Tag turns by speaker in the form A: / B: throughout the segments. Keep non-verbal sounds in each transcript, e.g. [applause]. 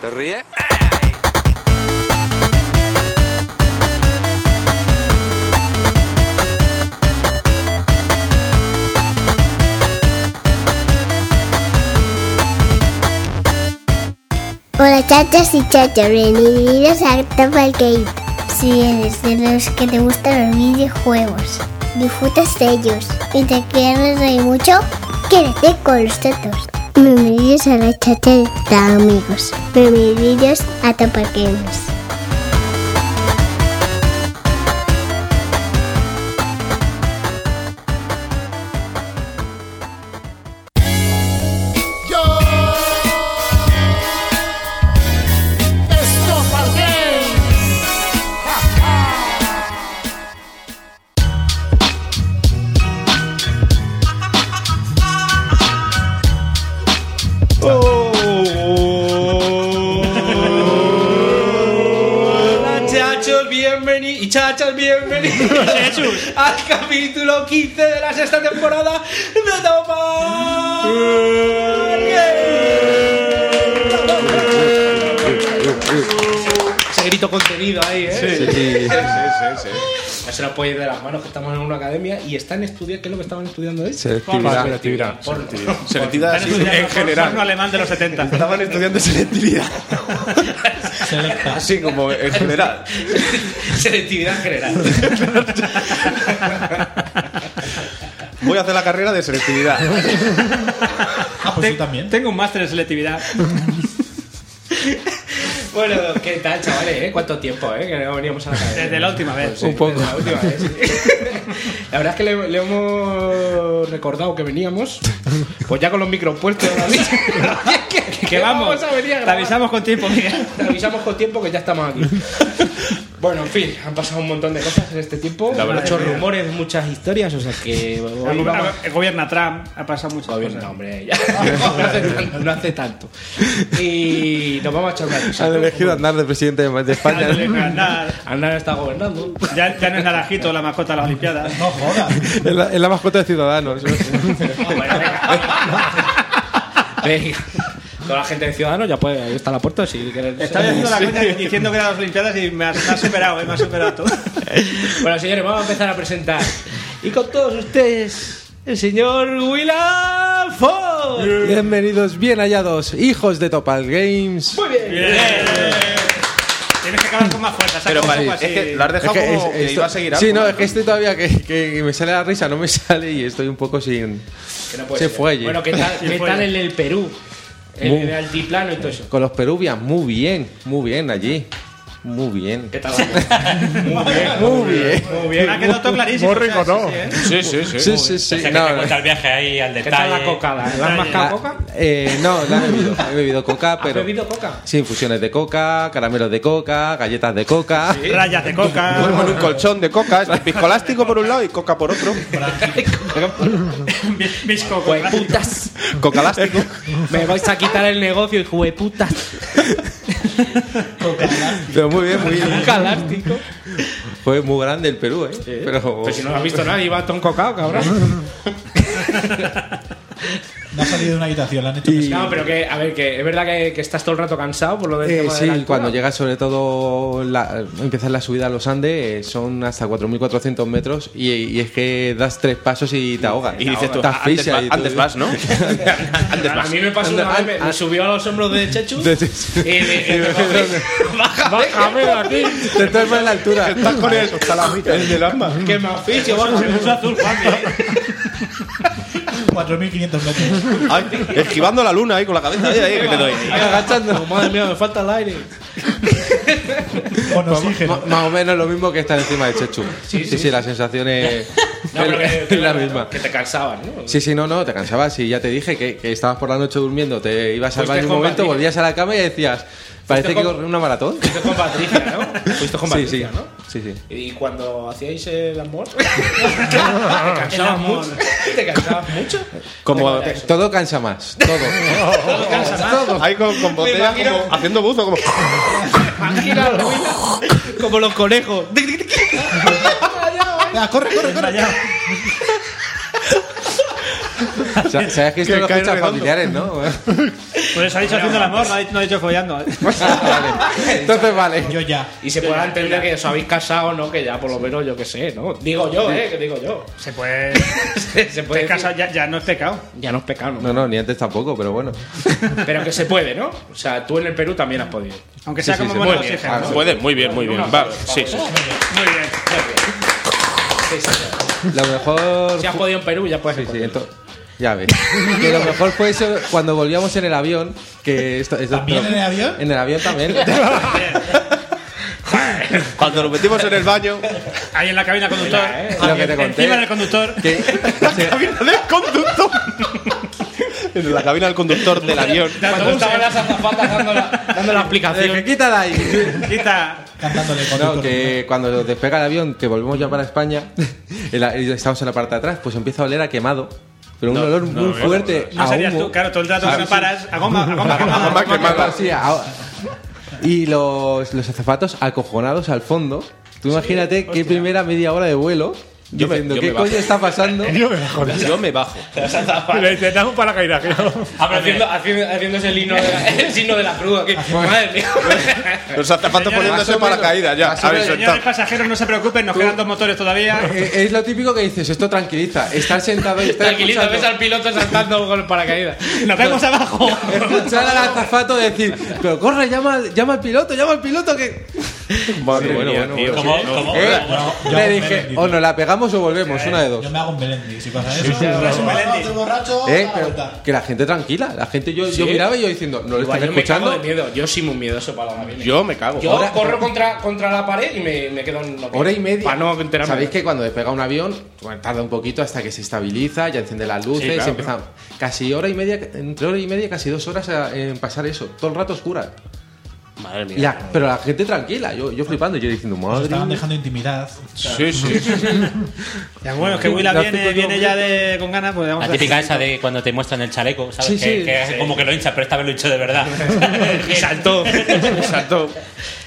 A: ¿Te ríes?
B: Hola chachas y chachas, bienvenidos a Tapal Game. Si eres de los que te gustan los videojuegos, disfrutas de ellos y te quieres reír mucho, quédate con los tetos. Bienvenidos a la chacha de amigos. Bienvenidos a Tapal Games.
C: Yo esto
D: Hola chachos, bienvenidos y chachas, [laughs] bienvenidos al capítulo 15 de la sexta temporada de Topal Ese grito contenido ahí, ¿eh? Sí, sí, sí, No se lo podéis de las manos que estamos en una academia y están estudiando, ¿qué es lo que estaban estudiando ahí?
E: Selectividad.
D: Selectividad. Porno.
E: Selectividad, sí, en general.
F: alemán de los
E: [laughs]
F: 70.
E: Estaban estudiando selectividad. Así como en general.
D: [laughs] Selectividad en
E: [laughs]
D: general.
E: Voy a hacer la carrera de selectividad.
G: [laughs]
F: Te- Tengo un máster en selectividad.
D: [laughs] Bueno, ¿qué tal, chavales? eh? ¿Cuánto tiempo, eh? Que no veníamos a la academia.
F: Desde la última vez.
D: Sí, desde La, última vez, sí. [laughs] La verdad es que le, le hemos recordado que veníamos, pues ya con los micros puestos. [laughs]
F: [laughs]
D: que,
F: Que vamos.
D: a venir a
F: Te
D: grabar.
F: avisamos con tiempo, Miguel.
D: Te avisamos con tiempo que ya
F: [laughs]
D: estamos aquí. Bueno, en fin, han pasado un montón de cosas en este tiempo.
E: La verdad
D: muchos
E: es que-
D: rumores, muchas historias, o sea que. hoy
F: El
D: vamos-
F: gober- el Gobierna Trump, ha pasado mucho.
D: Todavía no, hombre, ya. No hace tanto. [laughs] no hace tanto. Y nos vamos a echar una risa,
E: Han
D: ¿no?
E: elegido andar de presidente de España.
D: Aznar está gobernando.
F: Ya, ya no es Naranjito la mascota de las Olimpiadas. No jodas.
E: Es la, es la mascota de Ciudadanos.
D: Venga. Toda la gente de Ciudadanos ya puede. Ahí está la puerta si quieres.
F: Estaba haciendo la cuenta y diciendo que eran las Olimpiadas y me has, me has superado, eh, me has superado todo.
D: Bueno, señores, vamos a empezar a presentar. Y con todos ustedes, el señor Willard Ford.
E: Bienvenidos, bien hallados, hijos de Topal Games.
D: Muy bien.
F: Tienes que acabar con más fuerza.
H: Pero
F: para,
H: vale, es que lo has dejado
E: Es que
H: como
E: es-
H: que
E: esto-
H: iba a seguir algo.
E: Sí, no, es que este todavía que, que me sale la risa, no me [laughs] sale y estoy un poco sin.
D: Que no puede
E: Se
D: ser.
E: fue allí.
D: Bueno, ¿qué tal,
F: Se
D: qué
F: fue.
D: tal en el Perú? En
E: Muy-
D: el altiplano y todo eso.
E: [laughs] Con los peruvias, muy bien, muy bien allí. Muy bien.
D: ¿Qué tal?
E: [laughs]
D: Muy bien.
E: Muy bien.
F: Muy bien. Me ha quedado todo clarísimo.
E: Muy rico,
F: o sea, sí,
E: ¿no?
F: sí, eh.
H: Sí, sí, sí.
E: Sí, sí, sí.
I: Sé que
E: No,
I: te
E: no.
I: cuenta el viaje ahí al
D: ¿Qué tal
I: detalle.
D: la cocada? ¿La has mascado
E: La-
D: coca?
E: eh, no, la he bebido. He bebido coca,
D: ¿Has
E: pero.
D: bebido coca?
E: Sí, infusiones de coca, caramelos de coca, galletas de coca.
F: Rayas de
H: [laughs] Duermo en
F: coca.
H: un colchón de
E: [laughs]
H: coca, este piscolástico por un lado y coca por otro.
F: bis- Bisco. con rayas.
D: Jueputas.
H: Cocalástico.
D: Me vais a quitar el negocio, jueputas.
E: Pero muy bien, muy bien.
D: Un galáctico.
E: Fue muy grande el Perú, ¿eh? Pero.
D: Pues si no lo ha visto nadie, va a un cocao, cabrón.
G: No ha salido de una habitación, la han hecho.
E: Y-
D: No, pero que, a ver, que es verdad que, que estás todo el rato cansado por lo del
E: Eh,
D: tema de
E: sí,
D: la altura.
E: cuando llegas sobre todo, la, empiezas la subida a los Andes, eh, son hasta 4.400 metros y, y es que das tres pasos y te ahogas.
H: Y dices tú,
E: Te
H: "Ah, antes,
E: asfixias
H: va-
E: y
H: antes
E: todo".
H: vas,
E: [laughs]
H: ¿no?
D: A- A mí me pasó una
E: Anda,
D: vez, me-
E: ah,
D: me subió a los hombros de Chechu.
E: De- de-
D: Y le
E: [laughs]
D: dije, bájame de aquí,
E: Te tomas la altura.
H: Estás con el calamita del alma.
D: que me aficio, bájame.
F: Se puso azul, Juanmi, eh.
G: 4.500 metros.
H: Ay, Esquivando la luna ahí con la cabeza. Ahí, ahí, que
D: [laughs]
H: te doy.
D: agachando. Madre mía, me falta el aire.
G: Con
E: Ma-
G: oxígeno.
E: más o menos lo mismo que estar encima de Chechu. Sí, sí, la sensación es,
D: No, pero que,
E: es la misma.
D: Que te cansaban, ¿no?
E: Sí, sí, no, no, te cansabas y ya te dije que, que estabas por la noche durmiendo, te ibas al
D: Fuiste
E: baño un
D: con
E: momento,
D: Patricia.
E: volvías a la cama y decías, parece que
D: con-
E: corrí una maratón.
D: Fuiste con Patricia, ¿no? Fuiste con
E: [laughs] Sí, sí,
D: Patricia, ¿no?
E: sí, sí.
D: ¿Y cuando hacíais el
E: [laughs]
D: amor? [laughs] ¿Te cansabas mucho? [laughs] ¿Te cansabas mucho?
H: Como
E: Todo cansa
D: [laughs]
E: más, todo.
H: ahí con, con botella,
D: imagino-
H: como haciendo buzo, como.
D: Imagina, ruina, como los conejos.
G: Ah, corre, corre, corre.
E: Sa- Sabes que esto
H: Que
E: lo
H: cae
E: escuchan
H: redondo.
D: [laughs]
E: familiares, ¿no? [laughs]
F: Por eso ha dicho haciendo el amor, no ha dicho, no ha dicho follando. eh.
E: Vale. Entonces vale.
G: Yo ya.
D: Y se pueda entender que os habéis casado, ¿no? Que ya por lo menos yo qué sé, ¿no? Digo yo, ¿eh? Que digo yo.
F: Se puede.
D: [laughs] se puede
F: Te
D: decir.
F: casas, ya, ya no es pecado.
D: Ya no es pecado, ¿no?
E: No, no, ni antes tampoco, pero bueno.
D: Pero que se puede, ¿no? O sea, tú en el Perú también has podido.
F: Aunque sea
E: Sí, sí,
F: como
E: se
F: buena
E: puede.
F: oxígeno.
E: Ah,
F: ¿no?
E: se
H: Puede, muy bien, muy bien. Va, sí, sí.
F: Muy bien.
D: Sí, sí, sí.
E: Lo mejor.
D: Si has podido en Perú, ya puedes.
E: Sí,
D: en
E: sí,
D: Portugal.
E: ento- Ya ves. Que lo mejor fue eso cuando volvíamos en el avión. Que esto, esto-
G: ¿También en el avión?
E: En el avión
G: [laughs]
E: también.
H: Cuando nos metimos en el baño.
F: Ahí en la cabina conductor.
D: Mira, eh,
E: lo que te conté.
F: Encima del conductor.
E: que, o sea,
H: cabina del conductor. en la cabina del conductor del avión.
F: De
D: Cuando
F: autobús,
D: estaban las azafatas dando la, dando la
E: de Eh, que
D: explicación.
E: quítala ahí.
F: Quita.
G: Cantándole con
E: No, que cuando despega el avión, que volvemos ya para España, [laughs] el a- y estamos en la parte de atrás, pues empieza a oler a quemado. Pero un olor muy fuerte.
F: No
E: a
F: serías
E: humo.
F: tú, claro, todo el rato
E: Ah,
F: que me
E: sí,
F: paras. A goma, a goma, a goma.
H: A goma quemada.
E: Sí, a- ah. Y los, los azafatos acojonados al fondo. Tú imagínate qué primera media hora de vuelo.
H: Yo me-
E: diciendo,
H: yo
E: ¿qué
H: me bajo".
E: coño está pasando?
H: [laughs] Yo me [laughs] bajo.
A: Le dice, dame un paracaídas. que no".
D: Haciendo, haciendo, haciéndose el himno de la, [laughs] el signo de la cruz aquí. Madre
E: [laughs]
D: mía.
H: Los zapatos poniéndose
E: Más o menos.
H: para caída ya.
E: Más o menos.
F: Señores
H: Horizontales.
F: pasajeros, no se preocupen, nos quedan dos motores todavía.
E: Eh, Es lo típico que dices, esto tranquiliza. Estar sentado y estar
D: Tranquilito, ves
E: escuchando,
D: al piloto saltando con el paracaídas.
F: ¡Nos vemos abajo!
E: escuchar al azafato decir, pero corre, llama, al- llama al piloto, llama al piloto que...
H: Bueno, bueno, bueno, bueno.
A: Como- como-
E: Eh,
G: yo
E: le
G: hago
E: dije,
G: Melendi,
E: o nos la pegamos o volvemos, una de dos.
G: Eh, Yo me hago un Belendi, si pasa eso.
A: sí,
G: Yo
A: sí,
G: me hago
A: sí.
G: un Belendi. Estoy borracho,
E: Eh,
G: a la
E: pero
G: vuelta.
E: que la gente tranquila, la gente yo, yo
D: Sí.
E: miraba y yo diciendo, ¿no lo
D: Igual
E: están
D: yo me cago
E: escuchando?
D: de miedo. Yo soy muy miedoso para la vida.
H: Yo me cago.
D: Yo
E: Ahora-
D: corro contra, contra la pared y me, me quedo en lo que-
E: Hora y media.
D: Para no enterarme.
E: Sabéis que cuando despega un avión, bueno, tarda un poquito hasta que se estabiliza, ya enciende las luces,
D: Sí, claro,
E: y empieza casi hora y media, entre hora y media, casi dos horas a- en pasar eso, todo el rato oscura.
H: Madre
E: Y la- pero la gente tranquila, yo, yo flipando, yo diciendo,
G: Nos
E: madre.
G: estaban
E: mía".
G: dejando intimidad.
H: Sí, sí.
F: Ya, bueno, es que Willa
E: Las
F: viene,
E: cinco
F: viene ya de, con ganas, pues vamos a
A: La típica esa de cuando te muestran el chaleco, ¿sabes?
E: Sí,
A: que
E: sí,
A: que
E: sí.
A: como que lo hinchas, pero esta vez lo hincho de [laughs] verdad.
D: Y saltó.
H: Exacto.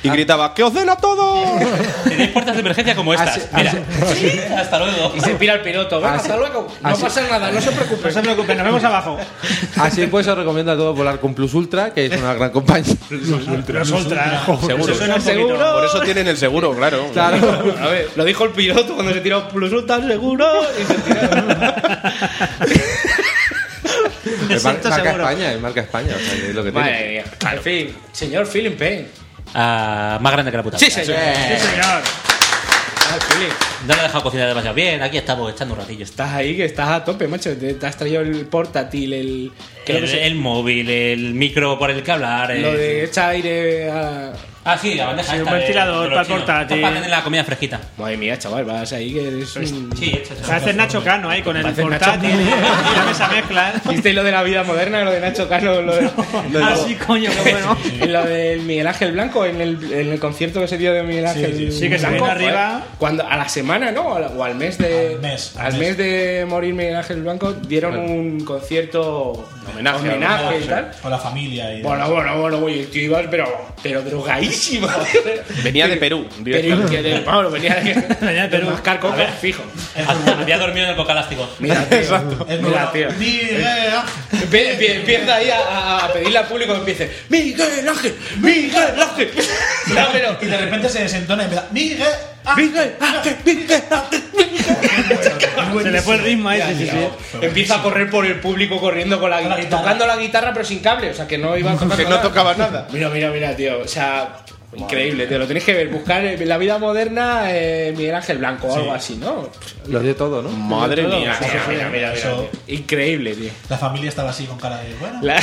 H: Y gritaba, ¡que os den a todos!
D: [laughs]
A: Tenéis puertas de emergencia como estas.
E: Así-
A: Mira. Hasta luego.
D: Y se pira el piloto. Venga,
E: Así-
D: hasta luego. No
E: así-
D: pasa nada, no se
F: No se
D: preocupen.
F: preocupen, nos vemos abajo.
E: [laughs] Así pues os recomiendo a todos volar con Plus Ultra, que es una
F: [laughs]
E: gran compañía.
F: Los ultra.
E: [laughs]
F: Eso suena un poquito.
D: Seguro.
H: Por eso tienen el
D: [laughs]
H: seguro, claro.
E: Claro.
D: A ver, lo dijo el piloto cuando se tiró plus ultra seguro. [laughs] Y se
E: Es mar-
F: siento
E: marca
F: seguro.
E: España, es marca España, o sea, que es lo que tiene.
D: Madre mía. Al fin, señor Philip Payne.
A: Ah, más grande que la puta. vida.
F: Sí, señor.
D: Ah, Philip,
A: No lo he dejado cocinar demasiado bien. Aquí estamos echando un ratillo.
D: estás ahí, que estás a tope, macho. Te, te has traído el portátil, el. eh, creo
A: El,
D: que se-
A: el móvil, el micro por el que hablar.
D: lo
A: el-
D: de echa aire a.
A: Ah, sí, la bandeja.
F: Sí,
A: esta
F: un
A: de-
F: ventilador
A: de los
F: para el
A: chinos.
F: portátil.
A: Para tener la comida fresquita.
D: Madre mía, chaval, vas ahí que eres un.
A: Sí, echa, echa.
F: Parece Nacho Cano ahí con el
D: Parece Nacho
F: portátil [laughs]
D: Cano.
F: y la mesa mezcla. ¿eh?
D: ¿Visteis lo de la vida moderna, lo de Nacho Cano, lo de-
F: Ah, sí, coño, qué
D: [laughs]
F: bueno.
D: Y lo del Miguel Ángel Blanco en el, en el concierto que se dio de Miguel Ángel
G: sí, sí.
F: Sí, que se
D: Blanco,
F: viene arriba.
D: joder. Cuando, a la semana, ¿no? O al- O al mes de.
G: Al mes,
D: al
G: al
D: mes
G: mes.
D: de morir Miguel Ángel Blanco, dieron un concierto.
H: Homenaje,
D: homenaje y tal.
G: Con la familia y
D: Bueno, bueno, bueno, güey, tú ibas, pero, pero drogadísimo.
H: Venía de Perú.
D: Pero que de, vamos, venía de,
F: Venía de Perú.
D: mascar coca,
A: A ver.
D: fijo.
A: [laughs] Había dormido en el bocalástico.
D: [laughs] Mira, tío.
G: [laughs] Es eh.
D: Mira,
G: nuevo.
D: tío.
G: Miguel.
D: Empie- empie- Empieza ahí a- a, a pedirle al público que empiece Miguel Ángel, Miguel
G: [laughs]
D: Ángel No, pero
G: Y de repente se desentona y me da Miguel.
D: Miguel Ángel, Miguel Ángel [laughs]
F: Se le fue el ritmo ahí. Sí, sí, sí.
D: Empieza a correr por el público corriendo con la,
G: Con la
D: guitarra
G: guitarra.
D: Tocando la guitarra pero sin cable O sea que no iba
G: [laughs]
D: tocando
H: Que no
D: nada.
H: tocaba nada.
D: Mira, mira, mira, tío O sea, increíble, tío Lo tenéis que ver Buscar eh, la vida moderna eh, Miguel Ángel Blanco o algo así, ¿no?
E: Lo dio todo, ¿no?
H: Madre mía.
D: Mira, mira, mira, mira, mira,
G: Eso-
D: tío. Increíble, tío
G: La familia estaba así con cara de bueno.
D: La-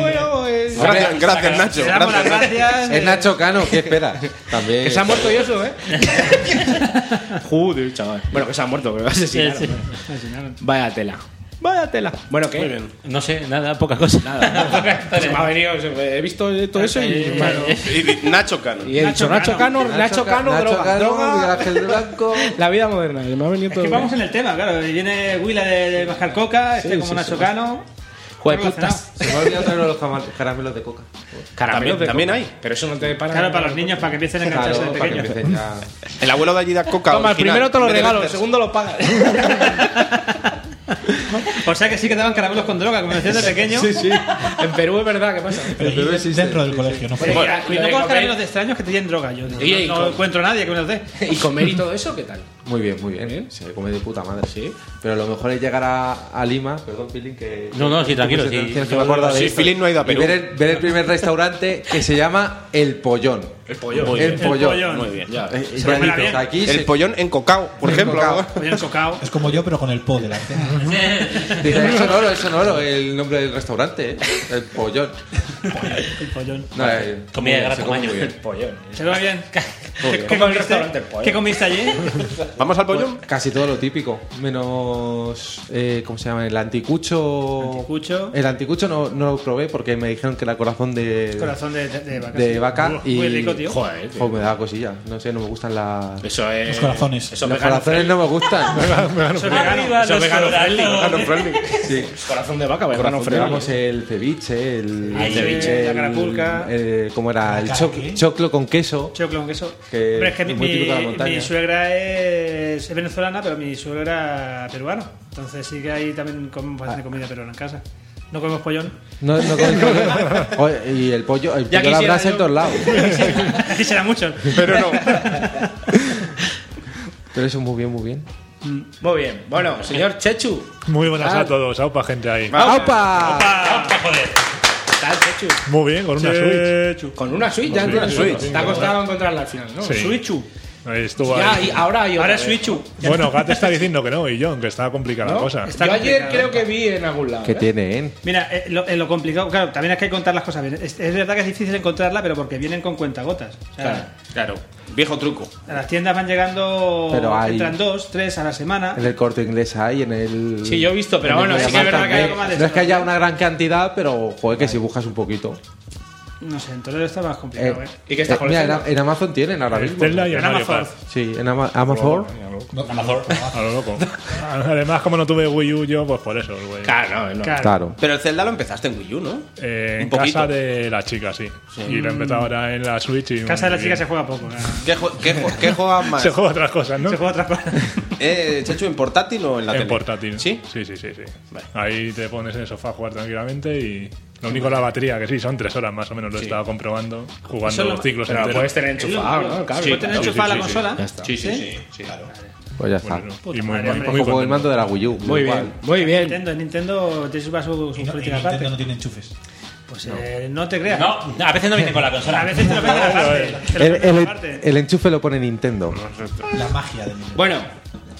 D: Bueno, pues-
H: Gracias, gracias, Nacho.
F: Le damos las
H: Gracias.
F: gracias.
E: Es Nacho Cano, ¿qué esperas? [laughs] También.
D: Que se ha muerto y eso, ¿eh?
F: [laughs]
D: [laughs] Joder, chaval. Bueno, que se ha muerto, pero asesinaron.
A: Sí, sí.
D: Vaya tela. Vaya tela. Bueno, ¿qué?
A: No sé, nada, poca cosa. [laughs]
D: Nada. se me ha venido, se me- he visto todo eso
E: Eh,
D: y, bueno,
H: Y- y Nacho Cano.
D: y he dicho Nacho Cano, Nacho Cano,
E: Nacho
D: droga,
E: Cano, Miguel
D: droga.
E: Ángel Blanco.
D: [laughs] La vida moderna, se me ha venido
F: Es
D: todo.
F: que vamos en el tema, claro. y Viene Willa de, de mascar coca, este
D: Sí,
F: como
D: sí,
F: Nacho
D: sí.
F: Cano.
D: Joder,
F: Todo
D: putas.
F: relacionado.
E: Se me ha olvidado traer los jamar- caramelos de coca.
D: Caramelos de
H: También- también
D: coca.
H: hay.
D: Pero eso no te para.
F: Claro, para los niños, para que empiecen a engancharse de
E: Claro, para que
F: pequeños. [laughs]
E: empiecen ya.
H: El abuelo de allí da coca.
D: Toma, el
H: original.
D: primero te lo
H: En vez de
D: regalo, el
H: venderse.
D: segundo lo pagas. [laughs]
F: O sea que sí que daban caramelos con droga, como decías de pequeño.
D: Sí, sí. En Perú es verdad, ¿qué pasa?
G: Pero
H: Pero
G: y
H: existe,
G: dentro del colegio, no
D: Pero
G: fuera.
D: ya,
F: Cuidado
D: lo
F: con los
D: de
F: caramelos
D: comer-
F: de extraños que te tienen droga. Yo no,
D: Oye, y
F: no
D: con-
F: encuentro a nadie que me los dé.
D: [laughs] ¿Y comer y todo eso qué tal?
E: Muy bien, muy bien.
D: Bien.
E: Se come de puta madre, sí. Pero lo mejor es llegar a, a Lima. Perdón, Pilín, que.
A: No, no, sí,
E: que
A: tranquilo,
E: puse
A: sí.
E: atención, que
A: Yo-
E: me acuerdo de
H: sí,
E: esto.
H: Pilín no ha ido a
E: Y
H: Perú.
E: Ver el, ver el primer restaurante que se llama El Pollón.
D: El pollo.
E: El Pollón.
F: Muy
H: bien.
E: Eh,
F: Se
E: ya
F: come la
E: dices,
F: bien.
E: aquí
H: El
E: se-
H: pollón en cocao, por
E: En
H: ejemplo.
E: Cocao.
F: bien. chocado.
G: [laughs] Es como yo, pero con el po delante.
H: [laughs]
E: dice, es sonoro, es sonoro el nombre del restaurante. eh. El Pollón.
F: El pollón.
E: No, eh,
A: Comida
E: muy
A: de
E: bien,
A: gran
E: se come
A: tamaño.
E: muy bien.
D: Pollón.
F: ¿Se va bien?
E: [laughs] Muy bien.
F: ¿Qué
D: restaurante
F: comiste?
D: el pollo.
F: ¿Qué comiste allí?
H: [laughs]
A: [laughs]
H: Vamos al pollón.
E: Pues Casi todo lo típico, menos. eh, ¿Cómo se llama? El anticucho.
F: Anticucho.
E: El anticucho no, no lo probé porque me dijeron que era corazón de.
F: Corazón de, de, de vaca.
E: de vaca
F: Uf,
E: y
F: Muy rico, tío.
D: Joder, tío.
E: Jo, me da cosilla no sé no me gustan las
D: Eso es.
G: Los corazones.
D: Eso es
E: los
D: vegano
E: corazones no me gustan
F: Eso es vegano.
A: Arriba
D: Eso es
A: los
D: vegano friendly,
A: corazones.
D: vegano
E: [laughs] sí
D: Corazón de vaca, vegano
E: Corazón, llevamos
D: fregamos.
E: el ceviche el,
F: El ceviche, la carapulca.
E: el- cómo era el
G: ¿La
E: choc-
G: qué?
E: choclo con queso
F: Choclo con queso.
E: Que
F: pero es que mi,
E: es muy típico de la
F: mi-
E: montaña.
F: mi suegra es, es venezolana, pero mi suegra era peruana. Entonces sí que ahí también comemos bastante comida peruana en casa. No comemos pollón.
E: Ah. no, no
F: [laughs]
E: comen-
C: [laughs]
E: Oye, y el pollo el
D: Ya
E: pollo a
D: quisiera
E: la brasa
D: yo.
E: en todos lados
D: [laughs]
F: Quisiera mucho.
H: Pero no.
E: [laughs] pero eso muy bien muy bien
D: Muy bien. Bueno, señor Chechu.
C: Muy buenas
D: Ah.
C: a todos, aupa gente ahí.
E: ¡Opa!
D: ¿Qué tal, Chechu?
C: Muy bien, con una Switch.
D: Con una Switch, ya entró una
C: Switch.
D: Switch. Te ha costado encontrarla al final, ¿no?
C: Sí.
F: Suichu.
C: Estuvo
D: Ya,
C: ahí.
D: y ahora hay otra
F: Ahora es
D: vez.
F: Suichu.
C: Bueno, Gat está diciendo que no, y John, que estaba complicada
D: ¿No?
C: la cosa.
F: Está
D: Yo ayer
F: complicado. ¿eh?
D: creo que vi en algún lado.
E: que
D: ¿eh?
E: tienen
F: Mira, eh, lo, eh, lo complicado, claro, también es que hay que contar las cosas bien. Es, es verdad que es difícil encontrarla, pero porque vienen con cuentagotas. O sea,
D: Claro, claro.
H: Ah. Viejo truco.
F: a las tiendas van llegando,
E: Pero hay-
F: entran dos, tres a la semana.
E: en el corte inglés hay en el
D: Sí, yo he visto, pero
E: en el
D: bueno, sí que es
E: Mediamar
D: verdad que hay
E: también.
F: algo más de
E: no es que
F: eso,
E: haya
F: ¿no?
E: una gran cantidad pero joder que si buscas un poquito
F: No sé, en Toledo está más complicado,
E: Eh,
F: ¿eh?
D: ¿Y qué está
E: Eh, mira, en,
D: coleccionando?
E: en Amazon tienen ahora mismo.
C: Zelda y el
F: En
C: Mario
F: Eh, Amazon.
C: Kart.
E: Sí, en Ama- Amazon.
G: No,
C: A lo loco. Además, como no tuve Wii U yo, pues por eso, güey.
D: Claro, no, no.
F: Claro.
E: Claro.
H: Pero el Zelda lo empezaste en Wii U, ¿no?
C: Eh,
H: Un
C: en
H: poquito.
C: casa de la chica, sí. Y lo he empezado ahora en la Switch. Y
F: Casa de la
C: muy
F: chica se
C: bien.
F: juega poco. claro.
H: ¿Qué, jo- qué jo- qué
C: [laughs]
H: juegas más?
C: Se juega otras cosas, ¿no?
F: Se juega otras cosas.
H: Eh, ¿Chechu en portátil o en la
C: en
H: tele?
C: portátil.
H: ¿Sí?
C: Sí, sí, sí. sí.
H: Vale.
C: Ahí te pones en el sofá a jugar tranquilamente y. Lo único la batería, que sí, son tres horas más o menos, lo he estado comprobando, jugando
F: Eso lo-
C: los ciclos
D: Pero lo
C: enteros.
D: puedes tener enchufado, ¿no? Claro,
F: ¿Puedes tener enchufada
C: sí,
F: la
C: sí,
F: consola?
H: Sí, sí, sí. sí, claro.
E: Pues ya está.
C: Bueno,
F: Puta
C: y muy,
F: madre,
C: muy-
F: hombre.
C: muy
E: Como el
C: contento.
E: mando de la Wii U.
D: Muy bien, muy bien.
F: Nintendo, Nintendo te suba su, su
G: Y no, y
F: política
G: Nintendo
F: aparte.
G: no tiene enchufes.
F: Pues eh, no te creas.
A: No, a veces no viene con la consola.
F: A veces te lo venden
D: eh.
F: aparte. Te
E: El,
F: lo venden
E: el-
F: aparte.
E: el enchufe lo pone Nintendo.
G: La magia de Nintendo.
D: Bueno,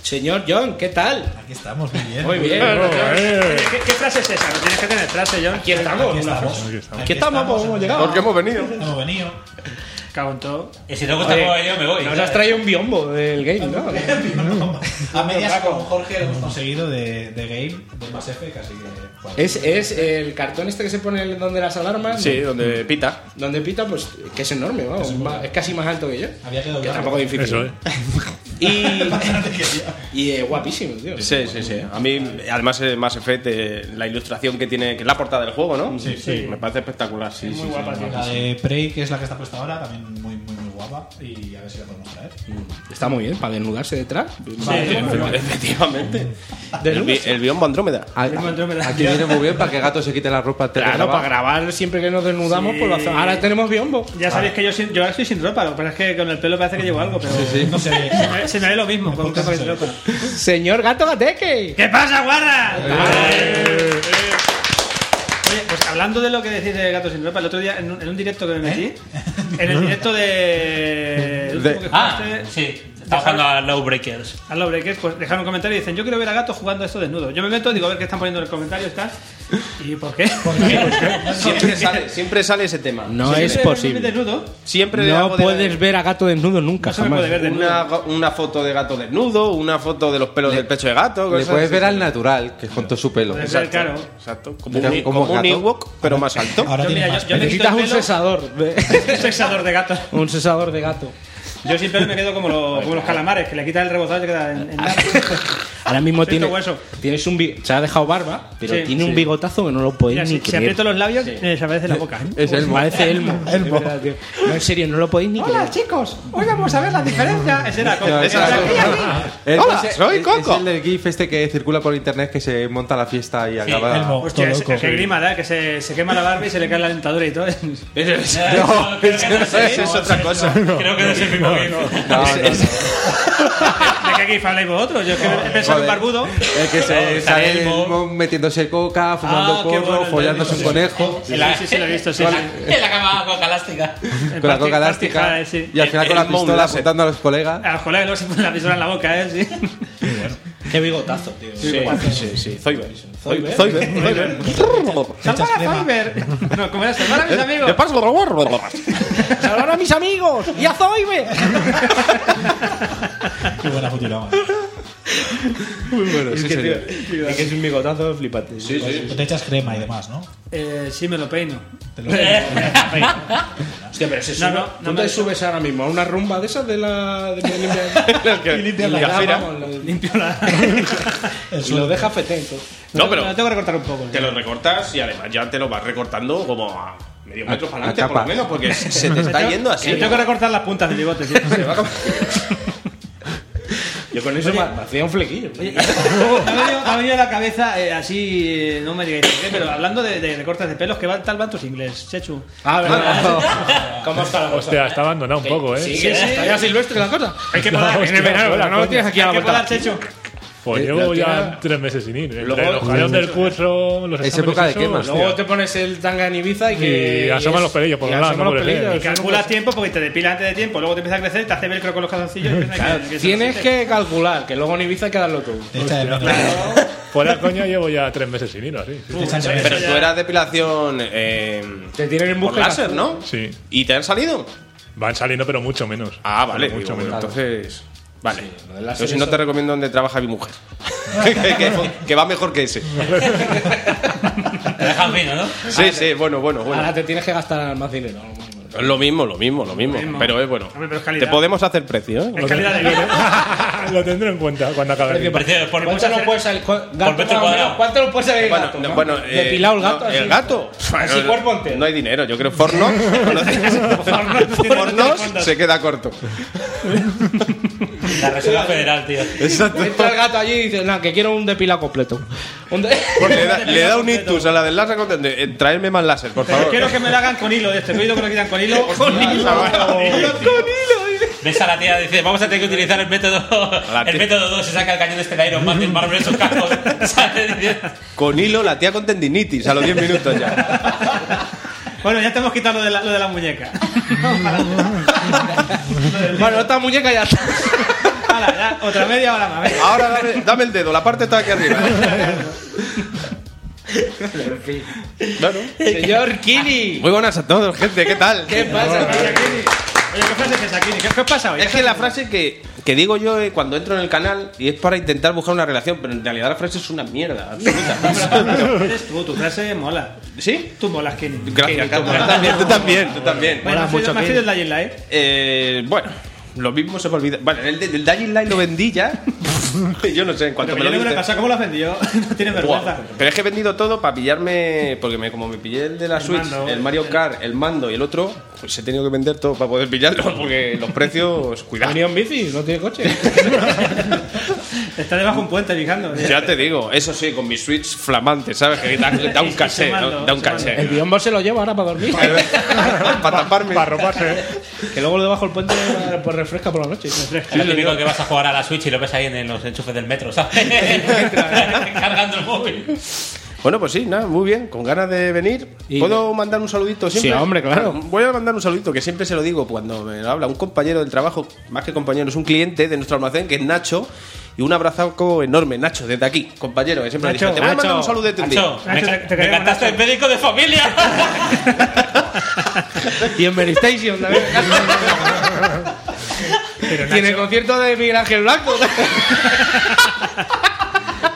D: señor John, ¿qué tal?
G: Aquí estamos, muy bien.
D: Muy bien.
C: Oh, eh.
F: ¿Qué, qué frase es esa? No tienes que tener frase, John.
D: Aquí estamos.
G: Aquí estamos.
C: Aquí estamos.
D: Aquí estamos, pues, hemos llegado.
H: Porque hemos venido.
G: Hemos venido.
F: Cago en todo.
A: Y si te gusta el juego, yo me voy.
D: Nos has traído un biombo del game, ¿no? [laughs]
G: A medias con Jorge hemos conseguido de, de Game, de Más F, así que. joder.
D: Es, es el cartón este que se pone donde las alarmas.
H: Sí, donde pita.
D: Donde pita, pues que es enorme, vamos. más- es casi más alto que yo.
G: Había quedado
D: Que
G: claro.
D: tampoco es difícil.
C: Eso, eh.
D: Y,
G: No te quería.
D: y eh, guapísimo, tío.
H: Sí, sí, sí. A mí, además, eh, Mass Effect, eh, la ilustración que tiene, que es la portada del juego, ¿no? Sí, sí. Me parece espectacular, sí. sí,
F: Muy
H: sí.
F: guapa, tío.
G: La de Prey, que es la que está puesta ahora, también muy, muy, muy guapa. Y a ver si la podemos traer.
D: Mm. Está muy bien, para desnudarse detrás.
H: Efectivamente. El, bi- el biombo Andrómeda.
E: A-
F: El biombo Andrómeda.
E: Ah, Aquí viene muy bien para que gato se quite la ropa. antes de
D: Claro,
E: grabar.
D: para grabar siempre que nos desnudamos,
F: Sí.
D: pues lo hacemos. Ahora tenemos biombo.
F: Ya sabéis que yo, sin- yo ahora estoy sin ropa, lo que pasa es que con el pelo parece que llevo algo, pero
G: No sé.
F: se, me, se me ve lo mismo con un poco de ropa.
D: Señor Gato Gateque.
F: ¿Qué pasa, guarda? Oye, pues hablando de lo que decís de Gato sin ropa, el otro día en un, en un directo que me metí, en el directo de... el último que
A: Ah,
F: jugaste,
A: sí. Está jugando a Low Breakers.
F: A los breakers, pues dejaron un comentario y dicen, yo quiero ver a Gato jugando esto desnudo. Yo me meto, digo, a ver qué están poniendo en el comentario, está. ¿Y por qué?
H: Siempre sale, siempre sale ese tema.
D: No
F: Siempre
D: es
F: verme
D: posible.
F: desnudo,
H: Siempre le hago
D: No
H: de-
D: puedes ver a gato desnudo nunca,
F: no se me
D: jamás.
F: puede ver desnudo.
H: Una, una foto de gato desnudo, una foto de los pelos del pecho de gato.
E: Le
H: cosas
E: puedes
H: así.
E: ver al natural, que es con todo su pelo.
F: Puede ser,
H: Exacto.
F: claro.
H: Exacto. Como
E: Mira,
H: un,
E: como
H: como un
E: gato.
H: Ewok, pero
F: [laughs]
H: más alto.
G: Ahora
F: Yo,
G: tiene
F: mira,
G: más.
F: yo, yo me quito
D: Necesitas
F: el
D: un
F: pelo,
D: cesador.
F: [laughs] un sexador de gato.
D: un cesador de gato.
F: Yo siempre me quedo como, los- como los calamares, que le quita el rebozado y se queda en, en nada.
D: Ahora mismo
F: Soy
D: tiene,
F: tu hueso.
D: tienes un bi- se ha dejado barba, pero
F: Sí,
D: tiene un
F: sí.
D: bigotazo que no lo podéis
F: Mira,
D: ni
F: si, si
D: creer.
F: aprieto los labios, eh, desaparece la boca. ¿eh?
E: Es Elmo.
F: [laughs]
D: Parece Elmo.
G: Elmo.
D: Es verdad, tío. No, en serio, no lo podéis ni creer.
F: chicos, hoy vamos a ver la diferencia. Ese era Coco.
E: Ese era Es-
H: Hola,
E: es-
H: soy
E: es-
H: Coco.
E: Es el del GIF este que circula por internet que se monta la fiesta y acaba.
G: Elmo.
F: Hostia,
G: Todo
F: ese-
G: loco.
F: que grima, ¿verdad? Que se, se quema la barba y se le cae la dentadura [laughs] y todo.
A: No, creo que no es
H: Esa
A: ese.
H: es otra cosa.
A: Creo que no es el mismo
F: [laughs]
A: que
E: No, no, no.
F: ¿De qué aquí habláis vosotros? Yo es que he pensado en
E: Joder.
F: barbudo.
E: El que se
A: No,
E: sale
A: está Elmo.
E: Elmo metiéndose coca, fumando
F: Ah, qué
E: porro,
F: bueno, el
E: follándose un
F: Elmo, sí,
E: conejo.
F: Sí, sí, sí, lo he visto, sí. sí.
A: En la cama coca elástica.
F: El
E: Con
F: parti-
E: la coca
F: partijada,
E: elástica
F: eh, sí.
E: y al final con la
H: Elmo un
E: pistola
H: láser.
E: apuntando a los colegas.
F: A los colegas luego se ponen la pistola en la boca, ¿eh? Sí.
G: Qué bigotazo, tío.
H: Sí, sí, sí. Zoiber. Zoiber. Zoiber.
F: ¡Salvar a
G: crema.
F: Fiverr! No, ¿cómo era? ¡Salvar a
E: Eh,
F: mis amigos!
H: Le paso por favor.
D: ¡Salvar a mis amigos! ¡Y a Zoibe!
G: Qué buena Futurama.
H: Es que, tío, es que es un bigotazo flipante. Sí,
G: Pues Te echas crema y demás, ¿no?
F: Eh, sí, me lo peino.
G: Te lo digo.
F: [laughs]
D: Hostia, pero si
F: No,
D: sube-
F: no, no
D: tú
F: me-
D: te subes ahora mismo a una rumba de esas de la. De
F: [laughs]
H: Y limpia la cera.
F: Limpio la...
G: El
D: y lo
G: suelo.
D: deja fetento.
H: No, pero
F: Lo tengo que recortar un poco.
H: te lo recortas y además ya te lo vas recortando como a medio metro
E: A-
H: para
E: a
H: adelante, por lo
E: capa.
H: menos, [laughs] porque se
F: [laughs]
H: te está yendo así.
F: Le tengo que recortar las puntas del
H: [laughs]
F: bigote. sí.
D: Yo con eso me me hacía un flequillo.
F: [laughs] Me ha venido- me ha venido a la cabeza eh, así, eh, no me digáis por qué, pero hablando de, de recortes de pelos, ¿qué va- tal van tus inglés, Chechu? [laughs]
D: Ah, verdad. ¿Cómo está la cosa?
C: Hostia, está abandonado un poco, ¿eh?
D: Sí, que está ya silvestre la cosa.
F: Hay que
C: No,
F: podar,
C: hostia,
F: en el verano,
C: buena
F: no lo
C: cosa.
F: tienes aquí a la
D: Hay que
F: vuelta.
D: podar,
C: Pues
E: Eh,
C: llevo
E: la
C: ya
E: tira-
C: tres meses sin ir. Entre
H: Luego-
C: los jaleos del curso, los
E: Es
C: exámenes
E: época de
C: esos,
E: quemas.
C: hostia.
D: Luego te pones el tanga en Ibiza y que.
C: Y asoman los pelillos por
D: y
C: un lado,
D: asoman
C: no
D: los
C: puede ser.
D: pelillos.
C: Y
F: Y calculas tiempo porque te depila antes de tiempo, luego te empieza a crecer, te hace velcro con los calzoncillos. y empieza a
D: Claro,
F: crecer,
D: tienes
F: crecer.
D: que calcular, que luego en Ibiza hay que darlo todo.
G: Te echa de menos.
C: Fuera de coña llevo ya tres meses sin ir, así. sí.
G: Te echan de
H: Pero
G: menos.
H: tú eras depilación. Eh,
D: Te tienen en
H: por
D: busca.
H: láser, ¿no?
C: Sí.
H: ¿Y te han salido?
C: Van saliendo, pero mucho menos.
H: Ah, vale.
C: Pero mucho
H: digo, bueno,
C: menos.
H: entonces. Vale.
D: lo del
H: Yo
D: láser
H: si no
D: eso-
H: te recomiendo donde trabaja mi mujer. [laughs] que, que- que va mejor que ese.
A: Te dejan fino, ¿no?
H: Sí, sí, bueno, bueno, bueno.
D: Ahora te tienes que gastar más dinero.
H: Es Lo mismo, lo mismo, lo mismo. Pero es bueno.
F: Hombre, pero es calidad.
H: Te podemos hacer precio, ¿eh?
F: Es calidad de vida.
C: [laughs] Lo tendré en cuenta cuando acabe.
A: Por cierto, por
D: ¿Cuánto
A: mucho
D: no
A: hacer-
D: puede salir? ¿Cuánto
A: por metro
D: más o menos?
A: cuadrado.
D: ¿Cuánto no puede salir el
H: Bueno,
D: gato?
H: no,
D: no?
H: bueno, eh,
D: Depilado el
H: no,
D: gato. así.
H: el gato.
D: Así, cuerpo entero.
H: No hay dinero, yo
D: [laughs]
H: creo Forno. Fornos se queda corto.
A: La Reserva Federal, tío.
H: Exacto.
D: Entra el gato allí y dice, no, que quiero un depilado completo. Un de-
H: Porque le da, le
D: [laughs]
H: da un ictus a la del láser. con- de- eh, traedme más láser, por favor.
F: Quiero que me lo hagan con hilo de este, pedido que lo quitan con hilo.
A: Ves a la tía, dice, vamos a tener que utilizar el método
H: la
A: el
H: tía.
A: método 2, se saca el cañón este de Iron Man del mármol en
E: [laughs]
A: sus cascos. [laughs] Sale, dice,
H: Con hilo, la tía con tendinitis a los 10 minutos ya.
F: Bueno, ya te hemos quitado lo de la, lo de la muñeca.
D: [laughs] bueno, esta muñeca ya
H: [laughs]
D: está.
F: Hala, ya, otra media hora más. venga.
H: Ahora dame, dame el dedo, la parte está aquí [laughs] arriba. Claro.
D: Señor Kini.
H: Ah, Muy buenas a todos, gente, ¿qué tal?
D: ¿Qué pasa?
F: Oye, ¿qué frase es esa, Kini? ¿Qué, qué os pasa hoy?
H: Es que la frase que, que digo yo eh, cuando entro en el canal y es para intentar buscar una relación, pero en realidad la frase es una
F: [laughs]
H: mierda absoluta.
F: Eres tú, tu frase mola.
H: ¿Sí?
F: Tú molas, Kini.
H: Gracias, Carlos. Tú también, tú también, tú también.
F: Bueno,
D: Mola
F: me
D: mucho,
F: has
D: Kini.
F: pedido el Dying Light.
H: Eh, bueno, lo mismo se me olvida. Vale, el, de- el Dying Light lo
F: [laughs]
H: vendí ya. yo no sé, en cuanto
F: Pero
H: me
F: yo
H: lo
F: no me lo he
H: diste.
F: pasado, ¿cómo lo has vendido? No tienes
H: Buah,
F: vergüenza.
H: Pero es que he vendido todo para pillarme. Porque me, como me pillé el de la Switch,
F: mando. ¿eh?
H: el Mario Kart, el mando y el otro, pues he tenido que vender todo para poder pillarlo. [laughs] Porque los precios, cuidado.
D: Venía en bici, no tiene coche.
F: [laughs] Está debajo de un puente fijando.
H: Ya te digo, eso sí, con mi Switch flamante, ¿sabes? Que da, da un
F: Y
H: caché,
F: sumando,
H: da un
F: sumando.
D: El
H: caché.
D: biombo se lo lleva ahora para dormir.
A: [laughs]
H: para taparme.
C: Para roparse.
D: que luego debajo del puente pues refresca por la noche.
A: Es lo típico que vas a jugar a la Switch y lo ves ahí en los enchufes del
H: [laughs]
A: metro, ¿sabes? Cargando el móvil.
H: Bueno, pues sí, nada, muy bien, con ganas de venir.
D: Y-
H: ¿Puedo mandar un saludito siempre? Ah,
D: Sí, hombre, claro.
H: Voy a mandar un saludito, que siempre se lo digo cuando me lo habla un compañero del trabajo, más que compañero, es un cliente de nuestro almacén, que es Nacho. Y un abrazo enorme, Nacho, desde aquí, compañero, que siempre
F: Nacho,
H: le dije, te voy a mandar
F: Nacho,
H: un saludete un día.
A: Nacho, me,
F: Nacho, te- te
A: ca- me
F: queremos,
A: cantaste
F: Nacho.
A: el médico de
F: [laughs]
A: familia.
D: Y en Mary Station
A: [laughs]
D: también. Tiene concierto de Miguel Ángel Blanco.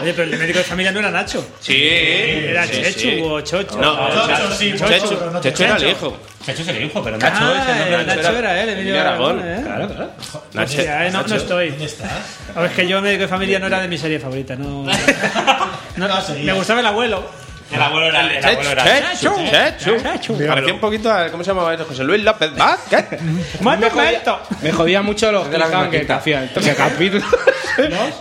F: Oye, pero el médico de familia no era Nacho.
H: Sí.
F: Era
H: sí,
F: Chechu
H: sí.
F: o Chocho.
H: No,
F: Ah,
G: Chocho,
H: Chacho,
G: sí,
H: Chechu,
G: Chocho, pero no
H: Chechu era el
F: Chacho.
H: hijo.
A: Nacho es el hijo, pero Nacho es el nombre
F: era
A: del
F: Ah, eh, Nacho
A: chaval.
F: era él, Emilio Aragón. ¿eh?
H: Claro, claro. Nacho.
F: Hostia, eh, no, no estoy.
G: ¿Dónde estás?
F: A ver, es que yo médico de familia no era de mi serie favorita. No, No,
G: No seguía.
F: me gustaba el abuelo.
A: El abuelo era el abuelo
H: Chechu,
A: era
H: Chechu, Chechu.
F: Chechu.
H: Parecía un poquito a. ¿Cómo se llamaba eso? José Luis López Vázquez.
F: [laughs] ¡Más
D: Me jodía,
F: momento!
D: me jodía mucho los
E: de la misma
D: cliffhangers que te
E: quinta.
D: hacían. Entonces, capítulo.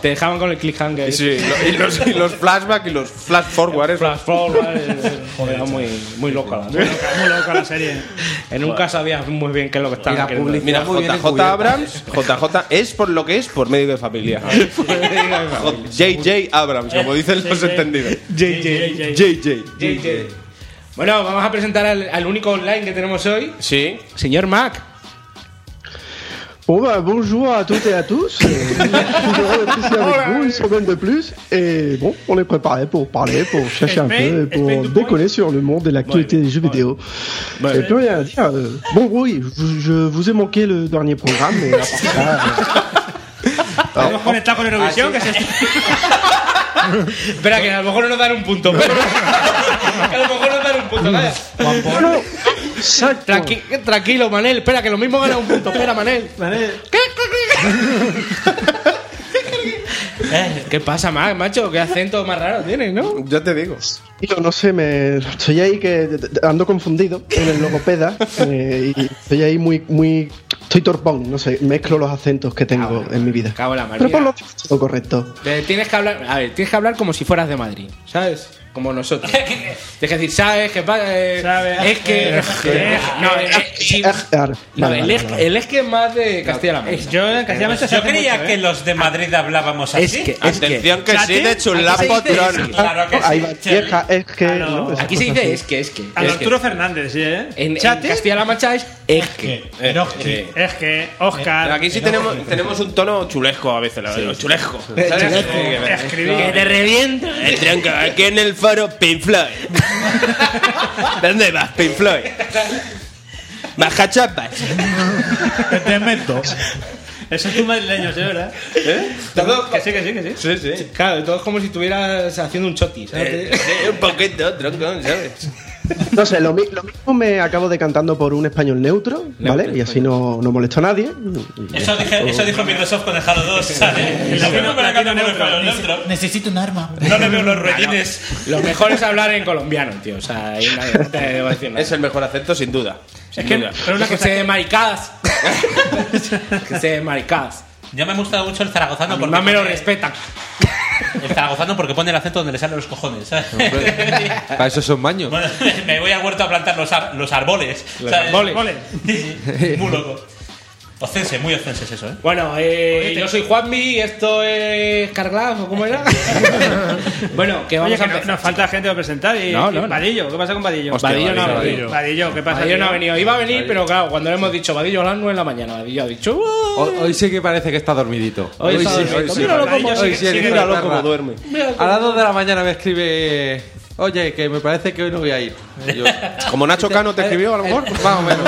D: Te dejaban con el cliffhanger.
H: Sí, lo- [laughs] y los, y [laughs] los flashback y los flash forward. eso.
D: Flash forward,
A: [laughs]
D: eh, era muy, muy loca la serie.
F: Muy loca la serie.
D: En un caso sabías muy bien qué es lo que
E: Y la
D: estaba
E: publicidad.
H: Mira,
E: Muy bien
H: JJ
E: encubierta.
H: Abrams, JJ es por lo que es, por medio de
E: [laughs]
H: familia. JJ Abrams,
D: Eh,
H: como dicen los
F: JJ.
H: entendidos. Eh,
F: JJ.
H: JJ.
D: Bueno, vamos a presentar al, al único online que tenemos hoy,
H: Sí.
D: señor Mac.
I: Bon bah bonjour à toutes et à tous. Euh, heureux d'être ici avec vous une semaine de plus. Et bon, on est préparé pour parler, pour chercher un peu,
F: Explain-
I: et pour
F: explain the
I: décoller sur le monde et l'actualité des jeux vidéo. J'ai plus rien à dire. Euh, Bon oui, je vous- je vous ai manqué le dernier programme, mais à part ça,
D: [laughs]
I: euh,
F: Hemos conectado con Eurovisión, que se
D: [laughs] Espera, que a lo mejor no nos dan un punto. Pero... [laughs] que a lo mejor nos dan un punto, calla.
I: non, cinq points.
D: Tranqui- eh, tranquilo, Manel. Espera, que lo mismo gana un punto. Espera, Manel. ¿Qué? Eh, ¿Qué pasa, Mac, macho? ¿Qué acento más raro tienes, no?
H: Ya te digo.
I: Yo no sé, me estoy ahí que ando confundido en el logopeda eh, y estoy ahí muy, muy, estoy torpón, no sé, mezclo los acentos que tengo en mi vida.
D: cago en la mar,
I: Pero por
D: mira.
I: lo menos todo correcto.
D: Eh, Tienes que hablar, a ver, tienes que hablar como si fueras de Madrid, ¿sabes? Como
F: [laughs]
D: nosotros. tienes que decir, ¿sabes qué pasa? Eh,
F: Sabes,
D: Es que.
F: eh,
D: No, eh, y-
I: Ah, claro.
D: no,
I: Vale,
D: el
I: vale,
D: es- el es que es más de Castilla-La Mancha.
F: Eh, Yo en castellano se
A: Yo
F: hace
A: creía
F: mucho, ¿eh?
A: que los de Madrid hablábamos así.
D: Es que. Es que
H: Atención que sí, de chulapotron.
A: Claro que
I: Ahí
A: sí.
I: va, vieja, es que.
F: Ah, no.
I: ¿no? Esas
D: aquí se
I: cosas
D: dice
I: así.
D: es que, es que.
F: A
D: es
F: lo
D: que.
F: Arturo Fernández, ¿sí, ¿eh?
D: En, en
F: Chate.
D: Castilla-La Mancha es es que.
G: Eh, no, sí.
F: Es que Eh, Oscar.
H: Pero aquí sí tenemos, tenemos un tono chulesco a veces, la verdad. Chulesco. ¿sabes?
F: Escribí.
D: Que te revienta.
H: El tronco, Eh, aquí en el foro Pink Floyd. ¿Dónde vas, Pink Floyd? Baja chapas.
G: [laughs] Que te meto.
F: Eso es tu madrileño, ¿sí, verdad?
D: ¿Eh?
F: Que sí, que sí, que sí.
H: Sí, sí.
D: Claro, todo es como si estuvieras haciendo un choti,
F: Eh,
D: ¿sabes?
H: Sí, un poquito, tronco, ¿sabes?
I: No sé, lo, mi- lo mismo me acabo decantando por un español neutro, ¿vale? y así no, no molesto a nadie.
A: Eso, dije- eso dijo Microsoft con el Halo 2, ¿sabes? Lo mismo me lo cambian por el Halo neutro.
G: Necesito un arma.
A: No le veo los ruedines.
D: Lo mejor es hablar en colombiano, tío. O sea, ahí nadie- no te debo decir nada.
H: Es el mejor acento, sin duda. Sin
D: Es que,
H: duda.
D: pero una cosa que de maricadas. [laughs] que se de maricadas.
A: Ya me ha gustado mucho el zaragozano porque.
D: Más me lo respetan.
A: [laughs] El zaragozano porque pone el acento donde le salen los cojones, ¿sabes?
E: Para eso son baños.
A: Bueno, [laughs] me voy al huerto a plantar los, ar- los árboles. ¿sabes?
D: árboles.
A: Sí, sí. muy loco. Ocense, muy ocense es eso, ¿eh?
D: Bueno, eh, yo soy Juanmi y esto es Carglass, ¿o cómo era? [laughs] bueno, que vamos
F: Oye, que
D: a
F: no-
D: empezar.
F: nos falta gente para presentar. Y,
D: No, no,
F: y
D: no.
F: Vadillo, ¿qué pasa con Vadillo?
H: Hostia,
D: Vadillo no ha
H: Vadillo.
D: venido.
F: Vadillo, ¿qué pasa?
D: Vadillo no
F: tío?
D: ha venido. Iba a venir, pero claro, cuando le hemos dicho Vadillo a las 9 de la mañana, Vadillo ha dicho...
E: Hoy,
D: "Uy".
E: hoy sí que parece que está dormidito.
D: Hoy está dormidito. Míralo
E: Hoy
F: cómo-
E: sí,
F: sigue-
E: sí, el
F: sigue
E: hijo de
H: Míralo
E: perra.
H: cómo duerme.
E: A
C: [laughs]
E: las 2 de la mañana me escribe. Oye, que me parece que hoy no voy a ir. Y
H: [laughs]
E: yo, eh,
H: Como Nacho Cano te escribió, a lo mejor. pues,
E: Más
H: [laughs]
E: o menos.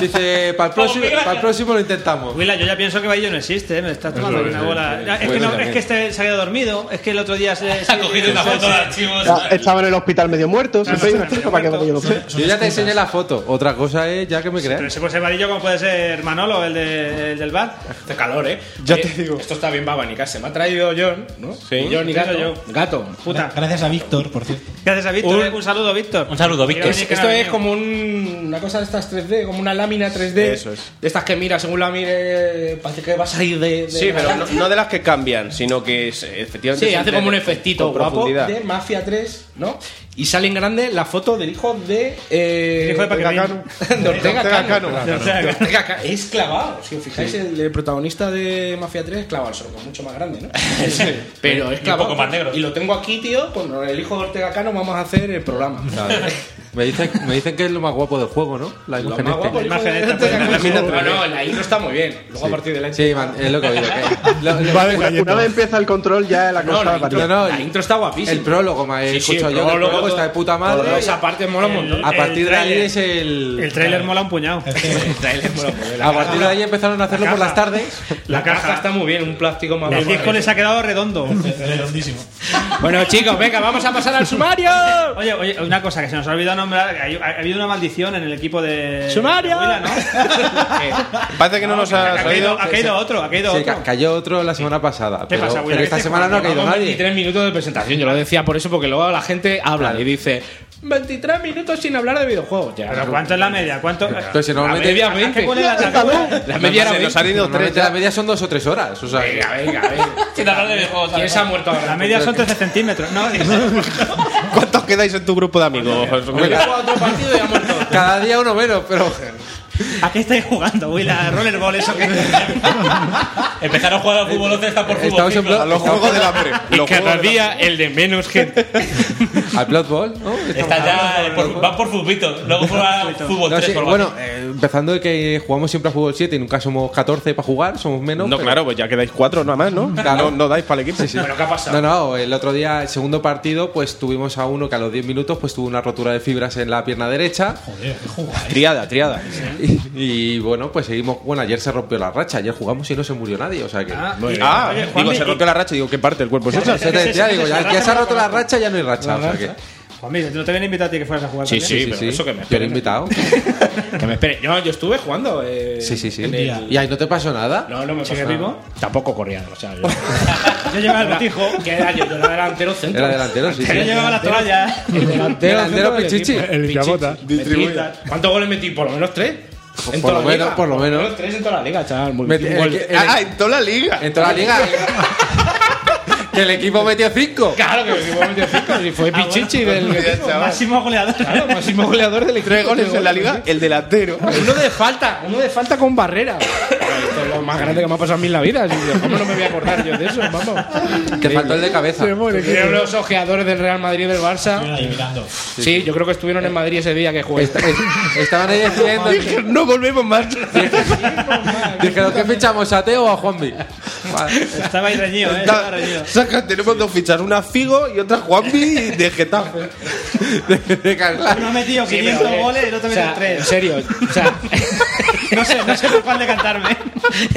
E: Dice, "Pues, para el próximo,
A: Miguel Ángel.
E: para el próximo lo intentamos.
F: Huila, yo ya pienso que Vadillo no existe, ¿eh? me estás tomando
C: Eso es,
F: una
C: sí,
F: bola. Ah, es, que
E: Huila
F: no, es
E: también.
F: que este se había dormido, es que el otro día se.
A: Ha cogido una foto de archivos.
I: Ya Estaba en el hospital medio muerto, siempre hay una
F: medio
I: excusa para que
F: muerto.
I: vaya yo no sé.
E: pues, Yo ya te enseñé la foto. Otra cosa es ya que me
F: Pero
E: creas.
F: ese puede ser Vadillo como puede ser Manolo, el, de- el del bar.
D: Hace calor, ¿eh?
E: Ya
D: Oye,
E: te digo.
D: Esto está bien va a abanicarse. Me ha traído John, ¿no? Sí. John y
F: Te
D: Gato.
F: digo
D: Gato.
F: Puta.
G: Gracias a Víctor, por cierto.
F: Gracias a Víctor,
D: Un-
F: eh, un, saludo, Víctor.
A: Un saludo, Víctor.
F: Mira,
D: Es-
F: venir que no
D: esto
F: ha
D: es
F: venido.
D: como un- una cosa de estas 3D, como una lámina 3D.
H: Eso es.
D: De estas que mira, según la mire, parece que va a salir de. de
H: Sí,
D: la-
H: pero no, no de las que cambian, sino que es, eh, efectivamente.
D: Sí, hace
H: siempre
D: como un
H: de-
D: efectito
H: con
D: guapo
H: profundidad.
D: de Mafia 3, ¿no? Y sale en grande la foto del hijo de. eh,
F: El hijo de Paquirrín.
D: de Ortega Cano. De Ortega
H: Ortega Cano.
D: Cano.
F: Ortega
D: Ortega Cano. Es clavado. Si os fijáis, el, el protagonista de Mafia 3 es clavado, solo que es mucho más grande, ¿no? Pero es
A: Y un
D: clavado.
A: poco más negro.
D: Y lo tengo aquí, tío. Con el hijo de Ortega Cano vamos a hacer el programa.
E: Me dicen, me dicen que es lo más guapo del juego, ¿no? La
D: Lo
E: [laughs] imagen
D: más
E: esta.
D: guapo, el hijo
F: imagen
D: de
F: esta,
D: Ortega
F: pues,
D: Cano.
H: la mina 3D.
D: No, no, la intro está muy bien. Luego a partir de la
E: Sí, man, es lo que he oído. que- lo- lo-
I: Una, una vez empieza el control, ya la
D: No,
I: cosa
D: la
I: varía.
D: intro,
E: No, no,
D: la
E: el-
D: intro está guapísima.
E: el prólogo me he
D: Sí, sí,
E: escuchado
D: el
E: yo. del
D: prólogo,
E: juego, está de puta madre.
D: Toda esa parte mola un montón.
E: A
F: El
E: partir de ahí
F: tráiler.
E: es el.
F: El tráiler mola un puñado.
D: [laughs] El tráiler mola un montón.
E: A partir de ahí empezaron a hacerlo por
F: caja.
E: las tardes.
D: La caja está muy bien, un plástico más
A: [laughs]
F: El disco les ha quedado redondo.
G: Redondísimo.
D: Bueno, chicos, venga, vamos a pasar al sumario.
F: Oye, oye, una cosa que se nos ha olvidado nombrar, hay- ha, ha habido una maldición en el equipo de
D: ¡Sumario!
F: de Huila, ¿no?
H: Parece que no nos
F: ha,
H: ha
F: caído,
H: salido.
F: ha caído otro, ha caído
E: Sí,
F: otro.
E: ca- cayó otro la semana pasada. pero,
F: pasa, Este Willa?
E: pero
F: ¿Qué
E: esta
F: te
E: semana no ha caído
D: Este Llevamos
E: nadie.
D: 23 minutos de presentación, yo lo decía por eso, porque luego la gente habla y dice 23 minutos sin hablar de videojuegos. Ya,
F: Pero ¿cuánto es la media? ¿Cuánto?
A: [laughs]
E: Pero si
D: la
E: normalmente,
D: media
F: ¿A- a qué
D: 20.
F: huele la tabla?
D: La media era
H: Se nos
D: 20.
H: han ido tres
E: normalmente
H: ya.
E: la media son dos o tres horas. O sea, que-
D: Venga, venga, venga.
A: Sin hablar de videojuegos,
D: ¿Quién
A: ¿sabes?
D: se ha muerto ahora?
F: La media son 13 centímetros.
D: [laughs]
F: No,
H: ¿Cuántos quedáis en tu grupo de amigos?
D: Yo juego otro [laughs] partido y ha muerto.
E: cada día uno menos, pero
F: ¿a qué estáis jugando, güey? La
D: [laughs]
F: rollerball, eso que.
A: Empezaron a jugar al fútbol 11 está por fútbol
E: Estamos en
A: cinco.
E: plan-
H: A los juegos del hambre.
D: Y
H: Los
D: cada
H: juegos del
D: día el de menos gente.
E: [laughs] al Blood Bowl, ¿no?
A: Está ya, eh, por, van por futbito, luego por
D: [laughs]
A: a fútbol
E: No,
A: 3.
E: sí,
A: por
E: bueno, eh, empezando de que jugamos siempre a fútbol 7 y nunca somos 14 para jugar, somos menos.
H: No,
E: pero-
H: claro, pues ya quedáis cuatro nada más, ¿no?
E: Claro.
H: No, no dais para el equipo.
D: Bueno, ¿qué ha pasado?
E: No, no, el otro día, el segundo partido, pues tuvimos a uno que a los 10 minutos pues tuvo una rotura de fibras en la pierna derecha.
G: eh,
H: Triada, triada.
E: Y, y, bueno, pues seguimos. Bueno, ayer se rompió la racha, ayer jugamos y no se murió nadie, o sea que.
F: Ah,
H: Ah,
F: Oye,
H: digo,
F: Juanmi,
H: se rompió la racha. Digo, ¿qué parte del cuerpo es esa?
E: Eso te decía, digo, ya, ya se ha roto la racha, ya no hay racha. O sea que,
F: Juanmi, Pues no te habían invitado a ti que fueras a
D: [laughs]
F: jugar.
D: Sí,
F: también?
D: sí, pero eso que me
E: Yo lo he
D: esperen.
E: invitado.
D: Que me esperen. Yo, yo estuve jugando. eh,
E: Sí, sí, sí.
D: en el-
E: Y ahí no te pasó nada.
D: No, no me
F: ¿Sigue
D: pasa
F: vivo?
D: nada. Tampoco corría, o sea, yo.
F: Yo llevaba el botijo.
D: ¿Qué era yo? Yo era delantero centro.
E: Era delantero, sí, sí.
F: Yo llevaba la toalla.
D: Delantero,
E: Delantero
D: centro del
E: Pichichi.
D: equipo.
C: El que
D: Pichichi.
C: agota.
D: Distribuida. ¿Cuántos goles metí? Por lo menos tres. En
E: Por
D: toda
E: lo
D: la
E: menos,
D: liga.
E: por lo menos.
D: tres en toda la liga, chaval. Muy
E: Metí-
D: bien.
E: el
D: Gol.
E: que-
H: Ah, en toda la liga.
E: En toda la liga. [laughs]
H: [laughs]
E: que el equipo metió Ah, 5.
D: Claro que me metió cinco. Si fue Pichichi
E: [laughs]
D: del.
H: Ya, chaval.
F: Máximo goleador.
D: Claro, máximo goleador del equipo.
H: Tres goles en la liga, el delantero.
D: Uno de falta, uno de falta con barrera. Esto es lo más grande que me ha pasado a mí en la vida. así que, ¿Cómo no me voy a acordar yo de eso? Vamos.
E: Te faltó el de cabeza.
D: Creo que los ojeadores del Real Madrid y del Barça.
G: Ahí mirando.
D: Sí, yo creo que estuvieron en Madrid ese día que jugué.
E: Est- est- estaban ahí
D: [laughs]
E: decidiendo.
H: No volvemos más.
E: Dijeron que fichamos a Teo o a Juanvi. Vale.
F: Estaba ahí reñido, eh. Estaba reñido.
H: Saca, tenemos dos fichas, una Figo y otra Juanvi de Getafe.
E: De- de Carla.
F: Uno ha metido
D: Sí,
F: 500
D: pero, eh,
F: goles y el otro
D: o
F: metió
D: sea, En
F: 3.
D: serio, o sea,
F: [laughs] No sé, no sé por cuál decantarme.
D: [laughs]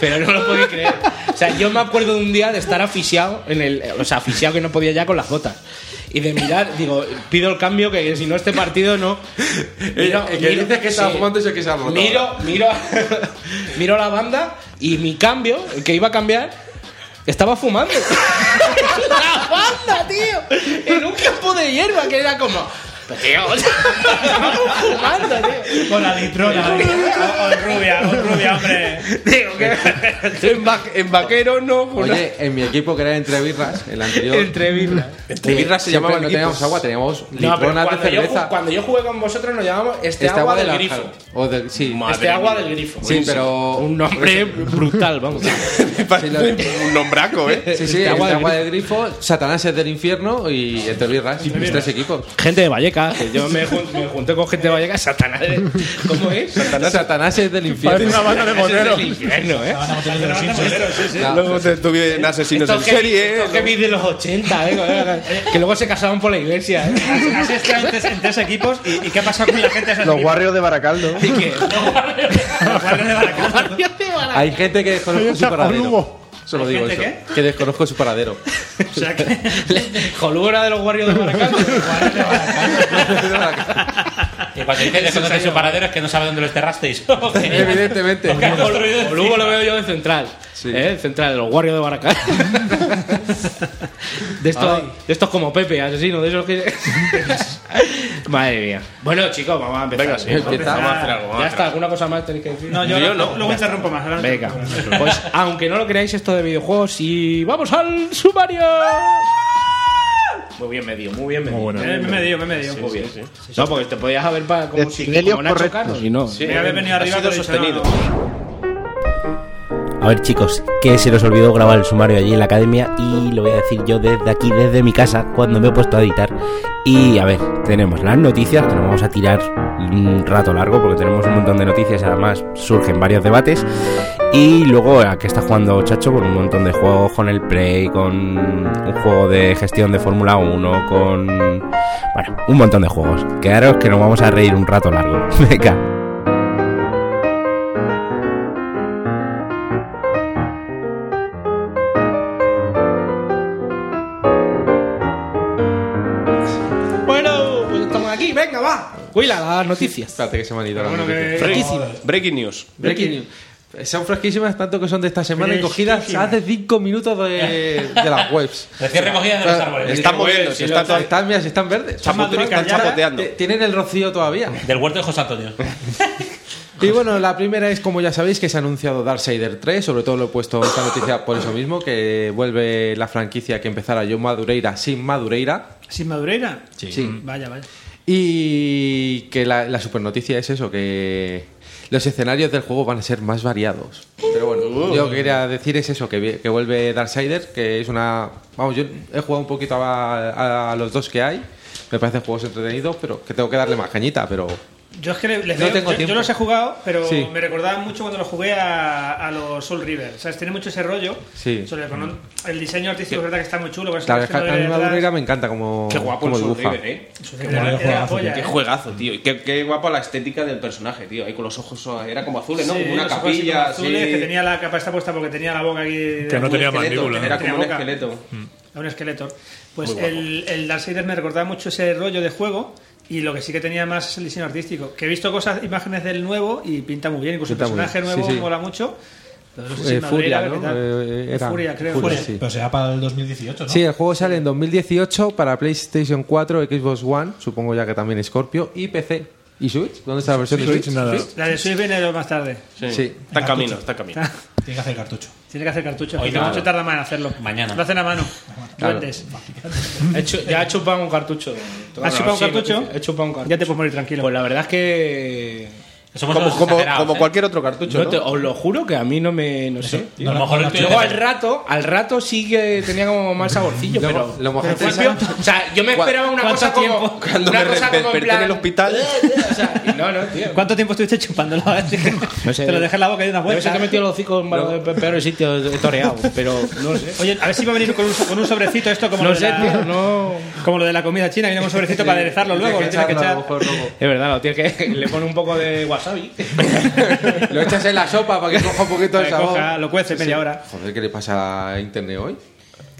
D: pero no lo podéis creer. O sea, yo me acuerdo de un día de estar asfixiado en el, o sea, asfixiado que no podía ya con las botas. Y de mirar, digo, pido el cambio que si no este partido [laughs] no. Miro-
E: el que
D: miro-
E: dice que estaba
D: sí.
E: jugando es el que se ha roto.
D: Miro, miro, [laughs] miro la banda y mi cambio, el que iba a cambiar, estaba fumando. la banda, tío. En un campo de hierba que era como. Pero tío, [laughs] o sea, estamos fumando, tío.
F: Con la litrona. ¿eh? O, o rubia, o rubia, hombre.
D: Digo que [laughs] en, va- en vaquero no, con una-
E: Oye, en mi equipo que era entre birras, el anterior.
D: entre birra.
E: entre birras se llamaba. No teníamos agua, teníamos
D: No, pero
E: litronas de
D: cuando yo, ju-
E: cerveza.
D: cuando yo jugué con vosotros nos llamábamos este,
E: Este
D: agua, del
E: de
D: grifo.
E: Lanjar. O del- sí.
D: Este agua del grifo.
E: Sí, pero.
D: Un nombre brutal, vamos.
H: Me parece un nombraco, ¿eh?
E: Sí, sí,
D: Este
E: este
D: agua
E: agua,
D: del
E: del grifo, Satanás es del infierno y entre birras, mis tres equipos.
D: Gente de Vallecas, que yo me, jun- me junté con gente de Vallecas, Satanás. de- ¿Cómo es?
E: [laughs] Satanás es del infierno.
D: banda de moteros. del infierno,
H: Ah,
D: ¿eh?
E: Claro.
H: Luego te tuvieron asesinos en
D: Estos hippies-
H: serie. ¿eh?
D: estos hippies de los 80, ¿eh? colega, Que luego se casaban por la iglesia, ¿eh?
F: Has estado en tres, en tres equipos y, y ¿qué ha pasado con la gente de esos
I: Los
F: equipos?
I: Warriors de Baracaldo.
D: Así que,
F: Los guardias de Baracaldo.
E: Hay gente que desconozco su paradero. Solo
F: ¿Hay
E: digo eso.
F: gente
E: Que desconozco su
D: [laughs]
E: paradero.
F: O sea que.
D: Jolú era de los Warriors de Baracaldo.
A: Y cuando dices desconocer su paradero es que no sabe dónde lo enterrasteis. [laughs] ¿o qué?
E: Evidentemente.
A: Porque han construido encima.
D: Jolú lo veo yo en central.
E: Sí.
D: ¿eh? En central, de los Warriors de
H: [laughs]
D: Baracaldo. De estos, de estos como Pepe, asesino, de esos
H: [laughs]
D: que. Madre mía. Bueno, chicos, vamos a empezar.
H: Venga, sí.
E: Empieza.
H: Vamos a hacer algo. vamos a
D: Ya
H: hacer algo.
D: está, ¿alguna cosa más tenéis que decir?
F: No, yo, lo-
H: Yo no.
F: luego interrumpo más. ahora no
D: Venga,
F: interrumpo.
H: [laughs]
D: pues aunque no lo creáis esto de videojuegos y vamos al sumario. Muy bien medio, muy bien medio.
C: Muy bueno.
F: Eh, Me he medido, me he medido.
D: Muy bien. No, porque te podías haber para como, si,
I: Decibelios
D: como Nacho
I: correctos.
D: Cano, si no.
H: Sí,
F: Me había venido
H: ha
F: arriba
H: sido
F: pero he dicho,
H: sostenido.
F: no, no.
J: A ver chicos, que se nos olvidó grabar el sumario allí en la academia y lo voy a decir yo desde aquí, desde mi casa, cuando me he puesto a editar. Y a ver, tenemos las noticias, que nos vamos a tirar un rato largo porque tenemos un montón de noticias, además surgen varios debates. Y luego a que está jugando Chacho con un montón de juegos, con el Play, con un juego de gestión de Fórmula 1, con... Bueno, un montón de juegos. Quedaros que nos vamos a reír un rato largo. [laughs] Venga.
E: pues
D: Uy, la- las noticias.
E: Espérate que se me han ido
D: Pero bueno,
E: las
D: que-
E: noticias.
D: Fresquísimas.
H: Breaking news.
E: Breaking news. Eh, Son fresquísimas tanto que son de esta semana y cogidas
D: Fresquísimas.
E: hace 5 minutos de, de
D: [laughs]
E: las webs.
A: Recién recogidas de los árboles. Están moviendo, si
E: si
A: están
E: están,
A: todas-
E: mira, si están verdes.
A: Chapote- están chapoteando.
E: T- Tienen el rocío todavía.
A: Del huerto de José Antonio.
E: Y bueno, la primera es, como ya sabéis, que se ha anunciado Darksider 3, sobre todo lo he puesto esta noticia por eso mismo, que vuelve la franquicia que empezara yo Madureira sin Madureira.
F: ¿Sin Madureira?
E: Sí.
F: Vaya, vaya.
E: Y que la, la super noticia es eso, que los escenarios del juego van a ser más variados. Pero bueno, yo quería decir es eso, que, vi- que vuelve Darksider, que es una... Vamos, yo he jugado un poquito a, a los dos que hay, me parecen juegos entretenidos, pero que tengo que darle más cañita, pero...
F: Yo es que le- les
E: No
F: veo-
E: tengo
F: yo, yo
E: tiempo.
F: los he jugado, pero
E: Sí.
F: me recordaban mucho cuando los jugué a, a los Soul River. ¿Sabes? Tiene mucho ese rollo.
E: Sí.
F: Sobre con- el diseño artístico es verdad que está muy chulo. con esos
E: La verdad es que
F: personajes
E: a mí
F: de atrás.
E: Madureira me encanta como,
H: Qué guapo
E: como
H: el Soul
E: dibuja.
H: River, ¿eh?
F: Qué Era- guapo, era la juegazo, polla, tío.
H: Qué
F: ¿eh?
H: juegazo, tío. Y qué, qué guapa la estética del personaje, tío. Ahí con los ojos, eh, era como azules, ¿no?
F: Sí,
H: Como una
F: los ojos así
H: capilla,
F: como azules,
H: así.
F: que tenía la capa esta puesta porque tenía la boca aquí. de- de-
H: Era como un esqueleto, Era
F: Tenía
H: como un
F: boca. Mm.
H: esqueleto.
F: a un esqueleto. Pues
H: Muy guapo.
F: el, el Darksiders me recordaba mucho ese rollo de juego y lo que sí que tenía más es el diseño artístico. Que he visto cosas, imágenes del nuevo y pinta muy bien, incluso
E: Pinta
F: el
E: muy
F: personaje
E: bien,
F: nuevo
E: sí, sí.
F: mola mucho. Pero no sé
E: Eh,
F: si Madureira,
E: Furia,
F: a ver
E: ¿no?
F: qué tal.
E: Eh, era-
F: Furia, creo.
E: Furia,
F: Furia.
E: sí.
G: pues, Pero será para el 2018, ¿no?
E: Sí, el juego sale en 2018 para PlayStation 4, Xbox One, supongo ya que también Scorpio, y PC. ¿Y Switch? ¿Dónde está la versión de
C: Switch,
E: Switch?
C: nada.
E: ¿Switch?
F: La de Switch viene más tarde.
E: Sí.
H: Está en camino, está en camino.
G: [laughs] Tiene que hacer cartucho.
F: Tiene que hacer cartuchos.
A: Hoy
F: Hoy
A: no.
F: mucho tarda más en hacerlo.
A: Mañana.
F: Lo hacen a mano.
E: Claro.
F: Duendes.
D: He hecho- ya he chupado un cartucho.
F: ¿Has chupado un
D: Sí,
F: cartucho?
D: noticia. He chupado un cartucho.
F: Ya te puedes morir tranquilo.
D: Pues la verdad es que.
A: Somos
H: Como,
A: unos
H: como,
A: exagerados,
H: como
A: ¿eh?
H: cualquier otro cartucho,
D: Yo
H: ¿no?
D: te- os lo juro que a mí no me. No sé. tío.
A: A lo mejor el tuyo
D: Luego
A: te-
D: al rato, al rato sí que tenía como mal saborcillo,
E: Lo-
D: pero.
E: lo mejor
D: al principio, o sea, yo me
H: ¿Cuá-
D: esperaba una
F: cuánto
D: cosa como.
F: tiempo?
H: Cuando
D: una
H: me
D: cosa
H: desperté
D: como en
H: en el
D: plan- "Eh,
H: hospital.
D: O sea, y no, no, tío.
F: ¿Cuánto tiempo estuviste chupándolo?
D: [laughs] No sé.
F: Te lo dejé en la boca y de una
D: Debe
F: vuelta.
D: ser que he metido los hocico en varios- peores sitios, he toreado, pero no lo sé.
F: Oye, a ver si va a venir con un, con un sobrecito esto como,
D: No
F: lo de
D: sé,
F: la,
D: tío, no.
F: como lo de la comida china. Viene con un sobrecito para aderezarlo luego.
E: [laughs] Tienes
F: Lo tienes que
E: echarlo a lo
F: echar.
E: mejor luego.
D: Es verdad, lo tienes que. Le pone un poco de
E: [laughs]
D: wasabi.
E: Lo echas en la sopa para que coja un poquito
F: Para
E: de
F: que
E: sabor.
F: coja, lo cuece
E: Sí,
F: media
E: sí.
F: hora.
E: Joder, ¿qué le pasa a Internet hoy?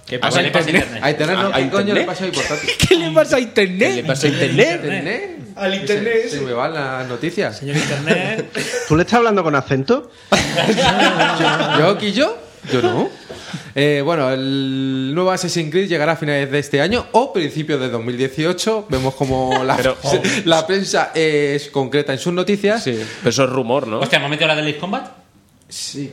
D: ¿Qué
A: Ah, vale, pasa internet.
E: A Internet no,
H: ¿A- a
E: ¿qué coño le
H: Internet?
E: pasa hoy Pues, por tanto?
D: ¿Qué le pasa a internet?
H: ¿Qué le pasa a internet?
E: ¿Internet?
D: Al internet.
E: Se, se me van las noticias.
F: Señor Internet.
I: ¿Tú le estás hablando con acento?
E: ¿Yo, Quillo? Yo no. [laughs] Eh, bueno, el nuevo Assassin's Creed llegará a finales de este año o principios de 2018. Vemos como la, [laughs]
H: oh.
E: la prensa es concreta en sus noticias. Sí,
H: Pero eso es rumor, ¿no?
A: Hostia, ¿me has metido la del Ace Combat?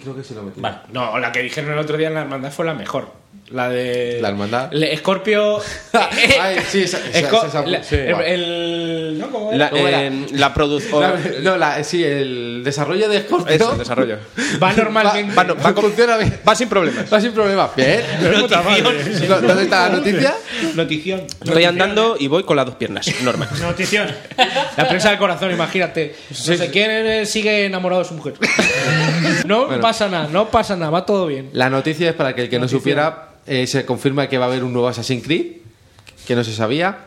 E: creo que sí lo metí.
A: Vale.
D: No, la que dijeron el otro día en la hermandad fue la mejor. La de.
E: ¿La hermandad?
D: Le- Scorpio.
E: [laughs] Ay, sí, esa- esa-
D: Esco-
E: esa-
D: la-
E: sí,
D: el,
E: guau.
D: el- ¿no? ¿Cómo era?
H: La,
D: ¿Cómo era?
H: eh, la producción.
E: [laughs] La- no, la- sí, el desarrollo de Scorpio
H: Eso, el desarrollo.
D: Va
E: va,
D: normalmente.
E: va- va- [laughs] funciona bien.
H: Va sin problemas.
E: Va sin problemas. Bien. ¿Dó- ¿Dónde está la noticia?
D: Notición.
H: Estoy andando y voy con las dos piernas.
D: [laughs]
H: Normal.
F: Notición.
D: La prensa del corazón, imagínate. No sé quién eh, sigue enamorado de su
E: [laughs]
D: mujer. No
E: Bueno.
D: pasa nada, no pasa nada, va todo bien.
E: La noticia es para que el que no supiera, eh, se confirma que va a haber un nuevo Assassin's Creed, que no se sabía,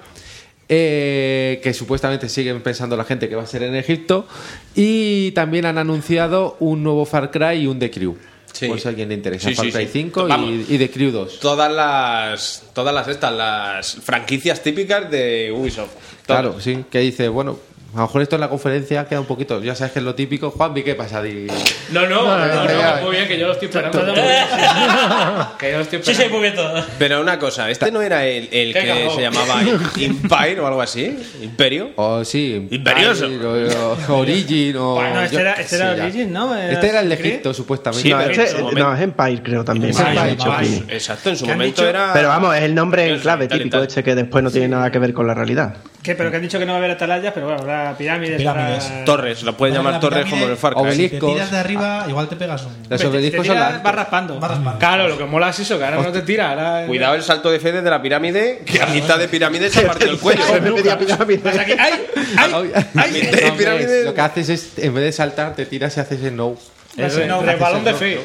E: eh, que supuestamente siguen pensando la gente que va a ser en Egipto, y también han anunciado un nuevo Far Cry y un The Crew.
H: Sí.
E: Por si a alguien le interesa,
H: Sí,
E: Far
H: sí,
E: Cry
H: sí.
E: 5
H: Vamos.
E: y, y The Crew 2.
H: Todas las. Todas las estas, las franquicias típicas de Ubisoft. Todas.
E: Claro, sí, que dice, bueno, a lo mejor esto en la conferencia queda un poquito, ya sabes que es lo típico. Juanvi, ¿qué pasa? Di-
D: No, no, no, no,
E: no,
D: muy bien, que yo lo estoy esperando. [laughs] que yo lo estoy
A: Sí, sí,
D: esperando.
A: muy bien todo.
H: Pero una cosa, ¿este no era el, el
A: Qué
H: que
A: cajón.
D: [laughs]
H: se llamaba Empire o algo así? ¿Imperio?
E: O Oh, sí,
H: Imperioso. [laughs]
E: o- o- Origin o.
F: Bueno, este
E: yo
F: era-
E: qué
F: este
E: sé
F: era
E: ya.
F: Origin, ¿no? Era
E: Este era el de
F: Assassin's Creed.
E: Egipto, supuestamente.
H: Sí,
D: Ah,
E: No,
H: pero-
E: este-
I: Este-
H: en su momento.
I: no, es Empire, creo también.
H: Sí,
I: Empire,
H: Empire,
I: Empire.
H: Empire. Exacto, en su
F: ¿Qué han
H: momento
F: dicho?
H: era.
I: Pero vamos, es el nombre en
H: Eso,
I: clave
H: tal y
I: típico
H: tal.
I: este que después no tiene nada que ver con la realidad.
F: ¿Qué? Pero que han dicho que no va a haber atalayas, pero bueno, habrá pirámides.
G: Pirámides.
F: habrá-
H: Torres, lo pueden
G: Ahora
H: llamar
G: la
H: Torres
G: pirámide,
H: como en el Far
E: Obeli-
H: Cry.
G: Si te
E: Obeliscos.
G: tiras de arriba, igual te pegas un.
E: Los
F: Te- te
E: obeliscos
F: tira-
E: son las-
F: va raspando.
G: Va raspando.
D: Claro, lo que mola es eso, que ahora no te tira. Ahora...
H: Cuidado el salto de fe desde la pirámide, que a mitad de
D: [laughs]
H: pirámide se ha partido el cuello.
I: Siempre pedía pirámide.
F: Pues aquí- ¡Ay! ¡Ay!
E: Hombre,
H: Mitad de pirámide.
D: Pues,
E: Lo que haces es, en vez de saltar, te tiras y haces el no.
D: Eso es,
F: No,
D: rebalón de fe.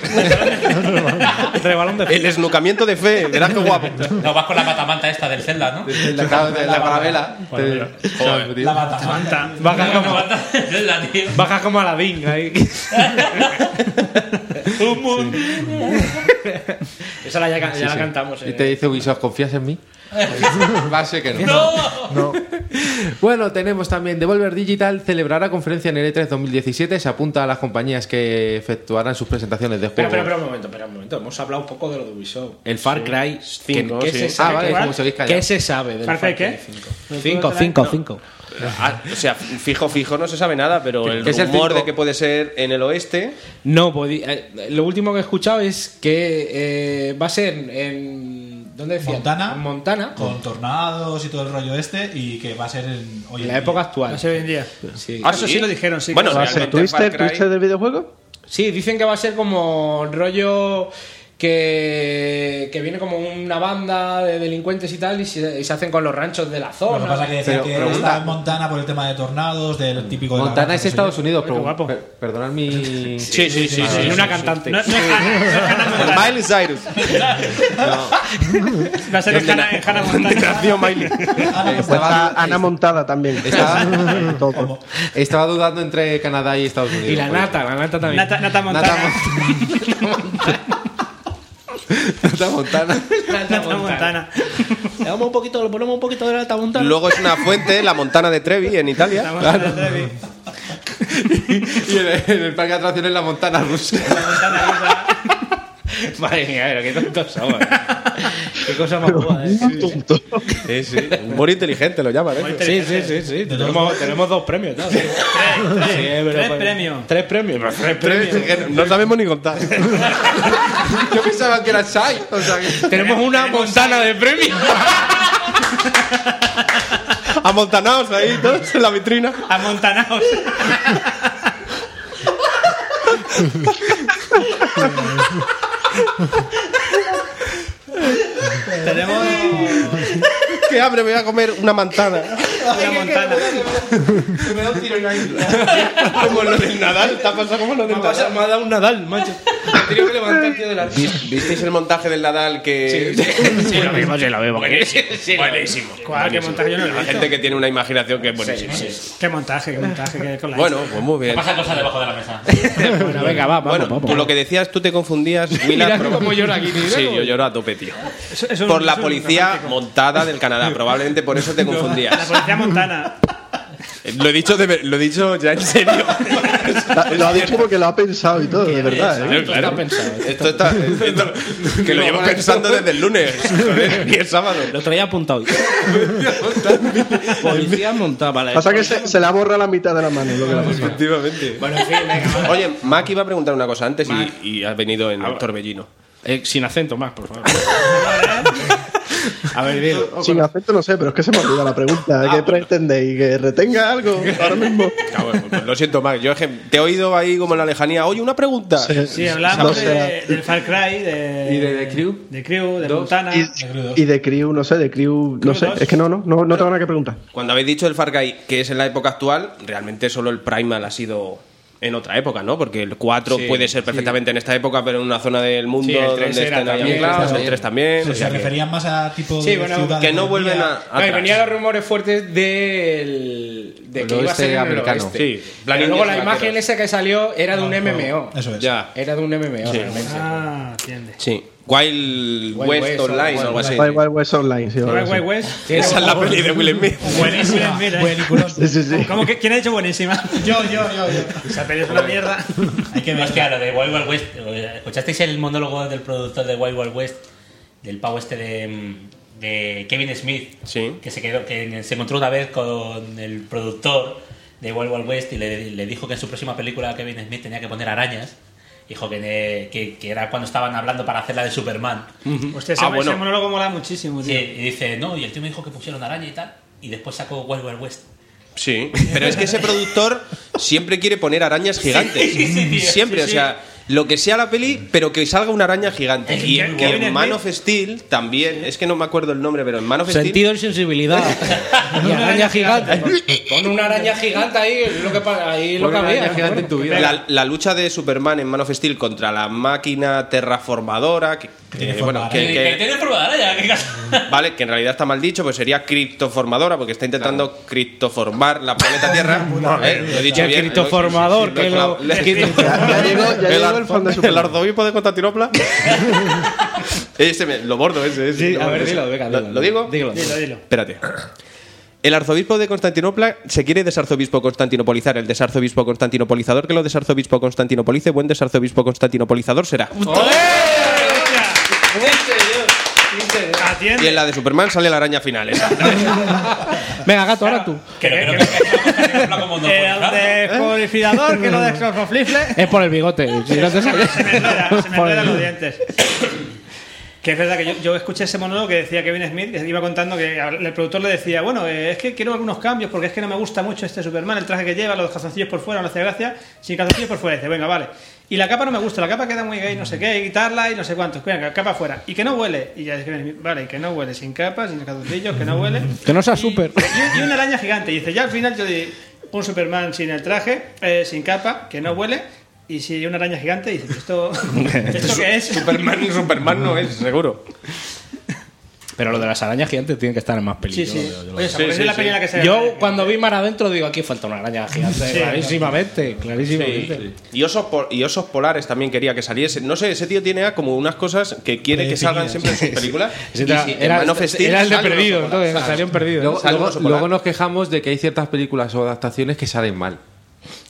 D: rebalón de fe.
H: El esnucamiento de fe, verás
D: [laughs]
H: qué guapo.
A: No, vas con la patamanta esta del Zelda, ¿no?
E: La, la, la, parabela.
C: Parabela.
E: Te-
G: La batamanta.
D: Bajas [laughs]
A: La
D: como, [laughs]
A: patamanta del Zelda, tío.
D: bajas como Aladín ahí. Esa la ya, can-
E: Sí,
D: ya la
E: sí.
D: cantamos.
E: Y
D: eh.
E: te dice Ubisoft, ¿confías en mí? Va a ser
D: [laughs]
E: que no. No. [laughs] Bueno, tenemos también Devolver Digital celebrará conferencia en E el E3 2017. Se apunta a las compañías que efectuarán sus presentaciones de
D: Espera,
E: juegos.
D: espera, espera un momento, espera un momento. Hemos hablado un poco de lo de Ubisoft.
E: El Far Cry
D: Cinco,
E: ¿qué
D: sí.
E: se sabe? Ah, vale,
D: ¿Cuál?
E: como seguís callados.
D: ¿Qué se sabe del
F: ¿Far Cry qué?
D: 5?
F: Cinco, cinco,
D: cinco.
H: Ah, o sea, fijo, fijo, no se sabe nada, pero el
D: ¿Qué es el
H: rumor
D: cinco?
H: de que puede ser en el oeste.
D: No, podí- eh, lo último que he escuchado es que eh, va a ser en. ¿Dónde decía?
G: Montana.
D: En Montana.
G: Con tornados y todo el rollo este y que va a ser en...
D: En
G: hoy en
D: la
G: día.
D: época
F: No
D: actual.
F: sé hoy en día.
D: Sí.
H: Ah,
F: Eso
H: ¿sí?
F: sí lo dijeron, sí.
H: Bueno,
F: que-
I: ¿Va a
H: realmente
I: ser Twister?
H: Far Cry-
I: ¿Twister del videojuego?
D: Sí, dicen que va a ser como rollo que, que viene como una banda de delincuentes y tal y se, y se hacen con los ranchos de la
G: Lo que
D: zona.
G: pasa que decía
E: Pero
G: que
E: pregunta.
G: estaba en Montana por el tema de tornados, del típico... de la
E: Montana
G: granja,
E: es
G: no sé
E: Estados
G: yo.
E: Unidos,
F: Ay, qué
E: pero-
F: guapo.
E: per- perdonad mi.
H: Sí, sí, sí. sí,
D: Y
H: sí.
D: una
E: [laughs]
D: cantante.
F: No, no, es Hannah- no es Hannah
H: Miley Cyrus.
D: [laughs]
F: Montana. Va a ser en Hannah- en Hannah
E: [laughs]
F: Montana.
H: Nació Miley.
G: Ah, no,
I: Está
E: Estaba,
I: Ana Montada también.
G: [laughs]
E: Está-
I: Todo.
E: estaba dudando entre Canadá y Estados Unidos.
D: Y la
E: por eso.
D: nata, la nata también.
F: Nata, Nata Montana.
E: Nata Nata Montana.
D: Nata
F: Nata Montana.
D: Le damos un poquito, le ponemos un poquito de nata montana.
H: Luego es una
D: [laughs]
H: fuente, la Montana de Trevi, en Italia.
F: Nata Montana Trevi.
E: [laughs] y en el, en el parque de atracciones la Montana rusa.
D: Madre mía, pero qué tontos somos. qué [laughs] cosa más guapa, eh.
H: Sí, sí. Humor inteligente lo llaman, ¿eh?
D: Sí, sí, sí, sí. Tenemos, tenemos dos premios, ¿no? Sí, pero-
F: tres premios.
D: Tres premios, pero tres premios.
H: No sabemos ni contar.
E: [laughs] Yo pensaba que era Sai. O sea, que-
D: Tenemos una montana de premios.
H: Amontanaos ahí todos en la vitrina.
F: Amontanaos.
G: Tenemos...
H: Qué hambre, me voy a comer una manzana.
F: Una Montana.
G: Me da un tiro en la isla.
H: Como lo del Nadal, te ha pasado como lo del Nadal.
D: Me ha dado un Nadal, macho. Me he tenido que levantar, tío, de la risa.
H: ¿Visteis el montaje del Nadal que... [laughs]
D: Sí, lo mismo, sí, lo mismo.
A: Buenísimo.
F: ¿Cuál? ¿Qué montaje? Yo no lo
H: La
F: he visto.
H: gente que tiene una imaginación que es buenísima.
F: ¿Qué montaje? ¿Qué montaje? ¿Qué con la
H: Bueno, pues muy bien.
A: Pasa cosas debajo de la mesa.
D: [laughs] Bueno, venga, va, vamos,
H: Bueno,
D: vamos.
H: por lo que decías, tú
D: [laughs]
H: te confundías, Mila.
D: Mira cómo llora aquí, tío.
H: Sí, yo lloro a tope, tío.
F: Eso- eso
H: Por
F: es
H: la
F: un
H: policía
F: romántico.
H: montada del Canadá. Probablemente
F: [laughs]
H: por eso te
F: La
H: confundías.
F: policía montana.
H: Eh, Lo he dicho, de ver- lo he dicho ya
D: [laughs]
H: en serio.
I: La- Lo ha dicho porque lo ha pensado y todo, de verdad. ¿eh?
H: Claro, claro. Esto está. esto- que lo
D: [laughs]
H: llevo pensando desde el lunes. [laughs] joder, Y el sábado.
D: Lo traía
H: [laughs]
D: apuntado. Policía montada, vale.
I: Pasa que se, se le ha borrado la mitad de la mano. Lo que le ha pasado.
H: Efectivamente.
D: Bueno, en fin, venga, va.
H: Oye, Mac iba a preguntar una cosa antes y, y has venido en Torbellino.
D: Eh, sin acento más, por favor. A ver, dilo.
I: Sin acento no sé, pero es que se me olvida la pregunta. ¿Qué pretendéis? ¿Que retenga algo ahora mismo?
H: Cabrón, pues lo siento, Mac. Yo es que te he oído ahí como en la lejanía. Oye, una pregunta.
F: Sí, hablamos
I: No
F: de-
I: sé.
F: del Far Cry, de,
H: eh,
E: ¿Y de The Crew?
F: de Crew, de Montana.
I: Y, y de Crew, no sé, de Crew, no sé.
F: dos.
I: Es que no, no, no, no tengo nada que preguntar.
H: Cuando habéis dicho el Far Cry que es en la época actual, realmente solo el Primal ha sido en otra época, ¿no? Porque el 4
D: Sí,
H: puede ser perfectamente en esta época, pero en una zona del mundo
D: Sí, el 3
H: donde
D: era
H: estén ahí
D: también,
H: anclados, el
D: también.
H: 3 también. o sea
G: se
H: que-
G: referían más a tipo
D: Sí,
G: de
D: bueno,
G: ciudades
H: que no
G: de
H: vuelven
G: día.
H: a.
D: No, y
H: atrás.
D: venían los rumores fuertes del. de que
E: El
D: iba a
E: oeste
D: ser en el
E: este americano.
D: oeste.
H: Sí, plan
D: Pero luego
H: indios
D: la
H: y
D: imagen
H: vaqueros.
D: esa que salió era de un MMO.
G: Eso es.
H: Ya.
D: Era de un MMO, realmente.
F: Ah, entiende.
H: Sí. Wild,
D: Wild
H: West,
D: West,
H: Online
D: Wild
H: o algo así.
I: Wild Wild West Online, sí. ahora
F: Guay,
I: sí.
F: guay, guay.
H: pues, Esa es la peli de
I: [laughs]
H: Will Smith.
F: Buenísima, mira. eh.
G: Peliculón.
I: Sí, sí, sí.
F: ¿Cómo que, ¿Quién ha dicho buenísima?
G: Yo, yo, yo, yo.
F: Esa peli es una mierda.
G: Hay que ver.
A: Hostia, lo de Wild Wild West. ¿Escuchasteis el monólogo del productor de Wild Wild West? Del pavo este de, mm, de Kevin Smith.
H: Sí.
A: Que se, quedó, que se encontró una vez con el productor de Wild Wild West y le, le dijo que en su próxima película Kevin Smith tenía que poner arañas. Dijo que, ne- que, que era cuando estaban hablando para hacer la de Superman.
F: Hostia, ese,
H: Ah, bueno.
F: ese monólogo mola muchísimo,
A: Sí,
F: tío.
A: y dice, no, y el tío me dijo que pusieron araña y tal. Y después sacó Wild Wild West.
H: Sí. Pero es que ese productor siempre quiere poner arañas gigantes. siempre, o sea. Lo que sea la peli, pero que salga una araña gigante.
A: Es
H: Y,
A: que
H: y
F: Kevin
H: en Man
F: Smith-
H: of Steel también, es que no me acuerdo el nombre, pero en Man of Steel
D: Sentido y
H: [laughs]
D: sensibilidad. y araña gigante. Pon una araña gigante ahí, es lo que, pa- ahí es lo que
E: Una
D: había.
E: araña gigante en tu vida.
H: La, la lucha de Superman en Man of Steel contra la máquina terraformadora, que,
G: Tiene
H: eh,
G: forma
H: bueno,
G: de
H: que,
A: Que, que
H: que-
A: tiene prueba de araña. que casa-
H: [laughs] vale, que en realidad está mal dicho, pues sería criptoformadora, porque está intentando
D: [laughs]
H: criptoformar la planeta Tierra. Eh, lo he dicho
D: Ya
H: bien.
D: criptoformador, que lo-
H: La- [laughs]
I: Ya, ya llegó, ya
H: El
I: llegó el fan de
H: ¿El arzobispo de Constantinopla? ese me- lo bordo ese. ese,
D: Sí,
H: lo
D: a
H: bordo
D: ver,
H: ese.
D: dilo, venga,
H: ¿Lo,
D: dilo,
H: lo digo?
D: dilo.
F: Dilo, dilo.
H: Espérate. El arzobispo de Constantinopla se quiere desarzobispo constantinopolizar. El desarzobispo constantinopolizador que lo desarzobispo constantinopolice, buen desarzobispo constantinopolizador será. Y en la de Superman sale la araña
D: [laughs]
H: final. ¿eh? esa.
D: Venga, gato, ahora tú.
A: Que no creo que sea como no
G: Eh,
H: Ah.
F: El descubrificador que lo
G: [laughs]
F: descloroflifle.
D: [laughs] Es por el bigote. si no te sale.
F: Se me enredan, se me
D: Por el-
F: enredan los dientes. Que es verdad que yo, yo escuché ese monólogo que decía Kevin Smith, que iba contando que al- el productor le decía, bueno, eh, es que quiero algunos cambios porque es que no me gusta mucho este Superman, el traje que lleva, los calzoncillos por fuera, no hace gracia, sin calzoncillos por fuera, dice, venga, vale. Y la capa no me gusta, la capa queda muy gay, no sé qué, hay que quitarla y no sé cuántos, venga, capa fuera. Y que no huele. Y ya dice Kevin Smith, vale, y que no huele, sin capa, sin calzoncillos, que no huele.
D: Que no sea
F: Y-
D: súper.
F: Y, y una araña gigante. Y dice, ya al final yo di un Superman sin el traje, eh, sin capa, que no huele. Y si una araña gigante, dice,
D: [laughs]
F: ¿esto, ¿esto qué es?
H: Superman, Superman no es, seguro.
D: Pero lo de las arañas gigantes tiene que estar en más
F: Sí,
D: peligro.
F: sí.
D: Yo, lo
F: Oye,
D: veo.
F: esa es la película que se
D: Yo, cuando vi mar adentro digo aquí falta una araña gigante.
F: Sí,
D: clarísimamente, clarísimamente.
H: Y osos, po- y osos polares también quería que saliese. No sé, ese tío tiene ah, como unas cosas que quiere que salgan siempre
D: [laughs]
H: en sus películas.
D: Ese
H: Y
D: Era,
H: si en
D: era- este,
H: Man of Steel
D: era el de
H: sale un oso
D: perdido,
H: polar.
D: entonces salió en perdido.
E: Luego,
H: Sale un
E: luego-
H: oso polar.
E: luego nos quejamos de que hay ciertas películas o adaptaciones que salen mal.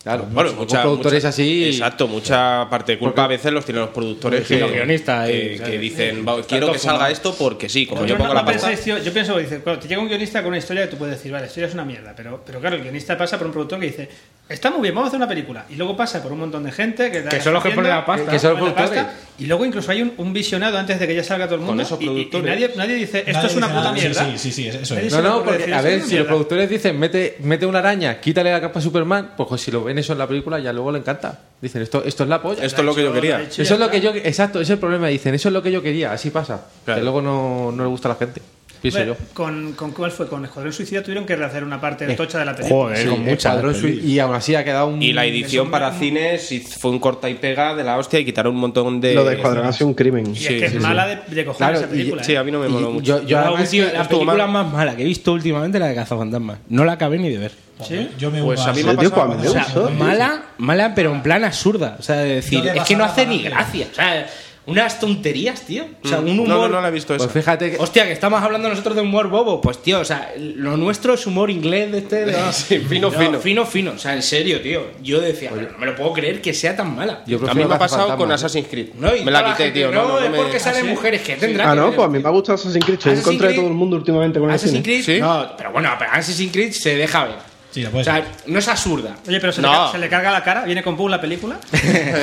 E: Claro,
H: Bueno, pues
E: son
H: mucha-
E: productores
H: mucha-
E: así.
H: Exacto, mucha parte de culpa a veces los tienen los productores
D: Sí,
H: que,
D: los guionistas,
H: que,
D: eh, ¿sabes?
H: que dicen, "Va, quiero
D: todo
H: que salga
D: fumado.
H: esto porque sí, como yo
F: Vosotros
H: pongo
F: no
H: la pasta.
F: pensáis, tío, yo pienso, dice, claro, te llega un guionista con una historia que tú puedes decir, vale, la historia es una mierda, pero, pero claro, el guionista pasa por un productor que dice, está muy bien, vamos a hacer una película. Y luego pasa por un montón de gente que,
D: Que son los que ponen la pasta.
E: Que son los
F: ponen la
E: productores.
F: y luego incluso hay un, un visionado antes de que ya salga todo el mundo.
H: esos
F: y- y- y
H: productores.
F: nadie, nadie dice, esto
G: Nadie
F: es una
G: dice
F: puta
G: nada, sí,
F: mierda.
G: Sí, sí, sí, eso es.
F: Nadie
E: No,
F: se le
E: no,
F: ocurre
E: porque
F: decir,
E: a
F: "Esto
E: ver,
F: es una
E: si los
F: mierda".
E: productores dicen mete, mete una araña, quítale la capa a Superman, pues jo, si lo ven eso en la película ya luego le encanta. Dicen esto, esto es la polla.
H: Esto es lo que yo
F: Lo ha
H: quería.
F: hecho
E: Eso es
F: ya
E: lo que yo, exacto, ese es el problema. Dicen eso es lo que yo quería, así pasa.
H: Claro.
E: Que luego no, no le gusta a la gente. Pienso
F: Bueno,
E: yo.
F: Con, con cuál fue? Con Escuadrón Suicida tuvieron que rehacer una parte tocha de la película.
D: Eh, Joder, con mucha.
E: Escuadrón Suicida, y aún así ha quedado un.
H: Y la edición para cines y fue un corta y pega de la hostia y quitaron un montón de...
I: Lo de Escuadrón ha sido un crimen.
F: Y es que es mala de, de cojones
E: Claro,
F: esa
E: y-
F: película.
H: Sí,
F: ¿eh?
H: a mí no me
E: y
H: moló mucho.
E: Yo, yo
D: Yo,
E: además-
D: tío, la
H: estuvo
D: película
H: mal.
D: más mala que he visto últimamente es la de Cazafantasmas. No la acabé ni de ver.
F: ¿Sí?
G: Yo me
H: Pues
G: uno
H: a mí
G: más.
H: me ha
I: Yo, tío,
H: pasado-
I: cuando-
D: O sea,
I: Eso,
D: mala, mala, pero en plan absurda. O sea, de decir,
G: No le
D: es que no
G: pasaba
D: hace ni
G: nada.
D: gracia. O sea, unas tonterías, tío. O sea, un humor.
H: Mm. No, no, no la he visto esa.
E: Pues fíjate que.
D: Hostia, que estamos hablando nosotros de humor bobo. Pues tío, o sea, lo nuestro es humor inglés de este. de-
H: [laughs] Sí,
D: [laughs]
H: fino,
D: No,
H: fino.
D: Fino, fino. O sea, en serio, tío. Yo decía, pero no me lo puedo creer que sea tan mala.
E: yo
H: A
E: prefiero
H: mí me ha pasado
E: Cazafantasmas,
H: con
E: ¿eh?
H: Assassin's Creed.
D: No, y
H: Me la
D: toda
H: quité,
D: gente,
H: tío.
D: No,
H: No, no
D: es
H: me-
D: porque salen
H: ¿Ah, sí?
D: mujeres que tendrán.
I: Ah,
D: que
I: no,
D: ver-
I: pues a mí me ha gustado Assassin's Creed. Estoy en
D: Assassin's
I: contra de
D: Creed-
I: todo el mundo últimamente con el
D: Assassin's
I: cine.
D: Creed.
H: ¿Sí?
D: No, pero bueno, pero Assassin's Creed se deja ver.
G: Sí, la
D: o
G: puedes
D: sea,
G: ver.
D: no es absurda.
F: Oye, pero se,
H: No.
F: le, ca- se le carga la cara, viene con boom la película.
D: [laughs]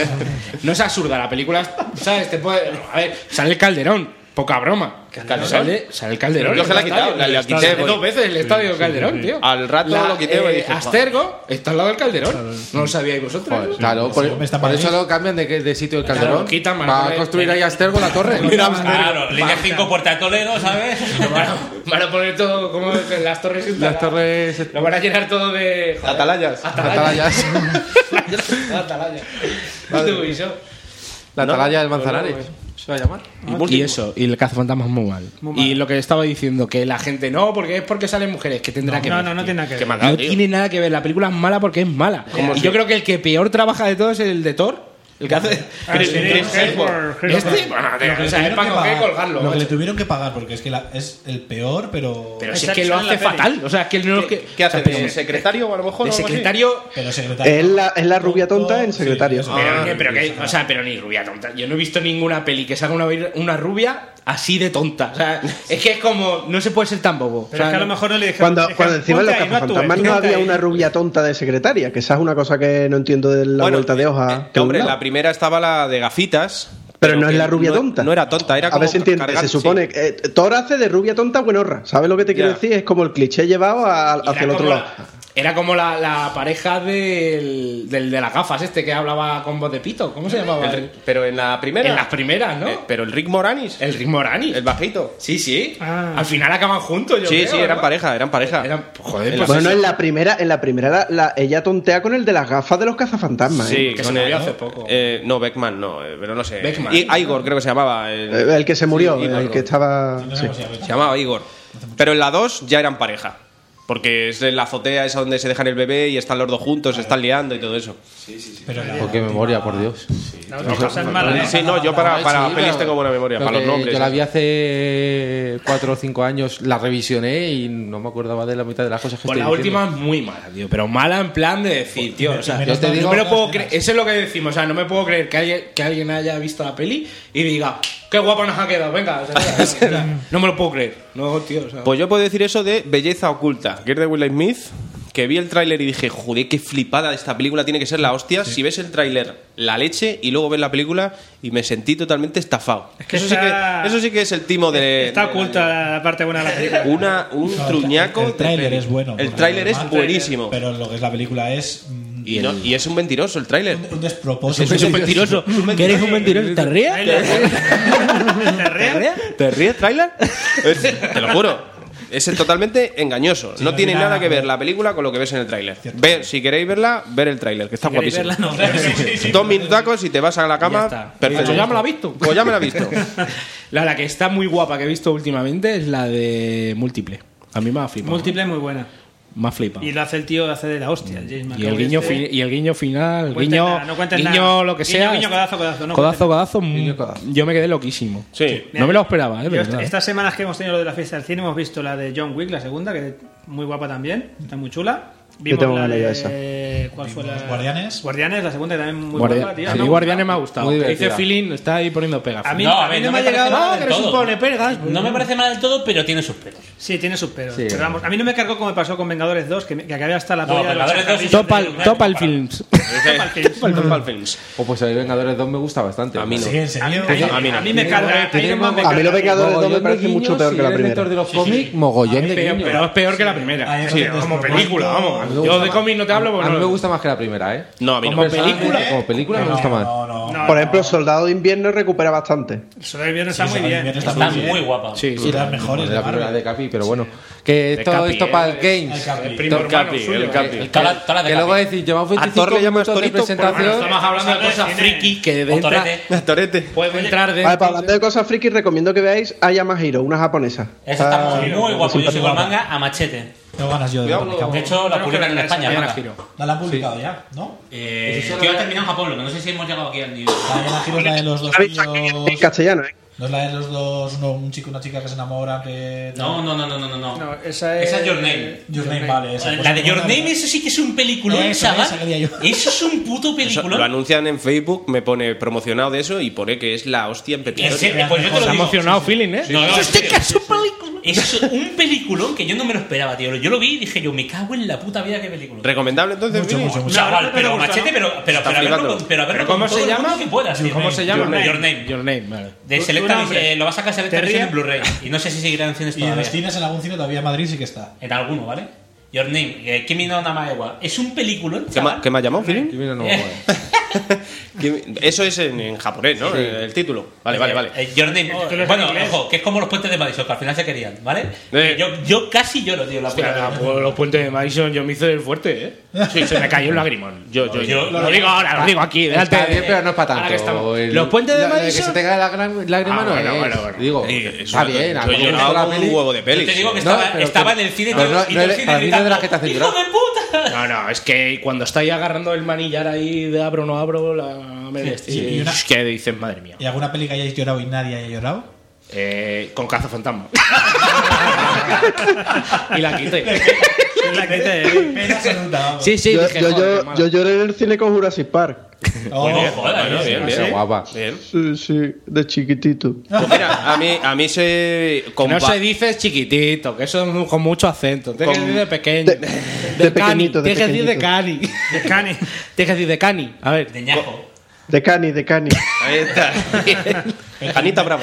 D: No es absurda la película, ¿sabes? Te puede, a ver, sale el Calderón, poca broma.
H: ¿Calderón?
D: Sale, sale el Calderón.
H: Yo se la he quitado, la- la
D: le
H: quité, voy.
D: dos veces el estadio Calderón, tío.
H: Al rato lo quité, voy,
D: eh,
H: dije,
D: Astergo está al lado del Calderón. No lo sabíais vosotros.
E: Joder, claro,
G: sí,
E: por,
G: hombre, está
E: por eso
G: París.
E: lo cambian de, que- de sitio el
D: Claro,
E: calderón.
D: quitan, van a
E: Va a
D: poner-
E: construir ahí Astergo la
A: [laughs]
E: torre.
A: Claro, línea 5 Puerta de Toledo, ¿sabes?
D: Van a poner todo como en las torres.
E: Las torres.
D: Lo van a llenar todo de. joder,
H: Atalayas.
E: Atalayas.
D: [laughs] Atalaya. Este guiso.
E: La
H: No,
E: atalaya del Manzanares. ¿Se va a llamar?
D: pues Y eso, y el cazafantasmas muy mal. Y lo que estaba diciendo, que la gente no, porque es porque salen mujeres, que tendrá que
F: No,
D: ver,
F: no, no
D: tío.
F: tiene nada que
H: Qué
F: ver.
H: maldad,
D: no
H: tío.
D: tiene nada que ver. La película es mala porque es mala. Y yo creo que el que peor trabaja de todos es el de Thor. El que hace.
F: Ah, sí,
D: Chris Hemsworth.
F: Hemsworth, Hemsworth.
D: Este, bueno, tío,
G: Lo
D: o
G: que le
D: sea, es
G: tuvieron
D: para coger
G: que
D: y
G: pagar-
D: colgarlo.
G: Lo que le
D: macho.
G: tuvieron que pagar, porque es que la- es el peor, pero.
D: Pero
G: Pero
D: si es que lo hace fatal. O sea, es que no es que.
H: ¿Qué hace?
D: o sea, pero-
H: ¿De secretario o a lo mejor?
D: de
H: o algo así?
D: secretario.
G: secretario.
I: Es la, es la rubia tonta en
G: Sí,
I: secretario.
G: eso.
D: Pero,
H: Ah,
D: que- pero que, o sea, pero ni rubia tonta. Yo no he visto ninguna peli que salga una, una rubia así de tonta. O sea, es que es como. No se puede ser tan bobo.
F: Pero
D: o sea,
F: es que a lo mejor no le dijeron.
I: Cuando,
F: le dijeron,
I: cuando encima en los
F: "Ponte ahí, actúes,
H: eh,
I: cazafantasmas no
F: ponte
I: había
F: ahí".
I: una rubia tonta de secretaria, que esa es una cosa que no entiendo de la
H: Bueno,
I: vuelta de
H: eh,
I: hoja.
H: eh,
I: que
H: hombre,
I: han dado.
H: la primera estaba la de gafitas.
I: pero no es
H: que
I: la rubia
H: no-
I: tonta.
H: No era tonta, era
I: A
H: como
I: ver si entiende,
H: cargar-
I: se supone
H: sí.
I: que eh, Thor hace de rubia tonta buenorra. ¿Sabes lo que te quiero
H: Ya.
I: decir? Es como el cliché llevado a-
D: Y
I: hacia el otro
D: como
I: lado.
D: la- era como la, la pareja del, del de las gafas, este que hablaba con voz de pito. ¿Cómo se llamaba?
H: El- pero en la primera.
D: en las primeras, ¿no?
H: Eh, pero el Rick Moranis, el,
D: el Rick Moranis.
H: bajito.
D: Sí, sí.
F: Ah.
D: Al final acaban juntos. Yo
H: Sí,
D: creo,
H: sí, eran
D: ¿no?
H: pareja, eran pareja.
D: Eran- joder,
H: En
D: pues
I: bueno,
D: eso-
I: en la primera, en la primera la- la- ella tontea con el de las gafas de los cazafantasmas. ¿eh?
H: Sí,
D: que se
H: con
D: murió
H: el-
D: hace poco.
H: eh, no, Beckman no, eh, pero no sé.
D: Beckman.
H: I- Igor creo que se llamaba. el-
I: Eh, El que se murió,
H: Sí,
I: el
H: Igor.
I: que estaba. sí.
H: Se llamaba Igor. Pero en la 2 ya eran pareja. Porque es la azotea esa donde se dejan el bebé y están los dos juntos, se están liando y todo eso.
G: Pero la-
E: Porque Oh, memoria, por Dios.
F: La otra cosa es mala, ¿eh?
H: Sí, no, yo para, para
E: Sí,
H: pelis
E: pero-
H: tengo buena memoria,
E: pero
H: para los
E: que
H: nombres.
E: Yo la vi hace 4 o 5 años, la revisioné y no me acordaba de la mitad de las cosas que
D: Pues la
E: estoy
D: última
E: diciendo.
D: es muy mala, tío. Pero mala en plan de decir, tío. O sea,
G: Yo
E: te digo-
D: no me lo puedo creer. Eso es lo que decimos. O sea, no me puedo creer que alguien, que alguien haya visto la peli y diga, qué guapa nos ha quedado. Venga, o sea, [laughs] mira, o sea, no me lo puedo creer. No, tío. O sea,
H: Pues yo puedo decir eso de Belleza Oculta, que es de Will Smith, que vi el tráiler y dije, joder, qué flipada esta película tiene que ser la hostia. Si ves el tráiler, la leche, y luego ves la película, y me sentí totalmente estafado.
F: que
H: eso,
F: está-
H: sí que, eso sí que es el timo de...
F: Está
H: de-
F: oculta la, la parte buena de la película.
H: Una, un truñaco.
G: El
H: de
G: tráiler
H: peli.
G: es bueno.
H: El
G: porque
H: tráiler es
G: además-
H: buenísimo.
G: Pero lo que es la película es mm,
H: Y, no- y es un mentiroso el tráiler.
G: un despropósito. [laughs]
D: es un mentiroso. ¿Que eres un mentiroso? ¿Te ríes?
F: ¿Te ríes?
H: ¿Te ríes, tráiler? Es- Te lo juro. Es totalmente engañoso. no,
G: no
H: tiene
G: tiene
H: nada
G: nada
H: que
G: que
H: ver la película con lo que ves en el tráiler. Ver, si queréis verla, ver el tráiler, que está guapísimo.
A: verla, no, claro, sí, sí, sí.
H: Dos minutacos y te vas a la
D: Ya
H: cama.
D: está.
H: Perfecto.
D: Pues ya me la he visto.
H: Pues ya me la he visto.
D: La, la que está muy guapa que he visto últimamente es la de Múltiple. A mí me ha flipado. ¿eh?
F: Múltiple es muy buena.
D: Me ha flipado.
F: Y lo hace el tío, hace de la hostia. James
D: Mm. Y el
F: McAvoy
D: guiño,
F: este.
D: fi- y el guiño final,
F: Cuentes
D: guiño,
F: nada, no cuentes
D: guiño
F: nada.
D: lo que
F: Guiño,
D: sea.
F: guiño, codazo, codazo, no
D: codazo,
F: cuentes
D: codazo,
E: Guiño,
D: mm,
E: codazo.
D: Yo me quedé loquísimo.
H: Sí.
D: No me lo esperaba, ¿eh?
F: Yo
D: verdad.
F: est- estas semanas que hemos tenido lo de la fiesta del cine hemos visto la de John Wick, la segunda, que es muy guapa también, está muy chula. Vimos
I: tengo
F: la
I: ganas
F: de...
I: ya
F: ¿Cuál fue
G: Vimos
F: la?
G: Guardianes.
F: Guardianes, la segunda que también muy
D: Guardia-
F: guapa, tío.
D: a mí
F: No,
D: Guardianes me ha gustado.
E: Muy
D: Dice
E: divertida.
D: Filin, está ahí poniendo pegas.
F: A mí,
A: No,
F: a mí no, me ha
A: parece
F: llegado...
A: mal
F: No,
A: del
F: que eres un
A: todo.
F: pobre, pegas. pues
A: No me parece mal del todo, pero tiene sus pelos.
F: Sí, tiene sus peros.
E: Sí.
F: Pero vamos, a mí no me cargó como me pasó con Vengadores 2, que, me- que acabé hasta la
A: No,
F: polla de los
A: Vengadores 2 y
F: chacarrillos
D: Topa
A: yo te digo,
D: Topal
A: claro,
D: Films.
F: de Films.
E: [laughs]
H: Topal Films.
E: O pues a mí Vengadores 2 me gusta bastante.
H: A mí no.
G: Sí, en serio.
F: A mí, a mí me carga. Iron Man me
I: A mí
F: carga.
I: los Vengadores 2 me
E: Mogollón de
I: parece mucho
E: guiños,
I: peor
E: si
I: que la
E: eres lector
I: primera.
E: de los cómics, mogollón de
D: Pero,
E: guiños.
D: pero es peor que la
G: Ahí
D: primera.
G: es
D: Sí,
G: donde
D: como
G: despropósito.
D: película, vamos. Yo de cómic no te hablo porque
E: A mí me
D: no-
E: gusta más que la primera, ¿eh?
H: No, a mí no.
E: Como película, como película me gusta más.
G: No, no.
I: Por ejemplo, Soldado de Invierno recupera bastante.
F: El Soldado de Invierno está muy
G: Soldado de
F: bien.
G: Invierno
A: Está
G: bien.
A: muy guapa.
D: Sí, sí.
G: Sí, las mejores
E: de
G: de
E: la primera de
G: Marvel.
E: Capi, pero bueno. Que es todo
D: Capi,
E: esto
D: eh,
E: para el
G: El
E: Games.
G: Capi.
D: Primo
E: Tom
D: hermano
E: Capi,
D: suyo,
H: el
D: que-
H: Capi.
D: el
A: Toda la- toda la de
E: Que luego
A: Capi.
E: decir, llevamos
H: Thor
E: 25
H: le llamas
E: minutos de
H: Torito, por lo
E: presentación. Ah,
D: Bueno, estamos hablando de cosas
F: Cine.
D: friki que de
A: Torete.
D: entra-
H: Torete.
D: pueden entrar de
I: Vale, para hablar de cosas frikis, recomiendo que veáis Ayama Hiro, una japonesa.
A: Esa
D: Ah,
A: está muy, muy guapo. Yo
G: súper
A: sigo el
G: guapa.
A: manga a machete.
G: Tengo ganas yo de
H: Yo
G: ver el
H: hago-
A: De
G: Capi.
A: hecho, la
D: Creo que
A: publican en
D: la-
A: España. el
D: Diana
A: manga.
D: Giro.
G: No la han publicado ya, ¿no?
A: Eh, tío, ha terminado en Japón, lo que no sé si hemos llegado aquí al nivel.
G: La de la giro es la de los dos
I: ¿Habéis visto aquí en
G: niños.
I: castellano, ¿eh?
G: No es la de los dos, uno, un chico y una chica que se enamoran. Que...
A: No, no, no, no, no, no.
F: No,
A: no.
F: esa es...
A: Esa es Your Name.
G: Your Name, vale. esa, pues,
A: La de Your
G: bueno,
A: Name, eso sí que es un peliculón,
G: Eso,
A: chaval.
G: esa quería yo.
A: [laughs] Eso es un puto
H: Eso, lo
A: peliculón.
H: anuncian en Facebook, me pone promocionado de eso y pone que es la hostia en pepino.
A: En serio, pues yo
G: Se
A: te lo
D: Se ha
A: digo.
D: emocionado Feeling, ¿eh?
A: No, no, en serio. Es un peliculón que yo no me lo esperaba, tío. Yo lo vi y dije yo, me cago en la puta vida, qué película.
H: ¿Recomendable entonces?
G: Mucho,
H: Billy?
G: mucho, mucho.
A: Chaval,
F: no te
A: pero
F: gusta,
A: machete,
F: ¿no?
A: pero, pero,
H: Está
A: pero haberlo,
H: flipando.
A: con- pero haberlo
D: ¿Cómo
A: con todo
D: se
A: el
D: llama?
A: mundo que puedas, tío.
D: ¿Cómo se llama?
A: Your Name. Your Name.
D: Your Name, vale.
A: De
F: Tu
A: Selecta,
F: nombre.
A: eh, lo vas a sacar Selecta
F: ¿Te
A: Edition en
F: ríes?
A: Blu-ray. Y no sé si seguirá en cines
G: Y en los
A: todavía.
G: cines, en algún cine todavía en Madrid sí que está.
A: En alguno, ¿vale? Your Name, eh, Kimi no Namaewa. Es un peliculón,
H: ¿Qué,
A: chaval.
H: ma- qué me ha llamado, Filip?
E: Y mira, no,
A: Eh.
E: bueno.
H: ¿Qué- Eso es en, en japonés, ¿no? El, el título. Vale, vale, vale.
A: Eh, Your Name.
F: tú Oh, lo has
A: bueno,
F: en inglés.
A: ojo, que es como los puentes de Madison, que al final se querían, ¿vale?
H: Eh.
A: Yo, yo casi lloro, tío, la
D: Hostia,
A: puta.
D: la- pues, los puentes de Madison yo me hice el fuerte, ¿eh? Sí, se me cayó el lagrimón. Yo, yo,
A: Yo-
D: lo digo ahora, lo digo aquí, delante.
E: Está bien,
D: de-
E: pero no es para
D: ahora
E: tanto.
D: que estamos.
E: El-
D: los puentes de
E: la- la Que
D: Madison.
E: se te cae la gran lágrima
D: Ah,
E: no
D: bueno,
E: es.
D: bueno, bueno.
E: Digo,
H: Eh,
E: está
H: eso-
E: bien. a lo
H: Yo
E: mejor
H: lloraba
E: la
H: como
E: peli-
H: un huevo de
A: Yo
H: pelis.
A: te digo que
H: eh.
E: No,
A: estaba,
E: pero
A: estaba en
E: que-
A: el cine
E: pero
A: tío,
E: no-
A: y
E: no
A: yo
E: le-
A: cine
E: para mí no es de las que te
A: gritando,
E: hacen
A: ¡Hijo de
E: llorar".
A: puta!
D: No, no, es que cuando estáis agarrando el manillar ahí de abro no abro, la me
G: sí, y una-
D: Es que dices, madre mía.
G: ¿Y alguna peli que hayáis llorado y nadie haya llorado?
D: Eh, con caza fantasma. y la quité.
F: La que
A: [laughs]
F: te-
G: Pena absoluta, vamos.
D: Sí, sí,
I: yo,
D: dije,
I: yo,
D: joder,
I: yo-
D: qué mala.
I: yo lloré en el cine con Jurassic Park.
G: Oh,
A: Bueno, joder,
H: Bueno,
A: eh.
H: bien,
E: Pero
H: bien.
E: guapa.
H: Bien.
I: Sí, sí, de chiquitito.
H: Pues mira, a mí, a mí se.
D: Que no
H: compa-
D: se dice chiquitito, que eso es mu- con mucho acento. Tienes que
H: Con-
D: decir de pequeño.
I: de- de
D: cani.
I: pequeñito, de
D: Tienes que decir de
I: pequeñito.
D: cani. De cani. Tienes que decir de cani. A ver.
A: De ñajo.
I: De Cani, de Cani.
D: [laughs]
H: Ahí está. Janita Brava.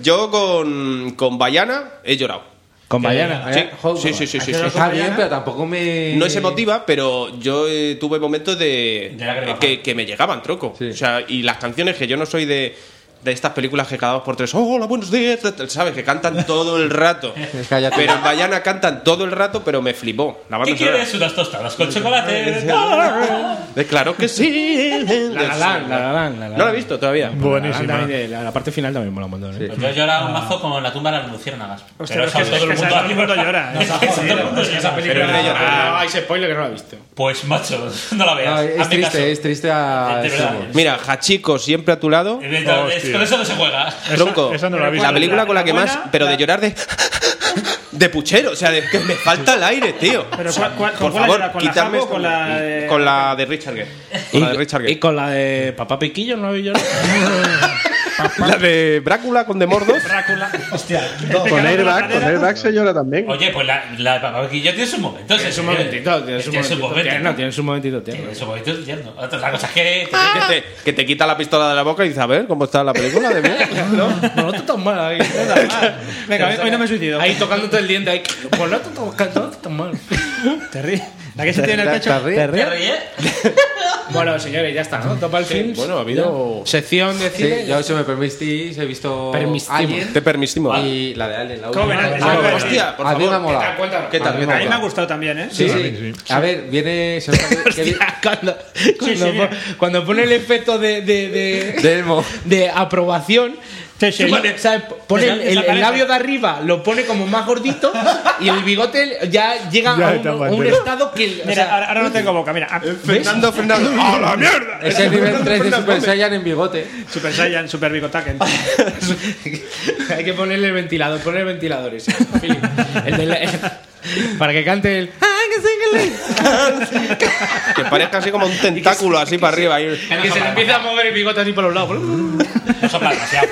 H: Yo con, con Bayana he llorado.
D: Con Bayana.
H: Sí,
D: ¿eh?
H: sí, sí, sí, sí, sí.
E: Está bien, pero tampoco me.
H: No es emotiva, pero yo eh, tuve momentos de,
A: De lágrima.
H: que, que me llegaban, troco.
E: Sí.
H: O sea, y las canciones que yo no soy de de estas películas que cada dos por tres, oh, hola, buenos días, ¿sabes? Que cantan todo el rato.
E: [laughs] Cállate.
H: Pero en Bayana cantan todo el rato, pero me flipó. La banda
A: ¿Qué
H: sonora.
A: quieres? Unas tostadas con chocolate. Ah,
H: De claro que sí.
D: La la Land, la la Land, la la
H: No la he
D: Land.
H: visto todavía.
D: La,
C: Buenísima.
D: Land también, la- la parte final también me la mandó.
A: pues Yo he llorado un mazo con la tumba de las luciérnagas.
F: Hostia,
A: Pero
F: es que-
A: eso
F: es que esa- todo el
A: [laughs]
F: mundo llora, ¿eh?
A: Eso todo el mundo llora.
H: Pero es de llorar.
D: hay spoiler que no la he visto.
A: Pues macho, [laughs] no la veas.
E: No, Ah, es
A: Hazme caso.
E: triste,
D: eh.
E: es triste a.
A: De verdad. Eh,
E: Seymour.
H: Mira, Hachiko siempre a tu lado.
A: Es-
C: Hostia.
A: Con eso no se juega.
H: Tronco.
C: esa no la he visto.
H: La película con la que más.
F: buena,
H: Pero de
F: la-
H: llorar de. De puchero, o sea, de que me falta el aire, tío.
F: Pero
H: O sea,
F: ¿cuál- cuál-
H: por
F: con cuál
H: favor,
F: era? ¿Con la
H: quitarme
F: Jabo o con
H: esto.
F: la de-
H: Con la de Richard Gere. Con la de Richard Gere.
D: Y con la de Eh, Papá Piquillo no habéis llorado.
H: La de Brácula con
F: [laughs]
H: The Mordos.
G: Hostia, no.
I: Con
F: de la
I: Airbag,
F: cadera,
I: con Airbag se llora también.
A: Oye, pues la, la papá Quillo tiene sus momentos.
D: Tienes un
A: eh,
D: momentito, tienes un
A: tiene sus
D: momentito.
A: momentos.
D: tierno, Tienes un momentito tierno.
A: Tiene sus momentos tiernos. Otra cosa
E: [laughs]
A: es que.
H: Que te, que te quita la pistola de la boca y dices, a ver, ¿cómo está la película? De mierda?
D: [laughs] No, no te tan mal ahí. no tan mal.
F: Venga, hoy- hoy no me suicido.
D: Ahí tocándote el diente ahí. Pues no te tan- no te tan mal.
F: Te ríes. La que se tiene en el pecho.
E: ¿Te
A: ¿Te
E: ríes?
A: ríes?
D: Bueno, señores, ya está, ¿no? Topa el film.
H: Bueno, ha habido.
D: Sección de
E: Sí,
D: cine.
E: yo si me permitís, he visto.
D: Permistimos.
E: Alien
H: Te permitimos.
E: Y la de Alien, la
F: Covenant,
E: última.
F: Ah, Covenant.
H: hostia, por
E: A mí me ha
H: favor.
E: molado.
D: tal? Cuéntanos.
H: ¿Qué tal?
E: A mí
H: ¿Qué
F: A mí me ha
H: tal?
F: gustado también, ¿eh?
E: Sí, sí.
C: Sí,
E: A ver, viene. se nota
F: [laughs]
E: que- que vi-
D: Hostia, cuando, [laughs] cuando,
F: sí,
D: pon-
F: mira.
D: cuando pone el efecto de, de, de,
E: Demo.
D: de aprobación,
F: Sí, sí.
D: pone, ¿sabes? pone el, el- el labio de arriba, lo pone como más gordito y el bigote ya llega
C: Ya
D: a un,
C: está más
D: a un
C: entero.
D: estado que. o
F: Mira,
D: sea,
F: ahora, ahora no tengo boca, mira. Ah,
H: Fernando, Fernando. ¡A la mierda!
E: Es el nivel 3 de Super Saiyan en bigote.
F: Super Saiyan, Super Big Attack.
D: [laughs] Hay que ponerle el ventilador, poner el ventilador ese, Philip. El de la- [laughs] para que cante el.
H: Que parezca así
A: [laughs]
H: como un tentáculo así para arriba. ahí.
D: Que se le empieza a mover el bigote así por [laughs] los lados.
A: No sopla demasiado.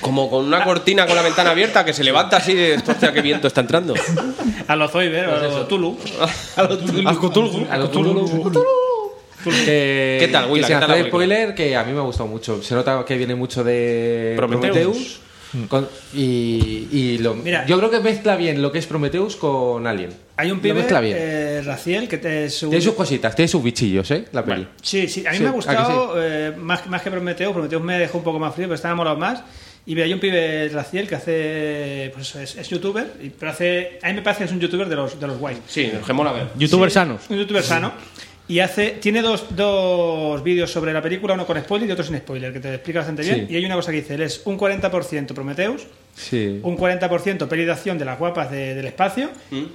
H: Como con una cortina con la ventana abierta que se levanta así de. Hostia, qué viento está entrando. Pues
F: A los Zoiber, a los Tulu.
H: [laughs] A Cthulhu.
E: A lo Cthulhu. Que-
H: [laughs] ¿Qué tal, Willa?
E: que sin
H: ¿Qué tal la
E: hacer
H: película?
E: spoiler, que a mí me ha gustado mucho. Se nota que viene mucho de
H: Prometheus.
E: Prometheus. Con- y y lo-
F: Mm. Mira.
E: yo creo que mezcla bien lo que es Prometheus con Alien.
F: Hay un
E: Lo
F: pibe,
E: mezcla bien.
F: eh, Raciel, que es un...
E: tiene sus cositas, tiene sus bichillos, ¿eh? La peli.
F: Sí, sí, a mí
E: Sí,
F: me ha
E: ¿a que
F: gustado eh, más, más que Prometeus. Prometeus me dejó un poco más frío, pero estaba molado más. Y mira, hay un pibe Raciel que hace. Pues es, es youtuber, y- pero hace. A mí me parece que es un youtuber de los, de los guays.
H: Sí, nos gemola ver.
D: Youtubers sanos.
F: Un youtuber sano. Y hace, tiene dos, dos vídeos sobre la película, uno con spoiler y otro sin spoiler, que te explica bastante bien.
E: Sí.
F: Y hay una cosa que dice: él es un 40% Prometeus,
E: Sí.
F: un 40% peli de acción de las guapas de- del espacio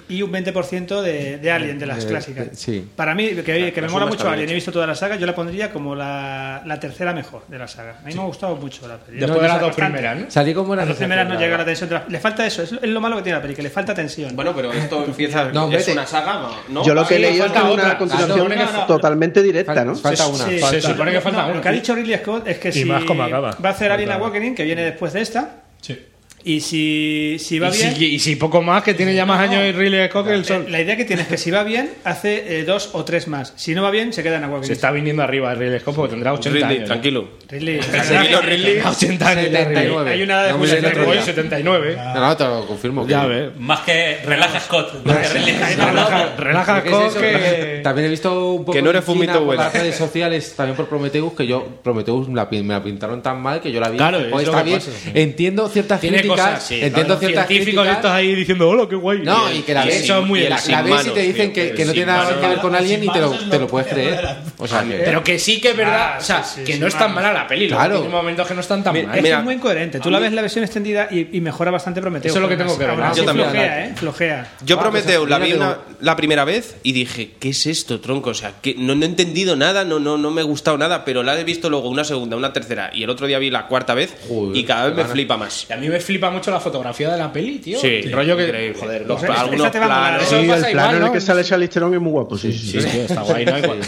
F: y un 20% de, de Alien, de las
E: Eh,
F: clásicas.
E: eh, sí.
F: Para mí, que, que me mola
H: la suma
F: mucho
H: está
F: Alien,
H: bien
F: he visto toda la saga, yo la pondría como la, la tercera mejor de la saga. A mí me ha gustado mucho la peli.
D: Después de las
F: Bastante.
D: dos primeras, ¿no?
E: Salí como una
F: Las dos
E: sensación,
F: primeras no
E: la
F: llega la
E: [laughs] verdad.
F: tensión. de la- le falta eso, es lo, es lo malo que tiene la peli, que le falta tensión.
H: Bueno, pero esto
F: [laughs]
H: empieza.
E: No,
H: es
E: vete.
H: una saga, ¿no?
I: Yo lo que
D: sí,
I: leí es
D: falta
I: que es
D: otra.
I: una continuación
D: No, no, no.
I: totalmente directa,
E: Fal-
I: ¿no?
E: Falta una.
F: Sí,
C: falta.
F: sí, supone que falta
D: No,
F: uno. Lo que ha dicho Ridley Scott es que si
C: más como acaba.
F: va a hacer Alien
C: Falta-
F: Awakening, que viene después de esta,
C: Sí.
F: y si, si va
D: Y
F: bien...
D: si, y si poco más, que tiene ya más años el Riley Scott que el
F: Eh,
D: sol.
F: La idea que tiene es que si va bien, hace eh, dos o tres más. Si no va bien, se queda en agua.
D: Se está viniendo arriba el Riley Scott porque tendrá 80
H: Ridley,
D: años. ¿eh?
H: tranquilo.
F: Ridley.
H: Tranquilo, Ridley.
D: 80 años. ya, Ridley.
E: 79.
F: Hay una edad de
E: No, me leí el otro
D: Hoy
E: día.
D: 79.
E: No, no, te lo confirmo.
D: Ya
E: que-
D: ves.
A: Más que relaja Scott. más que relaja.
D: Relaja, relaja
E: Porque es
D: Scott
E: eso,
D: que...
E: También he visto un poco
H: Que no eres
E: en China
H: fumito,
E: por
H: abuela.
E: las redes sociales, también por Prometheus, que yo Prometheus la pin- me la pintaron tan mal que yo la vi.
D: Claro,
E: dije,
D: es
E: "Joder,
D: lo
E: está
D: que
E: bien.
D: pasa, sí.
E: Entiendo ciertas
D: Tiene
E: críticas.
D: cosas, sí.
E: entiendo
D: Los
E: ciertas
D: científicos
E: críticas.
D: estos ahí diciendo, hola, qué guay.
E: No, y que la
H: Y
E: ves,
D: eso es muy
E: y la,
H: sin
E: la ves y
H: manos,
E: te dicen
H: tío,
E: que, que no
H: sin
E: tiene nada
H: manos.
E: que ver con alguien y te lo, te lo puedes creer. O
H: Ah,
E: sea, que-
D: Pero que sí que es verdad, o sea, que no es tan mala la peli.
E: Claro.
D: Claro. Hay momentos que no están tan
H: Mira,
D: mal.
F: Es, que
H: Mira,
F: es muy incoherente. Tú la ves la versión extendida y, y mejora bastante Prometeo.
D: Eso es lo que
F: Pero
D: tengo que ver.
F: aún así
H: Yo también.
F: Flojea, ¿eh? Flojea.
H: Yo
E: Ah,
H: Prometeo
E: pues,
H: la vi
E: mira,
H: una- la primera vez y dije, ¿qué es esto, tronco? O sea, que no, no he entendido nada, no, no, no me ha gustado nada, pero la he visto luego una segunda, una tercera y el otro día vi la cuarta vez
E: Joder,
H: y cada vez
E: qué
H: me
E: gana.
F: [laughs]
H: flipa más.
D: Y a mí me flipa mucho la fotografía de la peli, tío.
H: Sí,
D: El rollo que.
H: increíble, joder, los-
F: Esa- esa
H: algunos
F: te va a molar,
H: planos.
D: ¿eh? Eso
I: Y
D: pasa
I: el plano
D: igual,
I: en
D: ¿no?
I: el que sale Charlize Theron es muy guapo, sí, sí.
D: Sí, tío, está
F: [laughs]
D: guay,
I: [laughs]
D: ¿no? Igual.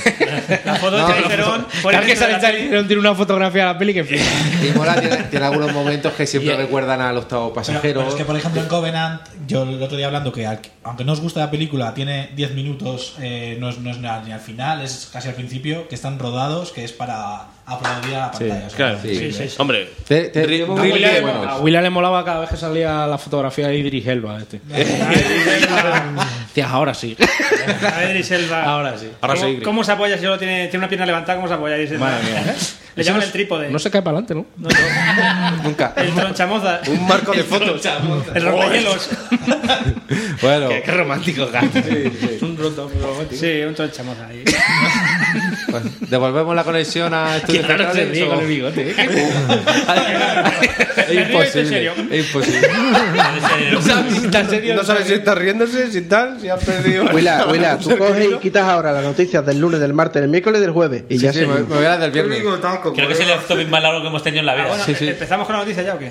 F: La foto de Charliz Theron por
D: Claro
F: el
D: que
F: centro de
D: sale
F: la
D: Charlize
F: peli.
D: Theron, tiene una fotografía de la peli que flipa.
E: y mola, tiene, tiene algunos momentos que
D: [laughs]
E: siempre
D: Y-
E: recuerdan al octavo
G: Pero,
E: pasajero.
G: pero es que, por ejemplo, en Covenant, yo el otro día hablando que, al- aunque no os gusta la película, tiene 10 minutos, eh, no, es, no es ni al ni al final, es casi al principio, que están rodados, que es para aplaudir a la pantalla. o sea,
H: claro.
E: Sí.
F: Sí, sí, sí.
H: Hombre,
E: Te- te-
H: Ri-
E: llevo
D: A
E: muy
D: Willa, le,
E: buenos.
D: a Willa le molaba cada vez que salía la fotografía de Idris
F: [laughs]
D: Elba. Este. Tías, ahora sí.
F: A ver, Idris Elba.
D: Ahora sí.
H: Ahora
F: ¿Cómo,
H: sí, Idris.
F: cómo se apoya si solo tiene, tiene una pierna levantada? ¿Cómo se apoya Idris Elba?
D: Madre mía. ¿eh?
F: Le llaman el trípode.
D: No se cae para adelante, ¿no?
F: No, no.
E: Nunca.
F: El tronchamoza.
H: Un marco de fotos.
F: [laughs] El rompehielos.
E: Bueno,
D: Qué romántico, gato. [laughs] Un roto muy romántico.
F: Sí, un tronchamoza.
D: [laughs]
F: ahí.
E: pues, devolvemos la conexión a
D: Qué
E: estudios
D: raro se
E: Centrales
D: ríe
E: o-
D: con el
E: [laughs]
D: bigote. [laughs] ¿eh?
H: Ah,
E: es
F: Me río, estoy
E: imposible.
F: serio.
E: Es imposible.
D: No sabes si está serio.
H: No sabes si está riéndose, si tal, si has perdido.
I: Willa,
H: [laughs]
I: Willa, tú coges y quitas ahora las noticias del lunes, del martes, del miércoles y del jueves. Y
E: Sí,
I: ya
E: sí,
I: se
E: me, me voy a la del viernes.
A: Creo que es el laptop más largo que hemos tenido en la vida.
F: Bueno,
E: Sí, sí.
F: ¿Empezamos con la noticia ya o qué?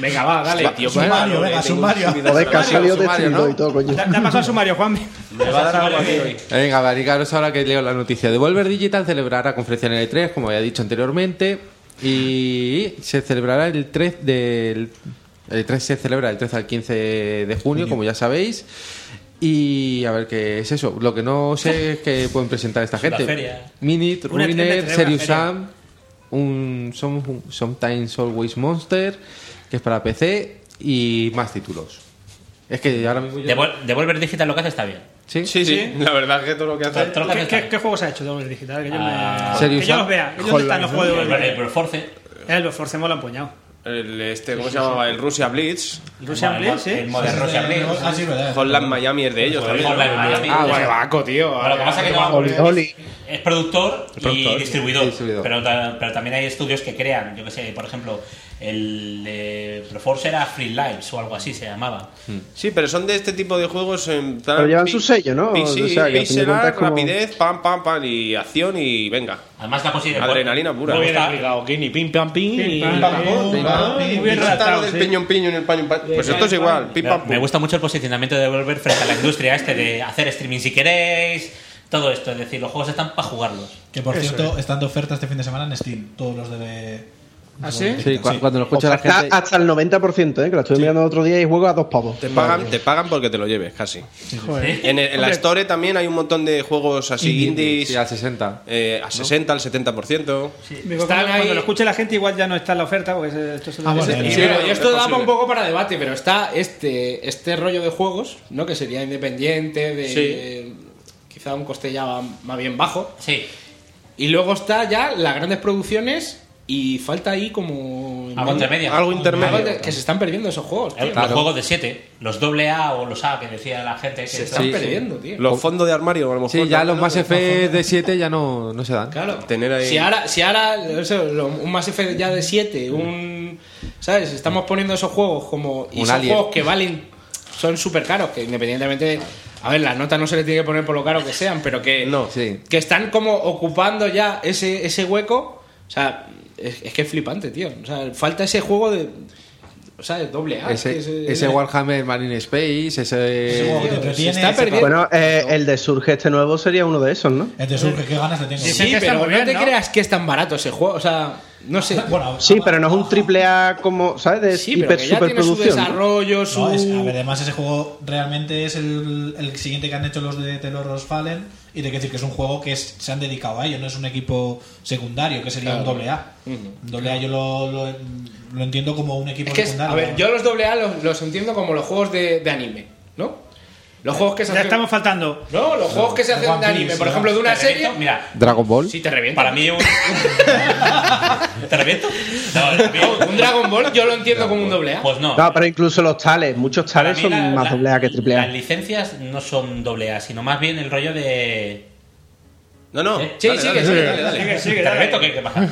D: Venga, va, dale, tío.
F: pues,
E: Bueno,
A: pues,
G: Sumario, venga, sumario.
I: Joder, que ha salido
E: sumario,
I: destruido
E: ¿no?
I: y todo, coño.
F: Te te ha pasado el sumario, Juan.
H: Me va a dar algo aquí hoy.
E: Venga, varicaros ahora que leo la noticia. Devolver Digital celebrará conferencia en el E3, como ya he dicho anteriormente, y se celebrará el 3 del... El 3 se celebra del 13 al 15 de junio, como ya sabéis. Y a ver qué es eso. Lo que no sé es que pueden presentar esta
A: una
E: gente.
A: feria.
E: Minit,
F: Una tienda
E: Ruiner,
F: de
E: Serious
F: feria.
E: Sam, un Som- Sometimes Always Monster, que es para PC, y más títulos. Es que ahora mismo yo...
A: Devol- Devolver Digital lo que hace está bien.
E: ¿Sí?
H: Sí, sí, la verdad es que todo lo que hace.
A: Todo lo que
F: ¿Qué,
A: hace está
F: qué,
A: bien.
F: qué juegos ha hecho Double Digital? Que yo,
A: Ah,
F: me...
E: Serious
F: que yo
E: Sam.
F: los vea. ¿Y ¿Dónde están los juegos de
A: El,
F: Double
A: el
F: Digital?
A: Broforce,
F: El Force mola un puñado.
H: El, este, ¿Cómo se llamaba? El Russia Blitz.
F: Russian
A: el-
F: Blitz, ¿eh?
A: el
F: sí.
A: Modern Russia Blitz.
G: Ah, sí, verdad.
H: Hotline Miami es de ellos también.
A: Hotline Miami.
E: Ah, bueno.
D: Vaco, tío.
A: Bueno, lo que pasa es que no-
I: Oli, oli.
A: es productor y
E: productor,
A: distribuidor.
E: y distribuidor.
A: Pero, ta- pero también hay estudios que crean, yo que sé, por ejemplo, el de Broforce era Free Lives o algo así se llamaba.
H: Sí, pero son de este tipo de juegos en plan
I: Pero llevan
H: pi-
I: su sello, ¿no?
H: pixel,
I: O sea, que al fin de
H: pixel
I: cuentas
H: art,
I: es como-
H: rapidez, pam, pam, pam, y acción y venga.
A: Además la considera
H: Adrenalina pura.
D: Muy bien
A: Está-
D: explicado, Kini. Pim, pam, pim. y-
F: pam,
D: pam, pum.
F: Muy bien
H: Está lo
F: redactado,
H: del
F: sí.
H: piñón piñón y el paño paño. Pues esto es igual, pim, pam,
A: Me
H: pum.
A: gusta mucho el posicionamiento de Devolver frente a la industria este de hacer streaming si queréis, todo esto. Es decir, los juegos están para jugarlos.
G: Que por cierto, están de oferta este fin de semana en Steam. Todos los de. ¿Ah, sí?
E: Sí, cua- cuando lo escucha la
I: Hasta,
E: gente...
I: hasta el 90%, ¿eh? que la estuve mirando el otro día y juego a dos pavos.
H: Te pagan, te pagan porque te lo lleves, casi.
F: Joder.
H: En, el- en la Store también hay un montón de juegos así indies
E: Sí, al 60.
H: eh, a 60, al 70%.
F: Digo, cuando,
D: Están
F: cuando
D: ahí-
F: lo escuche la gente igual ya no está en la oferta porque se- esto se lo
G: Ah, bueno,
F: ese-
G: ya.
D: Y
H: Sí,
D: bueno,
H: no,
D: y esto
H: es
D: daba
H: posible.
D: un poco para debate, pero está este, este rollo de juegos, ¿no? Que sería independiente, de quizá un coste ya más bien bajo.
A: Sí.
D: Y luego está ya las grandes producciones y falta ahí como...
A: Algo entre medias.
H: Algo
D: Algo
H: intermedio.
D: de- que se están perdiendo esos juegos, tío.
A: Los
E: Claro.
A: juegos de 7, los doble A o los A que decía la gente. Que
D: Se están
E: Sí, sí.
D: perdiendo, tío.
H: Los fondos de armario, a lo mejor.
E: Sí, ya
H: ¿no?
E: los más F de 7 ya no, no se dan.
D: Claro.
H: Tener ahí-
D: Si ahora, si ahora eso, lo- un Mass Effect ya de 7, un... ¿Sabes? Estamos poniendo esos juegos como... Y
E: Un
D: son
E: Alien.
D: juegos que valen... Son súper caros, que independientemente... A ver, las notas no se le tiene que poner por lo caro que sean, pero que...
H: No.
E: Sí.
D: Que están como ocupando ya ese, ese hueco. O sea, es, es que es flipante, tío. O sea, falta ese juego de... O sea, de doble A. que es-
E: Ese, ese Warhammer Marine Space,
G: Ese juego que te
E: ese...
G: entretiene,
D: se está
G: ese-
D: perdiendo.
I: Bueno, eh, el de Surge este nuevo sería uno de esos, ¿no?
G: El de Surge, qué ganas le tengo.
F: Sí,
D: Sí,
F: que está
D: pero
F: muy
D: no
F: bien,
D: te
F: ¿no?
D: creas que es tan barato ese juego. O sea, no sé.
G: Bueno,
I: Sí,
G: ah,
I: pero no es un triple A como, ¿sabes? De
D: Sí, pero
I: hiper
D: que ya tiene su
I: superproducción. ¿no?
D: desarrollo, su...
G: No, es- a ver, además ese juego realmente es el, el siguiente que han hecho los de Teloros Fallen y te que decir que es un juego que es- se han dedicado a ello, no es un equipo secundario, que sería un doble A. Un doble A yo lo, lo- lo entiendo como un equipo
D: Es que es-
G: secundario.
D: a ver, yo los doble A los, los entiendo como los juegos de, de anime, ¿no? Los juegos que se
F: Ya
D: hacen...
F: estamos faltando.
D: No, los juegos que se
G: One
D: hacen de
G: Piece,
D: anime. Por
G: ¿no?
D: ejemplo, de una
A: ¿Te reviento?
D: serie...
A: Mira,
E: Dragon Ball.
D: Sí, te revienta.
A: para
D: [laughs]
A: mí un... ¿Te reviento? No, para mí-
D: Un Dragon Ball yo lo entiendo como un doble A.
A: Pues no.
I: No, pero incluso los tales, muchos
A: Para
I: tales son
A: mí la-
I: más
A: la-
I: doble A que triple
A: Las
I: A.
A: licencias no son doble A, sino más bien el rollo de.
H: No, no.
A: ¿Eh?
D: Sí,
H: dale,
D: sigue,
H: dale,
D: sigue, dale.
H: dale, dale.
F: Sigue, sigue,
A: ¿Te
F: dale.
A: reviento o qué? ¿Qué pasa?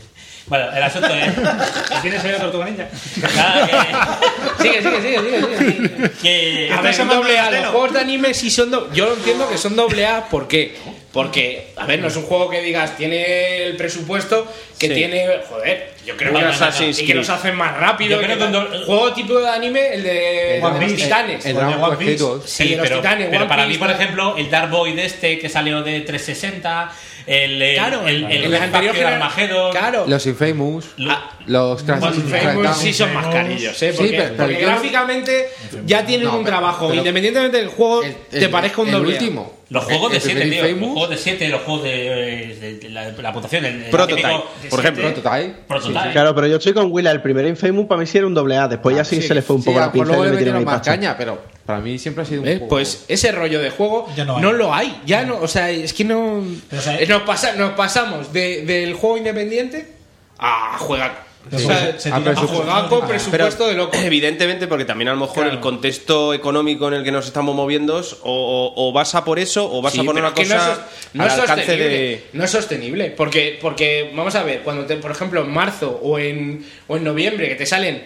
A: [laughs] bueno, el asunto es.
F: [laughs] ¿Tienes ahí la tortuga ninja?
A: Nada,
F: [laughs]
D: Sigue, sigue, sigue, sigue. sigue.
A: que. que-
D: Eh, A
F: Estás
D: ver, son
F: llamando
D: doble
F: al
D: A. Los
F: Ateno.
D: juegos de anime sí son doble Yo lo entiendo que son doble A. ¿Por qué? Porque, a ver, no es un juego que digas, tiene el presupuesto, que
H: Sí.
D: tiene. Joder, yo creo
H: Un
D: que,
H: Assassin's
D: y que
H: Creed.
D: los hacen más rápido.
A: Yo
D: y
A: creo
D: que
A: que
D: tal.
A: un doble-
D: Juego tipo de anime, el de,
E: One
D: de los
E: Piece.
D: titanes.
E: El Dragon Ball
G: Piece.
E: Heroes.
D: Sí, los
A: pero,
D: titanes,
A: pero
D: One
A: para
D: Piece,
A: mí, por
D: tal.
A: ejemplo, el Dark Boy de este que salió de 360, el, el,
D: Claro,
A: el, el,
D: en la anterior
A: Factor
D: genera-
A: Armageddon,
D: Claro.
E: Los Infamous.
A: lo-
E: Los Crash
D: Los
E: Crash
D: Infamous
E: Down.
D: sí son más carillos, ¿eh?
E: Sí,
D: Porque,
E: pero- pero
D: porque
E: yo-
D: gráficamente ya tienen
E: No,
D: un
E: pero-
D: trabajo.
E: pero-
D: Independientemente del juego,
E: El-
D: te
E: el-
D: parezca un doble.
E: El último.
A: los
E: El-
A: juegos de
E: el primer
A: 7, tío. Los
E: Infamous.
A: juegos de 7, los juegos de, de- de la, la puntuación, el, el
H: Prototype,
A: típico-
H: por ejemplo.
E: Prototype.
A: este- Prototype.
I: Claro, pero yo estoy con Willa. El primer Infamous para mí sí era un doble A. Después Pues ya sí, que se le fue un
E: Ah, Sí,
I: poco
E: a
I: la
E: lo
I: pinza
E: mejor
I: y
E: luego
I: le
E: le
I: metieron
E: metieron
I: ahí
E: más
I: pasta.
E: caña, pero Para mí siempre ha sido un
D: ¿Ves?
E: juego-
D: Pues ese rollo de juego
G: Ya no
D: no,
G: hay.
D: lo hay. Ya no, o sea, es que no.
G: Pero, o sea,
D: eh, nos, pasa, nos pasamos de- del juego independiente a jugar.
G: Pero
D: O
G: porque
D: sea,
G: se- se
D: a
G: tira más
D: jugar
G: presupuesto
D: con
G: que
D: presupuesto de loco.
H: Evidentemente, porque también a lo mejor el contexto económico en el que nos estamos moviendo es o, o- o vas a por eso o vas
D: Sí,
H: a por
D: pero
H: una
D: es que no es
H: cosa
D: sos- no es,
H: al alcance
D: sostenible,
H: de.
D: no es sostenible porque porque vamos a ver cuando te, por ejemplo en marzo o en o en noviembre que te salen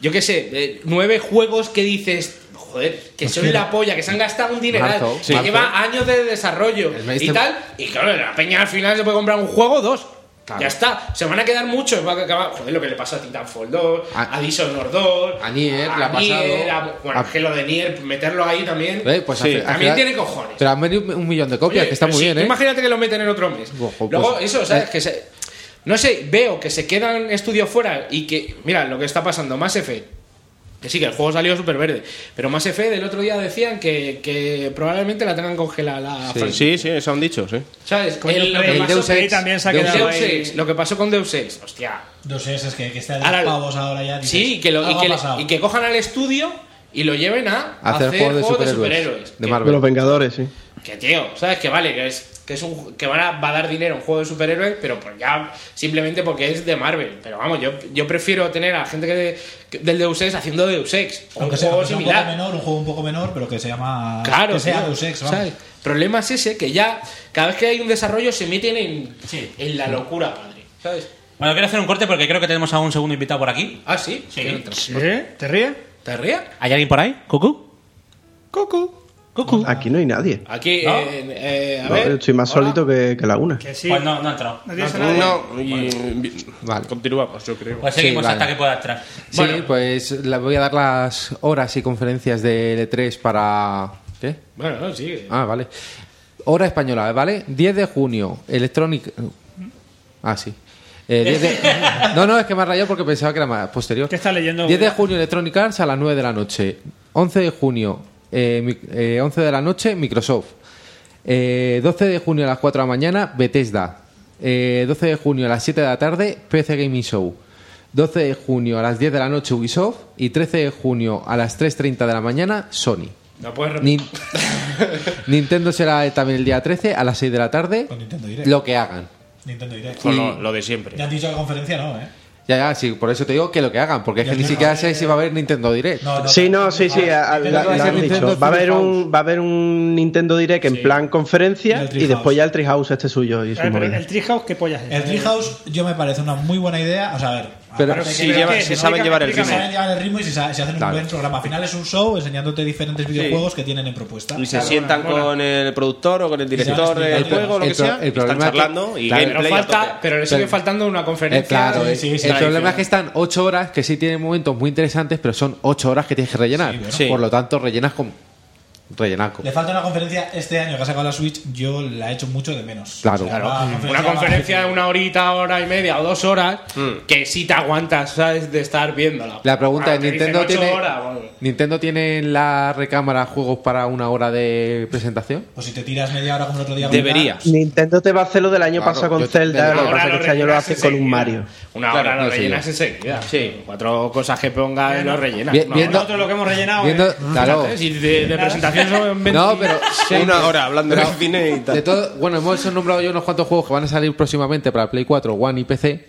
D: yo qué sé eh, nueve juegos que dices joder que son la polla que se han gastado un dineral
E: Marzo,
D: que
E: marzo.
D: lleva años de desarrollo
E: El mes
D: y
E: de-
D: tal y claro la peña al final se puede comprar un juego o dos
E: Claro.
D: Ya está, se van a quedar muchos. Va a acabar, joder, lo que le pasó a Titanfall 2, a,
E: A-
D: Dishonored 2,
E: Ah. a Nier, le
D: Nier,
E: ha pasado.
D: a- bueno,
E: A-
D: es que lo de Nier, meterlo ahí también.
E: Eh, pues al fi- al
D: también
E: final-
D: tiene cojones.
E: Pero han vendido un, un millón de copias,
D: Oye,
E: que está muy
D: pero sí,
E: bien,
D: tú
E: ¿eh?
D: Imagínate que lo meten en otro mes.
E: Ojo,
D: Luego,
E: pues,
D: eso, ¿sabes?
E: eh.
D: Que se- no sé, veo que se quedan estudios fuera y que. Mira, lo que está pasando, Mass Effect. Que sí, que el juego salió súper verde. Pero Mass Effect el otro día decían que, que probablemente la tengan congelada la
E: Sí.
D: franquicia.
H: Sí, sí, eso han dicho, sí.
D: ¿Sabes? El- lo,
F: Pero
D: que
E: el
F: pasó
E: Deus
F: que ahí
E: Ex-
F: también se ha
E: Deus
D: pasó,
F: quedado
D: Deus
F: ahí.
D: Ex, lo que pasó con Deus Ex. Hostia.
G: No sé, es que, que está de
D: Ahora-
G: pavos ahora ya. dices,
D: Sí, que lo, y,
G: algo
D: que,
G: ha pasado.
D: y que cojan al estudio y lo lleven a
E: Hacer juegos de superhéroes, de
D: Que-
E: Marvel.
I: De los Vengadores, sí.
D: Que tío, ¿sabes? Que vale, que es que es un que van a, va a dar dinero a un juego de superhéroes, pero pues ya simplemente porque es de Marvel. Pero vamos, yo, yo prefiero tener a gente que, que- del Deus Ex haciendo Deus Ex o un
G: Aunque sea,
D: juego
G: aunque sea un poco
D: similar.
G: menor, un juego un poco menor, pero que se llama.
D: Claro,
G: que sea
D: tío,
G: Deus Ex, vamos.
D: ¿sabes? El problema es ese que ya cada vez que hay un desarrollo se meten en,
A: Sí.
D: en la locura, padre. ¿Sabes?
A: Bueno, quiero hacer un corte porque creo que tenemos a un segundo invitado por aquí.
D: Ah, sí.
A: Sí.
D: ¿Qué otro?
F: ¿Eh? ¿Te ríes?
D: ¿Te rías?
A: ¿Hay alguien por ahí? ¿Cucu?
D: Coco.
A: ¿Cucu?
I: Aquí no hay nadie.
D: Aquí,
A: ¿No?
D: eh, eh, a
I: No,
D: ver.
I: estoy más
D: Hola.
I: solito que, que la una.
F: Que sí.
A: Pues no, no ha entrado.
F: ¿No tienes a nadie?
H: No, y-
E: Vale.
H: Continuamos, yo creo.
A: Pues seguimos
E: Sí, vale.
A: hasta que pueda entrar.
E: Sí, pues le voy a dar las horas y conferencias de L3 para. ¿Qué?
D: Bueno, no, sí.
E: Ah, vale. Hora española, ¿vale? 10 de junio, Electronic. Ah, sí. Eh, 10 de- No, no, es que me ha rayado porque pensaba que era más posterior.
F: ¿Qué estás leyendo?
E: 10 de junio, Electronic Arts a las 9 de la noche. 11 de junio, eh, mi- eh, 11 de la noche, Microsoft. Eh, 12 de junio a las 4 de la mañana, Bethesda. Eh, 12 de junio a las 7 de la tarde, PC Gaming Show. 12 de junio a las 10 de la noche, Ubisoft. Y 13 de junio a las 3.30 de la mañana, Sony.
D: No puedes repetir.
E: Nin- Nintendo será también el día 13 a las 6 de la tarde.
G: Con Nintendo Direct.
E: Lo que hagan.
G: Nintendo Direct.
H: Con lo, lo de siempre.
G: Ya han dicho la conferencia, no, ¿eh?
E: Ya, ya, sí, por eso te digo que lo que hagan, porque es
G: Ya,
E: que ni
G: ya,
E: siquiera
G: no.
E: sé si va a haber Nintendo Direct.
G: No, no,
I: Sí, no, sí, sí, a- a- la-
G: Nintendo
I: la
E: va a ser
I: han dicho.
E: Nintendo
I: Va a haber
E: Treehouse.
I: un va a haber un Nintendo Direct en plan
G: Y el
I: conferencia y,
G: Treehouse.
I: después ya el Treehouse este suyo y su
F: Ah, pero
I: movida.
F: el Treehouse, ¿qué pollas es?
G: El Treehouse yo me parece una muy buena idea. O sea, a ver.
E: Pero
G: aparte
H: si
G: que-
H: lleva-
G: que
H: si saben llevar el
G: que
F: explícame.
G: saben llevar el ritmo y si, sa- si hacen un
E: Claro.
G: buen programa. Al final es un show enseñándote diferentes videojuegos que tienen en propuesta.
H: Y se
G: Claro.
H: sientan con el productor o con el director
G: El
H: del
G: pro-
H: juego, lo
E: el
H: que
E: pro-
H: sea.
E: el
H: y Están
E: problema es que-
H: charlando y
E: Claro,
D: Pero,
H: gameplay a tope.
D: falta, pero le sigue
E: Pero-
D: faltando una
E: Eh,
D: conferencia.
E: claro,
G: Sí,
E: eh,
G: sí, sí,
E: el
G: sí.
E: problema es que están 8 horas que sí tienen momentos muy interesantes, pero son 8 horas que tienes que rellenar.
G: Sí, bueno.
H: Sí.
E: Por lo tanto, rellenas con. Rellenar con.
G: Le falta una conferencia este año que ha sacado la Switch. Yo la he hecho mucho de menos.
E: Claro. Claro.
G: la
D: Una
G: va-
D: conferencia de una horita, hora y media o dos horas
H: Mm.
D: que sí te aguantas, ¿sabes? De estar viéndola.
E: La pregunta
D: Ah,
E: es:
D: te dicen
E: ¿Nintendo
D: ocho
E: tiene,
D: horas, bueno.
E: ¿Nintendo tiene en la recámara juegos para una hora de presentación?
G: Pues si te tiras media hora como el otro día.
H: Deberías.
I: Nintendo te va a hacer lo del año
E: Claro,
I: pasado con
E: yo-
I: Zelda,
E: pero
I: lo que
D: Una hora
I: pasa es que este año lo
D: rellenas
I: hace con un
D: enseguida.
I: Mario.
D: Una
E: Claro,
D: hora lo
E: no sé
D: rellenas
E: yo.
D: enseguida. Sí. Cuatro cosas que ponga y lo rellenas.
E: Bien-
D: Una
E: bien,
D: hora.
E: no-
F: Nosotros lo que hemos rellenado.
E: Viendo-
F: ¿eh?
E: claro.
D: Fíjate, si de, de presentación son 20
E: No, pero.
H: [laughs] Una hora hablando de
E: Pero-
H: cine y
E: De
H: tal.
E: todo, bueno, hemos nombrado yo unos cuantos juegos que van a salir próximamente para Play 4, One y PC.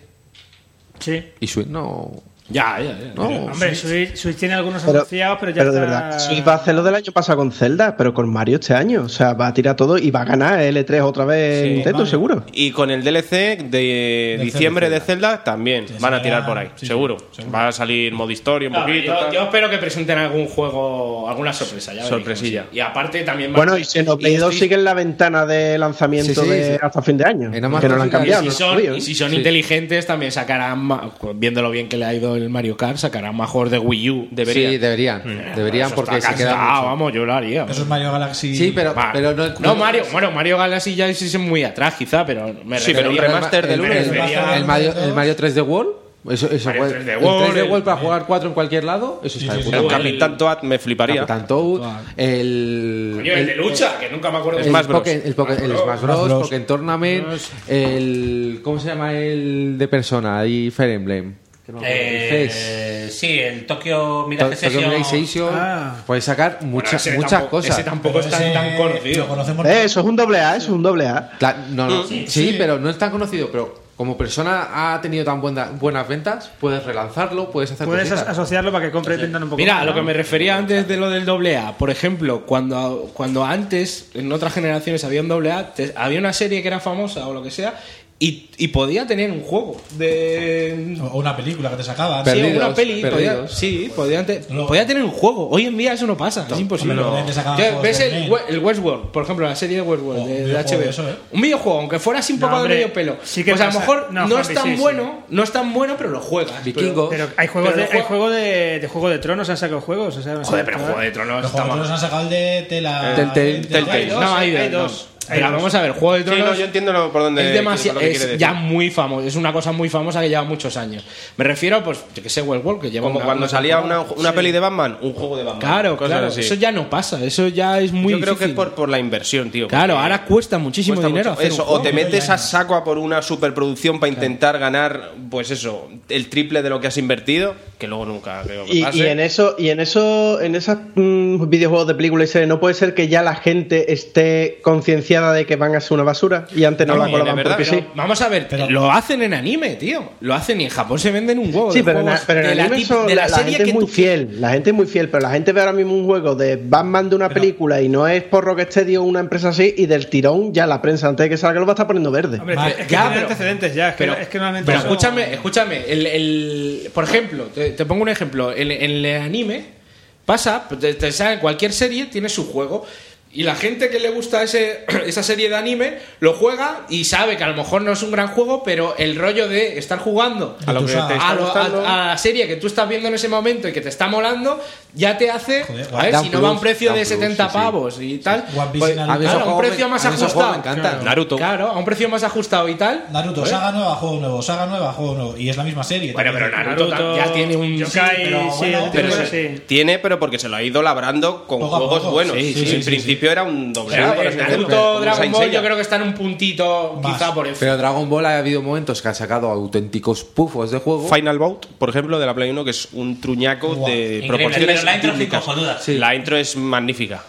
F: Sí.
E: Y Switch no.
D: Ya, ya, ya.
E: no.
F: Hombre, Switch, Switch tiene algunos
I: Pero,
F: asociados, pero ya
I: pero de
F: está-
I: verdad, Switch va a hacer lo del año pasado con Zelda, pero con Mario este año. O sea, va a tirar todo y va a ganar L3 otra vez
H: Sí,
I: Nintendo,
G: vale.
I: seguro.
H: Eh, Y con el DLC de diciembre de Zelda también
G: Sí,
H: van a
G: será-
H: tirar por ahí,
G: sí,
H: seguro.
G: seguro.
H: Va a salir modo historia un
D: No,
H: poquito.
D: yo,
H: tal.
D: yo espero que presenten algún juego, alguna sorpresa. Ya veremos.
H: Sorpresilla.
D: Y aparte también. va-
I: Bueno, y Xenoblade 2
D: estoy-
I: sigue en la ventana de lanzamiento
E: Sí, sí,
I: de
E: sí.
I: hasta fin de año.
E: En Amazon
I: Que no lo han
E: sí que hay.
I: cambiado.
D: Y
I: no
D: si
I: lo han
D: son,
I: movido,
D: y
I: ¿eh?
D: si son
E: Sí.
D: inteligentes, también sacarán, ma- viendo lo bien que le ha ido el Mario Kart, sacarán más juegos de Wii U.
E: Sí,
D: Deberían. Eh,
E: deberían. Deberían
D: Eso
E: porque
D: está
E: se queda.
D: cansado,
E: mucho.
D: vamos, yo lo haría.
G: Eso es Mario Galaxy.
E: Sí, pero,
D: Va.
E: pero no.
D: no, Mario, bueno, Mario Galaxy ya es es muy atrás, quizá, pero me
H: Sí, pero un
D: refería-
H: remaster del
E: el-
H: uno
E: el-
H: y del
E: el
H: dos.
E: Mario- El Mario, el Mario 3D World. Eso, eso
D: Mario
E: puede-
D: 3D
E: el
D: World,
E: 3D World para
D: el-
E: jugar 4 en cualquier lado. Eso
G: Sí,
E: está de
G: sí,
E: puta
H: El
E: madre.
H: Capitán Toad me fliparía.
E: Capitán Toad. El.
D: Coño, el de lucha, que nunca me acuerdo.
E: el
D: de-
H: Smash Bros.
E: Poké- el, Poké- el Smash Bros, Pokémon Tournament, el. ¿Cómo se llama el de persona? Y Fire Emblem. Que que no me acuerdo, el Fest.
A: Eh, sí, el Tokyo Mirage
E: To- Tokyo
A: Session.
E: Mirage Session,
F: Ah.
E: puedes sacar muchas, muchas cosas.
H: Ese tampoco es tan,
G: Ese
H: tan
G: Lo
H: conocido.
G: conocemos
I: Eh, eso es un doble A, eso es un doble A.
E: Cla- no, no, sí, pero no es tan conocido, pero como persona ha tenido tan buena- buenas ventas, puedes relanzarlo, puedes hacer
F: Puedes as-
E: cositas.
F: asociarlo para que compre y vendan un poco
D: Mira,
F: más,
D: a lo
F: ¿no?
D: que me refería antes de lo del doble A, por ejemplo, cuando, cuando antes, en otras generaciones, había un doble A, te- había una serie que era famosa o lo que sea, y, y podía tener un juego de...
G: O una película que te sacaba.
E: Pero-
D: sí,
E: Perdidos,
D: una peli, podía-
E: perdidos.
D: sí, podía, te-
G: No.
D: podía tener un juego. Hoy en día eso no pasa, es imposible.
G: Hombre, lo que te sacaban
D: Ya,
G: juegos
D: ¿Ves
G: de
D: el,
G: Nen.
D: we- el Westworld? Por ejemplo, la serie de Westworld
G: Oh,
D: de-
G: un
D: de,
G: videojuego
D: HBO.
G: de eso, ¿eh?
D: Un videojuego, aunque fuera sin
F: No,
D: poco de
F: hombre,
D: medio pelo.
F: sí que
D: pues a lo
F: pasa-
D: mejor
F: no,
D: no, es
F: Javi,
D: tan
F: sí, sí.
D: bueno, no es tan bueno, pero lo juegas. pero-
E: Vikingos.
F: Pero hay juegos,
D: Pero
F: de, hay
D: jue-
F: juego de, de Juego de Tronos, han sacado juegos. o sea, han
D: Joder,
F: sacado-
D: pero Juego de Tronos
G: Los
D: está mal. Eh,
G: jugadores han sacado el de Tela.
E: Telltale-
G: Telltale.
H: Telltale.
F: dos,
D: no, hay,
F: hay
D: dos.
F: dos.
D: Pero vamos a ver, Juego de
H: Sí,
D: Tronos
H: no, yo entiendo lo- por dónde
D: es, demasi-
H: por lo que
D: es
H: quiere decir.
D: ya muy famoso, es una cosa muy famosa que lleva muchos años. Me refiero, pues, yo que sé, Westworld, que lleva
H: Como
D: una-
H: cuando
D: una
H: salía
D: temporada.
H: una, una peli de Batman, un juego de Batman.
D: Claro,
H: cosas
D: claro,
H: así.
D: eso ya no pasa, eso ya es muy
H: Yo creo que es
D: difícil.
H: por, por la inversión, tío.
D: Claro,
H: porque
D: ahora cuesta muchísimo
H: cuesta
D: dinero
H: mucho.
D: hacer
H: eso,
D: un juego.
H: o te metes a saco a por una superproducción para intentar ganar, pues eso, el triple de lo que has invertido, que luego nunca creo que
I: Y,
H: pase.
I: y en eso, y en eso, en esos mm, videojuegos de películas y series, no puede ser que ya la gente esté concienciada de que van a ser una basura y antes no, la
H: También,
I: colaban
H: es verdad,
I: porque
H: pero-
I: sí.
D: Vamos a ver,
G: Pero-
D: lo hacen en anime, tío. Lo hacen y en Japón se venden un huevo.
I: Sí,
D: de
I: pero,
D: juegos
I: na- pero en
D: de la
I: anime
D: tip-
I: eso-
D: de
I: la,
D: la
I: la
D: serie
I: gente es
D: que
I: muy
D: tú-
I: fiel, la gente es muy fiel, pero la gente ve ahora mismo un juego de Batman de una película y no es por Rocksteady o una empresa así y del tirón ya la prensa antes de que salga lo va a estar poniendo verde.
F: Hombre,
G: Vale,
F: es que
D: ya,
F: tiene
D: pero-
F: antecedentes ya. Es que,
D: pero,
F: es que normalmente
D: pero
F: eso-
D: escúchame, escúchame. El, el- por ejemplo, te, te pongo un ejemplo. En, en el anime pasa, pues, te, te sale cualquier serie tiene su juego. Y la gente que le gusta ese, [clears throat] esa serie de anime lo juega y sabe que a lo mejor no es un gran juego, pero el rollo de estar jugando
G: A lo que te está
D: a lo- a-
H: gustando.
D: a la serie que tú estás viendo en ese momento y que te está molando, ya te hace,
G: Joder,
D: a ver,
E: da
D: si
E: un
D: no va a un
E: plus,
D: precio
E: da
D: de
E: un plus,
D: 70
E: sí, sí.
D: pavos y tal,
G: One Piece
D: pues,
G: y
E: A mí
G: Naruto.
E: esos
D: claro, a un
E: juegos me-
D: precio más
E: a mí esos
D: ajustado.
E: juegos me encantan.
H: Naruto.
D: Claro, a un precio más ajustado y tal. Pues,
G: Naruto,
D: Joder.
G: saga nueva, juego nuevo, saga nueva, juego nuevo. Y es la misma serie.
D: Bueno, pero
G: también.
D: Naruto, ya tiene un.
F: Yokai,
G: Sí, pero
F: sí,
G: bueno,
F: pero
G: pero
F: sí. sí.
H: Tiene, pero porque se lo ha ido labrando con
G: Poco a
H: juegos
G: poco.
H: buenos.
G: Sí, sí, sí,
H: en
G: sí,
H: principio era un
D: O
H: doble
D: sea,
H: A, por
D: el
H: así decirlo, como
D: Naruto,
H: un
D: Dragon
H: Saint
D: Ball,
H: Seiya.
D: yo creo que está en un puntito,
G: Más.
D: quizá por encima.
E: Pero Dragon Ball ha habido momentos que ha sacado auténticos pufos de juego.
H: Final Bout, por ejemplo, de la Play 1, que es un truñaco
G: Guau.
H: de
A: Increíble,
H: proporciones.
A: pero la intro es
H: bíblicas.
A: cojonuda.
E: Sí.
H: La intro es magnífica.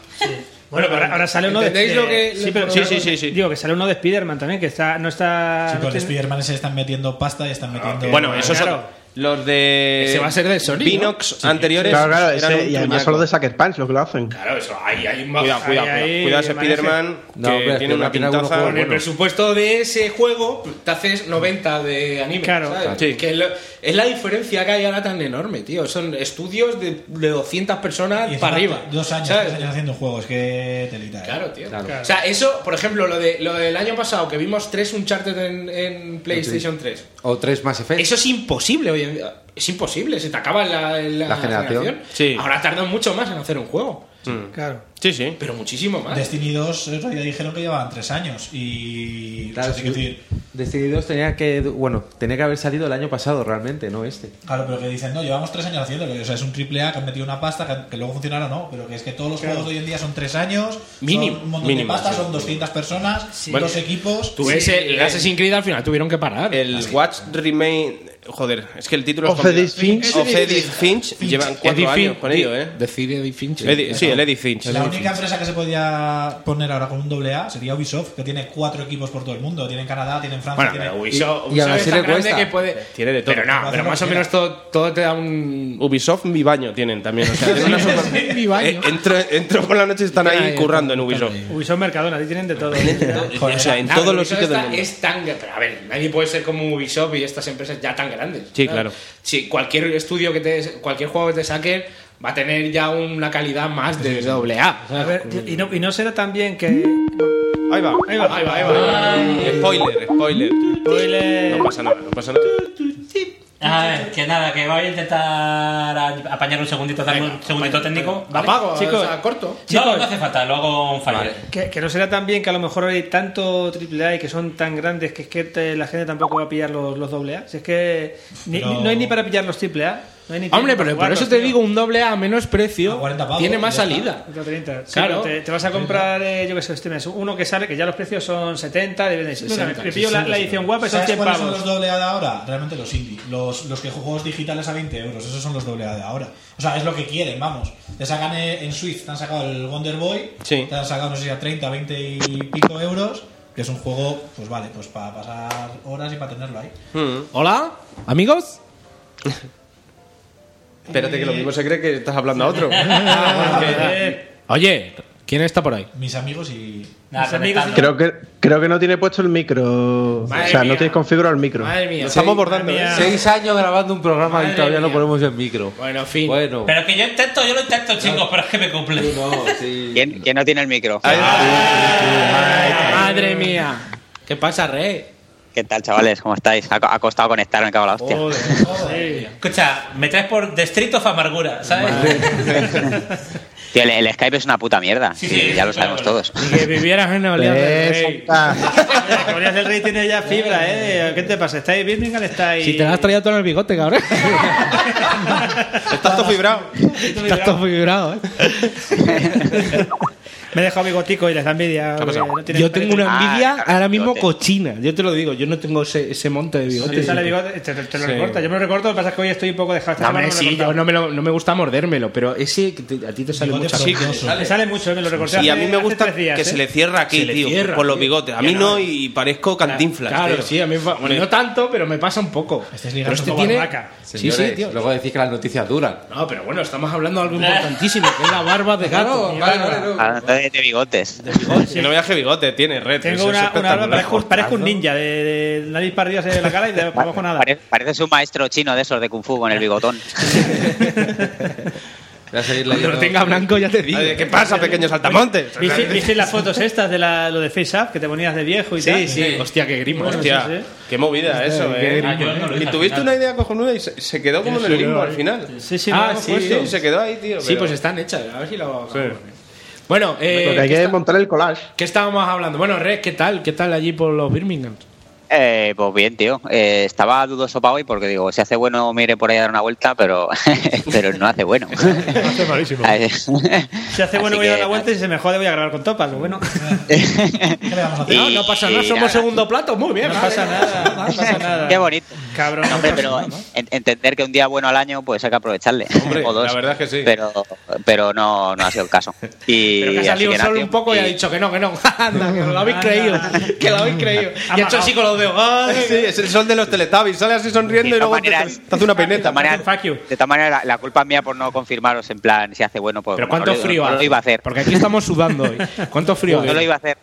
F: Bueno, pero ahora, ahora sale uno de. este,
D: ¿Entendéis lo que-
F: sí, pero-
D: Sí,
F: pero-
H: sí, sí, sí.
F: Digo, que sale uno de Spider-Man también, que está, no está. no
G: Sí, pero en
F: tiene- Ah,
G: Spider-Man se están metiendo pasta y
D: Ah,
G: están metiendo.
H: Bueno, esos
F: claro.
H: son los de.
D: Ese va a ser de Sony, ¿no?
H: Binox anteriores.
I: Claro, claro,
H: eran
I: ese-
H: un
I: y además
H: truñaco.
I: son los de Sucker Punch los que lo hacen.
D: Claro, eso, hay, hay un
H: Cuidado,
D: hay-
H: cuidado,
F: ahí,
H: cuidado.
F: ahí
H: Cuidado ese
F: maneje.
H: Spider-Man
E: No,
H: que
E: pero es
H: tiene
E: que
H: una
E: tiene algunos
H: pintaza.
E: juegos
D: Con el presupuesto de ese juego te haces 90 de anime.
F: Claro.
D: ¿sabes?
H: Sí.
D: Que es lo- es la diferencia que hay ahora tan enorme, tío. Son estudios de, de 200 personas
G: Y encima
D: para arriba.
G: Dos años,
D: ¿sabes?
G: tres años haciendo juegos, que telita. eh.
D: Claro, tío.
E: Claro.
D: O sea, eso, por ejemplo, lo, de, lo del año pasado que vimos tres Uncharted en, en PlayStation 3.
E: O tres más Effect.
D: Eso es imposible hoy en día. Es imposible, se te acaba la, la,
E: La generación.
H: Sí.
D: Ahora tardan mucho más en hacer un juego,
F: Claro.
H: Sí, sí.
D: pero muchísimo más.
G: Destiny 2 el otro día dijeron que llevaban tres años. Y.
E: Claro,
G: o sea, sí que decir,
E: Destiny 2 tenía que, bueno, tenía que haber salido el año pasado realmente, no este.
G: Claro, pero que dicen, no, llevamos tres años haciéndolo. O sea, es un triple A que han metido una pasta que, que luego funcionará o no. Pero que es que todos los juegos de hoy en día son tres años.
D: Mínimo,
G: Son un montón
H: mínimo,
G: de pasta,
H: sí.
G: son 200 personas,
H: Bueno,
G: dos equipos.
D: Tú ves el, el Assassin's Creed al final tuvieron que parar.
H: El Watch Remain. Joder, es que el título es.
I: Of Edith
H: complicado.
I: Finch.
H: Of Edith Finch. Llevan cuatro años con ello, ¿eh?
D: Decir Eddie Finch.
H: Edith- sí, el Edith Finch.
G: La única empresa que se podía poner ahora con un doble A sería Ubisoft, que tiene cuatro equipos por todo el mundo. Tiene en Canadá, tiene en Francia,
D: Bueno,
G: tiene...
D: pero Ubisoft,
E: Y- y aún
D: Ubisoft
E: así
D: es tan
E: le cuesta.
D: grande que puede.
H: Tiene de todo.
D: Pero no, pero más o menos todo, todo te da un.
H: Ubisoft mi baño tienen también. O sea,
D: [laughs]
H: tienen una super-
D: Mi baño.
H: Eh, entro, entro por la noche y están ahí currando en Ubisoft.
F: Ubisoft Mercadona, ahí tienen de
D: [laughs]
F: todo.
H: O sea, en
D: Nah,
H: todos los
D: Ubisoft
H: sitios del
D: está-
H: mundo.
D: Es tan, gra- pero a ver, nadie puede ser como Ubisoft y estas empresas ya tan grandes.
H: Sí,
D: ¿sabes?
H: claro.
D: Si cualquier estudio que te, cualquier juego que te saquen va a tener ya una calidad más de doble A.
F: A ver, tío, y no, y no será también que.
H: Ahí va.
F: Ahí va,
D: Ahí va, ahí va.
H: Spoiler, spoiler.
F: Spoiler.
H: No pasa nada, no pasa nada.
A: Ah, A ver, que nada, que voy a intentar a- apañar un segundito, darme un segundito técnico. ¿vale?
D: Apago,
F: Chicos.
D: o sea, corto.
A: No,
F: Chicos.
A: no hace falta, lo hago en fallo.
F: Que, que no será también que a lo mejor hay tanto AAA y que son tan grandes que es que te- la gente tampoco va a pillar los, los AA. Si es que ni-
G: Pero-
F: ni- no hay ni para pillar los AAA. No hay ni
D: Hombre,
F: tiempo
D: pero
F: para
D: por eso
F: jugarlos,
D: te
F: tío.
D: digo, un doble A a menos precio
G: A 40 pavos,
D: tiene más
G: ya
D: salida.
F: Otro 30. Sí,
D: Claro.
F: pero Te, te vas a comprar, eh, yo qué sé, este mes, uno que sale, que ya los precios son 70, de de- mira, me- me pillo la, la edición guapa y son
G: ¿Sabes
F: 100
G: cuáles son los
F: pavos.
G: doble A de ahora? Realmente los indie. Los, los que juegos digitales a 20 euros. Esos son los doble A de ahora. O sea, es lo que quieren, vamos. Te sacan eh, en Swift, te han sacado el Wonder Boy.
H: Sí.
G: Te han sacado, no sé si a 30, 20 y pico euros. Que es un juego, pues vale, pues para pasar horas y para
F: [laughs]
G: tenerlo ahí.
H: Hmm.
D: Hola, amigos.
H: Espérate, que lo mismo se cree que estás hablando a
D: [laughs]
H: otro.
F: Ah,
D: Oye, ¿quién está por ahí?
G: Mis amigos y.
A: Nada,
F: Mis amigos
A: conectando.
I: Creo que, creo que no tiene puesto el micro.
D: Madre
I: o sea,
D: mía.
I: no tienes configurado el micro.
D: Madre mía.
H: Estamos bordando, ¿eh?
F: mía.
E: Seis años grabando un programa
D: Madre
E: y todavía no
D: mía.
E: ponemos en micro.
D: Bueno, en fin.
E: Bueno.
A: Pero que yo intento, yo lo intento, chicos, pero es que me cumple.
E: Tú no, sí.
K: ¿Quién, quién no tiene el micro? Ah.
D: Madre mía. ¿Qué pasa, Rey?
K: ¿Qué tal, chavales? ¿Cómo estáis? Ha, co- ha costado conectar, me cago en la
E: Oh.
K: hostia.
A: [laughs] Escucha, me traes por Distrito of Amargura, ¿sabes?
D: [laughs]
K: Tío, el, el Skype es una puta mierda.
A: Sí,
K: Sí,
A: sí,
K: ya lo
A: claro,
K: sabemos
A: bueno.
K: todos.
D: Que vivieras en Oleas del Rey. [laughs]
F: La Comunidad del Rey tiene ya fibra, ¿eh? ¿Qué te pasa? ¿Estáis Birmingham? ¿Estáis.?
D: Si te la has traído todo en el bigote, cabrón.
H: Estás todo
F: [laughs]
H: fibrado.
D: Estás todo vibrado, eh.
F: Me he dejado bigotico y les da envidia.
H: ha pasado?
F: porque no tienen
D: Yo tengo una
K: Ah,
D: envidia
K: claro,
D: ahora mismo
K: bigote.
D: cochina. Yo te lo digo, yo no tengo ese, ese monte de
F: No
D: bigote.
F: te sale bigote, te, te lo
D: Sí.
F: recortas. Yo me lo recorto, lo que pasa es que hoy estoy un poco dejado. Esta
D: No, hombre,
F: semana me
D: sí,
F: lo he
D: yo
F: cortado.
D: no me, lo- no me gusta mordérmelo, pero ese que te- a ti te sale
G: Bigote
D: mucha
G: frondoso.
F: Me sale mucho, eh, me lo recorté.
H: Y a
F: hace-
H: mí me
F: hace
H: gusta
F: tres días,
H: que
F: ¿eh?
H: se le cierra aquí,
D: Se le
H: tío,
D: cierra,
H: por los
D: tío.
H: bigotes. A
D: Ya
H: mí
D: no.
H: no, y parezco cantinflas.
D: Claro,
H: tío.
D: sí, a mí me fa- bueno, no tanto, pero me pasa un poco.
G: Estás
D: pero
G: ligando
D: este
G: con
D: tiene
G: barbaca.
D: Sí,
E: Señores,
D: sí, tío.
E: Luego decís que las noticias duran.
D: No, pero bueno, estamos hablando de algo importantísimo, que es la barba de gato.
K: Hablando de, de bigotes.
H: No veas qué bigote tiene, red.
F: Tengo
H: eso es
F: una, una barba,
H: espectacular.
F: parezco, parezco un ninja, de, de nariz para arriba se ve la cara y de para abajo nada.
K: Pare- pareces un maestro chino de esos de Kung Fu con el
E: [laughs]
K: bigotón.
E: Voy a seguir
D: Cuando
E: leyendo.
D: lo tenga blanco ya te digo.
H: Ay, ¿Qué pasa, pequeños saltamontes?
F: ¿Viste, viste las fotos estas de la, lo de Face Up que te ponías de viejo y tal?
D: Sí, sí. Hostia, qué grimo.
F: Bueno,
H: Hostia,
F: sí, sí.
H: qué movida eso,
D: qué
H: eh.
D: grimo,
A: Ah, yo no lo
H: Y
A: hice al
H: tuviste
A: final.
H: una idea cojonuda y se, se quedó como en el limbo al final.
F: Sí, sí,
D: Ah,
F: no,
D: sí,
F: pues,
H: Sí, se quedó ahí, tío.
D: Sí,
H: pero-
D: pues están hechas. A ver si lo. Bueno, eh,
I: Lo que
D: ¿qué,
I: hay que es
D: está-
I: montar el collage.
D: qué estábamos hablando? Bueno, Red, ¿qué tal? ¿Qué tal allí por los Birmingham?
K: Eh, pues bien, tío. Eh, estaba dudoso para hoy porque digo, si hace bueno, mire por ahí a dar una vuelta, pero, [laughs] pero no hace bueno.
C: Hace
K: [laughs]
C: malísimo.
K: Ay,
F: Si hace bueno
K: Así
F: voy a dar
K: que,
F: la vuelta y si se me jode voy a grabar con topas, lo bueno.
D: [laughs]
G: ¿Qué le vamos a hacer?
D: No, no pasa nada,
K: y
D: somos
K: nada.
D: segundo plato. Muy bien,
F: No
D: vale.
F: pasa nada, no pasa
D: [laughs]
F: nada.
K: Qué bonito.
F: Cabrón.
K: No, hombre, pero en- entender que un día bueno al año, pues hay que aprovecharle.
H: Hombre,
K: [laughs] o dos.
H: la verdad es que sí.
K: Pero, pero no, no ha sido el caso.
D: [laughs]
K: Y
D: Pero que ha
K: así
D: salido
K: que nada,
D: solo
K: tío.
D: un poco y ha dicho que no, que no. [laughs] Anda, que lo habéis
K: [laughs]
D: creído. Que lo habéis creído. Y ha hecho así con los dedos. Ay,
H: Sí, es el sol de los Teletubbies. Sale así sonriendo y
K: De
H: luego
K: todas
H: te,
K: maneras-
H: te hace una
K: De todas
H: peineta.
K: maneras,
F: Fuck you.
K: de todas maneras, la, la culpa es mía por no confirmaros en plan si hace bueno. Pues,
D: Pero
K: bueno,
D: cuánto
K: no lo-
D: frío
K: no lo
D: hace.
K: iba a hacer.
D: Porque aquí estamos sudando hoy. ¿Cuánto frío
K: No lo
D: hace?
K: iba a hacer.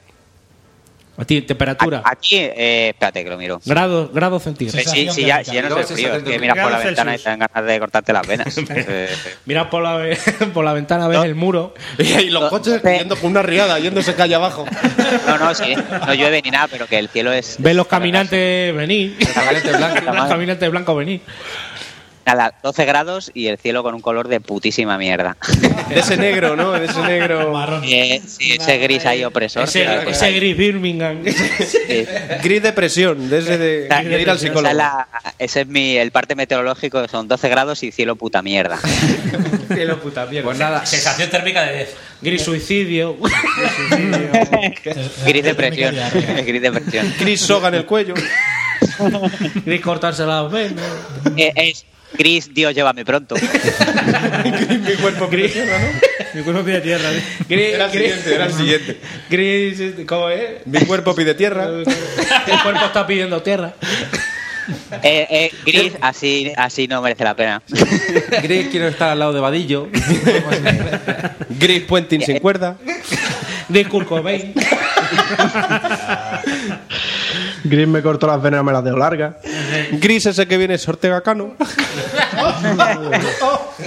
D: A ti, temperatura.
K: A- Aquí, eh, espérate que lo miro.
D: Grados grado centígrados.
K: Sí, sí, sí, ya, sí, ya no
E: Luego
K: es el frío, es
E: 60
K: que miras por la
F: grados
K: ventana y
F: Celsius.
K: te dan ganas de cortarte las
D: [laughs]
K: venas. Eh,
D: Mira por la, ve- [laughs] por la ventana, ves el muro.
H: [laughs] Y los coches yendo con una riada, yéndose calle abajo.
K: no, no, sí, no llueve ni nada, pero que el cielo es.
D: Ves los caminantes venir.
E: [laughs]
K: Los caminantes blancos.
D: Los caminantes blancos venir.
K: Nada, 12 grados y el cielo con un color de putísima mierda.
H: De ese negro, ¿no? De ese
D: [laughs]
H: negro.
G: Marrón.
K: Eh, sí, ese gris ahí opresor. claro,
D: Ese,
K: pues
D: ese
K: ahí,
D: gris Birmingham.
K: sí.
H: [laughs] Gris depresión, de ese de,
K: Esa-
H: de ir al
K: esa
H: psicólogo.
K: es la- ese es mi, el parte meteorológico, son 12 grados y cielo puta
E: [laughs]
K: mierda.
D: Cielo puta mierda.
E: Pues nada,
A: Sensación térmica de 10.
D: Gris suicidio.
K: [laughs]
D: [laughs]
K: Gris depresión. Gris depresión.
H: Gris soga en el cuello.
D: gris cortarse las venas.
K: [laughs] Eh, es gris, Dios,
D: [laughs]
K: llévame pronto.
H: Mi cuerpo gris.
F: Mi cuerpo pide tierra. ¿eh?
D: Gris,
H: Era el
D: gris-
H: siguiente, era el siguiente.
D: gris, este, ¿cómo es?
H: Mi cuerpo pide
D: [laughs]
H: tierra.
D: El cuerpo está pidiendo tierra.
K: Eh, eh, gris, así, así no merece la pena.
E: Gris quiero estar al lado de Vadillo.
H: Gris puenting sin cuerda.
D: Gris Kurt
H: [laughs]
D: Cobain.
I: Green me cortó las venas, me las dejo largas.
H: Gris ese que viene es Ortega Cano.
F: [laughs]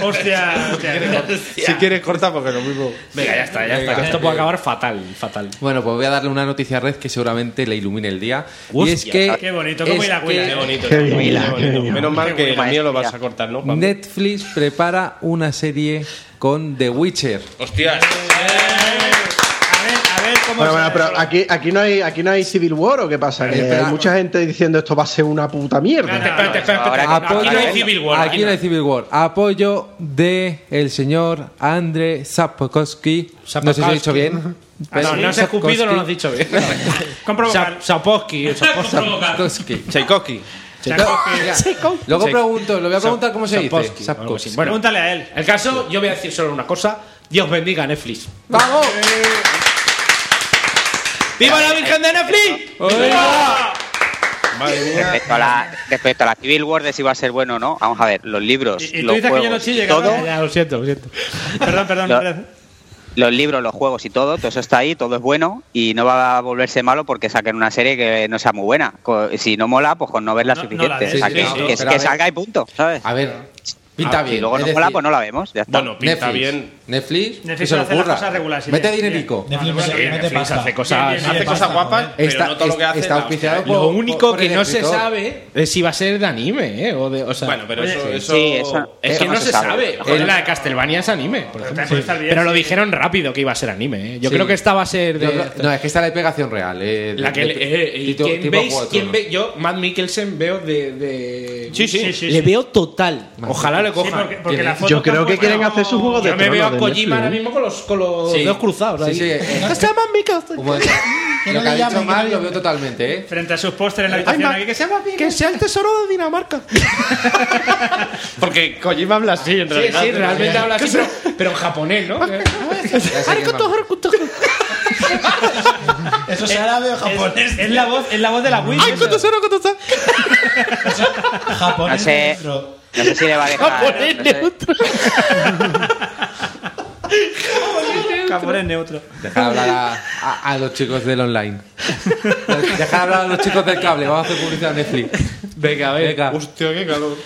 F: Hostia, hostia.
H: Si quieres corta porque lo mismo.
D: Venga, ya está, ya está. que esto puede acabar fatal, fatal.
E: Bueno, pues voy a darle una noticia a Red que seguramente le ilumine el día. y es
D: Hostia,
E: que.
F: Qué bonito, cómo
E: es
F: irá,
E: que
F: Qué bonito.
I: Qué bien.
H: Menos mal que el
K: buena
H: mío lo vas
K: idea.
H: a cortar, ¿no? Pablo?
E: Netflix prepara una serie con The Witcher.
H: Hostias.
F: A ver, a ver cómo
I: Bueno,
F: se-
I: bueno, pero aquí, aquí, no hay, aquí no hay Civil War o qué pasa? Que hay mucha gente diciendo esto va a ser una puta mierda.
F: Espérate, espérate, espérate.
E: Apoyo-
A: Aquí no hay Civil War,
E: Aquí no hay Civil War. Apoyo de el señor Andre Sapkowski. No sé si lo he dicho bien. [laughs]
D: Ah, no, no se ha escupido, no lo has dicho
F: [laughs]
D: bien.
F: Compro
D: Sa-
F: [laughs]
D: Saposky, o Saposky.
E: Sapkowski.
H: Tchaikovsky.
E: Luego pregunto, le voy a preguntar cómo se
D: Sapkowski,
E: dice.
D: o algo así.
E: Sapkowski.
D: Bueno,
F: Pregúntale a él.
D: el caso, yo voy a decir solo una cosa. Dios bendiga a Netflix.
E: ¡Vamos!
D: ¡Viva la Virgen de Netflix!
K: Respecto a, la, respecto a la Civil War de si va a ser bueno o no, vamos a ver, los libros,
F: Y, y tú
K: los
F: dices que yo no
K: juegos,
F: chille,
K: todo,
F: cabrón.
D: Ya, lo siento, lo
E: [laughs]
D: siento.
F: Perdón, perdón.
K: Lo-
F: perdón.
K: los libros, los juegos y todo, todo eso está ahí, todo es bueno y no va a volverse malo porque saquen una serie que no sea muy buena. Co- Si no mola, pues con no verla
F: No- no
K: suficiente.
F: la ves,
K: O sea,
E: sí,
K: que,
E: sí,
K: que-
E: sí.
K: que salga y punto, ¿sabes?
E: A ver, pinta
K: Ah,
E: bien.
K: Si luego
E: es
K: no
E: decir,
K: mola, pues no la vemos, ya está.
H: Bueno, pinta
E: Netflix.
H: bien.
E: Netflix,
F: Netflix
E: que se lo
F: hace las
E: ocurra.
F: cosas regulares, sí,
E: Mete
F: bien.
E: dinerito.
G: Netflix
F: Vale,
G: mete
D: Netflix
G: pasta.
D: hace cosas-
G: Bien, bien,
D: hace
G: bien,
D: cosas
G: pasta,
H: guapas,
G: joder.
H: Pero
E: Está,
H: no todo lo que hace
E: está
H: la
E: auspiciado por,
D: Lo único
E: por
D: que
E: el
D: no se
E: escritor.
D: sabe es si va a ser de anime, ¿eh? O de, o sea,
H: Bueno, pero
F: Oye,
H: eso.
K: sí.
H: eso-
K: Sí, eso-
D: es que
K: eso
D: no se sabe.
K: Ojo,
D: Joder, la de Castlevania es anime, por ejemplo.
F: también está bien,
D: Pero lo
F: sí.
D: dijeron rápido que iba a ser anime, ¿eh? Yo
E: Sí.
D: creo que esta va a ser de.
E: Yo creo- no, es que esta es la de pegación real. eh,
D: La que
E: de-
D: le- eh, eh, ¿y
E: tipo-
D: ¿quién
E: tipo
D: veis?
E: Juego de
D: ¿Quién
E: Tronos.
D: ve? Yo, Matt Mikkelsen, veo de. de-
F: Sí, sí. Sí, sí,
D: Le
F: sí.
D: veo total. Ojalá le
F: Sí,
D: coja.
F: porque, porque la foto
I: Yo creo
F: tampoco
I: que
F: es
I: quieren
F: como-
I: hacer su juego de
D: Yo me veo a
I: tronos de
D: Kojima ahora
I: Netflix, ¿eh?
D: mismo con los, con los
E: Sí.
D: dedos cruzados.
E: Sí,
D: ahí.
E: sí, eh.
D: No está Matt Mikkelsen.
E: Como-
G: Que
E: lo
G: no
E: que
G: le
E: ha dicho
G: llamen,
E: mal
G: que no
E: lo
G: le-
E: veo totalmente, ¿eh?
F: Frente a sus pósteres en la habitación
D: ma-
F: aquí, que se llama bien.
D: Que sea el tesoro de Dinamarca.
H: Porque Kojima habla así, en
D: Sí,
H: realidad.
D: sí, realmente habla así, [laughs] pero, pero en japonés, ¿no?
H: Eh.
E: Ya sé quién va.
G: Eso es árabe o japonés.
F: Es, es la voz, es la voz de la Wii. eso.
G: Japonés.
K: No sé.
G: dentro.
K: No sé si le va a dejar. no sé.
F: Japonés neutro.
E: Dejar hablar a, a- a los chicos del online. Dejar hablar a los chicos del cable. Vamos a hacer publicidad a Netflix. Venga, venga.
H: Hostia, qué calor.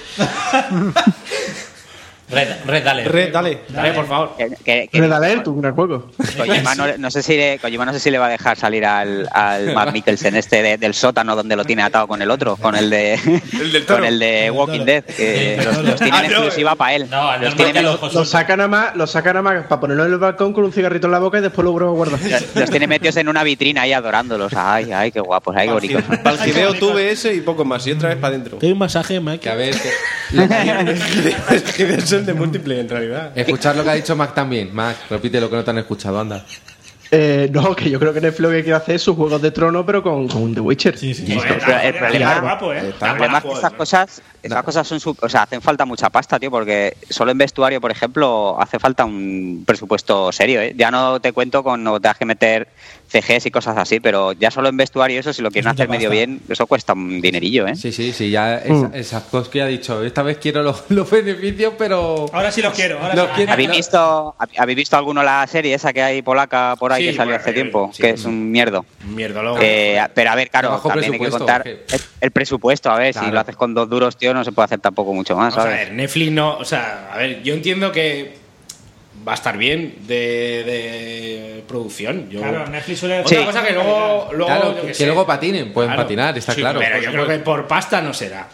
A: Red, red, dale.
H: Re, dale.
D: Dale, por favor.
K: Que- que- que-
I: Red Alert, un gran juego.
K: Kojima no, no sé si le, Kojima no sé si le va a dejar salir al, al Matt Mikkelsen este de- del sótano donde lo tiene atado con el otro, con el de
H: El del toro.
K: con el de Walking Dead, que los, los tiene en exclusiva para él.
A: No, al
K: los
A: normal que
K: tiene,
A: a los
K: metidos-
I: Lo
A: Josu-
I: sacan a más, lo sacan a más para ponerlo en el balcón con un cigarrito en la boca y después lo vuelven a guardar.
K: los- los tiene metidos en una vitrina ahí adorándolos. Ay, ay, qué guapos, ay, qué bonitos.
H: Palcideo tuve ese y poco más. Y otra vez para adentro.
D: Hay un masaje,
E: Que
D: Mike.
E: a ver, que- lo que-
H: [laughs] Es que es el de múltiple, en realidad.
E: escuchar lo que ha dicho Mac también. Mac, repite lo que no te han escuchado, anda.
I: Eh, no, que yo creo que Netflix lo que quiere hacer es sus juegos de trono, pero con, con The Witcher.
G: Sí, sí.
K: El pro- el problema-
F: Está guapo, ¿eh?
K: El problema es que estas cosas, esas cosas son, su- o sea, hacen falta mucha pasta, tío, porque solo en vestuario, por ejemplo, hace falta un presupuesto serio, ¿eh? Ya no te cuento con no te has que meter CGs y cosas así, pero ya solo en vestuario eso si lo quieren
G: mucha
K: hacer medio
G: pasta.
K: bien, eso cuesta un dinerillo, ¿eh?
E: Sí, sí, sí. Ya el,
D: Mm.
E: el Sapkowski ha dicho, esta vez quiero los, [laughs] los beneficios, pero...
F: Ahora sí los quiero. Ahora
E: Los
F: sí.
E: quiero-
K: ¿Habéis
E: no-
K: visto, hab- ¿Habéis visto alguno la serie esa que hay polaca por ahí
D: Sí,
K: que salió
D: bueno,
K: hace
D: eh,
K: tiempo?
D: sí.
K: Que es un mierdo.
D: Mierda, luego.
K: Eh, pero a ver, claro,
E: Bajo
K: también hay que
E: presupuesto,
K: contar
E: que-
K: el, el presupuesto. A ver, si
E: Claro.
K: lo haces con dos duros, tío, no se puede hacer tampoco mucho más,
D: Vamos a
K: ¿sabes?
D: ver, Netflix no. O sea, a ver, yo entiendo que va a estar bien de, de producción. Yo,
K: Oh.
F: Claro, Netflix suele.
D: Otra cosa que luego. luego
E: Claro,
D: yo
E: que,
D: qué
E: que
D: sé.
E: luego patinen, pueden
D: Claro.
E: patinar, está
D: Sí,
E: claro.
D: Pero yo creo que por pasta no será.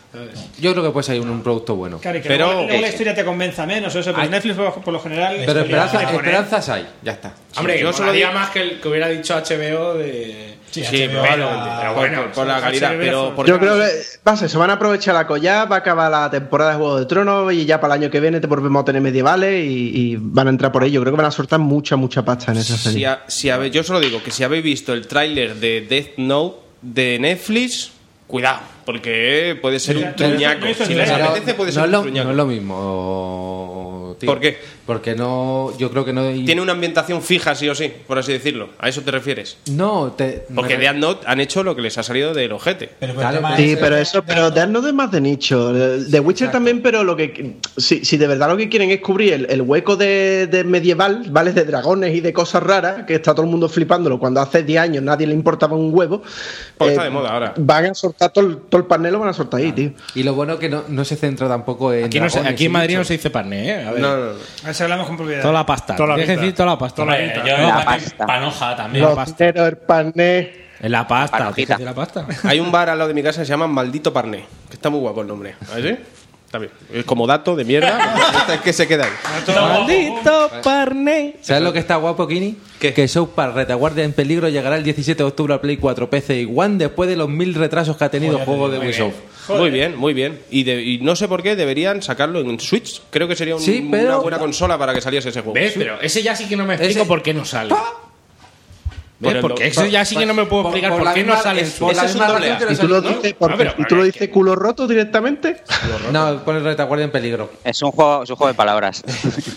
E: Yo creo que puede salir un, un producto bueno.
F: Claro, y que
H: Pero-
F: luego, luego la historia te convenza menos, eso, pero
E: Ay.
F: Netflix por, por lo general.
E: Pero esperanza-
F: Te pone-
E: esperanzas hay, ya está.
D: Hombre,
H: yo
D: yo
H: solo
D: solo diría
H: digo-
D: más que el que hubiera dicho HBO de.
G: Sí,
H: pero,
G: HBO, la-
H: pero bueno, por, la calidad. Pero por
I: Yo creo que va a ser, se van a aprovechar la collar, va a acabar la temporada de Juego de Trono y ya para el año que viene te volvemos a tener medievales y, y van a entrar por ahí. Yo creo que van a soltar mucha, mucha pasta en esa
H: si
I: serie.
H: a- si habe- yo solo digo que si habéis visto el tráiler de Death Note de Netflix, cuidado, porque puede ser un
F: pero-
H: truñaco.
F: pero-
H: Si les
E: Pero
H: apetece, puede
E: no
H: ser
E: es lo-
H: un
E: No es
H: truñaco.
E: lo mismo. tío.
H: ¿Por qué?
E: Porque no. Yo creo que no.
H: Tiene una ambientación fija, sí o sí, por así decirlo. ¿A eso te refieres?
E: No, te.
H: Porque
E: me-
H: Death Note han hecho lo que les ha salido del ojete.
G: Pero
E: Claro,
I: Sí, pero pues, eso, pero Death Note es más de nicho. The Witcher también, pero lo que si, si de verdad lo que quieren es cubrir el, el hueco de, de medieval, ¿vale? De dragones y de cosas raras, que está todo el mundo flipándolo cuando hace 10 años nadie le importaba un huevo. eh,
H: Pues está de
E: Eh,
H: moda ahora.
I: Van a soltar todo el, todo el panel, lo van a soltar ahí, tío.
E: Y lo bueno que no, no se centra tampoco en.
D: Aquí, no se-
E: dragones
D: aquí
E: y
D: en Madrid
E: bichos.
D: no se dice parné, ¿eh? A ver.
H: No, no, no.
F: A ver si hablamos con propiedad.
D: Toda la pasta.
C: Toda la
D: Tienes que
C: mitad.
D: decir toda la pasta.
A: Hombre, yo
K: La
A: también
K: pasta.
A: panoja también.
I: Los
D: pasta.
I: dineros, el panel.
D: En la pasta.
H: [laughs]
K: Panojita.
D: tienes que decir la pasta.
H: Hay un bar al lado de mi casa que se llama Maldito Parné, que está muy guapo el nombre. ¿A ver si? Está bien. Es como dato de mierda. es que se queda ahí.
E: Maldito Parney. ¿Sabes lo que está guapo, Kini? Que South Park Retaguardia en Peligro llegará el 17 de octubre a Play 4, PC y One después de los mil retrasos que ha tenido el juego de Ubisoft.
H: Muy bien, muy bien. Y, de- y no sé por qué deberían sacarlo en Switch. Creo que sería un-
E: Sí, pero-
H: una buena consola para que saliese ese juego.
D: ¿Ves? Pero ese ya sí que no me explico
E: Ese- ¡Ah!
D: por qué no sale.
H: Por
D: ¿Ves?
H: el
D: Porque
H: do-
D: eso ya sí que no me puedo explicar por,
E: la
D: qué no
E: misma-
D: sale en
E: por
D: Switch.
H: Ese
E: la
H: es un
E: misma
H: doble
E: razón
H: A.
E: que no
I: ¿Y tú
E: sale-
I: lo
E: ¿no?
I: dices, por-
D: Ah, pero
I: ¿y tú lo
D: para
I: dices culo roto directamente?
E: No, pone Retaguardia en Peligro.
K: Es un juego, es un juego de palabras.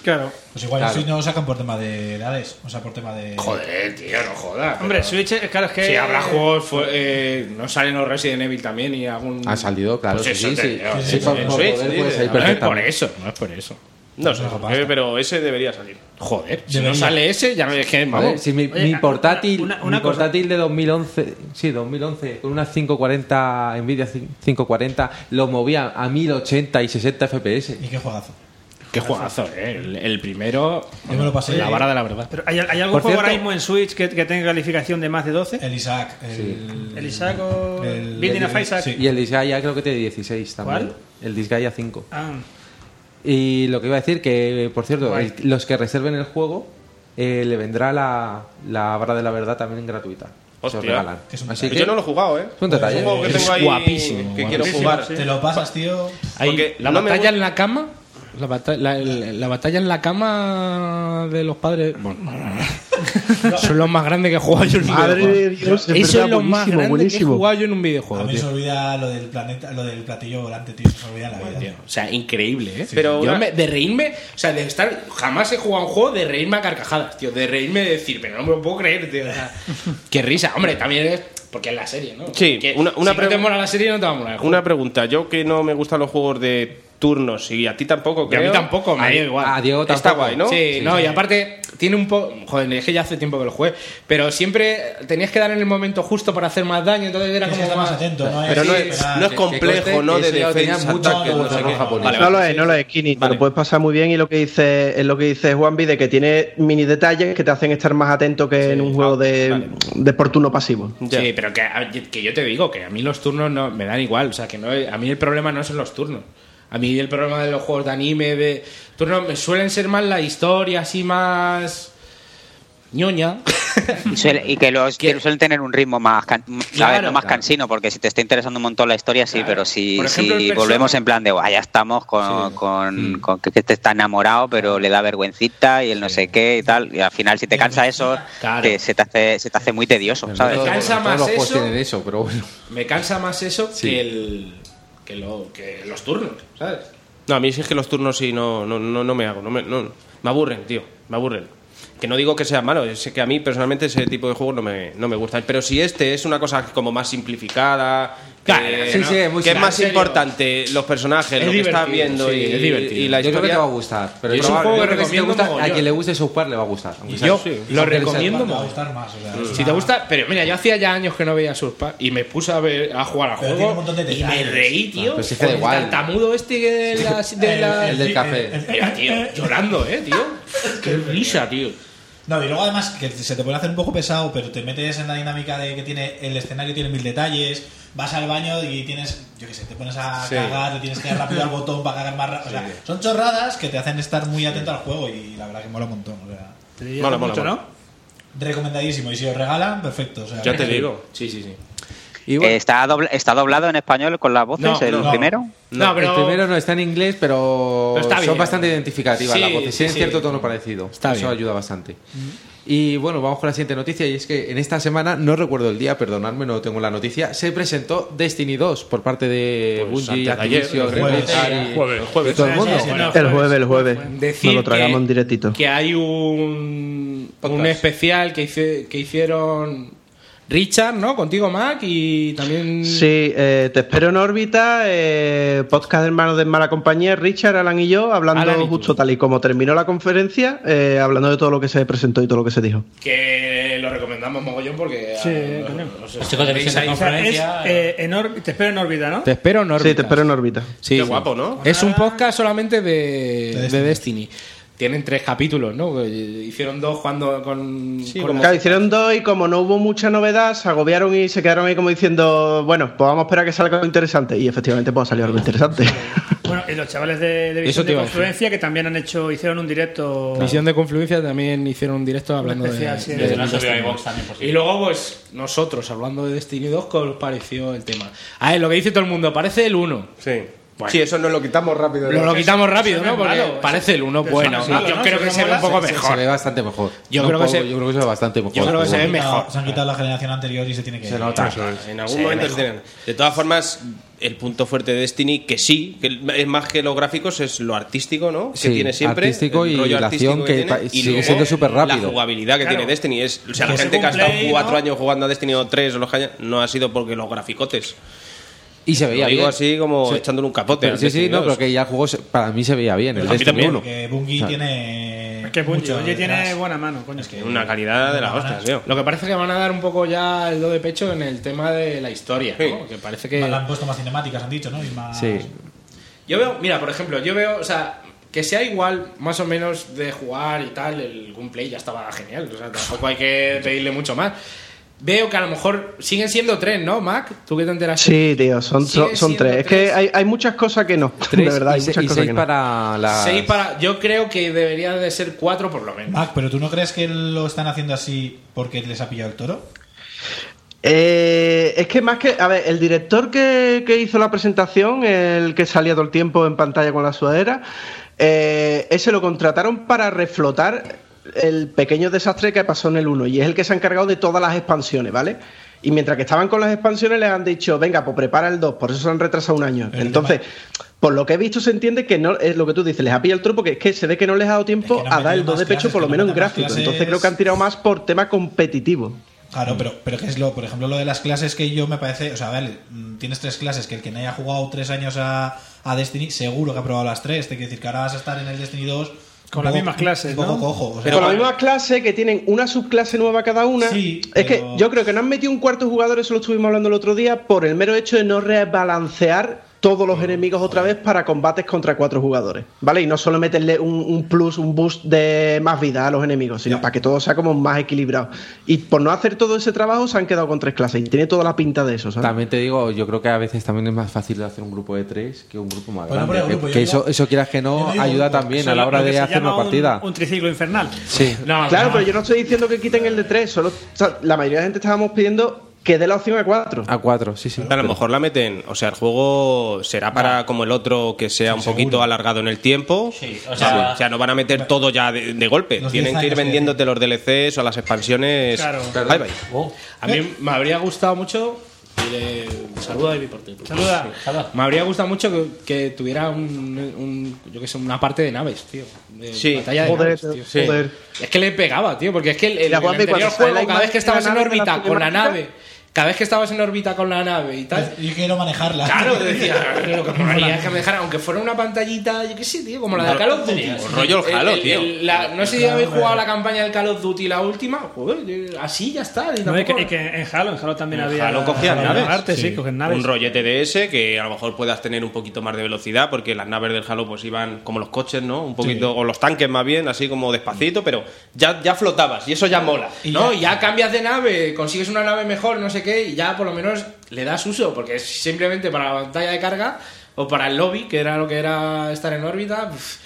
F: Claro.
G: Pues igual
E: Claro.
G: si no lo sacan por tema de edades, o sea, por tema de...
D: Joder, tío, no jodas.
F: Hombre,
D: Pero-
F: Switch, eh, claro, es que.
D: Si habrá juegos, fue- eh, no salen los Resident Evil también y algún.
E: Ha salido, claro,
D: Pues
E: sí,
D: eso te
E: sí,
D: digo,
E: sí. Sí,
D: en
E: por- por
D: Switch,
E: poder
D: dice.
E: puede salir
D: No es por
E: perfectamente.
D: eso, no es por eso.
H: No sé,
G: Una
H: por
G: pasta.
H: qué, pero ese debería salir.
D: Joder, si
G: Debería.
D: no sale ese, ya no es que.
E: Joder,
D: Vamos.
E: si mi,
F: Oye,
E: mi
F: una-
E: portátil,
F: una-
E: mi
F: una cosa.
E: portátil de 2011, sí, 2011, con una 540, Nvidia 540, lo movía a 1080 y 60 FPS.
G: ¿Y qué juegazo?
D: Qué juegazo, eh. El, el primero.
G: Yo me lo pasé.
D: La vara de la verdad.
F: Pero ¿hay, hay algún
E: Por
F: juego ahora
E: cierto-
F: mismo en Switch que, que tenga calificación de más de 12?
G: El Isaac, el...
F: El Isaac o.
G: el-
F: Building
G: el-
F: of Isaac.
G: sí.
E: Y el Disgaea creo que tiene 16 también.
F: ¿Cuál?
E: El Disgaea 5.
F: Ah,
E: Y lo que iba a decir, que por cierto,
F: Guay.
E: el- los que reserven el juego eh, le vendrá la, la barra de la verdad también gratuita. Se
H: Hostia.
E: os regalan.
G: Que es un
E: Así
G: detalle.
E: que
H: Yo no lo he jugado, ¿eh?
E: es un detalle.
H: Es un juego que
D: Es
H: tengo ahí
D: guapísimo,
H: que quiero
D: guapísimo,
H: jugar.
F: sí.
G: Te lo pasas, tío.
D: Ahí,
H: Porque
D: la
H: no me
D: batalla
H: gusta-
D: en la cama. La, bata- la- la- la batalla en la cama de los padres. Bueno,
I: [laughs]
D: son los más grandes que he jugado yo en un
I: Madre
D: videojuego.
I: de Dios, es
D: Eso
I: verdad,
D: es lo más
I: buenísimo,
D: grande que
I: buenísimo.
D: he jugado yo en un
G: A
D: videojuego.
G: mí se
D: Tío.
G: olvida lo del planeta, lo del platillo volante, tío. Se me olvida la vida.
D: Tío, O sea, increíble, ¿eh?
H: Pero
D: Yo
H: una-
D: me- de reírme, o sea, de estar. Jamás he jugado a un juego de reírme a carcajadas, tío. De reírme de decir, pero no me lo puedo creer, tío. o sea, [laughs] qué risa. Hombre, también es. Porque es la serie, ¿no?
H: Sí,
D: Que
H: una- una
D: si no te
H: pregun-
D: mola la serie, no te va a molar. el juego.
H: Una pregunta. Yo que no me gustan los juegos de turnos y a ti tampoco,
D: Y a
H: creo.
D: mí tampoco, me
H: Ahí-
D: da igual.
E: a Diego
H: Está
E: tampoco.
H: guay, ¿no?
D: Sí,
H: Sí,
D: no, y aparte tiene un poco... Joder, es que ya hace tiempo que lo jugué, pero siempre tenías que dar en el momento justo para hacer más daño, entonces era
G: Tienes que
D: como
G: estar
D: más-
G: más atento, ¿no?
H: Pero no
G: Sí,
H: es,
G: espera,
H: no es
G: que-
H: complejo,
E: conste
H: no
E: que
H: de
E: eso ya lo tenía
H: defensa,
E: mucho
H: ataque, no sé
E: autocontrol
H: qué.
E: japonés.
H: Ah, Vale,
I: no
H: vale.
I: lo es, no lo es, Kini. Te
H: Vale.
I: lo puedes pasar muy bien y lo que dice es lo que dice Juanvi de que tiene mini detalles que te hacen estar más atento que en un juego de,
H: Ah, vale.
I: de por turno pasivo.
H: Ya.
D: Sí, pero que, a- que yo te digo que a mí los turnos no me dan igual, o sea, que no a mí el problema no son los turnos. A mí el problema de los juegos de anime de turnos me suelen ser más la historia así más ñoña.
K: Y, suele- y que los
D: ¿Qué?
K: que suelen tener un ritmo más, can- ¿sabes?
D: Claro,
K: No más
D: claro.
K: cansino, porque si te está interesando un montón la historia, sí,
D: Claro.
K: pero si,
D: Por ejemplo, el
K: si
D: Hmm. Persona.
K: volvemos en plan de, "Buah, ya estamos con, con- con que, que te está enamorado, pero le da vergüencita y el no sé qué y tal, y al final si te cansa eso,
D: Claro.
K: te- se, te hace, se te hace muy tedioso, ¿sabes?
E: Todos-
D: cansa
E: todos
D: más
E: los juegos
D: eso.
E: tienen eso, pero bueno.
D: Me cansa más eso
E: Sí.
D: que el que, lo, que los turnos, ¿sabes?
H: No, a mí sí es que los turnos sí no, no, no, no me hago. No me, no- me aburren, tío. Me aburren. Que no digo que sea malo, es que a mí personalmente ese tipo de juegos no me, no me gustan. Pero si este es una cosa como más simplificada, que,
D: Claro,
E: sí, sí, es muy
H: que es
E: simple.
H: más
D: En serio.
H: importante los personajes,
D: Es
H: lo que estás
D: divertido,
H: viendo
D: sí,
H: y,
D: es divertido.
H: y la
E: yo creo que te
H: historia.
E: va a gustar. Pero
D: Y es un
E: probable-
D: juego que
E: yo creo si te
D: recomiendo
E: gusta-
D: mogollón.
E: a quien le guste South Park le va a gustar. aunque sea-
D: Yo
E: aunque
D: lo
E: sea-
D: recomiendo
G: te va a
D: mogollón.
G: gustar más. O sea,
D: Si te
G: ah,
D: gusta, pero mira, yo hacía ya años que no veía Surpa y me puse a, ver, a jugar al
G: Pero tiene un
D: juego
G: montón de
D: y me
G: detalles.
D: reí, tío.
E: Ah, pero si es que da
D: con
E: igual.
D: El tartamudo este que de la. De la-
E: el del café.
D: Mira, tío, llorando, eh,
G: [laughs]
D: tío. Qué risa, tío.
G: No, y luego además que se te puede hacer un poco pesado, pero te metes en la dinámica de que tiene el escenario tiene mil detalles, vas al baño y tienes, yo qué sé, te pones a cagar, le tienes que
H: [laughs]
G: dar rápido al botón para cagar más rápido. O sea, son chorradas que te hacen estar muy atento al juego y la verdad que mola un montón. O sea,
H: Mola, mola,
F: mucho,
H: mola.
F: ¿no?
G: recomendadísimo. Y si os regalan, perfecto. O sea,
H: Ya te digo.
D: Sí, sí, sí.
E: Y bueno,
K: Eh, ¿Está, dobla- ¿Está doblado en español con las voces
D: No,
K: el
G: no.
K: primero?
D: No, pero.
E: El primero no está en inglés, pero,
D: Pero está bien.
E: son bastante identificativas
D: Sí,
E: las voces.
D: sí,
E: Tienen
D: sí.
E: cierto tono parecido.
D: Está
E: Eso
D: bien.
E: ayuda bastante. Y bueno, vamos con la siguiente noticia. Y es que en esta semana, no recuerdo el día, perdonadme, no tengo la noticia. Se presentó Destiny 2 por parte de
H: Pues
E: Bungie,
H: antes de ayer,
E: Activision,
H: el
E: Red
G: jueves.
E: Blizzard y-
C: Jueves.
E: y todo el mundo.
D: Bueno,
I: El jueves, el jueves.
D: Decir
I: Nos lo tragamos
D: que-
I: en directito.
D: Que hay un, un especial que, hice- que hicieron Richard, ¿no? Contigo, Mac, y también.
I: Sí, eh, te espero en órbita, eh, podcast de hermanos de mala compañía, Richard, Alan y yo, hablando
D: Alan y tú.
I: justo tal y como terminó la conferencia, eh, hablando de todo lo que se presentó y todo lo que se dijo.
D: Que lo recomendamos mogollón porque.
F: Sí,
D: ah,
F: coño.
D: sé,
A: Los chicos de
D: tenéis
A: Visión
D: ahí-
A: de
F: O sea, es,
A: Conferencia.
F: eh, en or- te espero en órbita, ¿no?
D: Te espero en órbita.
I: Sí, te espero en órbita.
D: Sí, sí.
H: Qué guapo, ¿no?
D: Es un podcast solamente de, de Destiny. Tienen tres capítulos, ¿no? Eh, Hicieron dos cuando con... con
I: Claro,
D: la-
I: hicieron dos y como no hubo mucha novedad, se agobiaron y se quedaron ahí como diciendo, bueno, pues vamos a esperar a que salga algo interesante. Y efectivamente, pues salió algo interesante.
F: Bueno, y los chavales de, de
D: Eso
F: Visión
D: te
F: de
D: iba a decir.
F: Confluencia que también han hecho, hicieron un directo.
D: Visión de Confluencia también hicieron un directo hablando
F: especial,
D: de,
F: sí,
D: de-
F: desde
D: de
A: Se lo han subido a
D: Destiny.
A: iVoox también, por
D: Y
A: cierto.
D: luego, pues, nosotros, hablando de Destiny 2, ¿qué os pareció el tema? A ver, lo que dice todo el mundo, parece el 1.
H: Sí. Sí, eso nos lo quitamos rápido.
D: Lo, lo quitamos rápido,
F: no
D: ¿no?
F: es
D: Porque
F: malo, eso-
D: parece el 1
F: eso no
D: bueno.
F: es malo,
D: yo
F: ¿no?
D: creo
F: Eso
D: que
F: no
D: se ve un
F: mola,
D: poco
F: se- se-
D: mejor.
E: Se ve bastante mejor.
D: Yo
E: No
D: creo
E: un
D: que
E: poco,
D: se-
E: yo creo que se ve bastante mejor.
D: creo que se ve
E: Bueno,
D: mejor.
G: Se han quitado la generación anterior y se tiene que.
E: se nota.
H: En algún momento se tienen. De todas formas, el punto fuerte de Destiny, que sí, que es más que los gráficos, es lo artístico, ¿no?
E: Sí,
H: que tiene siempre.
E: artístico
H: el
E: y
H: rollo
E: la
H: artístico
E: acción que
H: tiene,
E: pa-
H: y
E: sigue
H: luego
E: siendo súper rápido.
H: La jugabilidad que
F: Claro.
H: tiene Destiny es. O sea, la
F: Que
H: gente que ha
F: según
H: estado
F: Play,
H: cuatro
F: ¿no?
H: años jugando a Destiny o tres o los que haya, no ha sido porque los graficotes.
E: Y se
H: Lo
E: veía
H: digo
E: bien.
H: así como
E: Sí.
H: echándole un capote.
E: Pero
H: al
E: sí, sí,
H: Destiny
E: no,
H: 2.
E: pero que ya el juego se- para mí se veía bien. El
H: Pero a mí
E: Destiny
H: también.
E: 1.
G: Que Bungie
E: O sea,
G: tiene.
F: Que Bungie,
G: mucho
F: oye, tiene
G: detrás.
F: buena mano, coño. Es que
H: Una calidad de las hostias, tío.
D: Lo que parece que van a dar un poco ya el do de pecho en el tema de la historia,
H: Sí.
D: ¿no? Que parece que...
G: Más le han puesto más cinemáticas, han dicho, ¿no? Y más.
E: Sí.
D: Yo veo, mira, por ejemplo, yo veo, o sea, que sea igual más o menos de jugar y tal, el gameplay ya estaba genial, o sea, tampoco hay
E: [laughs]
D: que pedirle mucho más. Veo que a lo mejor siguen siendo tres, ¿no, Mac? ¿Tú qué te enteraste?
I: Sí, tío, son,
D: Sigue
I: son, son
D: siendo
I: tres. Es que hay, hay muchas cosas que no. [laughs]
E: Tres
I: de verdad,
E: y
I: hay
E: se-
I: muchas
E: y
I: cosas
E: seis
I: que no.
E: para la.
D: Seis para... Yo creo que debería de ser cuatro por lo menos.
G: Mac, pero ¿tú no crees que lo están haciendo así porque les ha pillado el toro?
I: Eh, es que más que. A ver, el director que, que hizo la presentación, el que salía todo el tiempo en pantalla con la sudadera, eh, ese lo contrataron para reflotar el pequeño desastre que pasó en el 1 y es el que se ha encargado de todas las expansiones, ¿vale? Y mientras que estaban con las expansiones les han dicho, venga, pues prepara el 2, por eso se han retrasado un año.
G: Pero el
I: Entonces, por lo que he visto se entiende que no es lo que tú dices, les ha pillado el truco, que es que se ve que no les ha dado tiempo
G: Es que no
I: a
G: han
I: dar el
G: metido
I: 2 de
G: más
I: pecho,
G: clases,
I: por lo
G: que no
I: menos en
G: metan más
I: gráficos. Entonces
G: clases.
I: creo que han tirado más por tema competitivo.
F: Mm.
G: Claro, pero, pero que es lo, por ejemplo, lo de las clases que yo me parece, o sea, vale, mm, tienes tres clases, que el que no haya jugado tres años a, a Destiny, seguro que ha probado las tres, te quiere decir que ahora vas a estar en el Destiny 2 un
F: Con las
G: poco-
F: mismas clases,
G: un poco
F: ¿no?
G: cojo, o sea,
I: con la misma clase que tienen una subclase nueva cada una.
G: Sí,
I: es
G: pero-
I: que yo creo que no han metido un cuarto jugador, eso lo estuvimos hablando el otro día, por el mero hecho de no rebalancear todos los enemigos otra vez para combates contra cuatro jugadores, ¿vale? Y no solo meterle un, un plus, un boost de más vida a los enemigos, sino
G: Ya.
I: para que todo sea como más equilibrado. Y por no hacer todo ese trabajo se han quedado con tres clases y tiene toda la pinta de eso, ¿sabes?
E: También te digo, yo creo que a veces también es más fácil hacer un grupo de tres que un grupo más
G: Pues no
E: grande.
G: pone grupo,
E: que
G: yo
E: que
G: digo-
E: eso, eso quieras que
G: yo
E: no,
G: no digo
E: ayuda
G: grupo,
E: también
F: Eso
E: a
F: es
E: la
F: lo
E: hora
F: que
E: de
F: se
E: hacer
F: llama
E: una partida.
F: Un, un triciclo infernal.
E: Sí.
D: No,
I: Claro,
D: no.
I: pero yo no estoy diciendo que quiten el de tres, solo o sea, la mayoría de gente estábamos pidiendo que dé la opción a cuatro.
E: A cuatro, sí, sí.
H: A lo mejor la meten, o sea, el juego será para como el otro que sea un poquito alargado en el tiempo.
A: Sí, o
H: o,
A: sea-
H: sea, o sea, no van a meter todo ya de, de golpe.
G: Los
H: Tienen
G: 10
H: que ir
G: años de-
H: vendiéndote los DLCs o las expansiones.
F: Claro.
H: Bye, bye.
D: A mí me habría gustado mucho... y le- Saluda a David Porter.
F: Saluda.
D: Me habría gustado mucho que, que tuviera un, un- yo que sé, una parte de naves, tío. De
H: Sí.
D: batalla de
I: Joder,
D: naves, tío.
I: Sí. joder.
D: Es que le pegaba, tío, porque es que el, el,
I: Mira,
D: el
I: Juanpi,
D: anterior
I: cuando sale
D: juego,
I: la
D: cada
I: imagen
D: vez que
I: de la
D: estabas en
I: nave con la
D: órbita con la
I: cinemática-
D: nave, cada vez que estabas en órbita con la nave y tal,
G: yo quiero manejarla.
I: [laughs]
D: claro, te decía, lo que molaría es que me dejara, aunque fuera una pantallita, yo qué sé, tío, como la de Call of Duty.
H: O rollo el Halo, tío.
D: la- no sé si habéis jugado la campaña del Call of Duty, la última, joder, yo- así ya está. y
F: No, y
D: tampoco-
F: que, y que en Halo, en Halo también
H: En
F: había.
H: Halo cogían
F: había
H: naves.
F: Arte, sí, cogen naves.
H: Un rollete de ese que a lo mejor puedas tener un poquito más de velocidad, porque las naves del Halo pues iban como los coches, ¿no? Un poquito, o los tanques más bien, así como despacito, pero ya, ya flotabas y eso ya mola.
G: Y
D: no,
G: ya-
D: ya. cambias de nave, consigues una nave mejor, no sé qué, y ya por lo menos le das uso, porque es simplemente para la pantalla de carga o para el lobby, que era lo que era estar en órbita. pf,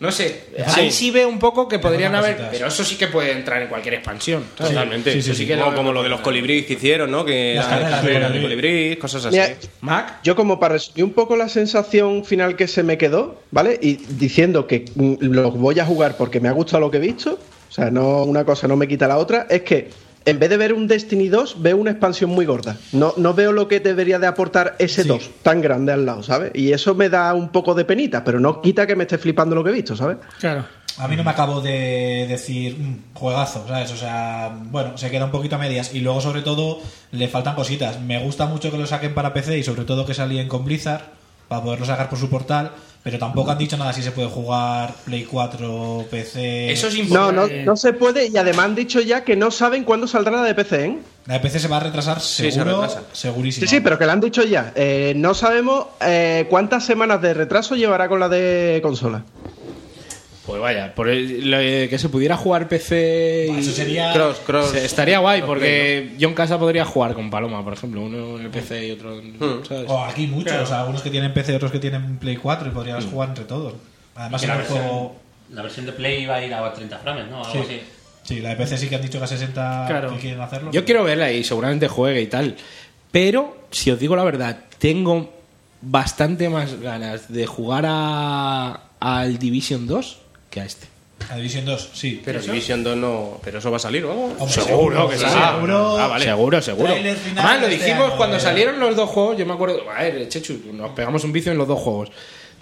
D: No sé, ahí sí veo un poco que podrían
G: buenas
D: haber,
G: cositas.
D: pero eso sí que puede entrar en cualquier expansión. ¿sabes?
H: Totalmente.
D: sí, sí,
H: Eso
D: sí.
H: que
D: Como-
H: como lo de los colibríes que hicieron, ¿no? Que
G: Las
H: eran
G: carreras de
H: carreras de
G: colibrí.
H: colibrí, cosas así.
I: Mira,
D: Mac,
I: Yo como para resumir un poco la sensación final que se me quedó, ¿vale? Y diciendo que mm, lo voy a jugar porque me ha gustado lo que he visto, o sea, no una cosa no me quita la otra, es que en vez de ver un Destiny 2, veo una expansión muy gorda. No, no veo lo que debería de aportar ese
G: Sí.
I: 2 tan grande al lado, ¿sabes? Y eso me da un poco de penita, pero no quita que me esté flipando lo que he visto, ¿sabes?
F: Claro.
G: A mí no me acabo de decir "Mm, juegazo, ¿sabes? O sea, bueno, se queda un poquito a medias. Y luego, sobre todo, le faltan cositas. Me gusta mucho que lo saquen para PC y, sobre todo, que salían con Blizzard para poderlo sacar por su portal. Pero tampoco han dicho nada si se puede jugar Play 4, PC.
D: eso es
I: No,
D: importante.
I: no,
G: eh,
I: no se puede y además han dicho ya que no saben cuándo saldrá la de PC, ¿eh?
G: La de PC se va a retrasar
H: Sí, se
G: seguro,
H: retrasa.
G: segurísimo.
I: Sí, sí, pero que lo han dicho ya. Eh, no sabemos eh, cuántas semanas de retraso llevará con la de consola.
D: Pues vaya, por el- lo- eh, que se pudiera jugar PC y...
G: Eso sería-
E: Cross, cross.
D: Se- Estaría guay, porque yo en casa podría jugar con Paloma, por ejemplo. Uno en el PC y otro en...
E: Hmm.
D: ¿sabes?
G: Hmm. O aquí muchos, o sea, algunos que tienen PC, otros que tienen Play 4 y podrías jugar entre todos. Además,
A: Que la,
G: en el
A: versión,
G: juego-
A: la versión de Play iba a ir a 30 frames, ¿no? Algo
G: Sí.
A: así.
G: Sí, la de PC sí que han dicho que a 60
F: Claro.
G: que quieren hacerlo.
D: Yo quiero verla y seguramente juegue y tal. Pero, si os digo la verdad, tengo bastante más ganas de jugar a al Division 2 que a este.
G: A Division 2, sí.
H: Pero Division 2 no. Pero eso va a salir o algo.
G: Hombre, seguro,
D: que
G: sí,
D: sí.
G: seguro.
D: Ah, vale. Seguro, seguro.
G: Trailer final
D: Además, lo
G: de este
D: dijimos
G: año,
D: cuando
G: eh.
D: salieron los dos juegos. Yo me acuerdo. A ver, Chechu, nos pegamos un vicio en los dos juegos.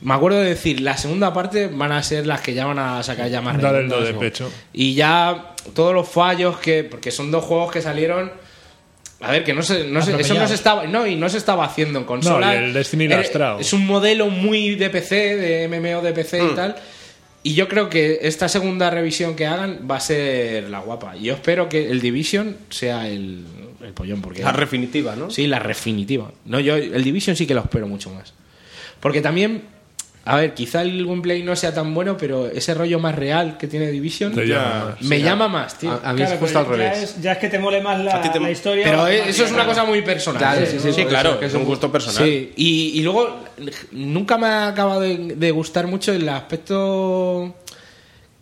D: Me acuerdo de decir, la segunda parte van a ser las que ya van a sacar ya más
C: Dale el
D: redondas,
C: do de
D: ¿no?
C: pecho.
D: Y ya todos los fallos que. Porque son dos juegos que salieron. A ver, que no se, no se- eso no
G: Atropellados.
D: se estaba. No, y no se estaba haciendo en consola.
C: No, y el Destiny
D: Era-
C: lastrado.
D: Es un modelo muy de PC, de MMO de PC
H: Mm.
D: y tal. Y yo creo que esta segunda revisión que hagan va a ser la guapa. Y Yo espero que el Division sea el, el pollón, porque.
H: La definitiva, ¿no?
D: Sí, la definitiva. No, yo el Division sí que lo espero mucho más. Porque también, a ver, quizá el gameplay no sea tan bueno, pero ese rollo más real que tiene Division
C: Te llama.
D: me llama más, tío. pues
E: A, a mí es justo al
F: pero pues ya,
E: revés.
F: es, ya es que te mole más la,
H: ti te-
F: la historia.
D: Pero
F: o la
D: eh, eso es una cosa muy personal.
E: Claro,
D: Sí, sí,
E: sí,
H: Sí,
E: por
H: claro,
E: eso
H: que es un gusto personal.
D: Sí, y, y luego nunca me ha acabado de, de gustar mucho el aspecto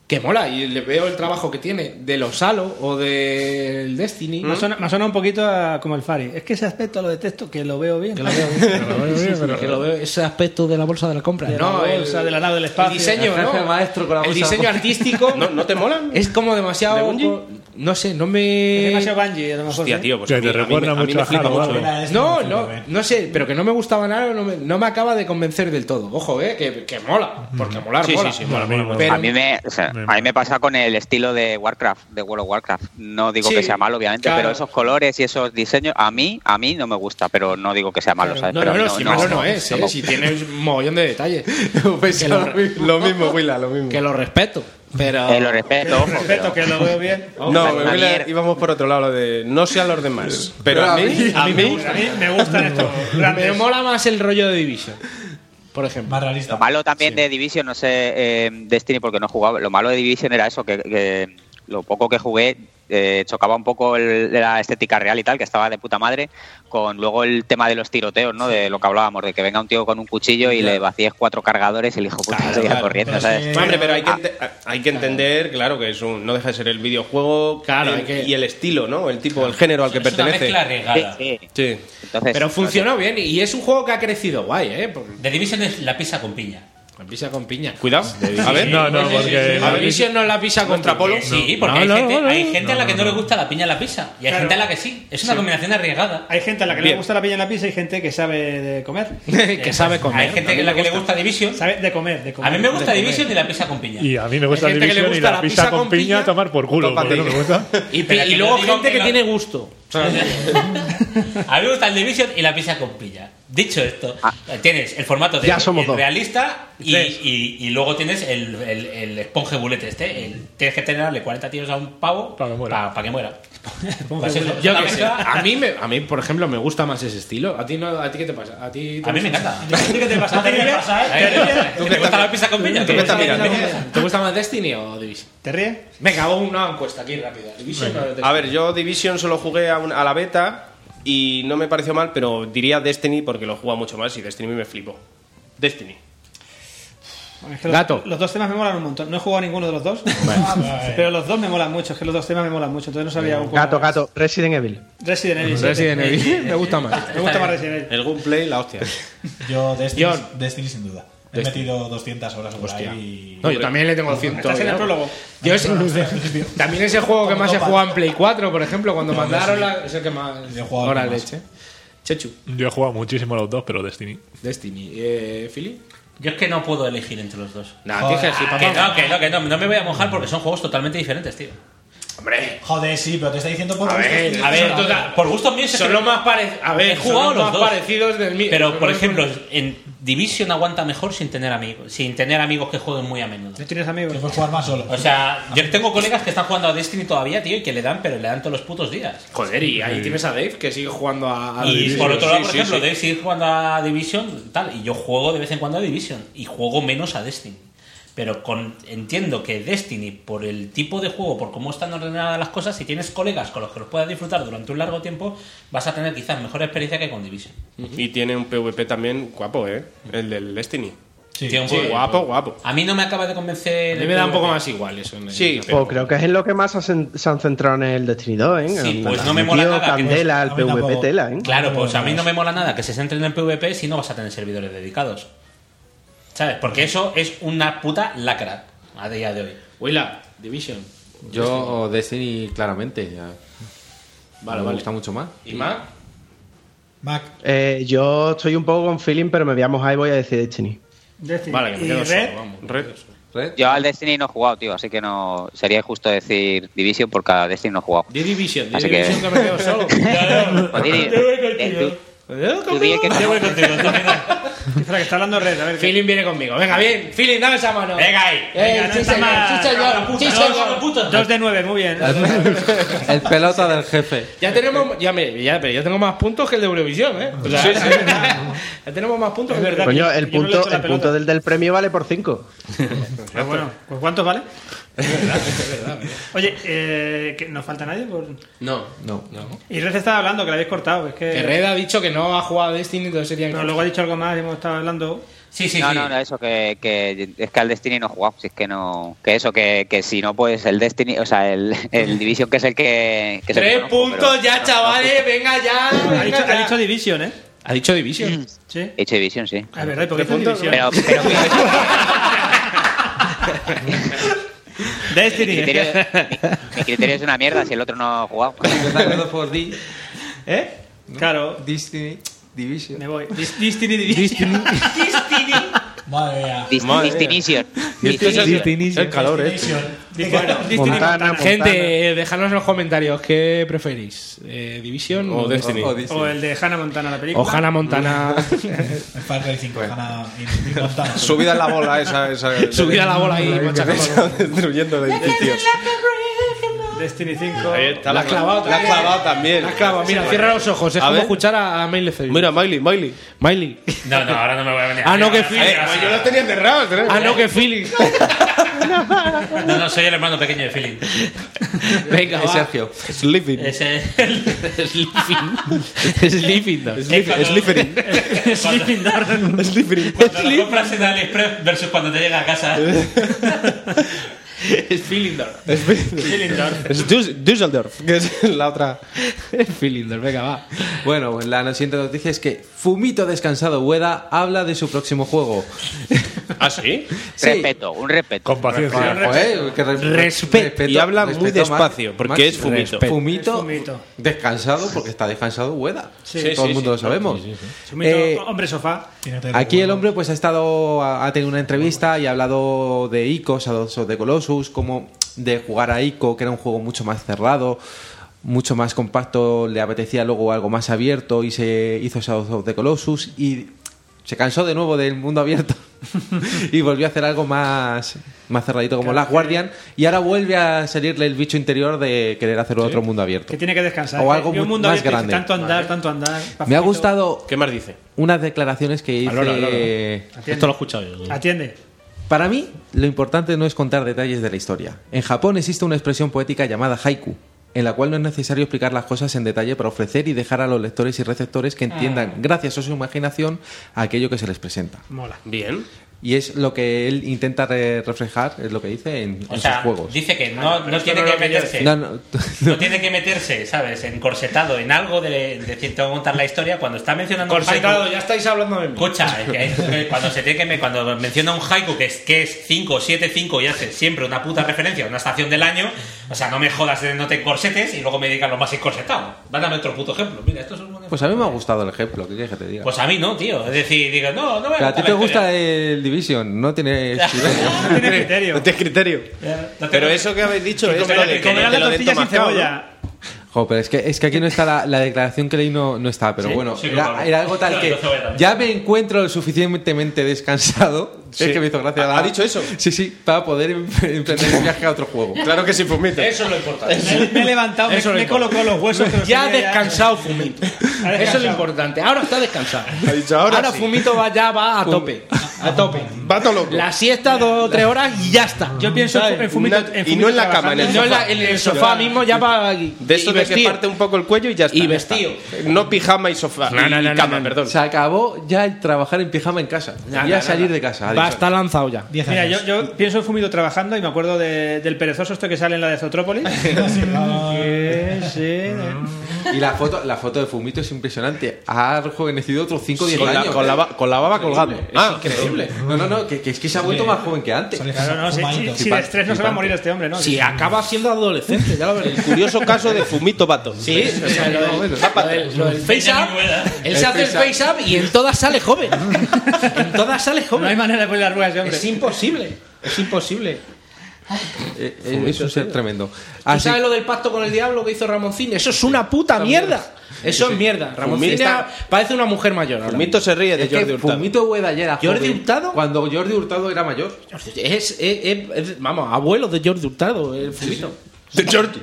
D: que mola y le veo el trabajo que tiene de los Halo o del
E: Mm.
D: Destiny.
F: Me suena, me suena un poquito a- como el Fari. Es que ese aspecto lo detesto, que lo veo bien.
D: Que lo veo bien.
F: [laughs]
C: Pero bueno, bien, pero-
D: Que lo veo- ese aspecto de la bolsa de la compra.
F: De
D: no,
F: la
D: el-
F: bolsa, de la nave del
D: el
F: espacio.
D: diseño,
E: El
D: ¿no?
E: jefe maestro con la
D: el
E: bolsa de la
D: diseño artístico
H: ¿No, ¿No te molan?
D: es como
H: ¿De
D: demasiado.
H: Bungie?
D: co- No sé, no me.
F: Es demasiado Bungie, a lo mejor.
H: Hostia,
F: ¿eh?
H: tío, pues
C: Que
H: a mí-
C: te
H: a mí
C: recuerda
H: me- a mí
C: mucho
H: me
C: a
H: flipa
C: Halo,
H: mucho.
C: ¿vale?
G: Mira, este
D: No,
G: me flipa,
D: no,
G: eh.
D: no sé, pero que no me gustaba nada, no me, no me acaba de convencer del todo. Ojo, eh, que, que mola, porque molar
H: Sí, sí,
D: mola.
H: sí,
C: mola, mola, mola.
D: Pero-
K: A mí, me, o sea, a mí me pasa con el estilo de Warcraft, de World of Warcraft. No digo
D: Sí,
K: que sea malo, obviamente,
D: claro.
K: pero esos colores y esos diseños, a mí, a mí no me gusta, pero no digo que sea malo, ¿sabes?
D: No,
K: Pero
D: no,
K: a
D: no,
K: mí
D: si malo no, es, eh,
K: no-
D: si tienes un mogollón de [laughs] detalles. que, lo,
E: Pensaba lo mismo. lo mismo, Willa, lo mismo.
D: que lo respeto, pero...
K: Eh, lo respeto,
D: [laughs]
K: ojo,
F: Respeto,
K: pero-
F: que lo veo bien.
H: No,
K: Una
H: Willa,
K: mierda.
H: íbamos por otro lado, lo de no sean los demás. Pero a mí, a mí,
F: A mí me gustan estos
D: [laughs] Me
F: grandes.
D: mola más el rollo de Division, por ejemplo.
G: Más realista.
K: Lo malo también de Division, no sé, eh, Destiny, porque no jugaba. Lo malo de Division era eso, que, que lo poco que jugué eh, chocaba un poco el- la estética real y tal, que estaba de puta madre, con luego el tema de los tiroteos, ¿no? De lo que hablábamos, de que venga un tío con un cuchillo y le vacíes cuatro cargadores y el hijo puta siga
G: claro,
K: corriendo,
G: pero
K: ¿sabes?
G: es
H: Hombre, pero hay
K: Ah.
H: que, ente- hay que entender, claro, que es un, no deja de ser el videojuego
D: Claro,
H: el-
D: hay que-
H: y el estilo, ¿no? El tipo, el género al que
A: Es una
H: pertenece.
A: mezcla arriesgada.
K: Sí, sí.
H: Sí.
K: Entonces,
D: Pero
K: no sé.
D: funcionó bien y es un juego que ha crecido guay, ¿eh? Por-
A: The Division es la pizza con piña.
D: La pisa con piña.
H: Cuidado. A ver.
C: No, no, porque.
D: La Division no la pisa contra Polo.
A: Que Eh, Sí, porque
C: No,
A: hay,
C: no,
A: gente,
C: no,
A: hay
C: no.
A: gente a la que no, le gusta la piña en la pizza y hay gente a la que sí. Es una combinación arriesgada.
F: Hay gente a la que
H: Bien.
F: le gusta la piña en la pizza y hay gente que sabe de comer.
D: [laughs]
F: Eh,
D: que sabe comer.
A: Hay gente a la que le gusta Division.
F: Sabe de comer, de comer.
A: A mí me gusta Division y la pizza con piña.
C: Y a mí me gusta
D: Hay
C: el
D: gente que le
C: Division y
D: gusta
C: la pizza con piña a tomar por culo,
E: Tópate.
C: porque no me gusta.
D: Y,
A: Pero
D: pi-
A: que
D: y
A: yo
D: luego
A: digo
D: gente
A: que
D: que
A: la-
D: tiene
A: [laughs]
D: gusto.
A: a mí me gusta el Division y la pizza con piña. Dicho esto, tienes el formato de
I: Ah. Ya somos
A: el
I: dos.
A: realista y, y- y luego tienes el, el, el esponje bulete este. el- tienes que tenerle 40 tiros a un pavo
C: Pa' que muera.
A: pa- pa' que muera.
D: [laughs]
A: Pues eso,
D: Yo
A: la
D: qué sé.
A: mezcla-
D: A mí, me, a mí, por ejemplo, me gusta más ese estilo. ¿A ti, no, a ti qué te pasa? A ti,
A: a mí me encanta.
F: ¿Qué te pasa? ¿Te ríes?
A: ¿Te gusta la pizza con piña?
H: ¿Tú qué estás mirando?
D: ¿Te gusta más Destiny o Division?
F: ¿Te ríes?
D: Venga, hago una encuesta aquí rápida. Division o Destiny.
H: A ver, yo Division solo jugué a, un- a la beta y no me pareció mal, pero diría Destiny porque lo juega mucho más y Destiny me flipó. Destiny.
F: Es que los-
D: Gato. Ah,
F: Los, dos temas me molan un montón. No he jugado a ninguno de los dos. [laughs] pero los dos me molan mucho. Es que los dos temas me molan mucho. Entonces no sabía un
I: Gato, gato, Resident Evil.
F: Resident Evil. siete.
D: Resident Evil. Me gusta más.
F: Me gusta más Resident Evil.
H: El gameplay, la hostia.
G: Yo Destiny,
D: John.
G: Destiny sin duda. Me he metido 200 horas por ahí. y-
D: No, yo también le tengo 100.
F: Estás en el
D: ¿no?
F: prólogo.
D: Yo es- también ese juego que
G: Como
D: más he
G: topa.
D: jugado en Play 4, por ejemplo, cuando mandaron
G: sí.
D: la. Es el que más.
G: Yo he jugado
D: Ahora
G: con más.
D: leche. Chechu,
C: Yo he jugado muchísimo a los dos, pero Destiny.
D: Destiny. Eh, ¿Philly?
A: Yo es que no puedo elegir entre los dos. Ah,
D: Nah, tienes que decir, papá.
A: Que no, que no, que no, no me voy a mojar porque son juegos totalmente diferentes, tío.
D: Hombre.
G: Joder, sí, pero te está diciendo por gustos tuyos.
A: A ver, total, por gustos míos es
D: Son
A: que-
D: los más parecidos. A
A: He
D: ver,
A: jugado
D: son los
A: los
D: más
A: dos.
D: parecidos del mío.
A: Pero, por ejemplo, en Division aguanta mejor sin tener amigos, sin tener amigos que jueguen muy a menudo.
F: ¿No tienes
G: Que
F: amigos?
G: puedes jugar más solo.
A: O sea, yo tengo colegas que están jugando a Destiny todavía, tío, y que le dan, pero le dan todos los putos días.
D: Joder, y ahí tienes a Dave que sigue jugando a. a
A: Y
D: Division.
A: por otro lado,
H: sí,
A: por
H: sí,
A: ejemplo,
H: sí.
A: Dave sigue jugando a Division, tal, y yo juego de vez en cuando a Division, y juego menos a Destiny. Pero con, entiendo que Destiny, por el tipo de juego, por cómo están ordenadas las cosas, si tienes colegas con los que los puedas disfrutar durante un largo tiempo, vas a tener quizás mejor experiencia que con Division.
H: Y tiene un PvP también guapo, ¿eh? El del Destiny.
A: Tiene un
H: Sí,
A: poco-
H: guapo, guapo.
A: A mí no me acaba de convencer.
D: A mí
A: el
D: me da un poco
A: PvP.
D: más igual eso. en el-
H: Sí,
D: pero-
I: Pues creo que es en lo que más se han- se han centrado en el Destiny 2, ¿eh?
A: Sí,
I: Han-
A: pues
I: han
A: no me mola
I: metido
A: nada que pues
I: Candela,
G: no-
I: al
G: a mí
I: PvP
G: tampoco.
I: tela, ¿eh?
A: Claro, pues a mí no me mola nada que se centren en el PvP si no vas a tener servidores dedicados. ¿Sabes? Porque eso es una puta lacra a día de hoy.
D: Huila, Division.
E: Yo Destiny claramente. ya.
D: Vale,
E: me
D: vale.
E: gusta mucho más.
D: ¿Y más?
G: Mac,
I: Eh, yo estoy un poco con feeling, pero me voy a mojar y voy a decir Destiny.
F: Destiny.
D: Vale, que me
F: Y
D: quedo
F: Red,
D: solo, vamos.
H: Red.
E: Red.
K: Yo al Destiny no he jugado, tío, así que no sería injusto decir Division porque a Destiny no he jugado.
D: The Division, The
K: Así que-
D: Division que... me quedo
C: [laughs]
D: solo.
K: Pues, Diri, eh, tú-
D: Pues
K: tú di que no.
F: espera, que está hablando Red, a ver.
D: Feeling viene conmigo. Venga, bien. Feeling, dame esa mano.
A: Venga ahí.
D: Eh, sí, señor, sí, señor, sí, señor.
F: 2 de 9, muy bien.
E: El pelota
D: [laughs]
E: del jefe.
D: Ya tenemos, ya me, ya, pero ya tengo más puntos que el de Eurovisión, ¿eh? O sea, [laughs] ya tenemos más puntos que el de
I: Coño, el
F: Yo no le
I: punto,
F: echo la
I: el
F: pelota.
I: punto del, del premio vale por 5.
F: Pero bueno, [laughs] pues ¿cuántos vale? [laughs] Oye, eh, ¿que ¿nos falta nadie? Por...
D: No, no, no.
F: Y Red estaba hablando, que la habéis cortado. Es que...
D: Que Red ha dicho que no ha jugado a Destiny, entonces serían.
F: Pero luego ha dicho algo más y hemos estado hablando.
A: Sí, sí,
K: No,
A: sí.
K: no, no, eso que, que es que al Destiny no he jugado, si es que no, que eso, que, que si no pues el Destiny, o sea, el, el Division que es el que... que es el que
D: Tres
K: conozco,
D: puntos
K: pero-
D: ya,
K: no,
D: chavales. venga ya.
F: Ha
D: venga
F: dicho, ha
D: ya.
F: dicho Division, ¿eh?
D: Ha dicho Division.
F: Sí.
K: Mm. He hecho Division, sí.
A: Ah,
F: Es verdad, ¿y
A: pues
F: por qué dice Division?
K: Pero, pero mi,
F: Destiny.
K: criterio, mi criterio es una mierda si el otro no ha jugado.
F: ¿Eh? Claro,
E: Destiny Division.
F: me voy. Dis- Destiny Division. [laughs] Destiny.
G: madre mía.
K: Dis-
H: Madre
K: Distinition.
E: El calor, eh.
F: Bueno, Destiny
I: Montana,
F: Montana.
D: Gente, eh, dejadnos en los comentarios qué preferís: eh, Division
H: O
D: o,
H: Destiny.
E: O
F: O
E: Destiny.
F: el de Hannah Montana, la película.
D: o Hannah
E: [laughs]
D: Montana.
G: El Far Cry 5, Hannah
H: [laughs]
G: y, y Montana.
H: Subida en la bola esa. esa
D: Subida la bola ahí, machacando.
H: [laughs] destruyendo el edificio.
F: [laughs] Destiny 5.
H: Ahí está,
D: La has clavado
H: La has
D: también.
H: clavado Ah, también.
E: Ah,
D: La clava, Ah, mira, cierra los ojos. Es
H: A
D: como
H: [laughs] ver.
D: escuchar a, a Miley Cyrus.
H: Mira, Miley, Miley.
D: Miley.
A: No, no, ahora no me voy a venir.
D: Ah,
E: Eh,
D: no, que
A: Ahora sí,
D: flipas.
A: ahora sí.
H: Yo los tenía cerrados,
D: Ah, no, que Phillips.
A: No, no, soy el hermano pequeño de Philip. [laughs]
D: Venga,
E: Eh,
D: va.
E: Sergio.
H: Sleeping.
A: Ese es el. [laughs]
D: Sleeping Dogs.
A: Slippery. Sleeping Dark. Slippery. Cuando lo compras en AliExpress versus cuando te llega a [laughs] casa.
D: Es Feeling Dogs.
H: Es Dus- Düsseldorf, que es la
E: [laughs]
H: otra.
D: Es Feeling Dogs, venga, va.
E: Bueno, pues la siguiente noticia es que Fumito Descansado Ueda habla de su próximo juego.
H: ¿Ah, sí?
E: Sí.
K: Respeto, un respeto.
C: Con paciencia.
E: Joder, que re-
D: Respeto.
E: respeto,
H: Y habla muy
E: respeto, Max.
H: despacio, porque
E: Max,
H: es Fumito.
E: respeto.
F: Es
E: Fumito.
F: Fumito.
E: Descansado, porque está descansado Ueda.
H: Sí,
E: Todo
H: sí,
E: el mundo
H: sí.
E: lo sabemos.
F: Sumito,
E: Eh,
F: hombre sofá.
E: Aquí el hombre pues ha estado ha ha tenido una entrevista y ha hablado de Ico, Shadows of the Colossus, como de jugar a Ico, que era un juego mucho más cerrado, mucho más compacto, le apetecía luego algo más abierto y se hizo Shadows of the Colossus y se cansó de nuevo del mundo abierto [laughs] y volvió a hacer algo más más cerradito como Last Guardian y ahora vuelve a salirle el bicho interior de querer hacer otro mundo abierto.
F: Que tiene que descansar.
E: O algo
F: Yo, un
E: mu-
F: mundo
E: más
F: abierto,
E: grande.
F: Tanto andar, tanto andar.
E: Me ha
F: papito.
E: gustado
H: ¿Qué más dice?
E: unas declaraciones que hizo
D: Alora, alora.
F: Atiende.
D: Esto lo he escuchado yo.
F: Atiende.
E: Para mí, lo importante no es contar detalles de la historia. En Japón existe una expresión poética llamada haiku, en la cual no es necesario explicar las cosas en detalle para ofrecer y dejar a los lectores y receptores que entiendan, gracias a su imaginación, aquello que se les presenta.
F: Ah. Mola.
H: Bien.
E: Y es lo que él intenta re- reflejar, es lo que dice en,
A: O
E: en
A: sea,
E: sus juegos.
A: dice que no, no tiene
D: no
A: que
D: lo quería
A: meterse.
E: No, no, [laughs]
A: No tiene que meterse, ¿sabes? Encorsetado en algo de, de decir, tengo que contar la historia. Cuando está mencionando un
D: Corsetado,
A: haiku-
D: ya estáis hablando de mí.
A: Escucha, es que hay- cuando, se tiene que me- cuando menciona un haiku que es, que es 5, 7, 5 y hace siempre una puta referencia a una estación del año, o sea, no me jodas de no te encorsetes y luego me digan lo más encorsetado. Mándame otro puto ejemplo. Mira, esto es un...
E: Pues a mí me ha gustado el ejemplo, ¿qué quieres que te diga?
A: Pues a mí no, tío. Es decir, digo, no, no me
E: Pero a ti te gusta el Division, no
A: [laughs]
E: tienes...
F: No tiene criterio.
H: No tienes criterio. Pero eso que habéis dicho es lo de que
F: Comerá
H: de
F: las
H: lo del
F: tortillas sin
H: tomahawk, ¿no?
F: cebolla.
E: Jo, pero es que, es que aquí no está la, la declaración que leí, no, no está, pero
A: Sí,
E: bueno,
A: sí,
E: era,
A: claro.
E: era algo tal
A: Claro,
E: que
A: entonces voy a dar.
E: ya me encuentro lo suficientemente descansado Es que me hizo gracia. la-
H: ¿Ha dicho eso?
E: Sí, sí, para poder em- [laughs] emprender un viaje a otro juego.
H: Claro que sí, pues Fumito.
A: Eso es lo importante.
F: Me, me he levantado, me,
D: Eso lo
F: me he
D: importa.
F: colocado los huesos. que los
D: Ya ha
F: tenía
D: descansado Fumito. Eso es
F: descansado.
D: lo importante. Ahora está descansado.
H: Ha dicho, ahora sí.
D: Fumito va, ya va a tope. A tope.
H: Va todo loco.
D: La siesta, dos o tres horas y ya está.
F: Yo pienso en Fumito.
H: Una- y no en la cama, en el
D: Y no en, la- en el sofá mismo ya va. y-
H: De eso
D: y
H: de que
D: vestido.
H: parte un poco el cuello y ya está.
D: Y
H: ya está.
D: vestido.
H: No pijama y sofá.
D: No,
H: y-
D: no, no,
H: y
D: no,
H: cama,
D: no.
H: perdón.
E: Se acabó ya el trabajar en pijama en casa.
D: Ya,
E: ya
D: ya,
E: salir
D: ya.
E: de casa. ha
D: Va,
E: dicho.
D: está lanzado ya.
G: Diez
F: Mira,
G: años.
F: yo,
E: [laughs]
F: yo pienso en Fumito trabajando y me acuerdo de- del perezoso esto que sale en la de
E: [laughs]
F: Zotrópolis. Que sí.
E: Y la foto, la foto de Fumito es impresionante. Ha rejuvenecido otros 5 o 10
H: con,
E: años.
H: la, con, la, ba- con la baba colgando.
E: Ah,
H: Ah,
E: increíble. No, no, no, que, que es que se ha vuelto más joven que antes.
G: Sale
F: Claro, no, si, si-
G: fumadito.
F: si de estrés no se va a morir este hombre, ¿no?
E: ah.
D: Si acaba siendo adolescente, ya lo veréis.
H: curioso caso de Fumito Bato.
D: Sí, o sea, lo del- lo del- lo del face up. Él se
E: El
D: hace el
E: face
D: face up y en todas sale joven. En todas sale
F: No hay
D: joven.
F: manera de poner las ruedas, hombre.
D: Es imposible. Es imposible.
E: Eh, eh, es un ser tremendo.
D: ¿Tú
E: Así,
D: sabes lo del pacto con el diablo que hizo Ramoncín? Eso es una puta mierda. Eso es mierda. Ramoncín
H: Fumita-
D: era- parece una mujer mayor. ahora
H: Fumito se ríe de
E: es que
H: Jordi Hurtado.
E: Fumito Ueda era
D: ¿Jordi
E: joven
D: Hurtado?
E: Cuando Jordi Hurtado era mayor.
D: Es, es- es- es- vamos, abuelo de Jordi Hurtado, el Fumito.
H: De
D: [laughs]
H: Jordi.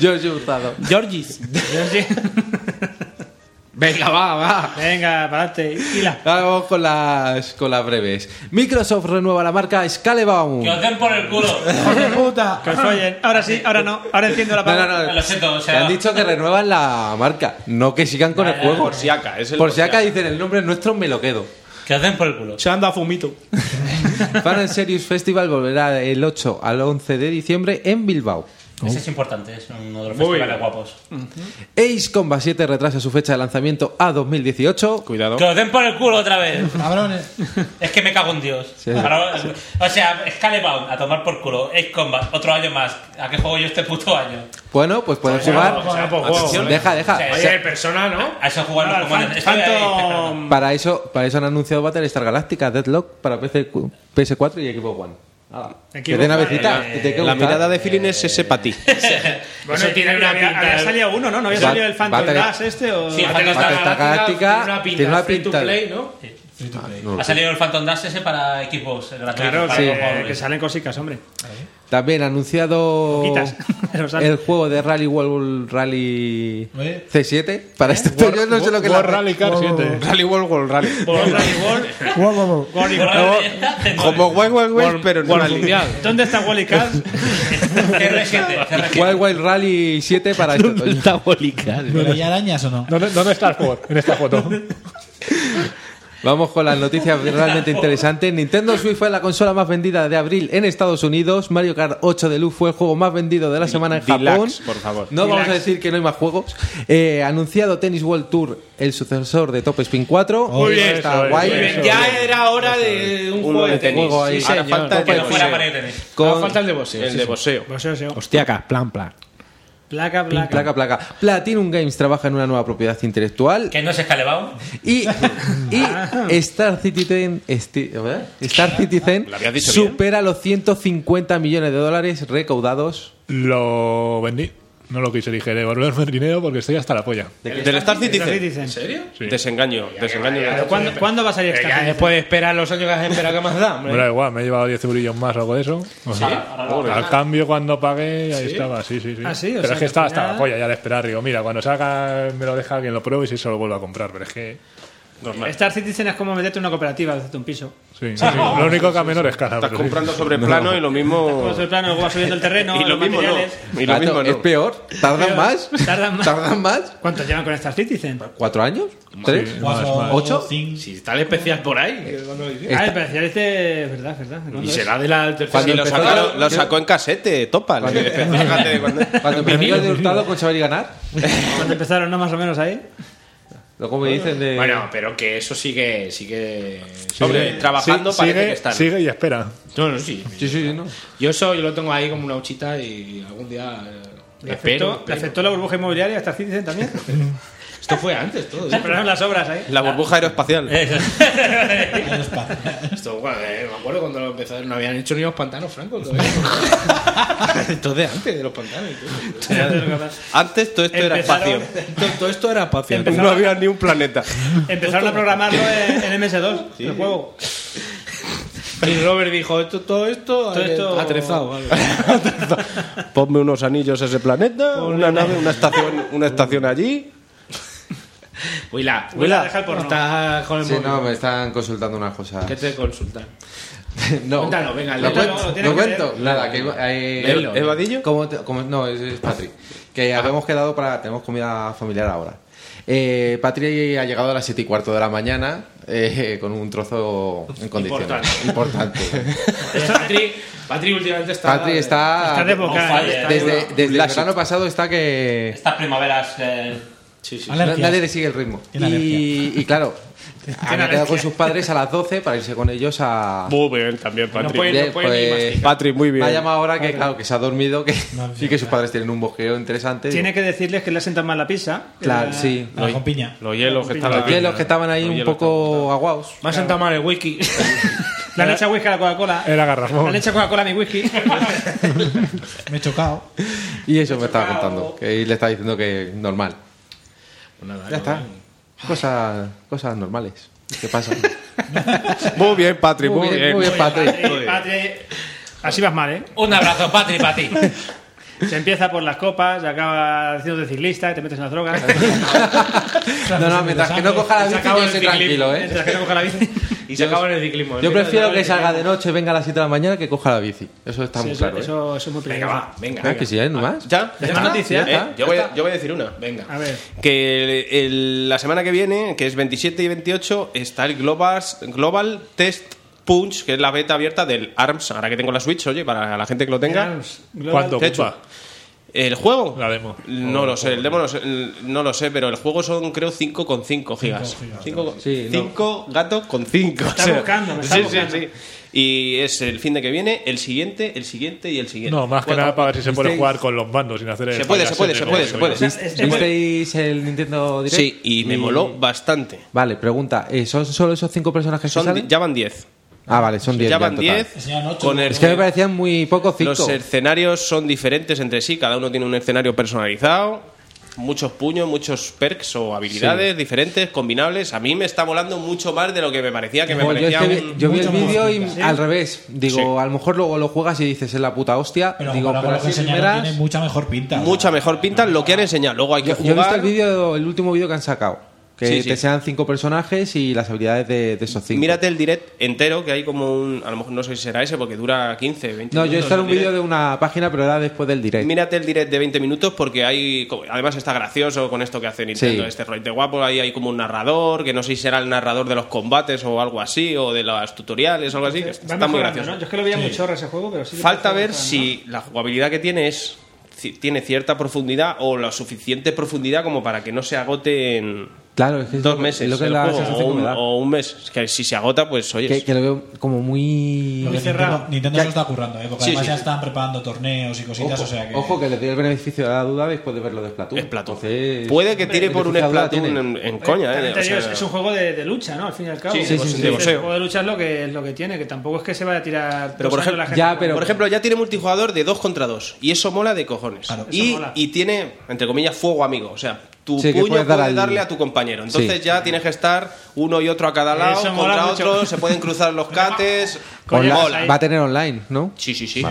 E: Jordi Hurtado.
D: Georgis. Venga, va, va.
F: Venga, para adelante. Y la.
E: Ahora vamos con las, con las breves. Microsoft renueva la marca Scalebound.
A: Que os den por
E: [laughs]
A: el culo.
G: puta!
F: Que os follen. Ahora sí, ahora no. Ahora entiendo la
E: No, no,
F: palabra.
E: no.
A: Lo siento, o sea-
E: Te han dicho que renuevan la marca, no que sigan con el juego.
H: Por si acá. Es el
E: Por si acá dicen el nombre nuestro, me lo quedo.
A: Que os den por el culo.
D: Se anda a Fumito.
E: [laughs] Fan and Serious Festival volverá el 8 al 11 de diciembre en Bilbao.
H: Oh.
A: Ese es importante, es uno de los festivales guapos.
E: Ace Combat 7 retrasa su fecha de lanzamiento a 2018.
H: Cuidado.
A: Que os den por el culo otra vez.
G: [laughs] Cabrones.
A: Es que me cago en Dios.
E: Sí,
A: Ahora- O sea, Scalebound, a tomar por culo. Ace Combat, otro año más. ¿A qué juego yo este puto año?
E: Bueno, pues pueden jugar.
A: o sea,
F: pues,
E: Atención, Deja, deja.
A: Sí,
E: O
A: sí.
E: sea,
A: Oye,
D: persona, ¿no?
A: A esos jugadores
F: Ahora,
A: como en-
F: Phan-
E: Ah,
A: estoy ahí, esperando.
F: Phantom-
E: para eso, para eso han anunciado Battlestar Galactica, Deadlock para PC, PS4 y Equipo One. Que
F: Equipo
E: den
F: One,
E: avecita,
A: eh,
E: que te quede
H: La
E: gustar. Este
H: mirada de Filin es ese para ti.
E: [laughs]
F: Bueno, y tiene una había, había salido uno, ¿no? ¿No había
E: Va-
F: salido el Phantom
E: Battle-
F: Blast este? O...
A: Sí,
F: Battle-
A: Phantom
E: Battlestar Galactica tiene una pinta.
D: play, ¿no?
G: Free to play.
A: Ha salido el Phantom Dash ese para equipos gratuitos.
F: Claro,
A: para
E: eh,
A: los
F: que,
A: jugadores.
F: que salen cositas, hombre.
E: También ha anunciado [laughs]
F: Poquitas, pero salen.
E: el juego de Rally World Rally
G: ¿Eh?
E: C7 para este yo no sé lo que
C: War
E: la-
C: Rally Car 7.
H: Rally World World Rally.
F: World Rally World. World Rally World.
A: Luego-
H: Como Wild Wild West,
D: World-
H: pero en
D: World
H: Rally.
E: [laughs]
D: Mundial.
F: ¿Dónde está Wally Cars?
A: CR7, CR7.
E: Wild Wild Rally 7 para este otoño.
G: ¿Pero hay arañas o no?
C: ¿Dónde, dónde está el juego? En esta foto.
E: Vamos con las noticias realmente interesantes. Nintendo Switch fue la consola más vendida de abril en Estados Unidos. Mario Kart 8 Deluxe fue el juego más vendido de la semana en Japón.
H: Deluxe, por favor.
E: No vamos a decir que no hay más juegos. Eh, anunciado Tennis World Tour, el sucesor de Top Spin 4.
D: Oh,
G: Muy
C: bien,
E: Oh, está
C: eso es,
E: guay.
C: muy bien.
D: Ya era hora de un juego de tenis.
E: juego ahí.
D: Sí,
E: Ahora
D: señor.
H: falta
D: No
H: el
A: Que
D: puede
A: no fuera
D: ser.
A: Mario Tennis.
E: Con-
D: Ahora falta el de boxeo.
H: El de boxeo.
F: Pues eso, eso.
D: Hostiaca, plan, plan.
F: Placa, placa.
E: Placa, placa. Platinum Games trabaja en una nueva propiedad intelectual.
A: Que no es Scalebound.
E: Y, y Star Citizen, esti- ¿verdad? Star Citizen
H: ¿Lo habías dicho
E: supera los 150 millones de dólares recaudados.
C: Lo vendí. No lo quise, dije, devolverme el dinero porque estoy hasta la polla.
H: Del Star Citizen.
F: ¿En serio?
C: Sí.
H: Desengaño. Desengaño. del Star
F: ¿Cuándo, ¿Cuándo va a salir esta?
D: Ya
F: gente?
D: después de esperar los años que has esperado, ¿qué más da?
C: Me da igual, me he llevado 10 eurillos más o algo de eso. O sea, al cambio, cuando pagué, ahí estaba, sí, sí, sí.
F: Ah, sí, o
C: pero
F: sea, que
C: es que estaba
F: al final-
C: hasta la polla ya de esperar. Digo, mira, cuando salga me lo deja alguien, lo pruebe y si eso lo vuelvo a comprar. Pero es que.
F: Star Citizen es como meterte en una cooperativa, hacerte un piso.
C: Sí, sí, sí. Lo único que a menor escala.
H: Estás
C: pero sí.
H: comprando sobre plano y lo mismo.
F: Como el plano, luego vas subiendo el
D: [laughs]
F: terreno,
H: Y lo
F: los
H: mismo
F: materiales.
H: no. Y lo
E: Claro,
H: mismo
E: Es
H: no.
E: peor. ¿Tardan más?
F: [laughs] Tardan más.
E: ¿Tardan más?
F: ¿Cuántos llevan con Star Citizen?
E: ¿Cuatro años? ¿Tres?
C: Sí.
G: Cuatro,
C: Más, más.
E: ¿Ocho?
G: cinco.
D: Si está el especial por ahí. que cuando lo hicieron.
F: Ah, el especial este es verdad, es verdad. ¿Cuándo
D: Y
F: es?
D: será de la tercera.
E: Cuando
H: Y lo
E: empezó-
H: sacó, lo- lo sacó en casete, topa. Fíjate
D: [laughs]
H: de cuando-
E: Cuando empezó el de Hurtado con saber y ganar.
F: ¿Cuándo empezaron, no? Más o menos ahí.
E: Lo como dicen de.
D: Bueno, pero que eso sigue. sigue, sigue
H: Hombre, trabajando
C: Sí,
H: parece
C: sigue,
H: que están.
C: sigue y espera.
D: No, no, sí.
E: Sí, sí, no.
D: Yo eso yo lo tengo ahí como una huchita y algún día. eh,
F: ¿Le
D: espero,
F: afectó, le
D: espero.
F: afectó la burbuja inmobiliaria a Star Citizen también?
D: Esto fue antes todo. ¿eh?
F: Esperaron las obras ahí.
H: La
D: [laughs]
H: burbuja aeroespacial.
D: Esto, bueno, eh, me acuerdo cuando lo empezaron, no habían hecho ni los pantanos,
E: [laughs]
D: Franco. Todavía. Esto es de antes de los pantanos. y todo.
H: Antes todo esto era
F: Empezaron-
H: espacio.
D: Todo, todo esto era espacio.
F: Empezaron-
H: No había ni un planeta.
F: Empezaron a programarlo en, en MS2, el juego.
D: Y Robert dijo, esto, todo esto, eh,
F: Todo esto- [laughs]
E: [laughs]
D: atrezado. vale.
H: Ponme unos anillos a ese planeta, una nave, una estación, una estación allí.
D: Huila,
F: Huila,
D: Huila,
F: deja el porno.
D: Está con el
E: Sí,
D: móvil.
E: no, me están consultando unas cosas.
D: ¿Qué te consultan?
E: [laughs] No.
D: Cuéntalo, venga,
E: lo
D: léelo,
E: cuento.
F: lo tienes
E: lo
F: que
E: cuento.
F: leer.
E: Nada, que. eh,
D: Léelo.
E: ¿Es Vadillo? Como te- como- no, es, es Patri. Que habíamos quedado para. Tenemos comida familiar ahora. Eh, Patri ha llegado a las 7 y cuarto de la mañana eh, con un trozo en condiciones.
F: [laughs]
E: Importante.
D: Patri, Patri últimamente está...
E: Patri está.
F: Está de boca.
A: fire.
F: está-
E: Desde, desde el verano pasado está que.
A: Estas primaveras. eh,
D: Sí, sí.
G: Alergias.
E: Nadie le sigue el ritmo.
G: Tiene
E: Y, y claro, han quedado con
F: alergia.
E: sus padres a las 12 para irse con ellos a.
H: Muy bien, también,
D: No
H: Patrick.
D: puede, no
E: Bien,
D: puede ni
E: pues,
D: masticar.
H: Patrick, muy bien.
E: Me ha llamado ahora que, claro, que se ha dormido que, [laughs]
G: Madre
E: y que sus padres tienen un bosqueo interesante.
F: Tiene que decirles que le sientan mal la pizza.
E: Claro,
F: Eh,
E: sí.
G: La compiña.
H: Los hielos que están
E: Los hielos que estaban ahí un poco aguados.
D: Me ha sentado mal el wiki.
F: [laughs] Le han echado whisky a la Coca-Cola.
H: Eh,
C: Era
F: Le
C: garrafón.
F: han echado Coca-Cola a mi whisky.
H: [laughs]
G: Me he chocado.
E: Y eso me estaba contando. Que le estaba diciendo que normal.
H: Pues
E: ya está. Cosas, cosas normales. ¿Qué pasa?
H: [laughs] Muy bien, Patrick, muy, bien.
E: muy bien, Patrick.
F: Patri, Patri, Así vas mal, ¿eh?
A: Un abrazo, Patri, para ti.
F: [laughs] Se empieza por las copas, acaba haciendo de ciclista, te metes en las
H: [laughs]
F: drogas.
E: No, no, mientras [laughs] que no coja la
D: Se
E: bici,
D: acabó
E: yo
D: el
E: estoy
D: ciclismo.
E: tranquilo, ¿eh?
F: Mientras que no coja la bici.
E: [laughs]
D: y se acaba en el ciclismo. eh.
E: Yo prefiero que salga de noche, venga a las 7 de la mañana, que coja la bici. Eso está
F: Sí,
E: muy
F: eso,
E: claro. ¿eh?
F: eso, eso es muy
D: Venga,
F: peligroso.
D: va, venga.
E: Ah, que sí, ¿eh? ¿No más?
H: ¿Ya?
F: Ya está, noticia,
E: ya
H: ¿Eh?
E: está.
H: Yo, voy a, yo voy a decir una.
D: Venga.
F: A ver.
H: Que el- el- la semana que viene, que es 27 y 28, está el Global, Global Test Punch, que es la beta abierta del ARMS. Ahora que tengo la Switch, oye, para la gente que lo tenga.
C: ¿Cuánto
H: Te echo.
C: ocupa?
H: ¿El juego?
C: La demo. Oh.
H: No
C: O-
H: lo sé, el demo no, sé, el- no lo sé, pero el juego son creo 5,5 gigas. 5
E: Sí, no.
H: gatos con 5.
F: está buscando, me está
H: sí,
F: buscando.
H: sí, sí. Y es el fin de que viene, el siguiente, el siguiente y el siguiente.
C: No, más que
H: Cuatro-
C: nada para ver si se puede
E: ¿Visteis?
C: jugar con los mandos sin hacer el
H: Se puede, se
C: fallas ¿eh?
H: puede,
C: en
H: se
C: el
H: puede,
C: juego,
H: se puede.
C: digo.
F: Es- es-
E: ¿Visteis el Nintendo Direct?
H: Sí, y me moló bastante.
E: Vale, pregunta. ¿eh, ¿Son solo esos cinco personajes que
H: Son, di-
E: salen?
H: ya van 10.
E: Ah, vale, son 10.
H: Ya
E: ya en
H: van
E: total.
H: 10.
G: Enseñan ocho,
H: Con
G: ¿no?
H: el
E: Es que me parecían muy pocos Oh, cinco.
H: Los escenarios son diferentes entre sí, cada uno tiene un escenario personalizado, muchos puños, muchos perks o habilidades diferentes, combinables. A mí me está volando mucho más de lo que me parecía, que me
E: Joder, yo,
H: parecía
E: es que vi-
H: un-
E: yo vi el
G: mucho
E: vídeo y
G: más
E: al revés. Digo,
H: Sí.
E: a lo mejor luego lo juegas y dices, es la puta hostia.
G: Pero
E: Digo,
G: comparado
E: pero
G: con lo que
E: así
G: enseñaron,
E: primeras-
G: tiene mucha mejor pinta.
H: mucha mejor pinta lo que han enseñado. Luego hay que
E: Yo, yo he visto
H: jugar.
E: el vídeo, el último vídeo que han sacado. Que
H: Sí, sí.
E: te sean cinco personajes y las habilidades de, de esos cinco.
H: Mírate el direct entero, que hay como un. A lo mejor no sé si será ese porque dura 15, 20
E: no,
H: minutos.
E: yo he estado
H: el
E: en un vídeo
H: direct.
E: de una página, pero era después del direct.
H: Mírate el direct de 20 minutos porque hay. como- Además está gracioso con esto que hace Nintendo,
E: Sí.
H: este rollo de guapo. Ahí hay como un narrador, que no sé si será el narrador de los combates o algo así, o de los tutoriales o algo así. que
F: Va
H: está muy
F: mejorando,
H: gracioso.
F: ¿no? Yo es que lo veía muy chorro ese juego, pero sí. que
H: Falta
F: está
H: ver
F: mejorando.
H: si la jugabilidad que tiene es ci- tiene cierta profundidad o la suficiente profundidad como para que no se agote en
E: Claro, es que es lo
H: dos
E: que-
H: meses
E: lo que
H: el
E: la
H: juego, o,
E: sensación que
H: un,
E: me da.
H: o un mes. Es que si se agota, pues oye.
E: Que, que lo veo como muy.
G: Lo que
F: cerrado.
G: Nintendo, Nintendo se lo está currando, ¿eh? porque
H: Sí,
G: además
H: sí,
G: ya
H: sí.
G: están preparando torneos y cositas,
E: Ojo,
G: o sea que.
E: ojo, que le doy el beneficio de la duda después de verlo de Splatoon.
H: Splatoon.
E: Entonces,
H: Puede que tire
E: el
H: por un
E: beneficio de la duda
H: Splatoon
E: tiene.
H: en, en
F: Eh,
H: coña,
F: también
H: eh.
F: te
H: o
F: digo,
H: sea,
F: es un juego de, de lucha, ¿no? Al fin y al cabo.
H: Sí, sí, sí, sí.
F: El
H: boxeo.
F: juego de lucha es lo que, es lo que tiene, que tampoco es que se vaya a tirar dos
H: Pero, por
F: años
H: ejemplo-
F: la gente.
E: Ya, pero-
H: Por ejemplo, ya tiene multijugador de 2 contra 2 y eso mola de cojones.
G: Claro.
F: Eso
H: Y,
F: mola.
H: y tiene, entre comillas, fuego amigo. O sea, tu
E: Sí, que
H: puño
E: puedes
H: puede
E: dar al-
H: darle a tu compañero. Entonces
E: Sí.
H: ya tienes que estar uno y otro a cada lado,
F: Eso mola
H: contra
F: mucho.
H: otro, se pueden cruzar
E: [laughs]
H: los cates.
F: Coño,
E: Online-
F: ahí-
E: Va a tener online, ¿no?
H: Sí, sí, sí.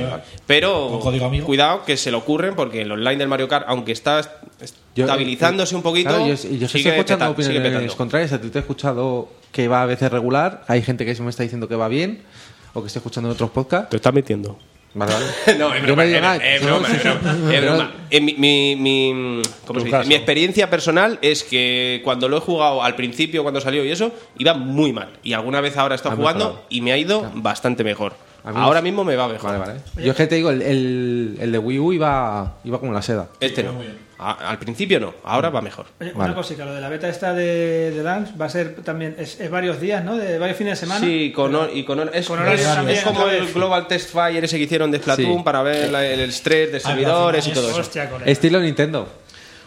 H: Pero
G: Con código amigo.
H: cuidado que se lo ocurren porque el online del Mario Kart, aunque está
E: Yo- eh,
H: estabilizándose un poquito,
E: Claro, yo, yo estoy
H: sigue,
E: escuchando
H: peta- sigue
E: opiniones
H: petando.
E: contrarias. A ti te he escuchado que va a veces regular. Hay gente que se me está diciendo que va bien o que está escuchando en otros podcasts.
H: estás metiendo.
E: Vale, vale.
H: [laughs] No, es
E: Yo
H: broma,
E: me digo "Ah,
H: es-
E: nada.
H: es broma, es broma, es broma. Eh, mi- mi- mi- ¿cómo
C: Tu
H: se dice?
C: caso.
H: Mi experiencia personal es que cuando lo he jugado al principio, cuando salió y eso, iba muy mal. Y alguna vez ahora he estado
E: Ha
H: jugando
E: mejorado.
H: y me ha ido bastante mejor.
E: A mí
H: Ahora
E: no-
H: mismo me va mejor.
E: Vale, vale. Yo es que te digo, el, el- el de Wii U iba, iba como la seda.
H: Este no. A- al principio no, ahora va mejor.
F: Oye,
E: Vale.
F: Una cosita, lo de la beta esta de, de Dance va a ser también, es, es varios días, ¿no? De varios fines de semana.
H: Sí, con, hor- y con, hor- es,
F: Con horarios
H: es-
F: también,
H: es como
F: otra
H: el
F: vez.
H: Global Test Fire ese que hicieron de Splatoon
E: Sí.
H: para ver la- el el estrés de
G: pero al
H: servidores y
G: final
H: todo eso.
F: Hostia, colega.
E: Estilo Nintendo.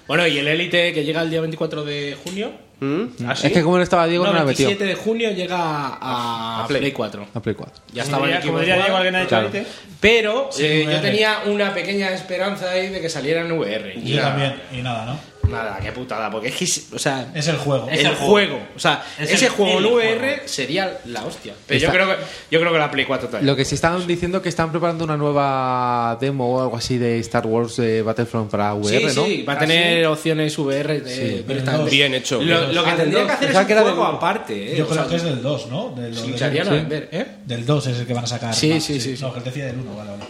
D: Bueno, y el Elite que llega el día 24 de junio.
H: ¿Mm? ¿Ah, sí?
E: Es que como no estaba Diego, no,
D: no,
E: la metió.
D: 27 de junio llega a, a
H: A Play.
D: Play. 4.
E: A Play 4.
D: Ya
F: Como
D: estaba en
F: diría,
D: el
F: como
D: equipo
F: diría
D: de
F: Diego,
D: jugar.
F: alguien ha dicho
E: Claro.
F: ahorita.
D: Pero
G: Sí,
D: eh, yo
G: VR.
D: tenía una pequeña esperanza ahí de que saliera en VR.
G: Y yo también, y nada, ¿no?
D: Nada, qué putada, porque es que, es- o sea,
G: Es el juego.
D: el, juego. O sea,
A: Es
D: ese
A: el-
D: juego en
A: el
D: VR
A: juego.
D: sería la hostia. Pero yo
E: Está-
D: creo, que, yo creo que la Play 4 también.
E: Lo que sí estaban diciendo que estaban preparando una nueva demo o algo así de Star Wars eh, Battlefront para VR,
D: sí,
E: ¿no? Ah,
D: sí, va a tener opciones VR de,
E: Sí.
D: pero
G: Pero
D: está
G: no-
H: Bien hecho.
D: Lo, lo que
E: Ah,
D: tendría
E: del
D: que
E: dos.
D: hacer es
E: Pensaba
D: un
E: que era
D: juego
E: del-
D: aparte, ¿eh?
G: Yo
D: O
G: creo
D: sea,
G: que es del 2, ¿no? Del,
D: se
G: del-
D: hincharían a
G: sí.
D: vender, ¿eh?
G: Del 2 es el que van a sacar.
D: Sí,
G: más,
D: sí, sí, sí.
G: No, que él decía del 1, vale, vale.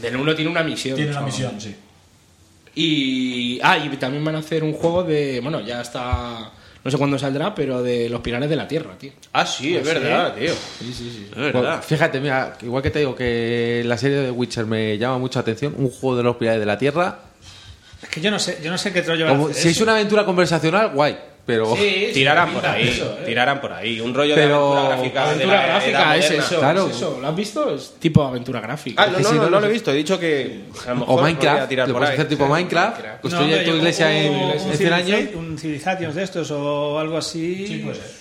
D: Del 1 tiene una misión.
G: Tiene una
D: chaval.
G: misión, sí.
D: Y. Ah, y también van a hacer un juego de. Bueno, ya está. No sé cuándo saldrá, pero de los pilares de la tierra, tío.
H: Ah, sí, es verdad, tío.
D: Sí, sí, sí.
H: Es
E: Bueno,
H: verdad.
E: Pues, fíjate, mira, igual que te digo que la serie de Witcher me llama mucho la atención, un juego de los pilares de la Tierra.
F: Es que yo no sé, yo no sé qué trollo va a
E: Como-
F: hacer
E: si es
F: eso.
E: una aventura conversacional, guay, pero
H: Tiraran por
D: pinta
H: ahí,
D: eso, ¿eh?
H: tiraran por ahí. Un rollo
E: Pero-
H: de aventura gráfica. de
D: Aventura
H: la Eh, edad
D: gráfica, es
H: moderna.
D: eso,
E: Claro.
D: es eso. ¿Lo has visto? Es tipo aventura gráfica.
H: Ah, no,
E: que
H: no,
E: si
H: no, no
E: no, no
H: lo he
E: sé.
H: visto. He dicho que a lo mejor
E: o
H: podría
E: Minecraft,
H: tirar
E: lo
H: por
E: puedes
H: ahí.
E: hacer tipo Minecraft,
F: No,
E: construye
F: hombre,
E: tu
F: yo-
E: iglesia en,
F: o
E: este en
F: un
E: 100 años.
F: Civiliza- Un Civilizations de estos o algo así. Sí, puede ser.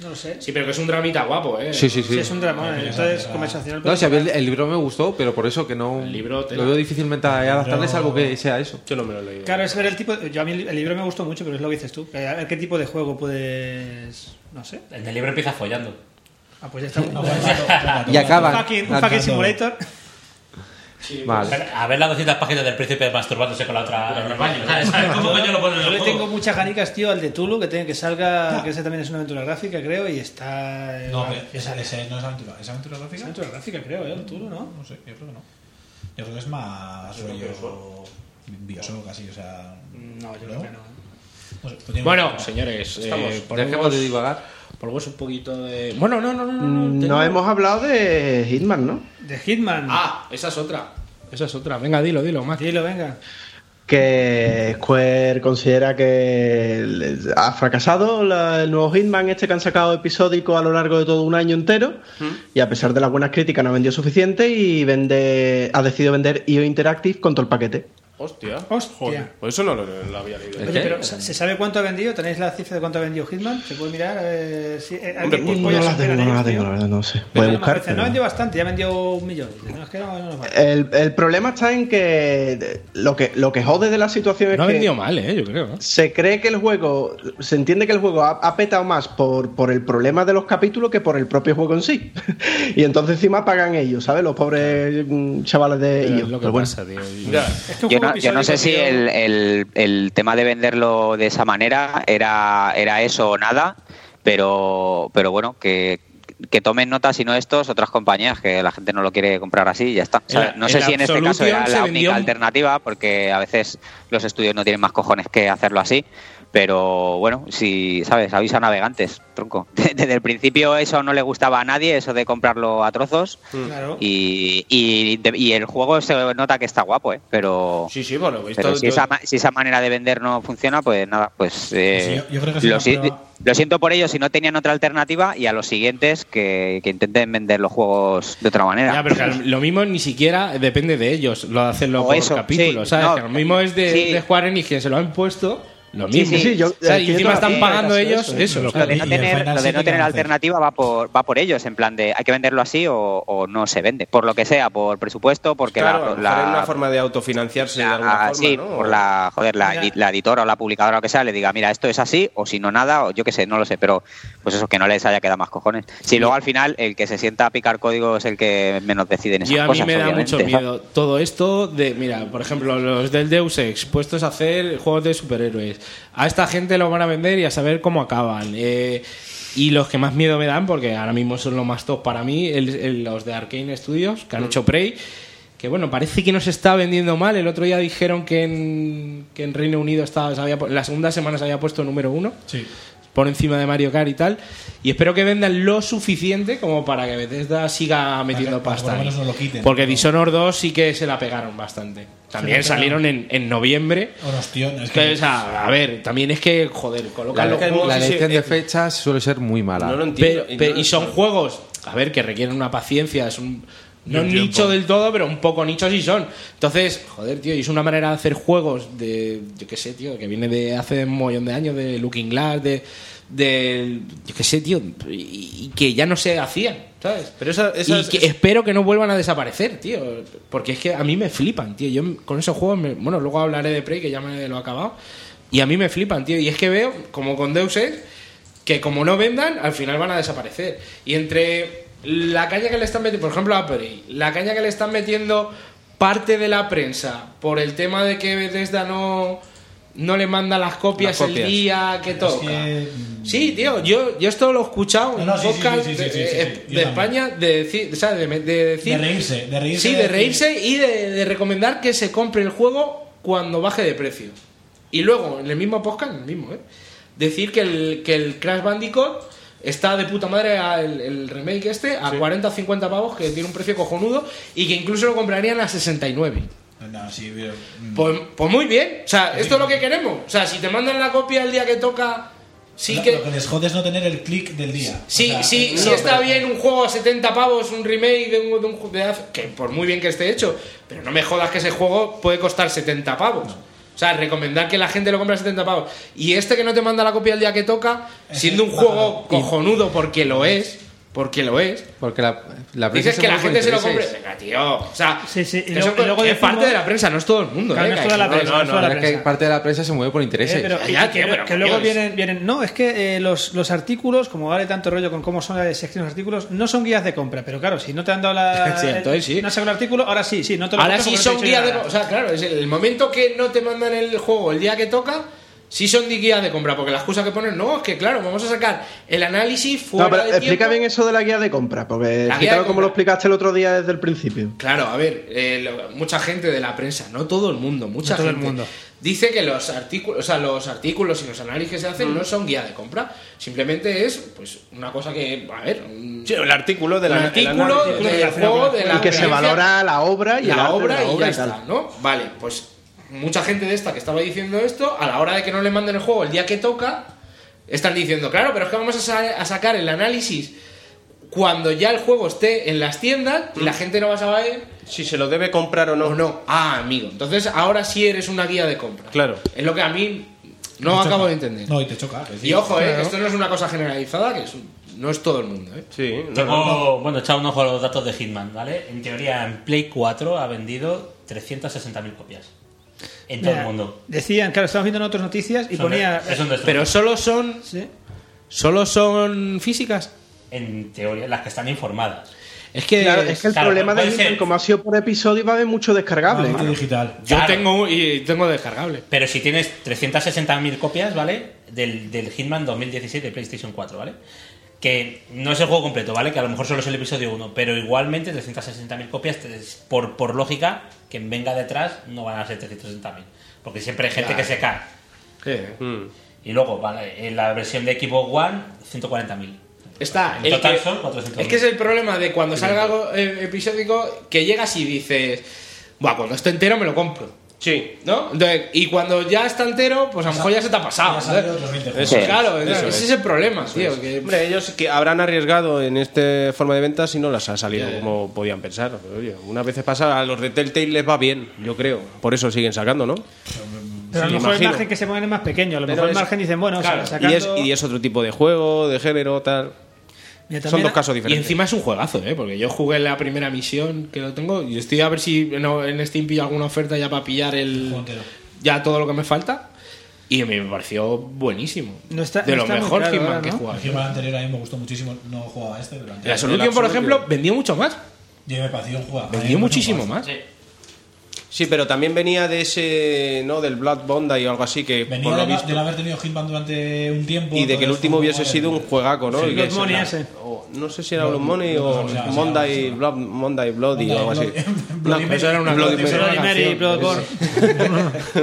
F: No lo sé.
D: Sí, pero que es un dramita guapo, ¿eh?
E: Sí, sí,
F: Sí,
E: sí.
F: es un drama, entonces conversacional.
E: No,
F: pero-
E: si a mí el, el libro me gustó, pero por eso que no
D: El libro, tela.
E: lo veo difícilmente adaptarles a algo que sea eso.
H: Yo no me lo he leído.
F: Claro, es ver el tipo. Yo a mí el libro me gustó mucho, pero es lo que dices tú. que A ver qué tipo de juego puedes. No sé.
A: En el libro empieza follando.
F: Ah, pues ya está. Un
E: [laughs] Y acaban.
F: fucking, un fucking simulator.
E: Vale.
A: A ver las 200 páginas del príncipe masturbándose con la otra en
E: [laughs]
A: el baño. ¿sabes? [laughs] ¿Cómo coño lo ponen en
F: Yo
A: el
F: le
A: juego?
F: tengo muchas ganicas, tío, al de Tulu, que tiene que salga, que ese también es una aventura gráfica, creo, y está... eh,
G: No,
F: va-
G: pero esa, ese no es aventura. ¿Es aventura
F: es
G: gráfica?
F: aventura gráfica, creo, ¿eh? El Tulu, ¿no?
G: No sé, yo creo que no. Yo creo que es más rollo Bioshock, casi, o sea.
D: No, yo
G: creo que
D: no.
G: no sé, pues tiene-
D: Bueno, señores, eh,
E: Dejemos
D: ponemos,
E: de divagar.
D: ponemos un poquito de. Bueno, no, no, no, no. no,
I: Mm, No
D: tengo-
I: hemos hablado de Hitman, ¿no?
F: De Hitman.
D: Ah, esa es otra. Esa es otra. Venga, dilo, dilo, más.
F: Dilo, venga.
I: Que Square considera que el- ha fracasado la- el nuevo Hitman, este que han sacado episódico a lo largo de todo un año entero, y a pesar de las buenas críticas no ha vendido suficiente y vende, ha decidido vender IO Interactive con todo el paquete.
H: Hostia.
F: Hostia.
H: Joder, pues eso no lo, lo había leído.
E: ¿El
F: Oye,
E: qué?
F: pero ¿se se sabe cuánto ha vendido? ¿Tenéis la cifra de cuánto ha vendido Hitman? ¿Se puede mirar? Eh, si, eh, ¿a qué
I: pues, no
F: pollas
I: la
F: esperan
I: tengo,
F: ellos,
I: no la tengo,
F: tío?
I: la verdad, no sé.
F: Pero
I: Puede
F: no, me
I: buscar.
F: parece, No ha vendido bastante, ya ha vendido un millón. Dice, No, es que no, no, nos vale.
I: El, el problema está en que lo que lo que jode de la situación es
D: No ha
I: que
D: vendido mal, eh, yo creo. ¿no?
I: se cree que el juego, se entiende que el juego ha, ha petado más por, por el problema de los capítulos que por el propio juego en sí. [laughs] y entonces encima pagan ellos, ¿sabes? Los pobres mm, chavales de
D: Es
I: ellos.
D: lo que
I: Pero bueno.
D: pasa, tío. Y-
H: Ya.
F: Este Es que un
K: Yo
F: juego
K: no, yo no sé si
F: episódico, tío,
K: el, el- el tema de venderlo de esa manera era, era eso o nada, pero, pero bueno, que, que tomen nota, si no estos, otras compañías, que la gente no lo quiere comprar así y ya está. O sea,
D: El-
K: no sé
D: el
K: si en este caso era
D: Absolution se
K: la
D: vendió-
K: única alternativa, porque a veces los estudios no tienen más cojones que hacerlo así. Pero bueno, si, ¿sabes? Avisa a navegantes, tronco. [laughs] Desde el principio eso no le gustaba a nadie, eso de comprarlo a trozos.
F: Claro.
K: Y, y, de- y el juego se nota que está guapo, ¿eh? Pero,
H: Sí, sí, bueno, esto-
K: pero si
H: yo-
K: esa, ma- si esa manera de vender no funciona, pues nada, pues eh,
G: Sí, yo- yo creo que es
K: lo,
G: una
K: si-
G: prueba.
K: lo siento por ellos si no tenían otra alternativa y a los siguientes que, que intenten vender los juegos de otra manera.
D: Ya, pero que al- lo mismo ni siquiera depende de ellos, lo de hacerlo
K: O
D: por
K: eso,
D: capítulo,
K: sí,
D: ¿sabes?
K: no,
D: que lo mismo es de,
K: sí.
D: de Square Enix, que se lo han puesto, lo mismo.
K: sí, eh,
I: yo-
D: O sea, y
I: aquí
D: encima
I: yo
D: están
I: también
D: pagando
I: haría
D: ellos
I: caso
D: eso.
G: eso.
K: lo de no
G: Y- y el
K: tener,
G: Final
K: lo de
G: City
K: no tener
G: que hace.
K: alternativa va por, va por ellos, en plan de hay que venderlo así o, o no se vende, por lo que sea, por presupuesto, porque la-
H: claro, a lo mejor
K: la,
H: es una forma de autofinanciarse de
K: la-
H: alguna forma,
K: sí,
H: ¿no?
K: por la, joder, la,
F: Mira.
K: edi- la editora o la publicadora o lo que sea le diga, mira, esto es así, o si no nada, o yo qué sé, no lo sé, pero pues eso, que no les haya quedado más cojones. Si luego al final el que se sienta a picar código es el que menos decide en esas
D: Y a mí
K: cosas,
D: me da
K: obviamente,
D: mucho
K: ¿sabes?
D: miedo todo esto de, mira, por ejemplo, los del Deus Ex, puestos a hacer juegos de superhéroes. A esta gente lo van a vender y a saber cómo acaban. Eh, y los que más miedo me dan, porque ahora mismo son los más top para mí, el- el- los de Arkane Studios,
K: Mm.
D: que han hecho Prey. Que bueno, parece que no se está vendiendo mal. El otro día dijeron que en, que en Reino Unido estaba, se había pu- la segunda semana se había puesto número uno
G: Sí.
D: por encima de Mario Kart y tal. Y espero que vendan lo suficiente como para que Bethesda siga metiendo
G: que- para que
D: pasta.
G: por lo
D: ahí.
G: menos no lo quiten.
D: Porque Dishonored 2 sí que se la pegaron bastante. También
G: Se la pegaron.
D: salieron en, en noviembre.
G: O los tíos, Oh, no, es que.
D: Entonces, a, a ver, también es que, joder,
E: La,
D: colocan los juegos.
E: la
H: sí, sí,
E: elección de
H: eh,
E: fechas suele ser muy mala.
H: No lo
D: Pero-
H: entiendo.
D: pero-
H: no lo
D: y son
H: entiendo.
D: juegos, a ver, que requieren una paciencia, es un. No
C: un
D: un
C: tiempo.
D: nicho del todo, pero un poco nicho sí son. Entonces, joder, tío, y es una manera de hacer juegos de. Yo qué sé, tío, que viene de hace un montón de años, de Looking Glass, de. del- yo qué sé, tío, y, y que ya no se hacían, ¿sabes?
H: Pero esa- esas-
D: y que espero que no vuelvan a desaparecer, tío. Porque es que a mí me flipan, tío. Yo con esos juegos, me- bueno, luego hablaré de Prey, que ya me lo he acabado. Y a mí me flipan, tío. Y es que veo, como con Deus Ex, que como no vendan, al final van a desaparecer. Y entre la caña que le están metiendo, por ejemplo, a Apple, la caña que le están metiendo parte de la prensa por el tema de que Bethesda no, no le manda las copias,
H: Las copias.
D: el día que
G: Es
D: toca.
G: que, mm.
D: Sí, tío, yo, yo esto lo he escuchado en
G: No, no,
D: un
G: sí, sí,
D: podcast
G: sí, sí,
D: de-
G: sí, sí, sí,
D: eh,
G: yo
D: de
G: también.
D: España de decir, o sea, de, de decir-
G: De reírse, de reírse
D: Sí,
G: de
D: de
G: decir-
D: reírse y de, de recomendar que se compre el juego cuando baje de precio. Y luego, en el mismo podcast, en el mismo, ¿eh? Decir que el, que el Crash Bandicoot está de puta madre a- el, el remake este a 40 o 50 pavos, que tiene un precio cojonudo y que incluso lo comprarían a 69.
G: No, sí, pero, mm,
D: Pues, pues muy bien, o sea, esto es lo que queremos. O sea, si te mandan la copia el día que toca, sí
G: lo,
D: que.
G: lo que les jode es no tener el click del día.
D: Sí,
G: O sea,
D: sí,
G: no,
D: sí
G: pero-
D: está bien un juego a 70 pavos, un remake de un, de un ju- de hace- que por muy bien que esté hecho, pero no me jodas que ese juego puede costar 70 pavos. O sea, recomendar que la gente lo compre a 70 pavos. Y este que no te manda la copia el día que toca,
G: Ese
F: [laughs]
D: siendo un
G: es
D: juego cojonudo porque lo es, porque lo es,
E: Porque la, la prensa
D: dices que la
E: mueve
D: gente
E: por
D: se lo compre.
E: intereses.
D: Venga, tío. O sea,
F: Sí, sí, y
D: que
F: luego-
D: eso
F: y luego
D: es
F: decimos-
D: parte de la prensa, no es todo el mundo.
F: Claro,
D: eh,
F: no es
D: que
F: toda la
D: hay que-
F: prensa, no es toda la
E: Pero es que
F: prensa.
E: parte de la prensa se mueve por intereses.
F: Eh, pero-
D: Ya,
F: y-
D: tío,
F: que-
D: pero
F: que luego
D: coño,
F: vienen, vienen. No, es que eh, los, los artículos, como vale tanto rollo con cómo son las secciones de artículos, no son guías de compra. Pero claro, si no te han dado la.
D: [laughs] Sí, entonces sí.
F: No has sacado el artículo, ahora sí, sí, no te lo
D: Ahora
F: compro
D: sí
F: porque no
D: son
F: te he dicho
D: guías de
F: nada.
D: compra. O sea, claro, es el momento que no te mandan el juego el día que toca, sí son de guías de compra. Porque la excusa que ponen, no, es que claro, vamos a sacar el análisis fuera
I: No, pero
D: de
I: explica
D: tiempo".
I: bien eso de la guía de compra, porque
D: La guía de
I: explícalo como
D: compra.
I: lo explicaste el otro día desde el principio.
D: Claro, a ver, eh, lo- mucha gente de la prensa, no todo el mundo, mucha
F: No todo el
D: gente
F: mundo.
D: dice que los artículos, o sea, los artículos y los análisis que se hacen no son guía de compra, simplemente es pues una cosa que, a ver, un,
H: Sí, el artículo de
D: un
H: la
D: artículo
F: análisis.
D: del
F: Relacionado
D: juego
F: con el
D: de
F: juego.
D: la
I: Y que se
D: experiencia-
I: valora la obra y el
D: la
I: arte de
D: obra y ya
I: y
D: está,
I: tal.
D: ¿no? Vale, pues mucha gente de esta que estaba diciendo esto, a la hora de que no le manden el juego el día que toca, están diciendo, claro, pero es que vamos a, sa- a sacar el análisis cuando ya el juego esté en las tiendas y la gente no va a saber
H: Mm. Si se lo debe comprar o no.
D: o no. Ah, amigo, entonces ahora sí eres una guía de compra.
H: Claro.
D: Es lo que a mí no
G: te
D: acabo
G: choca.
D: de entender.
G: No, y te choca. que sí.
D: y ojo, eh, que esto no es una cosa generalizada, que es un- no es todo el mundo, ¿eh?
H: Sí, no, no.
A: Tengo, bueno, echa un ojo a los datos de Hitman, ¿vale? En teoría, en Play 4 ha vendido 360.000 copias. En todo el
F: Mira,
A: mundo.
F: Decían, claro, estamos viendo en otras noticias y
A: Son de-
F: ponía.
A: es un destrozo.
D: Pero solo son
F: Sí.
D: solo son físicas.
A: en teoría, las que están informadas.
D: Es que
I: Claro, es que el
A: Claro,
I: problema de
A: puede
I: Hitman,
A: ser.
I: como ha sido por episodio, va a haber mucho
G: Ah,
I: descargable.
G: este digital.
D: Yo
A: Claro.
D: tengo y tengo descargable.
A: Pero si tienes 360.000 copias, ¿vale? Del, del Hitman 2017 de PlayStation 4, ¿vale? Que no es el juego completo, ¿vale? Que a lo mejor solo es el episodio 1, pero igualmente 360.000 copias, tres- por, por lógica, quien venga detrás no van a ser 360.000. Porque siempre hay gente
D: Claro.
A: que se cae.
H: Mm.
A: Y luego, vale, en la versión de Xbox One, 140.000.
D: Está.
A: En
D: el
A: total
D: que-
A: son 400.000.
D: Es que es el problema de cuando salga algo eh, episódico que llegas y dices, Buah, cuando esté entero me lo compro.
H: Sí.
D: ¿No? Entonces, y cuando ya está entero, pues a lo mejor ya se te ha pasado.
G: Ya salió
D: ¿no?
G: otros 20
H: Eso
G: juegos.
H: es,
D: claro,
H: eso
D: ese
H: es.
D: es el problema, tío. que-
H: Pues, Hombre, ellos que habrán arriesgado en esta forma de ventas si no las ha salido como podían pensar. Pero, oye, una vez pasa, a los de Telltale les va bien, yo creo. Por eso siguen sacando, ¿no?
F: Pero a
H: Sí,
F: lo mejor el
H: imagino.
F: margen que se ponen es más pequeño. A lo
H: Pero
F: mejor el
H: es-
F: margen dicen, bueno,
D: claro,
F: o sea,
H: Y es,
F: sacando-
H: y es otro tipo de juego, de género, tal.
F: Mira,
H: Son
F: también-
H: dos casos
D: Y
H: diferentes.
D: encima es un juegazo, ¿eh? Porque yo jugué la primera misión que lo tengo y estoy a ver si en, en Steam pillo alguna oferta ya para pillar el...
G: Juego entero.
D: Ya todo lo que me falta. Y me pareció buenísimo.
F: No está-
D: de
F: no
D: lo
F: está muy
D: mejor
F: caro
D: Hitman
F: ahora,
D: que he
F: ¿no?
D: jugado.
G: El Hitman anterior a mí me gustó muchísimo. No jugaba a este, pero el
D: La
G: anterior.
D: Solution, por
H: Absolution.
D: ejemplo, vendió mucho más.
G: Yo me pareció un juego.
D: Vendió muchísimo más.
H: Sí, pero también venía de ese, ¿no? Del Blood Bondi o algo así que
G: Venía
H: por lo
G: de, la-
H: visto.
G: del haber tenido Hitman durante un tiempo.
H: Y de que el
G: entonces
H: último
G: fue
H: hubiese
G: como,
H: sido un
G: madre
H: juegaco, ¿no?
F: Sí,
H: Y que
F: Blood
H: se-
F: Money
H: la-
F: ese.
H: o- no sé si era
G: Blood-
H: Blood Money
G: Blood-
H: o
G: Blood- Blood-
H: Monday
G: Blood-
H: Blood- Monday Bloody
G: Monday
H: o algo así.
G: Blood-
H: No,
G: Bloody
H: eso era una
G: Bloody
H: Bloody
G: Mary.
H: Mary.
F: Bloody Mary, Bloodborne.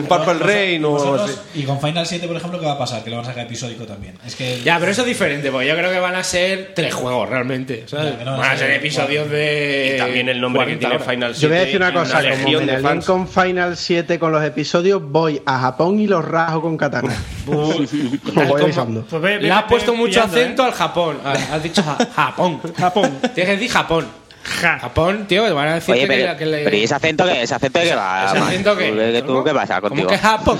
H: Purple Rain o algo
G: Nosotros-
H: así.
G: Y con Final 7, por ejemplo, ¿qué va a pasar? Que lo van a sacar episódico también. Es que.
D: Ya, pero eso es diferente, porque yo creo que van a ser tres juegos realmente. ¿sabes?
G: Ya, que no van a
D: van a
G: ser
D: ser episodios de.
H: Y también el nombre
D: 40
H: que tiene
D: horas.
H: Final
I: Yo voy a decir una cosa, como
H: región
I: me
H: de
I: alíen
H: fans.
I: con Final 7 con los episodios, voy a Japón y los rajo con katana. [laughs] Os
D: Tal
I: voy
D: como-
I: avisando.
F: Pues ve- ve-
D: Le has
F: ve
D: puesto mucho
F: pillando,
D: acento
F: ¿eh?
D: al Japón. Ah, Has dicho ja-
H: [laughs]
D: Japón.
F: Japón.
D: Tienes que decir Japón.
F: Ja.
D: Japón, tío, te van a decir
K: Oye,
D: que,
K: pero,
D: la- que le-
K: pero ¿y ese acento que ese acento que va?
D: ese
K: man?
D: acento que-
K: ¿Tú- ¿Tú qué pasa
D: ¿Cómo
K: contigo?
D: que Japón?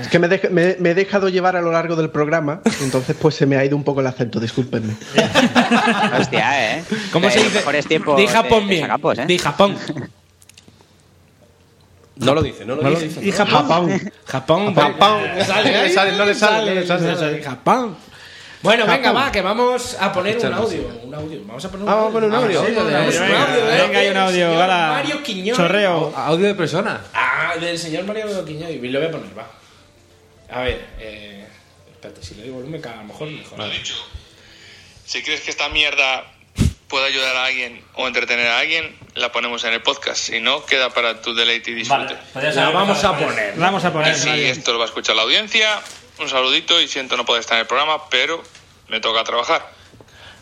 I: Es que me, dej- me- me he dejado llevar a lo largo del programa, entonces pues se me ha ido un poco el acento, discúlpenme.
K: [laughs] Hostia, ¿eh?
D: ¿Cómo
K: Eh,
D: se
K: los
D: dice?
K: Mejores tiempos
D: Di
K: de- [laughs]
D: Japón
K: de
D: bien.
K: Sacapos, ¿eh?
D: Di Japón.
H: No lo dice, no lo
D: lo
H: dice.
D: dice. Y Japón. Japón.
H: Japón.
D: No le sale,
H: No le sale, no le sale, no le sale.
D: Japón. Bueno, venga,
H: Japón.
D: va, que vamos a poner un
H: Escuchamos,
D: audio. Un audio. Vamos a poner un
H: Ah, vamos a poner un audio.
D: sí,
H: Venga,
D: ponemos un
H: venga,
D: audio.
E: eh.
D: ¿eh?
F: venga, hay un
D: del
F: audio,
D: señor
F: gala.
D: Mario Quiñón.
F: Chorreo.
E: Audio de persona.
D: Ah, del señor Mario Quiñón. Y lo voy a poner, va. A ver, eh, espérate, si le doy volumen, que a lo mejor mejor.
L: Si crees que esta mierda puede ayudar a alguien o entretener a alguien, la ponemos en el podcast. Si no, queda para tu deleite y disfrute.
A: Vale,
F: pues
A: podrías
D: La
A: haber
D: Pues vamos
A: empezado
D: a
A: con
D: poner.
F: Vamos a poner.
L: Y si
F: radio.
L: esto lo va a escuchar la audiencia, un saludito y siento no poder estar en el programa, pero me toca trabajar.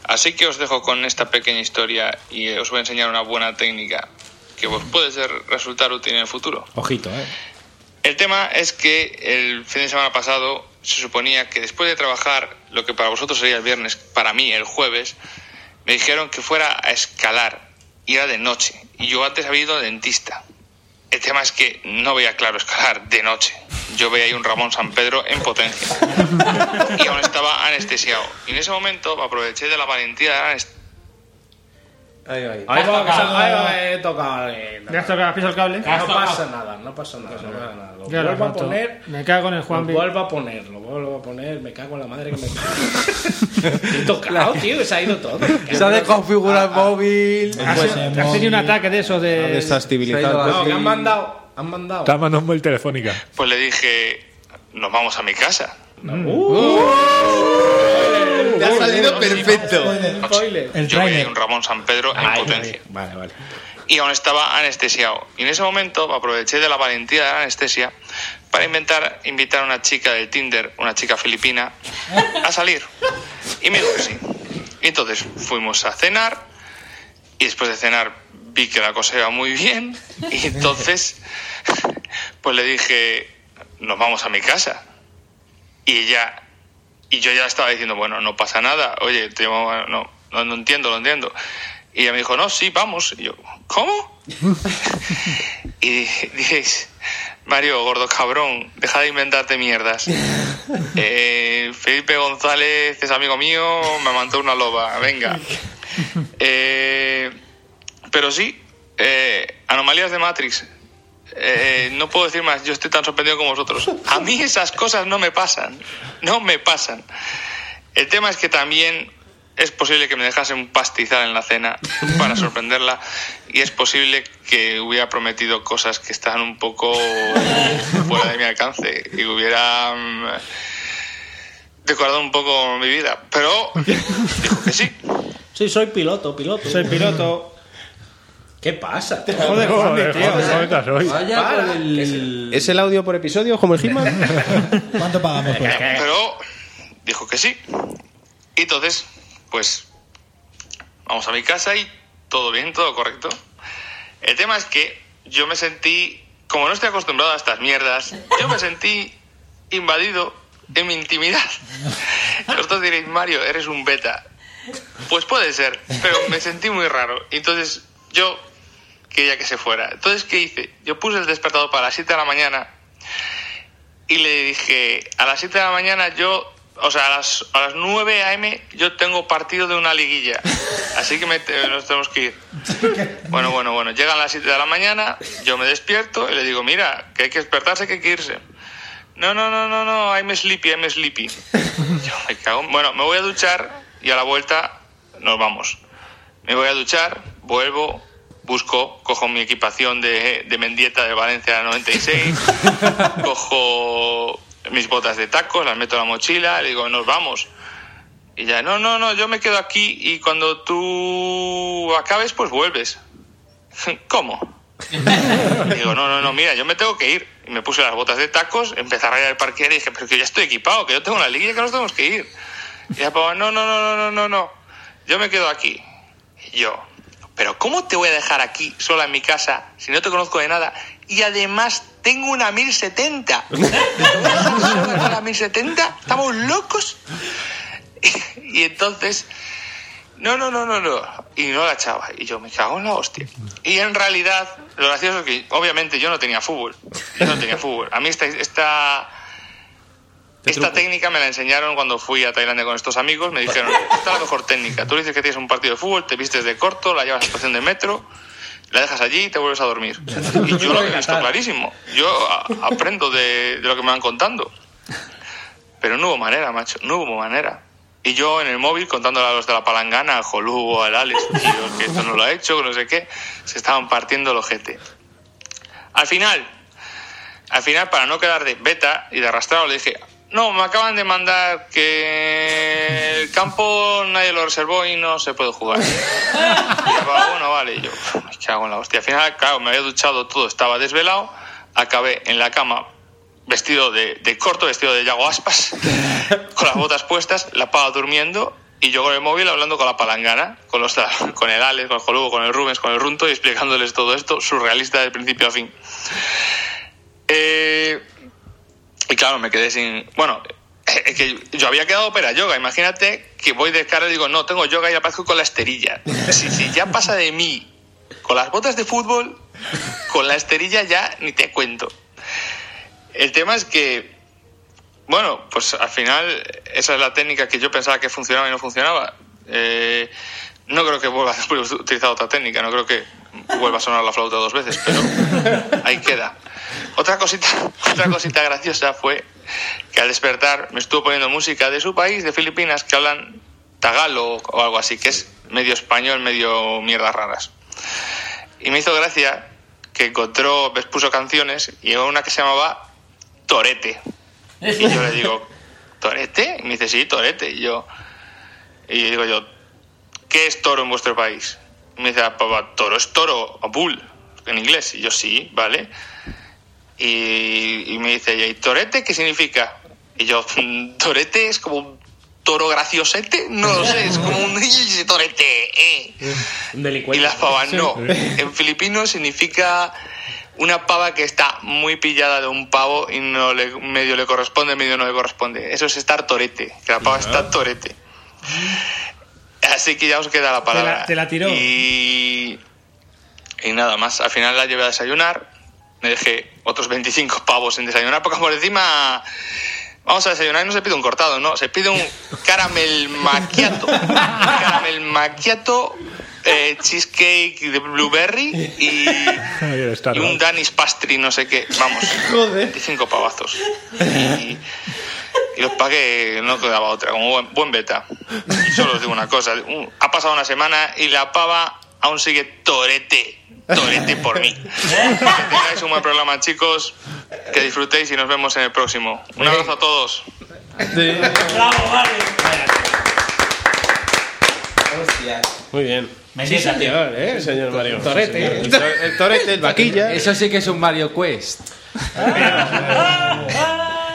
L: Así que os dejo con esta pequeña historia y os voy a enseñar una buena técnica que os puede ser, resultar útil en el futuro.
D: Ojito, eh.
L: El tema es que el fin de semana pasado se suponía que después de trabajar, lo que para vosotros sería el viernes, para mí el jueves, me dijeron que fuera a escalar y era de noche. Y yo antes había ido al dentista. El tema es que no veía claro escalar de noche. Yo veía ahí un Ramón San Pedro en potencia. Y aún estaba anestesiado. Y en ese momento me aproveché de la valentía de la anes-
E: Ahí, ahí.
D: Ahí va,
F: tocado.
D: ahí va, he tocado, eh,
F: Ya has tocado, has pisado el cable.
D: No pasa nada, no pasa nada, no pasa nada. Lo
F: Ya lo has
D: vuelvo a
F: roto.
D: poner.
F: Me cago en el
D: Lo
F: Juan
D: vuelvo a poner, lo vuelvo a poner, me cago en la madre que me
F: [laughs]
D: Te he tocado, tío, se ha ido todo.
E: Se ha
F: Ah,
E: desconfigurado el móvil.
F: Has
D: Pues,
F: has tenido un ataque de esos de.
E: Se ha ido
D: No,
E: así.
D: que han mandado, han mandado.
C: Te ha mandado un mail telefónica. [laughs]
L: Pues le dije, nos vamos a mi casa.
D: Uh.
H: Te ha salido perfecto.
D: Spoiler.
G: El
L: yo veía ahí
G: trailer.
L: un Ramón San Pedro en
D: Ay,
L: potencia.
D: Vale, vale.
L: y aún estaba anestesiado. Y en ese momento me aproveché de la valentía de la anestesia para inventar invitar a una chica del Tinder, una chica filipina, a salir. Y me dijo que sí. Y entonces fuimos a cenar y después de cenar vi que la cosa iba muy bien
M: [laughs]
L: y entonces pues le dije, nos vamos a mi casa. Y ella y yo ya estaba diciendo, bueno, no pasa nada, oye, te llamo- no, no, no entiendo, no entiendo. Y ella me dijo, no, sí, vamos. Y yo, ¿cómo? y diréis, Mario, gordo cabrón, deja de inventarte mierdas. Eh, Felipe González es amigo mío, me mandó una loba, venga. Eh, pero sí, eh, anomalías de Matrix. Eh, no puedo decir más, yo estoy tan sorprendido como vosotros. A mí esas cosas no me pasan, no me pasan. El tema es que también es posible que me dejase un pastizal en la cena para sorprenderla y es posible que hubiera prometido cosas que están un poco fuera de mi alcance y hubiera mm, decorado un poco mi vida. Pero dijo que sí,
D: Sí, soy piloto, piloto.
F: Soy piloto.
D: [laughs] ¿Qué
H: [laughs]
D: pasa?
F: Joder, Juan
C: Joder,
F: tío.
C: joder, ¿cómo estás hoy?
E: Vaya con el.
H: ¿Es el audio por episodio, como el He-Man?
G: ¿Cuánto pagamos pues?
D: [laughs]
G: por
L: [laughs]
G: esto?
L: Pero dijo que sí. Y entonces, pues, vamos a mi casa y todo bien, todo correcto. El tema es que yo me sentí, como no estoy acostumbrado a estas mierdas, yo me sentí invadido en mi intimidad. Vosotros diréis, Mario, eres un beta. Pues puede ser, pero me sentí muy raro. Entonces yo quería que se fuera. Entonces, ¿qué hice? Yo puse el despertador para las 7 de la mañana y le dije, a las 7 de la mañana yo, o sea, a las, a las 9 a.m. yo tengo partido de una liguilla, así que me te- nos tenemos que ir. Bueno, bueno, bueno, llegan las 7 de la mañana, yo me despierto y le digo, mira, que hay que despertarse, que hay que irse. No, no, no, no, no, I'm sleepy, I'm sleepy. Yo me cago. en- Bueno, me voy a duchar y a la vuelta nos vamos. Me voy a duchar, vuelvo, busco, cojo mi equipación de, de Mendieta de Valencia 96, cojo mis botas de tacos, las meto en la mochila, le digo, nos vamos. Y ya, no, no, no, yo me quedo aquí y cuando tú acabes, pues vuelves. [laughs] ¿Cómo? [laughs] Y digo, no, no, no, mira, yo me tengo que ir. Y me puse las botas de tacos, empecé a rayar el parque y dije, pero que ya estoy equipado, que yo tengo la liga que nos tenemos que ir. Y la pava, no, no, no, no, no, no, no, yo me quedo aquí. Y yo, pero ¿cómo te voy a dejar aquí sola en mi casa si no te conozco de nada? Y además tengo una 1070. ¿Te voy a dejar sola con la 1070? ¿Estamos locos? Y entonces, no, no, no, no, no. Y no la echaba. Y yo me cago en la hostia. Y en realidad, lo gracioso es que, obviamente, yo no tenía fútbol. Yo no tenía fútbol. A mí esta, esta, esta técnica me la enseñaron cuando fui a Tailandia con estos amigos. Me dijeron, esta es la mejor técnica. Tú dices que tienes un partido de fútbol, te vistes de corto, la llevas a la estación de metro, la dejas allí y te vuelves a dormir. Y yo lo he visto clarísimo. Yo a- aprendo de, de lo que me van contando. Pero no hubo manera, macho, no hubo manera. Y yo en el móvil contándole a los de la palangana, al Jolugo, al Alex, tío, que esto no lo ha hecho, que no sé qué, se estaban partiendo el ojete. Al final, al final, para no quedar de beta y de arrastrado, le dije, no, me acaban de mandar que Eh, el campo nadie lo reservó y no se puede jugar. Y va, bueno, vale, y yo, ¿qué hago en la hostia? Al final, claro, me había duchado todo, estaba desvelado, acabé en la cama vestido de, de corto, vestido de Yago Aspas, con las botas puestas, la pava durmiendo y yo con el móvil hablando con la palangana, con, los, con el Alex, con el Jolugo, con el Rubens, con el Runto y explicándoles todo esto, surrealista de principio a fin. Eh, y claro, me quedé sin. Bueno, es [laughs] que yo había quedado para yoga. Imagínate que voy de cara y digo, no, tengo yoga y aparezco con la esterilla. Si, si ya pasa de mí con las botas de fútbol, con la esterilla ya ni te cuento. El tema es que, bueno, pues al final esa es la técnica que yo pensaba que funcionaba y no funcionaba. Eh, no creo que vuelva a utilizar otra técnica, no creo que vuelva a sonar la flauta dos veces, pero ahí queda. Otra cosita, [laughs] otra cosita graciosa fue que al despertar me estuvo poniendo música de su país, de Filipinas, que hablan tagalo o algo así, que es medio español, medio mierdas raras. Y me hizo gracia que encontró, pues, puso canciones y llegó una que se llamaba Torete. Y yo le digo, ¿Torete? Y me dice, sí, Torete. Y yo, y digo yo, ¿qué es toro en vuestro país? Y me dice, "Ah, papá, toro es toro, o bull, en inglés. Y yo, sí, vale. Y, y me dice, ¿y torete qué significa? Y yo, "Mm, torete es como un toro graciosete, no lo sé, es como un [laughs] "Y torete, eh".
D: Un
L: Y
D: delincuente.
L: las pavas no.
D: Sí.
L: En filipino significa una pava que está muy pillada de un pavo y no le, medio le corresponde, medio no le corresponde. Eso es estar torete, que la pava está torete. Así que ya os queda la
F: Te
L: palabra.
F: la, te la tiró.
L: Y, y nada más. Al final la llevé a desayunar. Me dejé otros 25 pavos en desayunar, porque por encima. Vamos a desayunar y no se pide un cortado, ¿no? Se pide un
F: [laughs]
L: caramel macchiato. caramel macchiato, eh, cheesecake de blueberry y, y un Danish pastry, no sé qué.
D: [laughs]
L: Vamos, 25 pavazos. Y, y los pagué, no quedaba otra, como buen, buen beta. Y solo os digo una cosa, un- ha pasado una semana y la pava aún sigue torete, torete por mí. Que tengáis un buen programa, chicos, que disfrutéis y nos vemos en el próximo. Un abrazo a todos.
H: Muy bien.
A: Sí, señor,
H: ¿eh? Señor Mario.
D: Torete.
H: El, to- el torete, el vaquilla.
E: Eso sí que es un Mario Quest.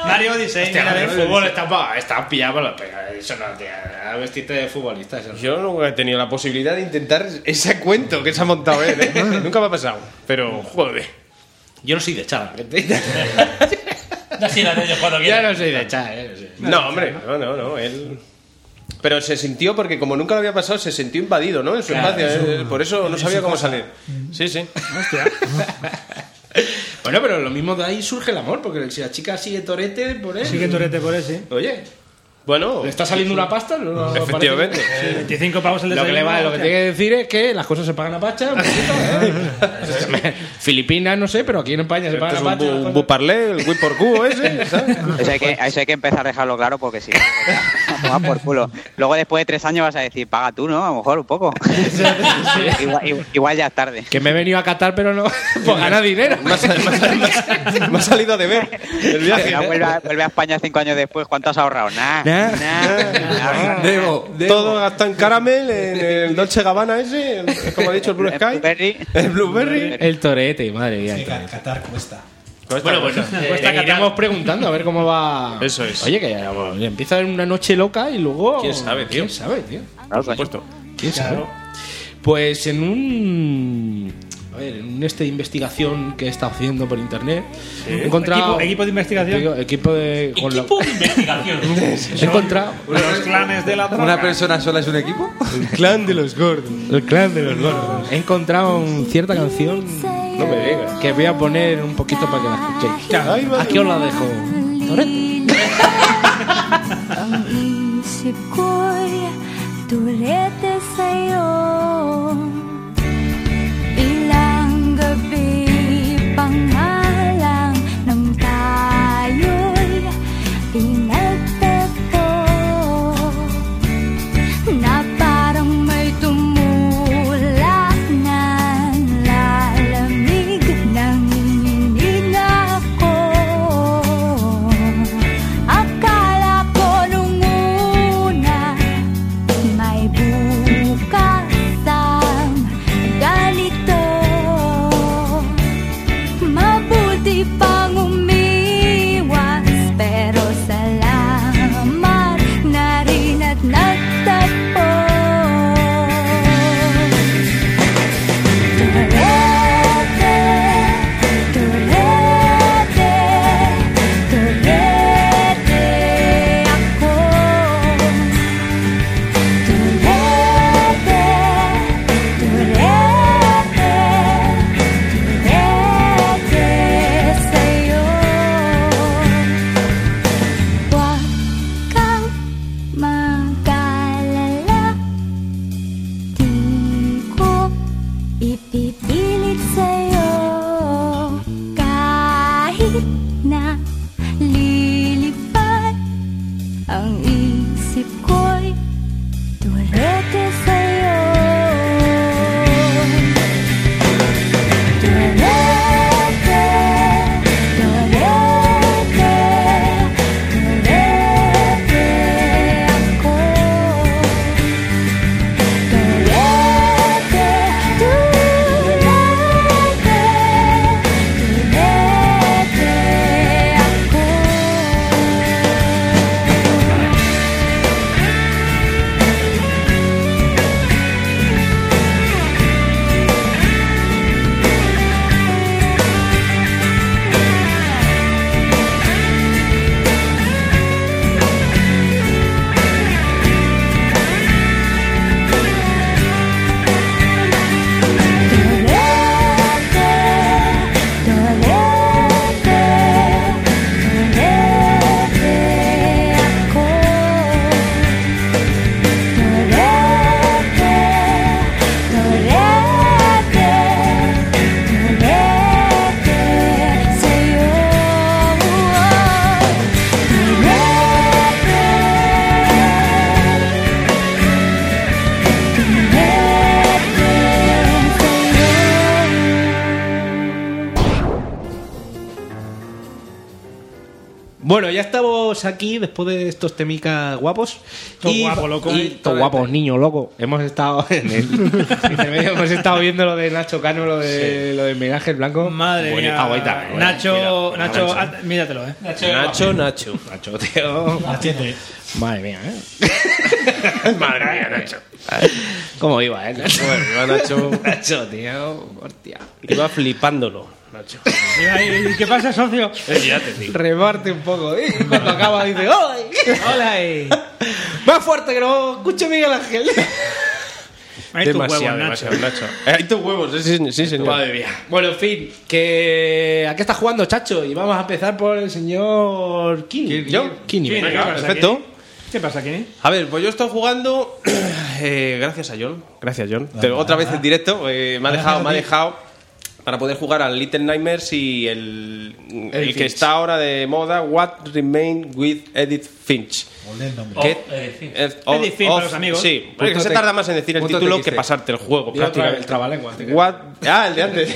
F: Mario Odyssey.
D: Hostia,
F: mira,
D: el
F: eh.
D: fútbol está, pa- está pillado por la pega. Eso no, tía. A vestirte de futbolista. Eso.
H: Yo nunca he tenido la posibilidad de intentar ese cuento que se ha montado él. ¿eh? nunca me ha pasado. Pero, joder.
D: Yo no soy de ¿eh? echar,
A: Ya sí, la de ellos cuando
D: Yo
A: quieras.
D: no soy de echar, eh. no soy.
H: [laughs] No, hombre, no, no, no. Él. Pero se sintió, porque como nunca lo había pasado, se sintió invadido, ¿no? En su
D: Claro,
H: espacio.
D: en
H: ¿eh? Por eso no sabía cómo salir. Sí, sí.
D: Bueno, pero lo mismo de ahí surge el amor, porque si la chica sigue torete por él.
F: Sigue torete por ese.
D: Oye,
H: Bueno,
D: ¿le está saliendo una pasta? No, no, parece-
H: efectivamente.
F: 25 pavos el
D: Lo que,
F: desayuno.
D: le vale, lo que
F: hostia.
D: tiene que decir es que las cosas se pagan a [laughs] pacha. un poquito, ¿eh? Filipinas, no sé, pero aquí en España se
H: Este es
D: pagan a
H: un,
D: pacha.
H: bu,
D: las
H: un
D: cosas.
H: buparlé, el whip por cubo
K: [laughs]
H: ese, ¿sabes?
K: Eso hay, que, eso hay que empezar a dejarlo claro porque si no, va por culo. Luego después de tres años vas a decir, paga tú, ¿no? A lo mejor un poco. [laughs] igual, igual- igual ya es tarde.
D: Que me he venido a Catar, pero no. Pues gana dinero.
H: Me ha salido de ver el
K: Al
H: viaje. ¿eh?
K: final vuelve a, vuelve a España cinco años después, ¿cuánto has ahorrado? Nada.
D: Nah.
E: Debo, debo.
H: Todo gastado en caramel, en el Dolce Gabbana ese, el- como ha dicho el Blue Sky. El Blueberry.
D: El torete, madre mía. el
G: Que
D: torete.
G: Qatar cuesta.
H: Bueno, bueno.
D: Eh, iremos preguntando a ver cómo va.
H: Eso es.
D: Oye, que ya, bueno, empieza una noche loca y luego.
H: ¿Quién sabe, tío?
D: ¿Quién sabe, tío?
K: Por supuesto.
D: ¿Quién sabe? Pues en un. A ver, en este investigación que he estado haciendo por internet, he encontrado.
F: Equipo- equipo de investigación.
D: Equipo, equipo de. con la-
A: Equipo de
D: [laughs]
A: investigación.
D: he encontrado.
F: Los clanes de la
E: ¿Una
F: droga.
E: persona sola es un equipo?
H: El clan de los Gordon.
D: El clan de los gordos. He encontrado un- cierta canción
H: No me digas.
D: que voy a poner un poquito para que la escuchéis.
H: Ay, madre
D: Aquí os la dejo. Torete.
M: Ang isip ko'y tulete sa'yo Ilan
D: Bueno, ya estamos aquí después de estos temicas guapos.
F: Todo guapo, loco.
D: y- todo guapo, niño, loco. Hemos estado [laughs] en el intermedio, hemos estado viendo lo de Nacho Cano, lo de, lo de Menaje el Blanco.
F: Madre
D: Bueno, ah,
F: mía.
D: está guay también, bueno.
F: Nacho, Nacho,
D: Mira, Nacho.
F: ah, míratelo, eh.
D: Nacho, Nacho. Nacho,
H: [laughs]
D: tío. Madre mía, ¿eh? Madre mía, Nacho. ¿Cómo iba, eh? Nacho?
H: iba Nacho.
D: [laughs] Nacho, tío. Hostia.
H: Iba flipándolo, Nacho.
F: ¿Y qué pasa,
D: [laughs]
F: socio?
D: Eh,
H: ya te digo.
D: Remarte un poco, ¿eh? Cuando acaba dice, ¡ay!
F: [laughs] Hola, eh.
D: Más fuerte que no. Escucha Miguel Ángel.
F: Ahí tu huevo, Nacho.
H: Nacho. Eh, Hay tus huevos, sí, sí, sí, señor.
D: Madre mía. Bueno, en fin, que ¿a qué está jugando, chacho? Y vamos a empezar por el señor Kini. ¿Yo?
F: Kini,
D: Kini, venga,
F: ¿qué pasa,
D: perfecto.
F: Kini? ¿Qué pasa, Kenny?
H: A ver, pues yo he estado jugando. [clears throat] eh, gracias a John. Gracias, John. Te- otra vez en directo. eh, me ha
D: Gracias
H: dejado,
D: Ah. a
H: me ha
D: ti.
H: dejado. Para poder jugar al Little Nightmares y el, el
D: Edith
H: que
D: Finch.
H: está ahora de moda, What Remain with Edith Finch.
D: Oh,
H: Que- Ed- of-
F: Oh, Edith Finch para
H: of-
F: los amigos.
H: Sí, porque
D: Punto
H: se
D: T-
H: tarda más en decir el
D: punto
H: título
D: TXT.
H: que pasarte el juego,
D: Dilo otra vez,
H: prácticamente.
D: el trabalengua, te
H: What- Ah, el de antes.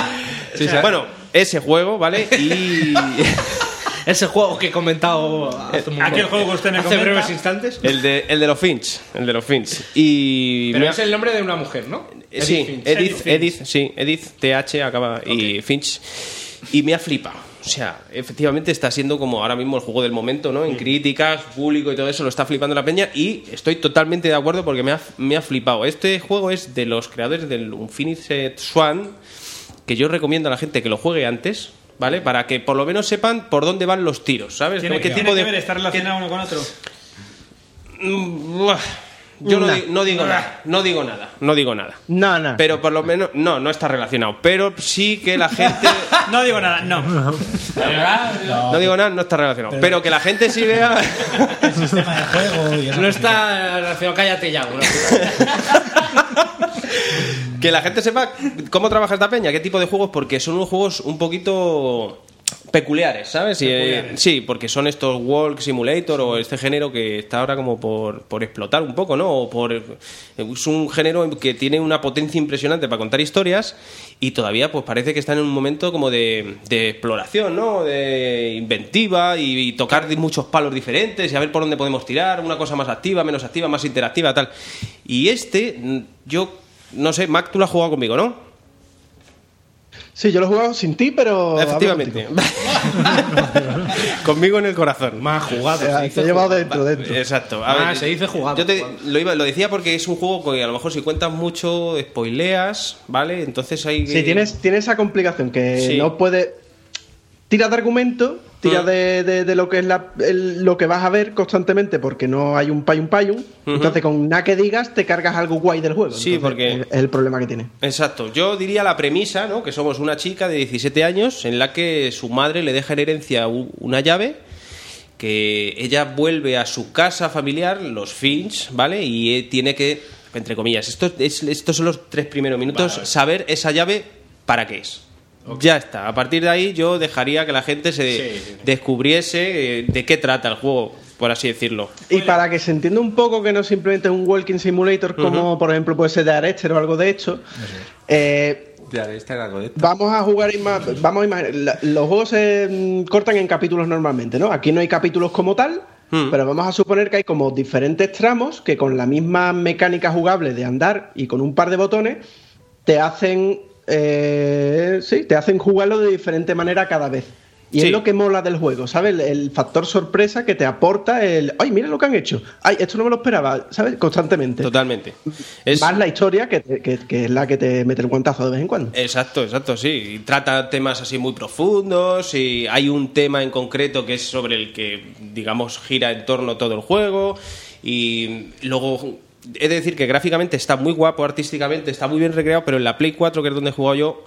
D: [laughs] Sí, sí.
H: Bueno, ese juego, ¿vale? Y.
D: [laughs]
H: Eh,
D: Ese juego que he comentado hace un
F: Aquel juego que usted me
D: hace
F: comenta.
D: breves instantes.
H: El de, el de los Finch. El de los Finch. Y.
D: Pero
H: me ha-
D: es el nombre de una mujer, ¿no?
H: Eh, sí,
D: Edith Finch.
H: Edith,
F: Edith Finch.
H: Edith, sí, Edith, TH acaba y Finch. Y me ha flipado. O sea, efectivamente está siendo como ahora mismo el juego del momento,
F: Mm.
H: ¿no? En críticas, público y todo eso, lo está flipando la peña. Y estoy totalmente de acuerdo porque me ha, me ha flipado. Este juego es de los creadores del Unfinished Swan, que yo recomiendo a la gente que lo juegue antes, ¿vale? Para que por lo menos sepan por dónde van los tiros, ¿sabes?
F: Tiene,
H: Como qué
F: tiene que ver, está relacionado uno con otro.
H: Mm, buah. Yo no, di- no digo nada, no digo nada, no digo nada.
I: No, no.
H: Pero por lo menos, no, no está relacionado. Pero sí
F: [laughs]
H: que la gente.
F: No digo nada, [laughs] no.
H: No digo nada, no está relacionado. Pero, que la gente sí vea.
G: [laughs] El sistema de juego y
D: [laughs]
G: esas
D: No está relacionado, cállate ya,
H: [laughs]
D: bueno.
H: que la gente sepa cómo trabaja esta peña, qué tipo de juegos, porque son unos juegos un poquito peculiares, ¿sabes? Y, eh, sí, porque son estos Walk Simulator o este género que está ahora como por, por explotar un poco, ¿no? O por, es un género que tiene una potencia impresionante para contar historias y todavía pues parece que está en un momento como de, de exploración, ¿no? De inventiva y, y tocar de muchos palos diferentes y a ver por dónde podemos tirar, una cosa más activa, menos activa, más interactiva, tal. Y este, mm, yo no sé, Mac, tú lo has jugado conmigo, ¿no?
I: Sí, yo lo he jugado sin ti, pero. hablo
H: Efectivamente.
I: contigo.
H: [laughs] conmigo en el corazón. Más
I: O sea, Eh, te he llevado dentro, dentro.
H: Exacto.
D: Ah, se dice jugado.
H: Yo te- lo, iba- lo decía porque es un juego que a lo mejor si cuentas mucho, spoileas, ¿vale? Entonces hay. que-
I: Sí, tienes, tiene esa complicación que
H: Sí.
I: no puede. Tira de argumento, tira
H: Mm.
I: de, de- de lo que es la- el- lo que vas a ver constantemente, porque no hay un payun payun. Entonces, con nada que digas, te cargas algo guay del juego.
H: Sí,
I: Entonces,
H: porque-
I: Es, es el problema que tiene.
H: Exacto. Yo diría la premisa, ¿no? Que somos una chica de 17 años en la que su madre le deja en herencia u- una llave que ella vuelve a su casa familiar, los Finch, ¿vale? Y eh, tiene que, entre comillas, esto es- estos son los tres primeros minutos, saber esa llave para qué es. Ya está. A partir de ahí yo dejaría que la gente se descubriese eh, de qué trata el juego, por así decirlo.
I: Y para que se entienda un poco que no simplemente es un walking simulator, como por ejemplo puede ser de Arester o algo de esto, eh,
E: Ya, este era algo de esto.
I: Vamos a jugar. ima- Vamos a imaginar. la- Los juegos se mm, cortan en capítulos normalmente, ¿no? Aquí no hay capítulos como tal,
H: Hmm.
I: pero vamos a suponer que hay como diferentes tramos que con la misma mecánica jugable de andar y con un par de botones te hacen. eh, sí, te hacen jugarlo de diferente manera cada vez. Y
H: Sí.
I: es lo que mola del juego, ¿sabes? El, el factor sorpresa que te aporta el. ¡Ay, mira lo que han hecho! ¡Ay, esto no me lo esperaba! ¿Sabes? Constantemente.
H: Totalmente. Es-
I: Más la historia que, te- que- que es la que te mete el guantazo de vez en cuando.
H: Exacto, exacto, sí. Y trata temas así muy profundos y hay un tema en concreto que es sobre el que, digamos, gira en torno todo el juego. Y luego, he de decir que gráficamente está muy guapo, artísticamente está muy bien recreado, pero en la Play 4, que es donde he jugado yo,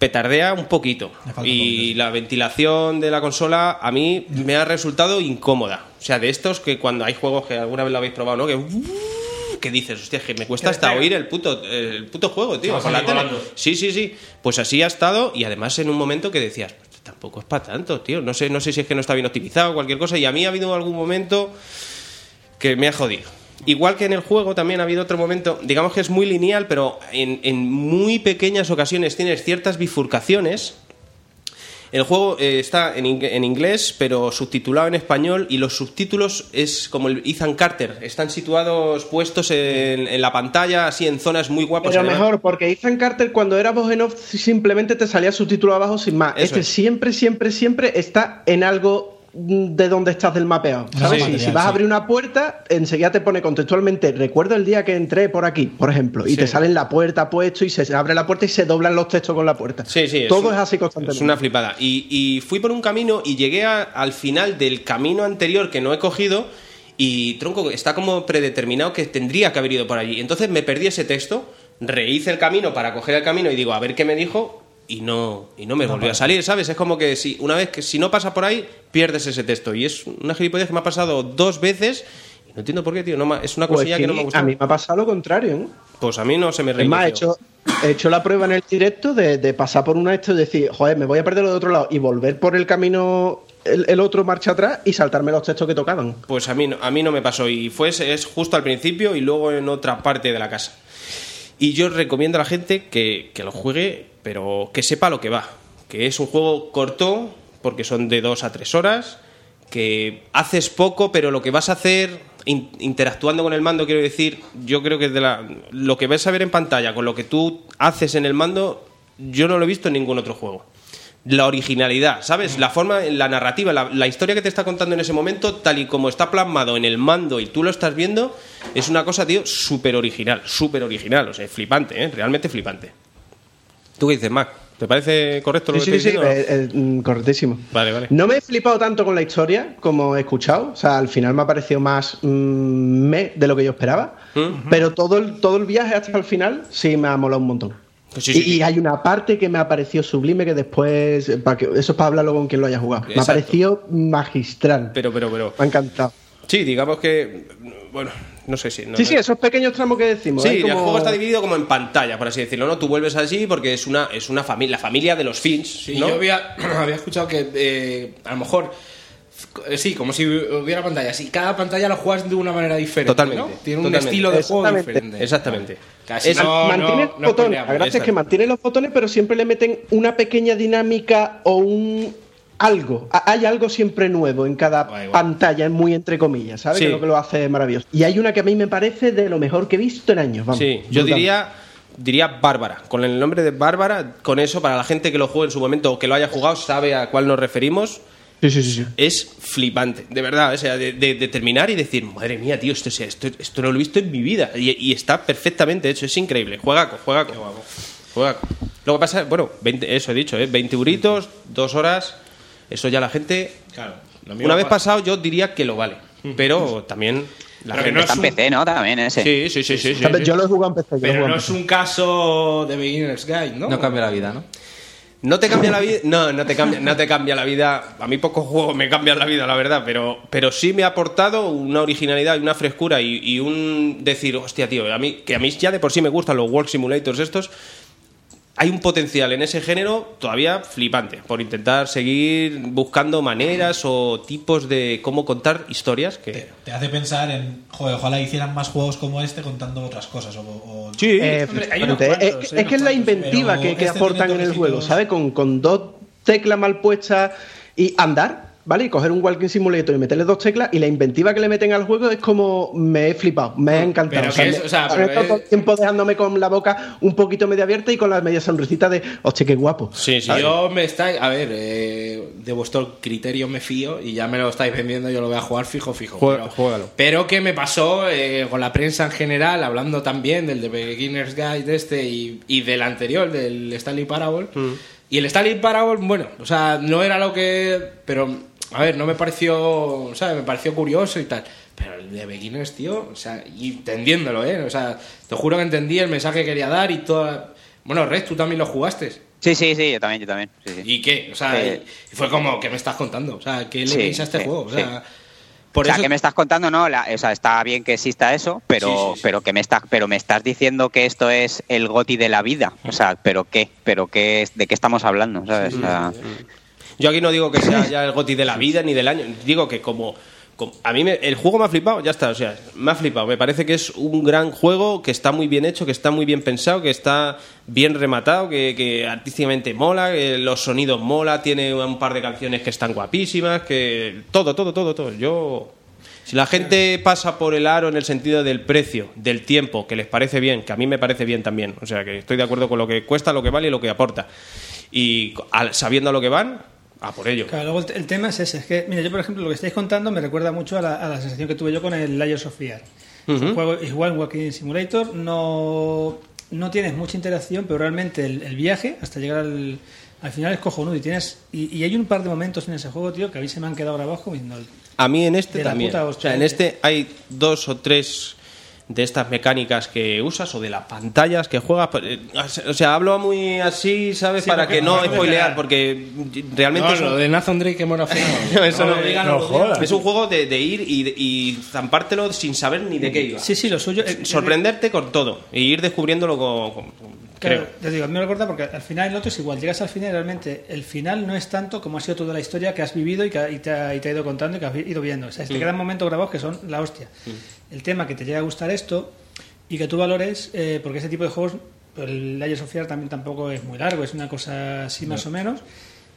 H: petardea un poquito.
G: falta un poquito,
H: Y la ventilación de la consola a mí me ha resultado incómoda. O sea, de estos que cuando hay juegos que alguna vez lo habéis probado, ¿no? Que uh, que dices, hostia, es que me cuesta hasta oír el puto, el puto juego, tío.
A: Vas
H: por la
A: ahí volando.
H: tele. Sí, sí, sí. Pues así ha estado y además en un momento que decías, tampoco es para tanto, tío. No sé, no sé si es que no está bien optimizado o cualquier cosa. Y a mí ha habido algún momento que me ha jodido. Igual que en el juego también ha habido otro momento, digamos que es muy lineal, pero en, en muy pequeñas ocasiones tienes ciertas bifurcaciones El juego eh, está en, ing- en inglés, pero subtitulado en español y los subtítulos es como el Ethan Carter. Están situados puestos en, en la pantalla, así en zonas muy guapas.
I: Pero
H: además.
I: mejor, porque Ethan Carter cuando era voz en off simplemente te salía su título abajo sin más.
H: Eso
I: este
H: es.
I: siempre, siempre, siempre está en algo mm, de donde estás del mapeado. ¿sabes?
H: Sí.
I: Y si
H: Material,
I: vas a
H: sí.
I: abrir una puerta, enseguida te pone contextualmente, recuerdo el día que entré por aquí, por ejemplo, y
H: Sí.
I: te sale en la puerta puesto y se abre la puerta y se doblan los textos con la puerta.
H: Sí, sí, es
I: Todo
H: un-
I: es, así constantemente.
H: Es una flipada. Y, y fui por un camino y llegué a- al final del camino anterior que no he cogido y tronco, está como predeterminado que tendría que haber ido por allí. Entonces me perdí ese texto, rehice el camino para coger el camino y digo, a ver qué me dijo y no y no me volvió a salir, ¿sabes? Es como que si una vez que si no pasa por ahí pierdes ese texto y es una gilipollas que me ha pasado dos veces y no entiendo por qué, tío, no me- es una
I: Pues
H: cosilla que,
I: que
H: no me gusta.
I: A mí me ha pasado lo contrario, ¿eh? ¿no?
H: Pues a mí no se me
I: Es más, he
H: reinició.
I: hecho, he hecho la prueba en el directo de, de pasar por una esto y decir, joder, me voy a perder lo de otro lado y volver por el camino, el, el otro marcha atrás y saltarme los textos que tocaban.
H: Pues a mí, no- a mí no me pasó y fue ese- es justo al principio y luego en otra parte de la casa. Y yo recomiendo a la gente que, que lo juegue, pero que sepa lo que va. Que es un juego corto, porque son de dos a tres horas, que haces poco, pero lo que vas a hacer in- interactuando con el mando, quiero decir, yo creo que de la- lo que ves a ver en pantalla con lo que tú haces en el mando, yo no lo he visto en ningún otro juego la originalidad, ¿sabes? La forma, la narrativa, la, la historia que te está contando en ese momento, tal y como está plasmado en el mando y tú lo estás viendo, es una cosa, tío, súper original, súper original, o sea, flipante, ¿eh? Realmente flipante. ¿Tú qué dices, Mac? ¿Te parece correcto lo
I: Sí,
H: que
I: sí, sí,
H: estoy diciendo?
I: eh, eh, mm, correctísimo.
H: Vale, vale.
I: No me he flipado tanto con la historia como he escuchado. O sea, al final me ha parecido más mm, me de lo que yo esperaba.
H: ¿Mm?
I: Pero todo el, todo el viaje hasta el final sí me ha molado un montón.
H: Pues sí,
I: y,
H: sí.
I: y hay una parte que me ha parecido sublime que después. eh, para que- eso es para hablarlo con quien lo haya jugado. Me ha
H: Exacto.
I: parecido magistral.
H: Pero, pero, pero.
I: Me ha encantado.
H: Sí, digamos que. Bueno, no sé si. no-
I: sí, sí, esos pequeños tramos que decimos.
H: Sí,
I: ¿eh?
H: el
I: Como-
H: juego está dividido como en pantalla, por así decirlo, ¿no? Tú vuelves allí porque es una, es una familia, la familia de los Finch,
D: Sí,
H: ¿no?
D: yo había, [clears throat] había escuchado que eh, a lo mejor. eh, Sí, como si hubiera pantallas. Y cada pantalla la juegas de una manera diferente.
H: Totalmente.
D: ¿no? Tiene un
H: totalmente.
D: estilo de juego
I: Exactamente.
D: diferente.
H: Exactamente.
D: Casi
I: Es-
D: no, no-
I: mantiene los
D: no
I: botones.
D: spoileamos.
I: La gracia es que mantiene los botones, pero siempre le meten una pequeña dinámica o un algo. A- Hay algo siempre nuevo en cada pantalla, muy entre comillas, ¿sabes?
H: Sí.
I: Que es lo que lo hace maravilloso. Y hay una que a mí me parece de lo mejor que he visto en años. Vamos,
H: Sí, yo
I: brutal.
H: diría diría Bárbara, con el nombre de Bárbara, con eso para la gente que lo juegue en su momento o que lo haya jugado sabe a cuál nos referimos.
I: Sí, sí, sí. sí.
H: Es flipante, de verdad, o sea, de, de- de terminar y decir, madre mía, tío, esto, o sea, esto, esto no lo he visto en mi vida y, y está perfectamente hecho, es increíble, juegaco, juegaco, juegaco. Lo que pasa, bueno, 20, eso he dicho, ¿eh? 20 euritos, dos horas, eso ya la gente,
D: Claro, lo mismo
H: una vez
D: pa-
H: pasado yo diría que lo vale, pero también la
D: Pero que
H: gente...
D: no es Está en un-
K: PC, ¿no? También ese.
H: Sí, sí, sí, sí, sí, sí.
I: Yo lo he jugado en PC. yo lo he
D: Pero
I: jugado
D: no
I: en
D: es
I: PC.
D: un caso de Beginner's Guide, ¿no?
E: No cambia la vida, ¿no?
H: No te cambia la vida. No, no te cambia, no te cambia la vida. A mí pocos juegos me cambian la vida, la verdad. Pero, pero sí me ha aportado una originalidad y una frescura y, y un decir, hostia, tío, a mí, que a mí ya de por sí me gustan los World Simulators estos. Hay un potencial en ese género todavía flipante por intentar seguir buscando maneras o tipos de cómo contar historias. Que...
G: Te hace pensar en, joder, ojalá hicieran más juegos como este contando otras cosas. O, o-
H: Sí,
I: Eh,
G: Hombre, hay
I: efectivamente,
G: unos
I: es- es,
G: cuantos, hay unos
I: que es la
G: cuantos,
I: inventiva
G: pero
I: que, que
G: este
I: aportan en
G: tiene
I: el juego,
G: toquecitos.
I: ¿sabes? Con, con dos teclas mal puestas y andar, ¿vale? Y coger un Walking Simulator y meterle dos teclas y la inventiva que le meten al juego es como me he flipado, me ha encantado.
D: Pero que es-
I: me-
D: o sea,
I: he
D: pero
I: estado
D: es-
I: todo el tiempo dejándome con la boca un poquito media abierta y con la media sonrisita de, hostia, qué guapo.
H: Sí, sí. Yo-
D: Yo me estáis, a ver, eh, de vuestro criterio me fío y ya me lo estáis vendiendo, yo lo voy a jugar fijo, fijo.
H: Jue-
D: pero,
H: juégalo.
D: Pero que me pasó eh, con la prensa en general, hablando también del de Beginner's Guide este y, y del anterior, del Stanley Parable.
K: Mm.
D: Y el Stanley Parable, bueno, o sea, no era lo que... Pero, a ver, no me pareció, ¿sabes? Me pareció curioso y tal. Pero el de Beginners, tío, o sea, y entendiéndolo, ¿eh? O sea, te juro que entendí el mensaje que quería dar y toda... Bueno, Rex, tú también lo jugaste.
K: Sí, sí, sí, yo también, yo también. sí, sí.
D: ¿Y qué? O sea,
K: Eh,
D: y fue como, ¿qué me estás contando? O sea, ¿qué le
K: Sí,
D: piensa a este
K: sí,
D: juego? O
K: sí.
D: sea, por
K: o sea,
D: eso.
K: que me estás contando, no, La- o sea, está bien que exista eso, pero,
D: Sí, sí, sí.
K: pero que me estás, pero me estás diciendo que esto es el goti de la vida, o sea, pero qué, pero qué, es- de qué estamos hablando, ¿sabes? O sea,
H: Yo aquí no digo que sea ya el goti de la vida ni del año, digo que como, com- a mí me- el juego me ha flipado, ya está, o sea, me ha flipado. Me parece que es un gran juego, que está muy bien hecho, que está muy bien pensado, que está bien rematado, que, que artísticamente mola, que los sonidos mola, tiene un par de canciones que están guapísimas, que todo, todo, todo, todo. Yo si la gente pasa por el aro en el sentido del precio, del tiempo, que les parece bien, que a mí me parece bien también, o sea que estoy de acuerdo con lo que cuesta, lo que vale y lo que aporta, y al- sabiendo a lo que van, a por ello.
F: Claro, luego el, el tema es ese. Es que, mira, yo por ejemplo, lo que estáis contando me recuerda mucho a la, a la sensación que tuve yo con el Layers of Fear. Es un
H: Ujú.
F: juego igual, Walking Simulator, no, no tienes mucha interacción, pero realmente el, el viaje hasta llegar al, al final es cojonudo. Y, tienes, y, y hay un par de momentos en ese juego, tío, que a mí se me han quedado grabados como diciendo,
H: A mí en este
F: De la
H: también.
F: puta
H: o
F: hostia.
H: sea, en este hay dos o tres de estas mecánicas que usas o de las pantallas que juegas. pero, eh, O sea, hablo muy así, ¿sabes?
D: Sí,
H: Para
D: porque
H: que
D: no
H: no
D: puedes
H: spoilear,
D: llegar.
H: porque realmente
D: No,
H: es
D: lo
H: un-
D: de Nathan Drake que muera
H: No, [laughs] eso no,
D: [laughs] no jodas. [laughs]
H: Es un juego de, de ir y, y zampártelo sin saber ni de qué iba.
F: Sí, sí, lo suyo.
H: Sorprenderte con todo y ir descubriéndolo con. con-
F: Claro,
H: creo.
F: te digo, a mí me recuerda porque al final el otro es igual. Llegas al final y realmente el final no es tanto como ha sido toda la historia que has vivido y, que, ha- y te, ha, y te ha ido contando y que has vi- ido viendo. O sea, este te
N: Mm.
F: quedan momentos grabados que son la hostia. El tema que te llega a gustar esto y que tú valores, eh, porque ese tipo de juegos, el Layers of Fear también tampoco es muy largo, es una cosa así más
N: No.
F: o menos.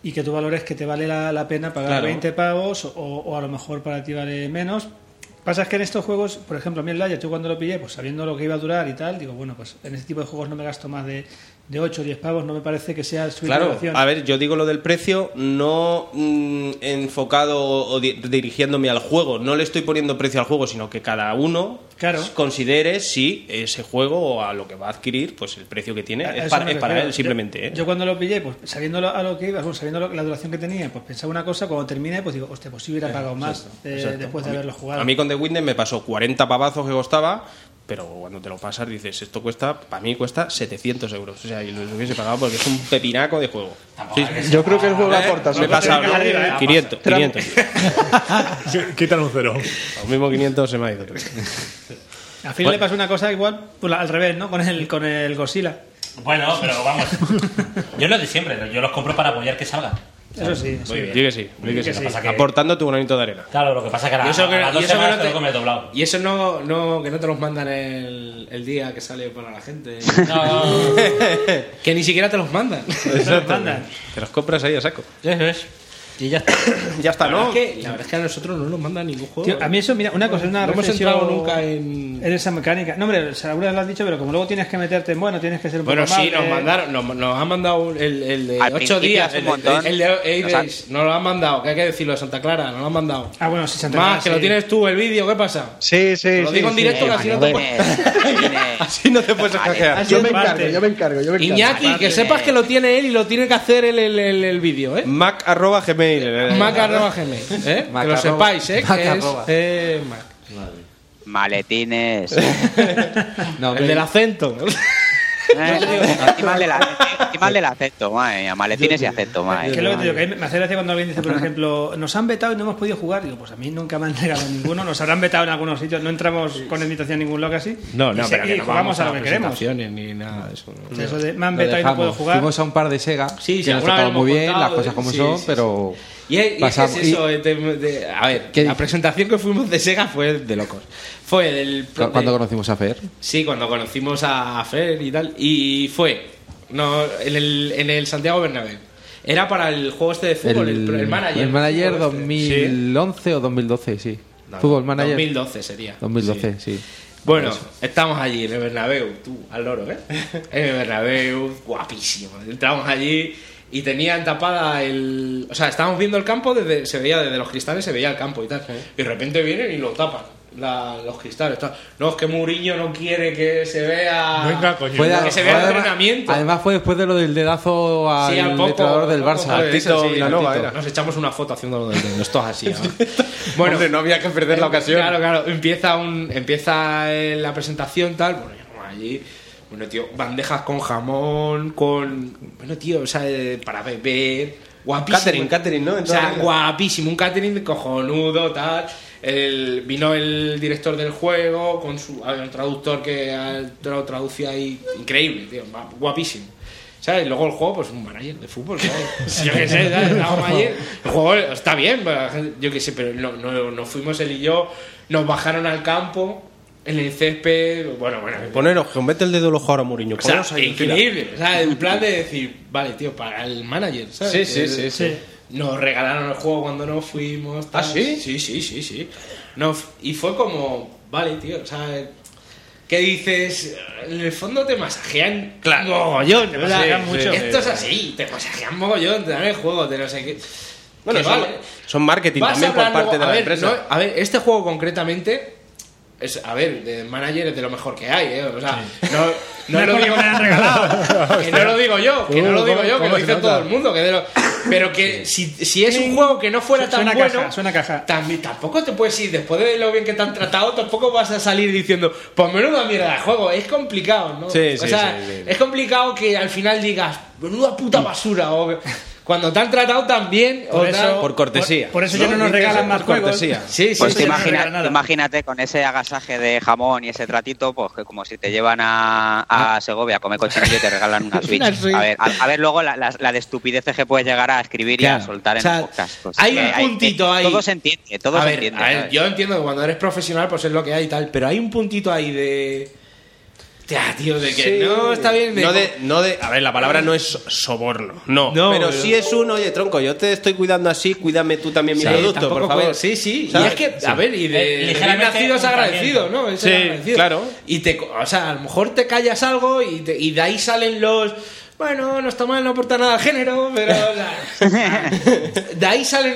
F: Y que tú valores que te vale la, la pena pagar
N: Claro.
F: 20 pavos o, o a lo mejor para ti vale menos. Pasa es que en estos juegos, por ejemplo, a mí el Layer, yo cuando lo pillé, pues sabiendo lo que iba a durar y tal, digo, bueno, pues en este tipo de juegos no me gasto más de, de 8 o 10 pavos, no me parece que sea su
H: Claro, ah,
F: innovación.
H: a ver, yo digo lo del precio no mm, enfocado o di- dirigiéndome al juego, no le estoy poniendo precio al juego, sino que cada uno considere si ese juego o a lo que va a adquirir, pues el precio que tiene
F: A- a
H: es,
F: eso
H: para,
F: me
H: es para
F: refiero.
H: él simplemente. ¿eh?
F: Yo cuando lo pillé, pues sabiendo lo- a lo que iba, bueno, sabiendo lo- la duración que tenía, pues pensaba una cosa, cuando termine, pues digo, hostia, pues si hubiera pagado más
H: Exacto,
F: eh,
H: exacto.
F: después
H: A
F: de
H: mí-
F: haberlo jugado.
H: A mí con The Witness me pasó 40 pavazos que costaba, pero cuando te lo pasas dices, esto cuesta, para mí cuesta 700 euros. O sea, y lo hubiese pagado porque es un pepinaco de juego. Sí, sí.
I: Yo creo que el juego
H: Eh,
I: aporta.
H: Me he pasado, ¿no?
F: ¿eh?
H: 500,
F: [laughs]
H: 500.
C: Quítale un cero.
H: Lo mismo 500 se me ha ido.
F: Al final
H: Bueno.
F: le pasó una cosa igual, pues, la- al revés, ¿no? Con el, con el Godzilla.
A: Bueno, pero vamos. Yo lo de siempre, ¿no? yo los compro para apoyar que salga.
F: Eso sí,
H: Muy
A: sí.
H: bien. Di que sí, di que sí.
A: Lo que pasa que-
H: Aportando tu granito de arena.
A: Claro, lo que pasa es que a la-
H: Y eso que-
A: a las dos
H: y eso que
A: semanas
H: no
A: te lo
H: te-
A: comes doblado.
D: Y eso no, no, que no te los mandan el, el día que sale para la gente. [laughs] que ni siquiera te los mandan.
H: Te los compras ahí a saco.
D: Y ya está.
H: ya está,
D: La
H: ¿no?
D: verdad es que, la verdad es que a nosotros no nos mandan ningún juego. ¿eh?
F: Tío, a mí eso, mira, una cosa, una
D: No hemos
F: reflexión-
D: entrado nunca en.
F: En esa mecánica. No, hombre, o sea, alguna vez lo has dicho, pero como luego tienes que meterte en bueno, tienes que ser un
D: Bueno,
F: poco
D: sí, nos
F: amable.
D: mandaron, nos, nos han mandado un- el, el de
F: Al
D: 8
F: principio
D: días,
F: hace
D: el,
F: un montón.
D: de- el de eight
F: O sea-
D: days, nos lo han mandado, que hay que decirlo de Santa Clara, nos lo han mandado.
F: Ah, bueno, sí, Santa Clara,
D: Más, que
F: sí.
D: lo tienes tú, el vídeo, ¿qué pasa?
I: Sí, sí.
D: Te lo digo en directo que así no te
H: Así no te puedes hackear.
I: Yo me encargo, yo me encargo, yo me encargo.
D: Iñaki, que sepas que lo tiene él y lo tiene que hacer el, el, el, el vídeo, ¿eh?
H: Mac arroba gmail. eh.
D: Mac arroba gmail, ¿eh?
H: Mac
D: que lo
H: arroba-
D: sepáis, ¿eh?
H: Mac
D: Que es,
H: arroba.
D: eh, Mac. [laughs]
K: Maletines.
D: el del acento. [laughs]
K: Encima del acento, encima del acento, madre mía. Maletines y acento, madre
F: Que es lo que te
K: mía.
F: digo, que a mí me hace gracia cuando alguien dice, por ejemplo, nos han vetado y no hemos podido jugar. Digo, pues a mí nunca me han negado ninguno, nos habrán vetado en algunos sitios, no entramos con invitación a ningún loco así.
D: No, no,
F: y se-
D: pero
F: y
D: que no
F: jugamos
D: vamos
F: a lo
D: las
F: que queremos.
D: presentaciones Ni nada de eso.
F: O sea, eso de me han
E: Lo
F: vetado y no
E: dejamos.
F: puedo jugar.
E: Fuimos a un par de Sega.
D: Sí, sí,
E: que nos
D: alguna vez
E: trataron
D: lo
E: muy
D: hemos
E: bien,
D: contado,
E: las cosas como
D: sí,
E: son,
D: sí,
E: pero.
D: Y, es- y es, que es
E: pasamos- y-
D: eso, de- de- a ver,
E: ¿Qué-
D: la presentación que fuimos de Sega fue de locos. Fue del...
E: cu- ¿Cuándo conocimos a Fer?
D: Sí, cuando conocimos a Fer y tal. Y fue no, en, el, en el Santiago Bernabéu. Era para el juego este de fútbol, el, el manager.
E: el manager
D: Fútbol este.
E: 2011 o 2012, sí.
D: No,
E: Fútbol manager.
D: 2012 sería.
E: 2012, sí.
D: Bueno,
E: Eso.
D: estamos allí en el Bernabéu, tú, al loro,
E: [laughs]
D: ¿eh? En el Bernabéu, guapísimo. Entramos allí y tenían tapada el... O sea, estábamos viendo el campo, desde, se veía desde los cristales, se veía el campo y tal. Y de repente vienen y lo tapan. la- los cristales, tal. no es que Mourinho no quiere que se vea
C: Venga, coño.
E: Fue de-
D: ah, que se
E: fue
D: vea el
E: además-
D: entrenamiento.
E: Además fue después de lo del dedazo al,
D: Sí, al poco,
E: entrenador del
D: al poco
E: Barça.
D: fue
E: Tito
D: eso, sí,
E: Villanova,
D: al Tito.
E: era.
D: Nos echamos una foto haciéndolo del dedo. Esto es así. ¿no? bueno, no había que perder la ocasión. Claro, claro. Empieza, un, empieza eh, la presentación, tal. Bueno, ya vamos allí. Bueno, tío, bandejas con jamón, con. Bueno, tío, o sea, eh, para beber. Guapísimo.
H: Catering, catering, ¿no? En
D: o
H: toda
D: sea,
H: regla.
D: guapísimo. Un catering cojonudo, tal. El- vino el director del juego con su había un traductor que al- lo traducía ahí. Increíble, tío. guapísimo. ¿Sabes? Luego el juego, pues un manager de fútbol, ¿sabes? yo qué sé, ¿sabes? Hago manager. El juego está bien, pero la gente- yo qué sé, pero no, no, nos fuimos él y yo, nos bajaron al campo, en el césped, bueno, bueno.
H: Poneros, que os mete el dedo en el ojo ahora, Mourinho.
D: O sea,
H: Poneros ahí, tira.
D: increíble, o sea, en plan de decir, vale, tío, para el manager, ¿sabes?
H: Sí, sí,
D: El-
H: sí, sí.
D: Nos regalaron el juego cuando nos fuimos. ¿Ah, sí? Sí, sí, sí, sí. No, f- y fue como, vale, tío, o sea, ¿qué dices? En el fondo te masajean
H: Claro.
D: mogollón,
H: Te
D: o sea,
H: masajean mucho.
D: Esto es
H: Sí,
D: así, te masajean mogollón, te dan el juego, te no sé qué.
H: Bueno,
D: Que
H: son,
D: vale.
H: son marketing
D: Vas
H: también
D: a
H: por
D: hablar
H: parte
D: luego-
H: de
D: a
H: la
D: ver,
H: empresa.
D: no, a ver, este juego concretamente es, a ver, de manager es de lo mejor que hay, ¿eh? O sea, no, no
F: No es
D: lo
F: por lo
D: digo.
F: que me han regalado.
D: [laughs] que no lo digo yo, que no lo
F: Uh,
D: digo
F: ¿cómo-
D: yo, que
F: cómo
D: lo
F: se
D: dice
F: nota?
D: todo el mundo. que de lo- pero que si, si es un juego que no fuera tan
F: Suena
D: bueno.
F: caja, suena caja.
D: También, tampoco te puedes ir, después de lo bien que te han tratado, tampoco vas a salir diciendo, pues menuda mierda de juego, es complicado, ¿no?
H: Sí, sí,
D: o sea,
H: sí, Mm. sí.
D: es complicado que al final digas, menuda puta basura, o cuando te han tratado tan bien, o
F: Por
H: Pues,
F: eso-
D: tal-
H: por cortesía.
F: por eso ya no nos regalan más juegos.
D: Sí, sí,
K: pues
D: sí,
K: te
D: no nos
K: imagina-
D: regalan nada.
K: imagínate con ese agasaje de jamón y ese tratito, pues que como si te llevan a,
D: Ah.
K: a Segovia a comer cochinillo y te regalan
F: [laughs]
K: una Switch.
D: Una Switch.
K: A ver, a, a ver luego la, la- la de estupideces que puedes llegar a escribir y
D: Claro.
K: a soltar en
D: O sea,
K: el podcast. Pues,
D: hay
K: que-
D: un puntito
K: que
D: ahí.
K: Todo se entiende, todo
D: a
K: se
D: ver,
K: entiende.
D: a ver,
K: ¿sabes?
D: yo entiendo que cuando eres profesional, pues es lo que hay y tal, pero hay un puntito ahí de. Ya, tío, de que
H: Sí.
D: no está bien.
H: No de, no de, a ver, la palabra no es soborno. No,
D: No,
H: pero
D: pero-
H: sí es un, oye, tronco, yo te estoy cuidando así, cuídame tú también mi
D: Sí,
H: producto,
D: tampoco
H: por favor.
D: puede- Sí, sí. Y
H: ¿Sabes?
D: es que,
H: Sí.
D: a ver, y de,
A: Eh,
D: de bien
A: ligeramente
D: nacido es agradecido,
A: también.
D: ¿no? Es
H: Sí,
D: agradecido.
H: claro.
D: Y te, co- o sea, a lo mejor te callas algo y, te- y de ahí salen los. Bueno, no está mal, no aporta nada al género, pero. o
E: [laughs]
D: sea, de ahí salen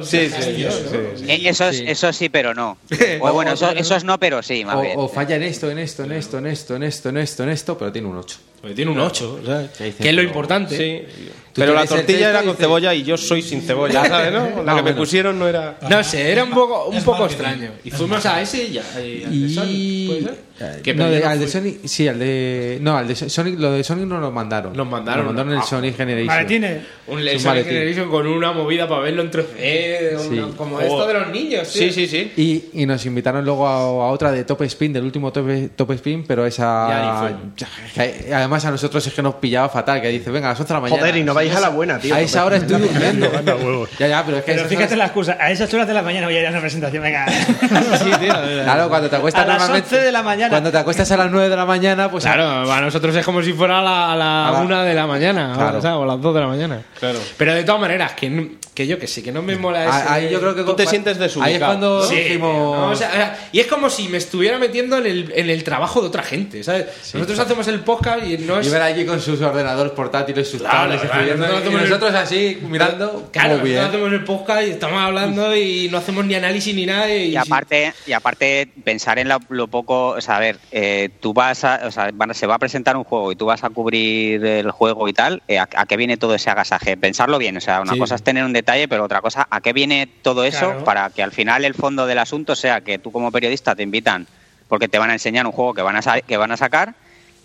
D: esos.
H: Sí, sí,
D: Tío,
H: sí,
D: ¿no?
H: sí, sí.
K: Eh, eso, es- eso sí, pero no. O bueno, eso, eso es no, pero sí, más
E: O,
K: bien.
E: o falla en esto, en esto, en esto, en esto, en esto, en esto, en esto, pero tiene un 8.
D: Pues
H: Porque tiene un 8, ¿sabes?
E: Que dice,
D: Que es lo
E: pero-
D: importante.
H: Sí. Pero la
E: tienes el
H: tortilla
E: texto
H: era
E: y
H: con
E: dices-
H: cebolla y yo soy sin
D: [laughs]
H: cebolla, ¿sabes?
E: [laughs]
H: No? La
E: Ah,
H: que me
E: bueno.
H: pusieron no era.
D: No sé, era un poco, un
G: Es
D: poco
G: marketing.
D: extraño. Y
G: Es
D: fuimos a ese y ya. y al de Sony,
E: Y...
D: ¿puede ser? Que
E: Eh, no,
D: pero
E: de-
D: yo no
E: al de
D: fui.
E: Sonic, sí, al de. No, al de Son- Sonic, lo de Sonic no lo mandaron.
D: Nos mandaron,
E: Lo mandaron en
D: ah.
E: el Sonic Generation.
F: Maletines.
D: Un
E: Es un
D: Sonic
E: maletín.
D: Generation con una movida para verlo en 3D, una-
E: Sí.
D: como esto de los niños.
H: Sí, sí, sí.
E: Y, y nos invitaron luego a, a otra de Top Spin, del último Top, Top Spin, pero
D: Ya
E: esa.
D: ni
E: que además a nosotros es que nos pillaba fatal, que dice, venga, a las 11 de la mañana.
I: Joder, y no vais a la buena, tío.
E: A esa hora estoy durmiendo.
C: Anda, huevos.
E: ya, ya, pero es que. a
F: Pero
E: esas
F: fíjate
E: horas-
F: la excusa. A esas horas de la mañana voy a ir a una presentación. Venga.
E: Claro, cuando te acuestas
F: A las
E: normalmente-
F: 11 de la mañana.
E: Cuando te acuestas a las 9 de la mañana, pues.
D: Claro, a nosotros es como si fuera la, la,
E: A la-
D: una de la mañana,
E: Claro.
D: o, sea, o las dos de la mañana.
H: Claro.
D: Pero de todas maneras, que, no- que yo que sé, que no me mola
E: a-
D: ese...
E: ahí yo creo que.
H: Tú te sientes desubicado,
E: Ahí es cuando
D: Sí,
E: dijimos.
D: no, o sea, o sea, y es como si me estuviera metiendo en el, en el trabajo de otra gente, ¿sabes? Nosotros hacemos el podcast y no es...
E: Y ver allí con sus ordenadores portátiles, sus
D: Claro,
E: tablets,
D: claro,
E: escribiendo,
D: nosotros
E: y
D: hacemos el-
E: nosotros así mirando.
D: Claro,
E: muy bien.
D: nosotros hacemos el podcast y estamos hablando y no hacemos ni análisis ni nada. Y,
K: Y aparte, y aparte pensar en la- lo poco, o sea, a ver, eh, tú vas a, o sea, van a- se va a presentar un juego y tú vas a cubrir el juego y tal, eh, ¿a, a qué viene todo ese agasaje? Pensarlo bien, o sea, una cosa es tener un detalle, pero otra cosa, ¿a qué viene todo eso
F: Claro.
K: para que al final el fondo del asunto sea que tú como periodista te invitan porque te van a enseñar un juego que van a, sa- que van a sacar?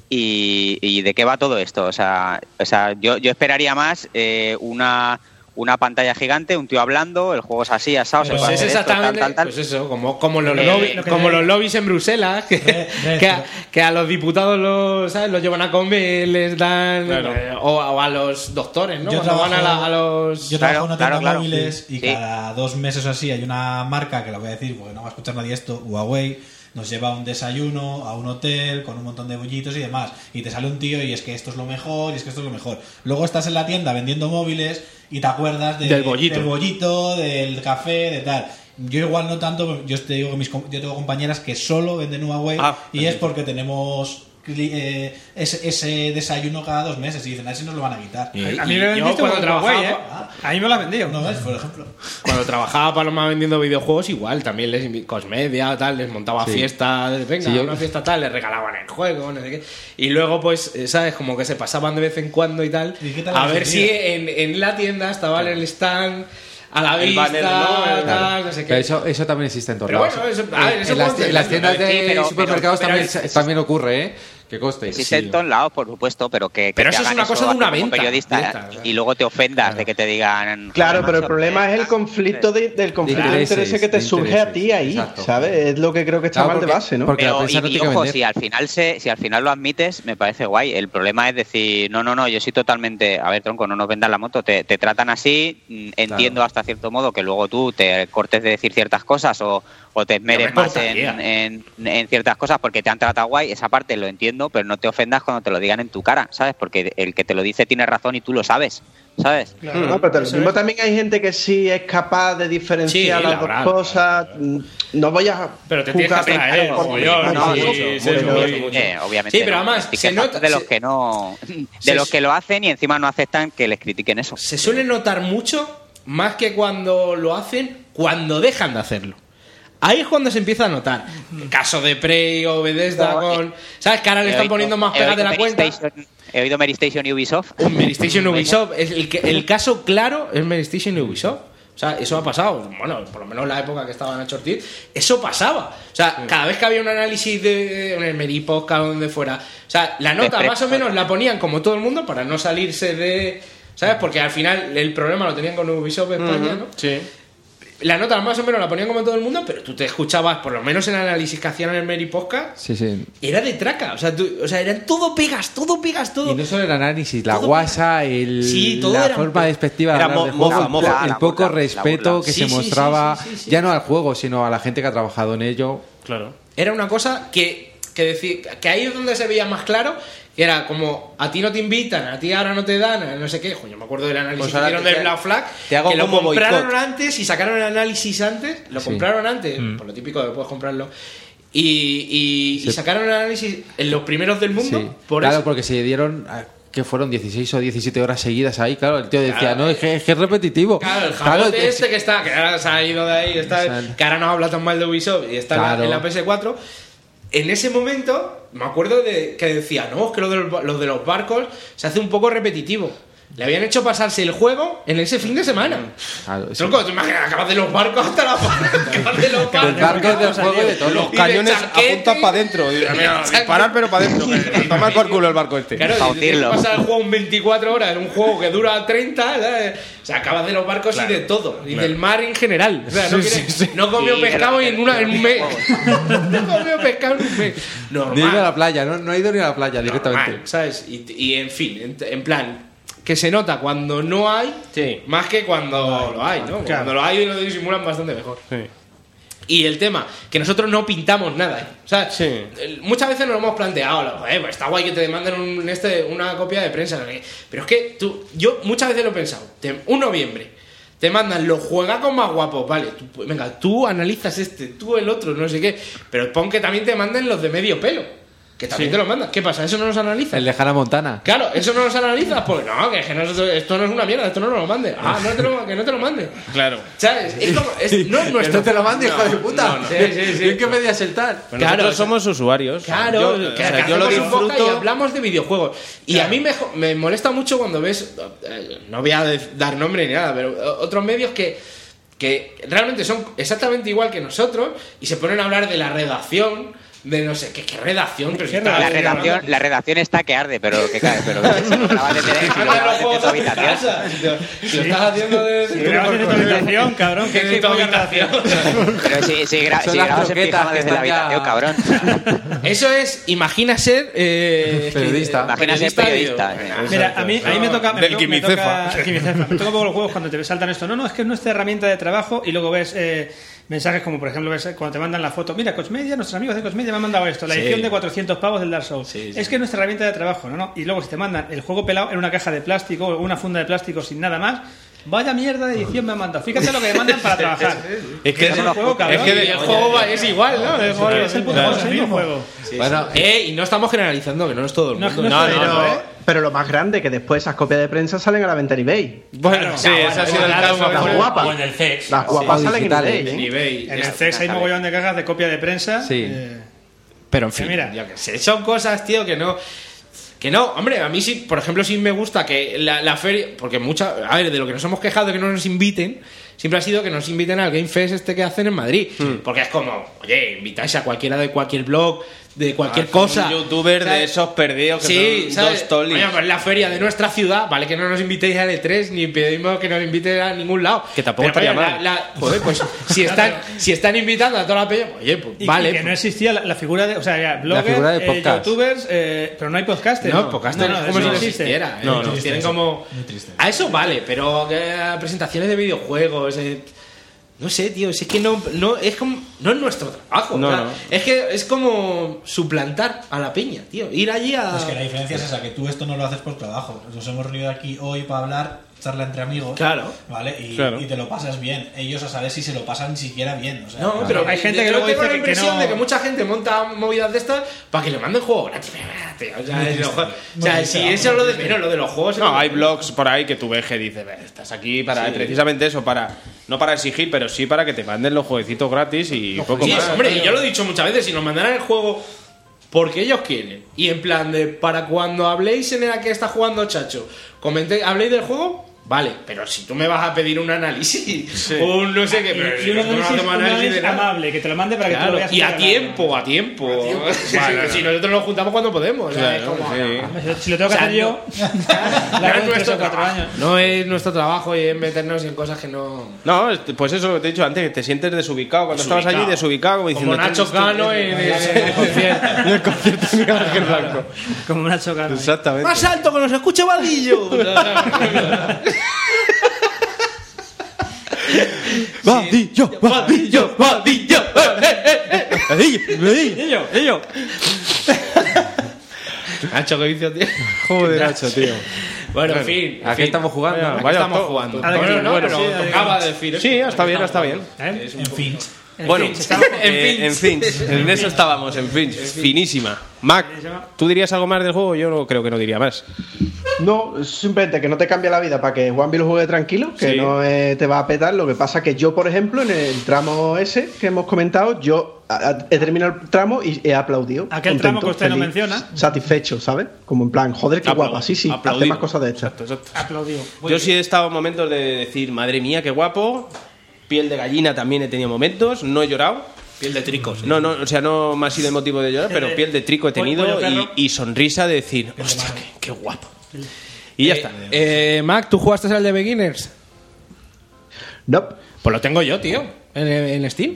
K: y, y de qué va todo esto. O sea, o sea yo, yo esperaría más eh, una, una pantalla gigante, un tío hablando, el juego es así, asado, se
D: Pues
K: puede
D: es
K: hacer esto, tal,
D: exactamente
K: tal, tal.
D: pues eso, como, como, los,
F: Eh,
D: lobby-
F: lo que
D: como
F: le-
D: los lobbies en Bruselas, que,
G: Re-
D: que, a,
G: retro.
D: que a los diputados los, ¿sabes? los llevan a comer, les dan. eh, O, o a los doctores, ¿no?
G: Yo
D: Cuando van a,
G: trabajo-
D: la- a los.
G: Yo trabajo en una
K: Claro,
G: tienda
K: claro,
G: móviles
K: sí.
G: y
K: Sí.
G: cada dos meses o así hay una marca que la voy a decir porque no va a escuchar nadie esto, Huawei, nos lleva a un desayuno, a un hotel, con un montón de bollitos y demás. Y te sale un tío y es que esto es lo mejor, y es que esto es lo mejor. Luego estás en la tienda vendiendo móviles y te acuerdas de-
D: Del bollito.
G: del bollito, del café, de tal. Yo igual no tanto, yo te digo que mis, com- yo tengo compañeras que solo venden Huawei
H: Ah,
G: y es porque tenemos cli- eh, ese, ese desayuno cada dos meses y dicen, a ver si nos lo van a quitar.
F: A mí me lo
D: Yo
F: han vendido
D: cuando
F: como Huawei, ¿eh?
D: trabajaba- ah.
F: A mí me lo han vendido.
G: No ves, por ejemplo.
D: Cuando trabajaba Paloma vendiendo videojuegos, igual también les invi- Cosmedia, tal, les montaba fiestas, venga,
E: Sí, yo-
D: una fiesta tal, les regalaban el juego, no sé qué. Y luego, pues, eh, ¿sabes? Como que se pasaban de vez en cuando y tal.
G: ¿Y qué tal
D: a
G: la
D: ver si
G: sentía?
D: en, en la tienda estaba en el stand, a la
H: El
D: vista,
H: banner, ¿no?
D: Ah, tal,
E: Claro.
D: no sé qué.
E: Pero eso, eso también existe en todos
D: Pero
E: lados.
D: bueno, eso- a ver,
E: Eh,
D: eso
E: en, las,
D: puede ser.
E: en las tiendas de
K: Sí, pero-
E: supermercados
K: pero-
E: también,
K: pero
E: también ocurre, ¿eh? Que coste.
K: Existe en todos lados, por supuesto, pero que, que
E: Pero
K: te
E: eso es
K: hagan
E: una cosa de
K: a ti
E: una
K: como
E: venta,
K: periodista ¿eh?
E: ya está,
K: y luego te ofendas de que te digan.
I: Claro,
K: "Joder,
I: pero el
K: macho,
I: problema es el conflicto de- del conflicto de
K: intereses,
I: intereses que te
K: de
I: surge a ti ahí, ¿sabes? Es lo que creo que está mal de base, ¿no?
K: Pero, y, y ojo, si al final se, si al final lo admites, me parece guay. El problema es decir, no, no, no, yo soy totalmente, a ver, tronco, no nos vendas la moto, te, te tratan así, mm, entiendo hasta cierto modo que luego tú te cortes de decir ciertas cosas o, o te esmeres más en, en- en ciertas cosas porque te han tratado guay, esa parte lo entiendo, pero no te ofendas cuando te lo digan en tu cara, ¿sabes? Porque el que te lo dice tiene razón y tú lo sabes, ¿sabes?
I: No, pero lo mismo también hay gente que sí es capaz de diferenciar
K: Sí,
I: las
K: la
I: dos
K: habrá,
I: cosas. No voy a.
K: Pero te tienes
I: juzgar
K: que
I: tan
K: abstraer,
I: por-
K: mogollón,
I: No,
K: sí,
I: no,
K: sí,
I: no,
K: sí,
I: no,
K: sí,
I: no.
K: Eh, obviamente
D: Sí, pero
K: no.
D: además,
K: Etiquetas
D: se nota-
K: de los
D: se-
K: que no de
D: se-
K: los que lo hacen y encima no aceptan que les critiquen eso.
D: se suele notar mucho más que cuando lo hacen, cuando dejan de hacerlo. Ahí es cuando se empieza a notar. El caso de Prey o Bethesda
K: No,
D: con. ¿Sabes? Que ahora le
K: eh, He
D: están
K: oído-
D: poniendo más
K: he
D: pegas de
K: oído
D: la
K: Mary
D: cuenta.
K: Station- he oído Mary Station y Ubisoft.
D: Un Mary Station Ubisoft. Es el, que- el caso claro es Mary Station y Ubisoft. O sea, eso ha pasado. Bueno, por lo menos en la época que estaba Nacho Ortiz, eso pasaba. O sea, cada vez que había un análisis de en el Mary Podcast o donde fuera. O sea, la nota
K: Despre-
D: más o menos la ponían como todo el mundo para no salirse de. ¿Sabes? Porque al final el problema lo tenían con Ubisoft España, ¿no?
H: Sí.
D: La nota más o menos la ponían como todo el mundo, pero tú te escuchabas, por lo menos en el análisis que hacían en el Mary Podcast,
E: Sí, sí.
D: era de traca. O sea, tú- o sea, eran todo pegas, todo pegas, todo.
E: Y no solo el análisis, la guasa, el,
D: Sí, todo
E: la
D: era un
E: forma
D: po-
E: despectiva de
D: era
E: hablar
D: mo-
E: del juego,
D: mofa,
E: el
D: mofa,
E: po- el
D: la
E: poco
D: burla, la
E: respeto
D: burla.
E: que
D: Sí,
E: se
D: sí, sí,
E: mostraba
D: sí, sí, sí.
E: ya no al juego, sino a la gente que ha trabajado en ello.
D: Claro. Era una cosa que, que decir, que ahí es donde se veía más claro, que era como a ti no te invitan, a ti ahora no te dan, no sé qué. Jo, yo me acuerdo del análisis
E: Pues
D: que
E: ahora
D: hicieron
E: te-
D: del Black Flag,
E: te hago
D: que lo
E: como
D: compraron
E: boicot.
D: antes y sacaron el análisis antes, lo
E: Sí.
D: compraron antes,
E: Mm.
D: por lo típico de puedes comprarlo. Y, y- y
E: Sí.
D: sacaron el análisis en los primeros del mundo
E: Sí.
D: por
E: claro,
D: eso.
E: porque se dieron a- que fueron 16 o 17 horas seguidas ahí, claro, el tío decía,
D: Claro.
E: no, es que es, que es repetitivo.
D: Claro, el jabote
E: Claro, es-
D: este que está, que ahora se ha ido de ahí, está,
E: Exacto.
D: que ahora nos habla tan mal de Ubisoft y está en la-
E: Claro.
D: en la PS4. En ese momento, me acuerdo de que decía, no, es que lo de los, ba- lo de los barcos se hace un poco repetitivo. Le habían hecho pasarse el juego en ese fin de semana.
E: Claro, sí.
D: Tronco, te imaginas, acabas de los barcos hasta la [laughs] acabas de los barcos.
E: Del barco del juego y de todo.
H: Los cañones apuntan para adentro. Disparar, pero
D: [laughs]
H: para adentro. Tomar por culo el barco este.
D: Claro, si te tienes que pasar el juego en 24 horas en un juego que dura 30, ¿sabes? o sea, acabas de los barcos y de todo, y del mar en general. O sea, no,
E: Sí,
D: quieres-
E: sí, sí.
D: no comió
E: Sí,
D: pescado
E: pero-
D: en, una, en un mes. no comió pescado en un mes.
E: Ni he ido a la playa, no, no he ido ni a la playa directamente.
D: Mal, ¿sabes? Y, y, en fin, en, en plan, que se nota cuando no hay, más que cuando lo hay, ¿no? Cuando lo hay lo disimulan bastante mejor. Y el tema, que nosotros no pintamos nada. ¿eh? O sea, el- muchas veces nos lo hemos planteado, lo- "Joder, pues está guay que te demanden un- este, una copia de prensa. no sé qué". Pero es que tú, yo muchas veces lo he pensado. Te- un noviembre, te mandan los juegacos más guapos, vale. tú, pues, venga, tú analizas este, tú el otro, no sé qué. Pero pon que también te manden los de medio pelo. Que también
E: Sí.
D: te los mandan. ¿Qué pasa? ¿Eso no los analiza?
E: El de Hannah Montana.
D: Claro, eso no los analizas porque no, que es que nosotros- esto no es una mierda, esto no nos lo mande. Ah, no te lo, que no te lo mande.
H: Claro.
D: ¿Sabes? Es como, es- no es nuestro.
E: te lo mande, hijo de
D: No,
E: puta.
D: no, no. Sí, sí, sí.
E: ¿En qué me voy a sentar?
D: Pero Claro, nosotros o sea-
H: somos usuarios.
D: Claro,
H: Yo-
D: que-
H: o sea,
D: que
H: yo lo
D: hacemos un
H: disfruto-
D: podcast y hablamos de videojuegos. Y a mí me, jo- me molesta mucho cuando ves, eh, no voy a de- dar nombre ni nada, pero eh, otros medios que, que realmente son exactamente igual que nosotros y se ponen a hablar de la redacción, de no sé qué, qué redacción, pero si está-
K: La redacción, la redacción está que arde, pero que cae, pero que se lo acabas
D: [laughs]
K: de tener, si lo grabas desde tu habitación.
D: Si lo estás haciendo de
K: Si lo grabas desde tu habitación,
D: cabrón, que es tu habitación.
K: Pero si, si, gra-
D: Son
K: si
D: las
K: grabas en
D: croquetas
K: pijama
D: que
K: desde la
D: están ya-
K: habitación, cabrón.
D: Eso es, imagina ser eh,
E: Periodista.
K: Imagina ser periodista.
F: Mira, a mí, a mí me toca. Me,
K: Del
F: to- me
K: quimicefa.
F: toca [laughs] quimicefa. Me toca un poco los juegos cuando te saltan esto. No, no, es que es nuestra herramienta de trabajo y luego ves. eh, Mensajes como, por ejemplo, ves eh, cuando te mandan la foto. Mira, Cosmedia, nuestros amigos de Cosmedia me han mandado esto, la
D: Sí.
F: edición de 400 pavos del Dark Souls.
D: Sí, sí.
F: Es que es nuestra herramienta de trabajo, ¿no? no. Y luego, si te mandan el juego pelado en una caja de plástico o una funda de plástico sin nada más, vaya mierda de edición me han mandado. Fíjate lo que me mandan
H: [laughs]
F: para trabajar.
H: Es que
F: es el juego, cabrón.
H: es que de-
F: Y el juego va- es igual, ¿no? El juego- es el puto juego, es el mismo juego.
D: Bueno, eh, y no estamos generalizando, que no es todo el mundo.
I: pero, pero lo más grande que después esas copias de prensa salen a la venta en eBay. Ah,
H: Bueno, sí, ese ha sido el caso.
I: Las guapas.
H: O en el CEX.
I: Las guapas
H: Sí,
I: salen en
H: digitales,
I: eBay.
H: en
I: ¿eh?
D: eBay.
F: En el
D: Ya,
F: CES hay
D: ya
F: mogollón de cajas de copia de prensa.
D: Sí.
F: Eh,
D: Pero en fin,
F: mira.
D: yo qué sé, son cosas, tío, que no. Que no, hombre, a mí sí, por ejemplo, sí me gusta que la, la feria. Porque mucha. A ver, de lo que nos hemos quejado de que no nos inviten. siempre ha sido que nos inviten al Game Fest este que hacen en Madrid.
H: Hmm.
D: Porque es como, oye, invitáis a cualquiera de cualquier blog, de cualquier
H: Ah,
D: cosa.
H: Un youtuber de
D: ¿sabes?
H: esos perdidos que
D: Sí,
H: son
D: ¿sabes?
H: dos tolis.
D: Coño, pues la feria de nuestra ciudad, vale que no nos invitéis a E3, ni pedimos que nos inviten a ningún lado. Que
H: tampoco estaría mal.
D: joder, pues [laughs]
H: [laughs]
D: si están, si están invitando a toda la peña, oye, pues
F: Y,
D: vale.
F: y que no existía la, la figura de. O sea, ya, bloggers,
D: figura de
F: eh,
D: podcast.
F: youtubers, eh, pero no hay podcasters.
D: No, podcasters es como
F: eso
D: si no
F: existe.
D: existiera, eh. No, no, Tienen
F: eso.
D: como-
G: Muy triste.
D: A eso vale, pero eh, presentaciones de videojuegos. eh, no sé, tío, si es que no, no, es como, no es nuestro trabajo.
H: No,
D: o sea,
H: no.
D: Es que es como suplantar a la peña, tío. Ir allí a.
G: Es que la diferencia es esa, que tú esto no lo haces por trabajo. Nos hemos reunido aquí hoy para hablar, charla entre amigos.
D: Claro.
G: ¿Vale? Y,
D: Claro.
G: y te lo pasas bien. Ellos a saber si se lo pasan siquiera bien. O sea,
D: No, pero
F: Hay gente que luego
D: tengo
F: dice
D: la
F: que- que
D: impresión
F: no-
D: de que mucha gente monta movidas de estas para que le manden juego gratis. [laughs] Tío, o sea,
F: [laughs]
H: Muy
D: es lo-
H: triste.
D: o sea,
H: Muy
D: si
H: triste,
D: eso es lo de menos, lo de los juegos.
H: No, hay blogs por ahí que tú ves que dices, "Ve, estás aquí para
D: Sí.
H: precisamente eso, para no para exigir, pero sí para que te manden los jueguecitos gratis y poco
D: Sí,
H: más.
D: hombre, y yo lo he dicho muchas veces, si nos mandaran el juego porque ellos quieren, y en plan de para cuando habléis en el que está jugando Chacho, comenté, habléis del juego, vale, pero si tú me vas a pedir un análisis, o un no sé qué, pero
F: Y un
D: nosotros no
F: análisis,
D: hacemos
F: un
D: análisis de
F: análisis
D: nada.
F: amable, que te lo mande para que tú
D: Claro,
F: lo veas.
D: y a
F: en la-
D: tiempo, a tiempo. [laughs] Sí,
F: Vale,
D: sí,
F: no.
D: Si nosotros nos juntamos cuando podemos. o sea,
F: Claro,
D: es como,
F: Si lo tengo que
D: O sea,
F: hacer yo,
D: [laughs]
F: la hago en tres o cuatro años.
D: No es nuestro trabajo y es meternos en cosas que no.
H: No, este, pues eso lo que te he dicho antes, que te sientes desubicado. Cuando estabas
D: Desubicado.
H: allí, desubicado, como diciendo. "Este
D: Como Nacho Cano
F: eh,
D: en
F: [laughs]
H: [laughs]
D: el concierto.
H: el concierto de Miguel Ángel Blanco.
F: Como Nacho Cano.
H: Exactamente.
D: Más alto que nos escuche Vadillo. [laughs]
H: Vadillo, vadillo, vadillo.
E: eh,
F: Ello, ello.
D: Nacho, qué vicio, tío.
H: Joder, Nacho, tío.
D: Bueno, en fin. en
E: Aquí
D: fin.
E: estamos jugando.
D: Vaya,
E: Aquí
D: vaya
E: estamos
D: to-
E: jugando.
D: Bueno,
E: Bueno,
D: no,
E: bueno,
D: pero
E: sí,
D: tocaba decir.
H: Sí, está bien, está bien.
G: En fin.
H: Bueno,
F: fin,
D: [laughs]
F: estamos-
H: eh, [laughs] en fin, [laughs] en eso estábamos, en fin, finísima. Mac, ¿tú dirías algo más del juego? Yo no, creo que no diría más.
I: No, simplemente que no te cambia la vida para que Juan lo juegue tranquilo, que
H: Sí.
I: no eh, te va a petar. Lo que pasa que yo, por ejemplo, en el tramo ese que hemos comentado, yo a- a- he terminado el tramo y he aplaudido.
F: Aquel tramo que usted no menciona.
I: Satisfecho, ¿sabes? Como en plan, joder, qué
H: Aplau-
I: guapa. Sí, sí, hace
H: aplaudido.
I: más cosas de estas.
F: Aplaudido.
H: Yo sí he estado en momentos de decir, madre mía, qué guapo. Piel de gallina también he tenido momentos, no he llorado.
D: Piel de tricos.
H: No, no, o sea, no me ha sido el motivo de llorar, pero piel de trico he tenido
D: Pollo perro.
H: y, y sonrisa de decir, hostia, qué, qué guapo. Y ya está.
D: Eh, Mac, ¿tú jugaste al de Beginners?
I: No,
D: Pues lo tengo yo, tío. En, en Steam.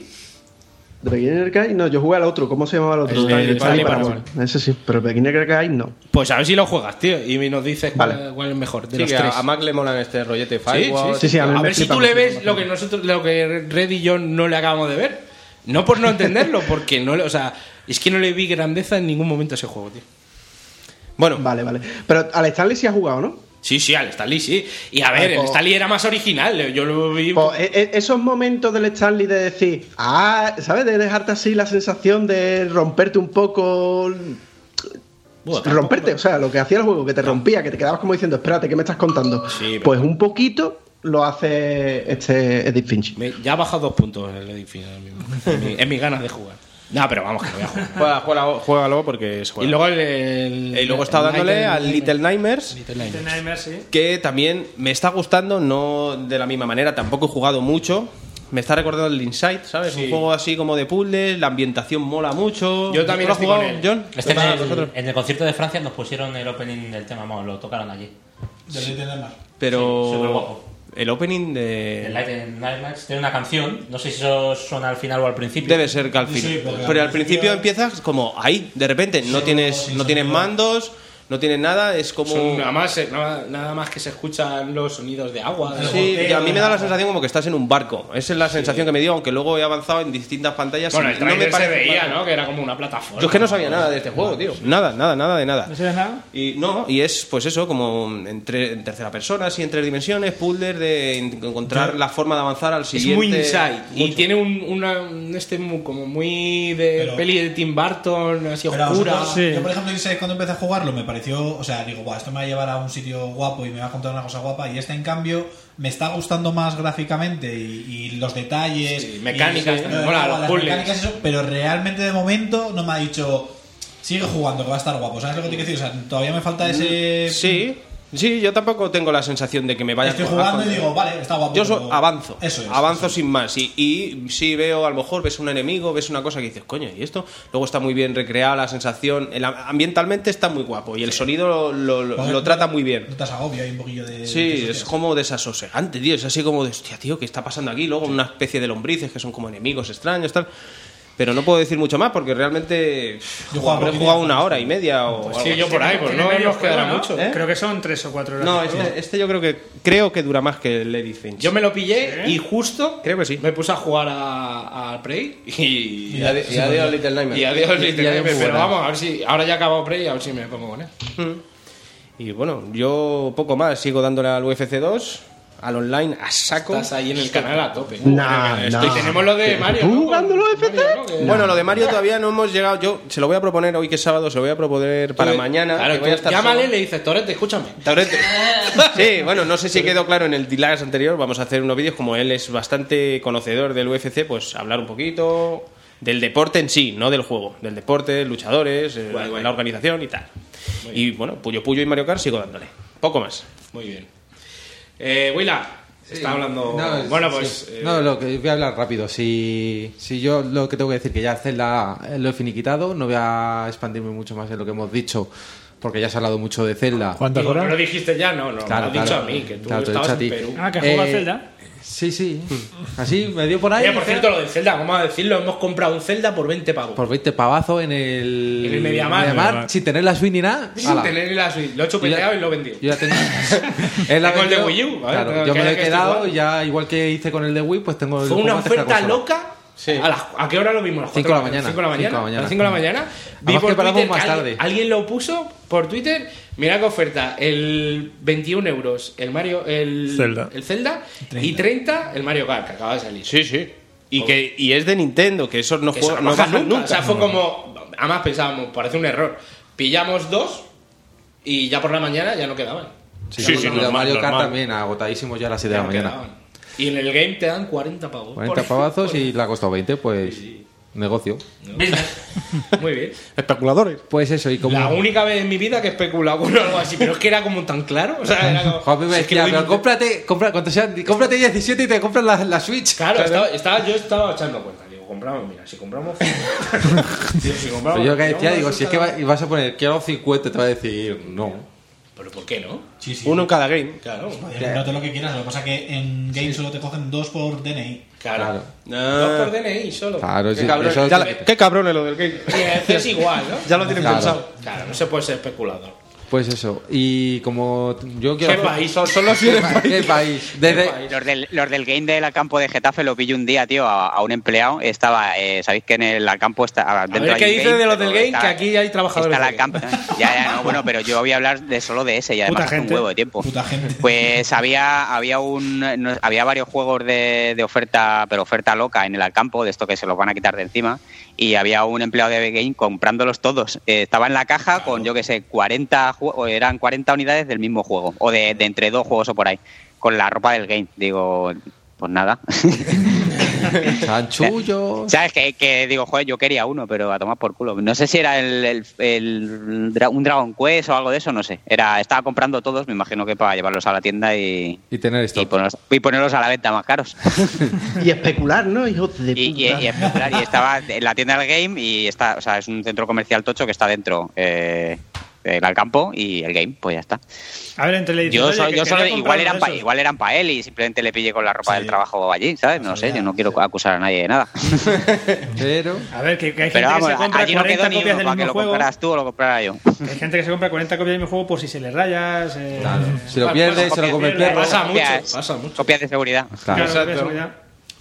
I: The Beginner Guide, no, yo jugué al otro. ¿Cómo se llamaba el otro?
D: El Stanley Parable.
I: Parable. Ese sí, pero el Beginner Guide no.
D: Pues a ver si lo juegas, tío. Y nos dices cuál-
I: Vale.
D: cuál, es mejor. De
H: Sí,
D: los
H: que a,
D: tres.
H: a Mac le molan este rollete este
D: Sí, sí,
H: firewall.
I: sí, sí, a mí
D: a
I: me
D: ver si
I: flipa
D: tú
I: mucho,
D: le
I: me
D: ves
I: flipa
D: lo que nosotros, lo que Red y yo no le acabamos de ver. No por no entenderlo, porque no le, o sea, es que no le vi grandeza en ningún momento a ese juego, tío.
H: Bueno,
I: Vale, vale. Pero
H: ah,
I: al Stanley sí ha jugado, ¿no?
D: Sí, sí, al Stanley sí. Y a ver,
I: Ah,
D: el
I: pues-
D: Stanley era más original. eh, Yo lo vi.
I: Pues, e- e- esos momentos del Stanley de decir, ah, ¿sabes? De dejarte así la sensación de romperte un poco. romperte, o sea, lo que hacía el juego, que te rompía, que te quedabas como diciendo, espérate, ¿qué me estás contando?
D: Sí, pero-
I: pues un poquito lo hace este Edith Finch.
D: Me- ya ha bajado dos puntos el edificio. ahora mismo. En mi- en mis ganas de jugar. No, pero vamos, que no voy a jugar.
H: juega, juega, juégalo porque es
D: Y
H: juego.
D: luego el. el-
H: Y luego he estado
D: el
H: dándole al
D: Little
H: Little Nightmares,
D: Nightmares.
F: Ten Nightmares, sí.
H: que también me está gustando, no de la misma manera, tampoco he jugado mucho. Me está recordando el Insight, ¿sabes? Un juego así como de puzzles, la ambientación mola mucho.
D: Yo también
H: ¿Lo has
D: estoy
H: jugado,
D: con él.
H: John?
A: Este en,
H: Ah,
A: el,
H: vosotros.
A: en el concierto de Francia nos pusieron el opening del tema, vamos, lo tocaron allí.
G: Yo soy de Denmark.
A: Sí,
H: Pero
A: superguapo.
H: el opening de...
A: El Light and Nightmares tiene una canción, no sé si eso suena al final o al principio.
H: Debe ser que al
G: Sí,
H: final.
G: porque
H: pero
G: al
H: al principio
G: principio-
H: empiezas como ahí, de repente. No
G: Sí,
H: tienes,
G: sí,
H: no tienes
G: sí.
H: mandos, no tienes nada, es como.
D: Son- nada, más, eh, nada, nada más que se escuchan los sonidos de agua. de-
H: Sí, y a mí me da la
G: Goteo.
H: sensación como que estás en un barco. Esa es la sensación que me dio, aunque luego he avanzado en distintas pantallas.
D: Bueno,
H: y
D: el trailer
H: me parece
D: se veía,
H: mal.
D: ¿no? Que era como una plataforma.
H: Yo es que no sabía nada de este juego, tío. Nada, nada, nada de nada.
F: ¿No sabes nada?
H: Y no, y es pues eso, como en, tre- en tercera persona, así en tres dimensiones, puzzles de en- encontrar la forma de avanzar al
D: Es
H: siguiente.
D: muy inside. Y
H: Mucho.
D: tiene un, una, un este mu- como muy de
G: Pero-
D: peli de Tim Burton, así
G: Pero a
D: oscura.
G: vosotros,
F: Sí.
G: Yo, por ejemplo, Inside, cuando empecé a jugarlo, me pareció. O sea, digo, Buah, esto me va a llevar a un sitio guapo y me va a contar una cosa guapa. Y este, en cambio, me está gustando más gráficamente y, y los detalles.
D: Sí, mecánicas,
G: y-
D: también mola,
G: no,
D: los
G: las
D: puzzles.
G: mecánicas, eso, pero realmente, de momento, no me ha dicho. Sigue jugando, que va a estar guapo. ¿Sabes lo que te quiero decir? O sea, todavía me falta ese.
H: Mm, Sí, Sí, yo tampoco tengo la sensación de que me vaya
G: Estoy jugando
D: Mm.
G: y digo, vale, está guapo.
H: Yo so-
G: pero-
H: avanzo,
G: Eso es.
H: avanzo sin más. Y, y sí veo, a lo mejor ves un enemigo, ves una cosa que dices, coño, ¿y esto? Luego está muy bien recreada la sensación. El a- ambientalmente está muy guapo y el sonido lo, lo- lo-
G: Joder,
H: lo
G: no-
H: trata muy bien.
G: No te has agobio, hay un poquillo de.
H: Sí, es como desasosegante, tío. Es así como de, hostia, tío, ¿qué está pasando aquí? Luego una especie de lombrices que son como enemigos extraños, tal. Pero no puedo decir mucho más porque realmente
G: Yo
F: jugaba
H: habré
F: poquito y
H: jugado una hora y media o
G: Pues
H: algo así.
D: pues
F: Tiene medio juego, ¿no?
H: ¿Eh?
F: Creo que son tres o cuatro horas.
H: No,
F: de juego.
H: este, este yo creo que creo que dura más que el Lady Finch.
D: Yo me lo pillé
H: ¿Sí?
D: y justo
H: creo que sí.
D: me puse a jugar a, a Prey y,
E: Y adi- y adiós, Little Nightmares.
D: Y adiós Little
E: Y adiós,
D: Nightmares,
E: muy
D: Pero
E: buena.
D: vamos, a ver si ahora ya ha acabado Prey a ver si me pongo con él.
H: Y bueno, yo poco más, sigo dándole al UFC 2, al online a saco.
D: Estás ahí en el canal a tope.
H: Nah,
D: Estoy-
H: nah.
D: Tenemos lo de
H: ¿Tú
D: Mario. ¿no?
H: jugando
D: Con-
H: Bueno, lo de Mario todavía no hemos llegado. Yo se lo voy a proponer hoy que es sábado, se lo voy a proponer para mañana.
D: Eh, Claro,
H: que
D: tú
H: voy a estar
D: llámale y
H: solo.
D: le dices, Torete, escúchame.
H: Taurete.
D: [laughs]
H: Sí, bueno, no sé si quedó claro en el Dilagas anterior. Vamos a hacer unos vídeos. Como él es bastante conocedor del UFC, pues hablar un poquito del deporte en sí, no del juego. Del deporte, luchadores, eh,
D: Guay, guay.
H: la organización y tal. Y bueno, Puyo Puyo y Mario Kart sigo dándole. Poco más.
D: Muy bien. Eh, Willa, está hablando.
E: No, es-
D: [laughs] bueno,
E: sí.
D: pues. eh,
E: No, lo que voy a hablar rápido. Si, si yo lo que tengo que decir, que ya Zelda eh, lo he finiquitado, no voy a expandirme mucho más en lo que hemos dicho, porque ya se ha hablado mucho de Zelda.
D: digo, no lo dijiste ya, no, no.
E: Claro,
D: me lo has
E: claro.
D: dicho a mí, que tú
E: Claro, te lo he
D: estabas en
E: dicho a ti.
D: Perú.
E: Ah, que juega Eh, Zelda. Sí, sí. Así me dio por ahí.
D: Oye, por cierto, lo del Zelda, vamos a decirlo, hemos comprado un Zelda por 20 pavos.
E: Por 20 pavazos en el.
D: En el Mediamar. Mediamar.
E: sin tener la Switch ni nada.
D: sin
E: Ala.
D: tener la Switch. Lo he chupeteado y lo he vendido.
E: Yo ya
D: [laughs]
E: tengo. Él la
D: Tengo el de
E: vendió-
D: Wii U, ¿vale?
E: Claro,
D: Tengo
E: yo
D: que-
E: me lo he
D: que estoy
E: quedado
D: igual.
E: y ya, igual que hice con el de Wii, pues tengo el.
D: Fue
E: juego
D: una
E: más de esta
D: oferta
E: consola.
D: loca. ¿A, las- a qué hora lo vimos? ¿A las
E: Cinco
D: cuatro
E: de la mañana.
D: ¿Cinco de la mañana?
E: Cinco de la mañana.
D: ¿A las cinco de la mañana? Vi
E: Además
D: por
E: que paramos
D: Twitter
E: más
D: que alguien-
E: tarde.
D: Alguien lo puso por Twitter. Mira qué oferta. El 21 euros el Mario. El
H: Zelda.
D: El Zelda y 30 el Mario Kart, que acaba de salir. Oh.
H: Sí, sí. Y, que, y es de Nintendo, que esos no,
D: Que
H: juegan-
D: eso
H: no
D: no baja
H: bajan
D: nunca.
H: nunca.
D: O sea, fue como. Además pensábamos, parece un error. Pillamos dos y ya por la mañana ya no quedaban.
E: Sí,
D: Ya
E: sí,
D: no quedaban.
E: Mario Kart también, agotadísimo ya a las 7 de
D: Ya
E: la
D: no
E: mañana.
D: quedaban. Y en el game te dan 40 pavos.
E: 40
D: Por-
E: pavazos y le ha costado 20, pues. Negocio. [laughs]
D: Muy bien.
E: Especuladores. Pues eso, y como.
D: La única vez en mi vida que he especulado con algo así, pero es que era como tan claro. O sea, era como.
E: Joder,
D: si
E: me
D: es que
E: decía,
D: voy-
E: pero cómprate, compra, cuando sea- cómprate 17 y te compras la, la Switch.
D: Claro, estaba, estaba- yo estaba echando cuenta. Digo, compramos, mira, si compramos. [laughs] Digo, si compramos.
E: Pero yo Pues que decía,
D: compramos
E: digo, si es que
D: resulta-
E: va- y vas a poner, quiero 50, te va a decir, no.
D: Pero ¿por qué no?
H: Uno en cada game.
D: Claro.
G: Oye, cómprate lo que quieras, lo que pasa es que en Game solo te cogen dos por DNI.
E: Claro.
D: Dos por DNI solo.
E: Claro,
D: qué
E: sí,
D: cabrón.
E: eso-
D: Ya la-
H: Qué cabrón es lo
D: [laughs]
H: del game.
D: que es igual, ¿no?
H: Ya lo tienen
E: Claro.
H: pensado.
D: Claro, no se puede ser especulador.
E: Pues eso, y como t- yo quiero...
D: ¿Qué país?
E: Son, son los ¿Qué, pa- qué país? Desde-
K: Los del, los del game del campo de Getafe lo pillé un día, tío, a, a un empleado. Estaba, eh, sabéis que en el campo está. ah,
D: A ver qué dice de los del game, que aquí hay trabajadores.
K: Está la
D: del game.
K: camp-
D: [laughs]
K: ya, ya, no, bueno, pero yo voy a hablar de solo de ese y además
D: Puta
K: hace un
D: gente.
K: huevo de tiempo. Pues había, había un no, había varios juegos de, de oferta, pero oferta loca en el Alcampo, de esto que se los van a quitar de encima, y había un empleado de Game comprándolos todos. Eh, estaba en la caja con, yo que sé, 40 ju- o eran 40 unidades del mismo juego, o de, de entre dos juegos o por ahí, con la ropa del game. Digo, pues nada.
E: Chanchullo.
K: ¿Sabes? Que, que digo, joder, yo quería uno, pero a tomar por culo. No sé si era el, el- el dra- un Dragon Quest o algo de eso, no sé. Era, estaba comprando todos, me imagino que para llevarlos a la tienda y,
E: Y tener esto.
K: y, ponerlos, y ponerlos a la venta más caros.
I: Y especular, ¿no? Hijo [laughs] de puta.
K: Y, y- y especular. Y estaba en la tienda del game y está, o sea, es un centro comercial tocho que está dentro. Eh, el campo y el game, pues ya está.
F: A ver, entre le dices,
K: Yo,
F: oye,
K: solo-
F: que
K: yo
F: quería
K: solo, igual
F: comprar
K: eran,
F: uno
K: pa,
F: de esos.
K: igual eran para él y simplemente le pillé con la ropa del trabajo allí, ¿sabes? No sé, yo no quiero acusar a nadie de nada.
E: Pero...
F: A ver, que, que hay gente
K: Pero vamos,
F: que se compra
K: allí no
F: 40
K: quedó ni
F: copias
K: uno
F: del
K: para que
F: mismo
K: lo
F: juego.
K: compraras tú o lo comprara yo.
F: Hay gente que se compra 40 copias del mismo juego por si se le rayas. eh,
E: Si lo
F: Bueno,
E: pierdes,
F: bueno,
E: se lo come el
F: copias,
E: perro.
F: Pasa mucho.
K: Copias-
D: Pasa mucho.
K: Copias de seguridad.
E: Claro.
F: Claro, copias de seguridad.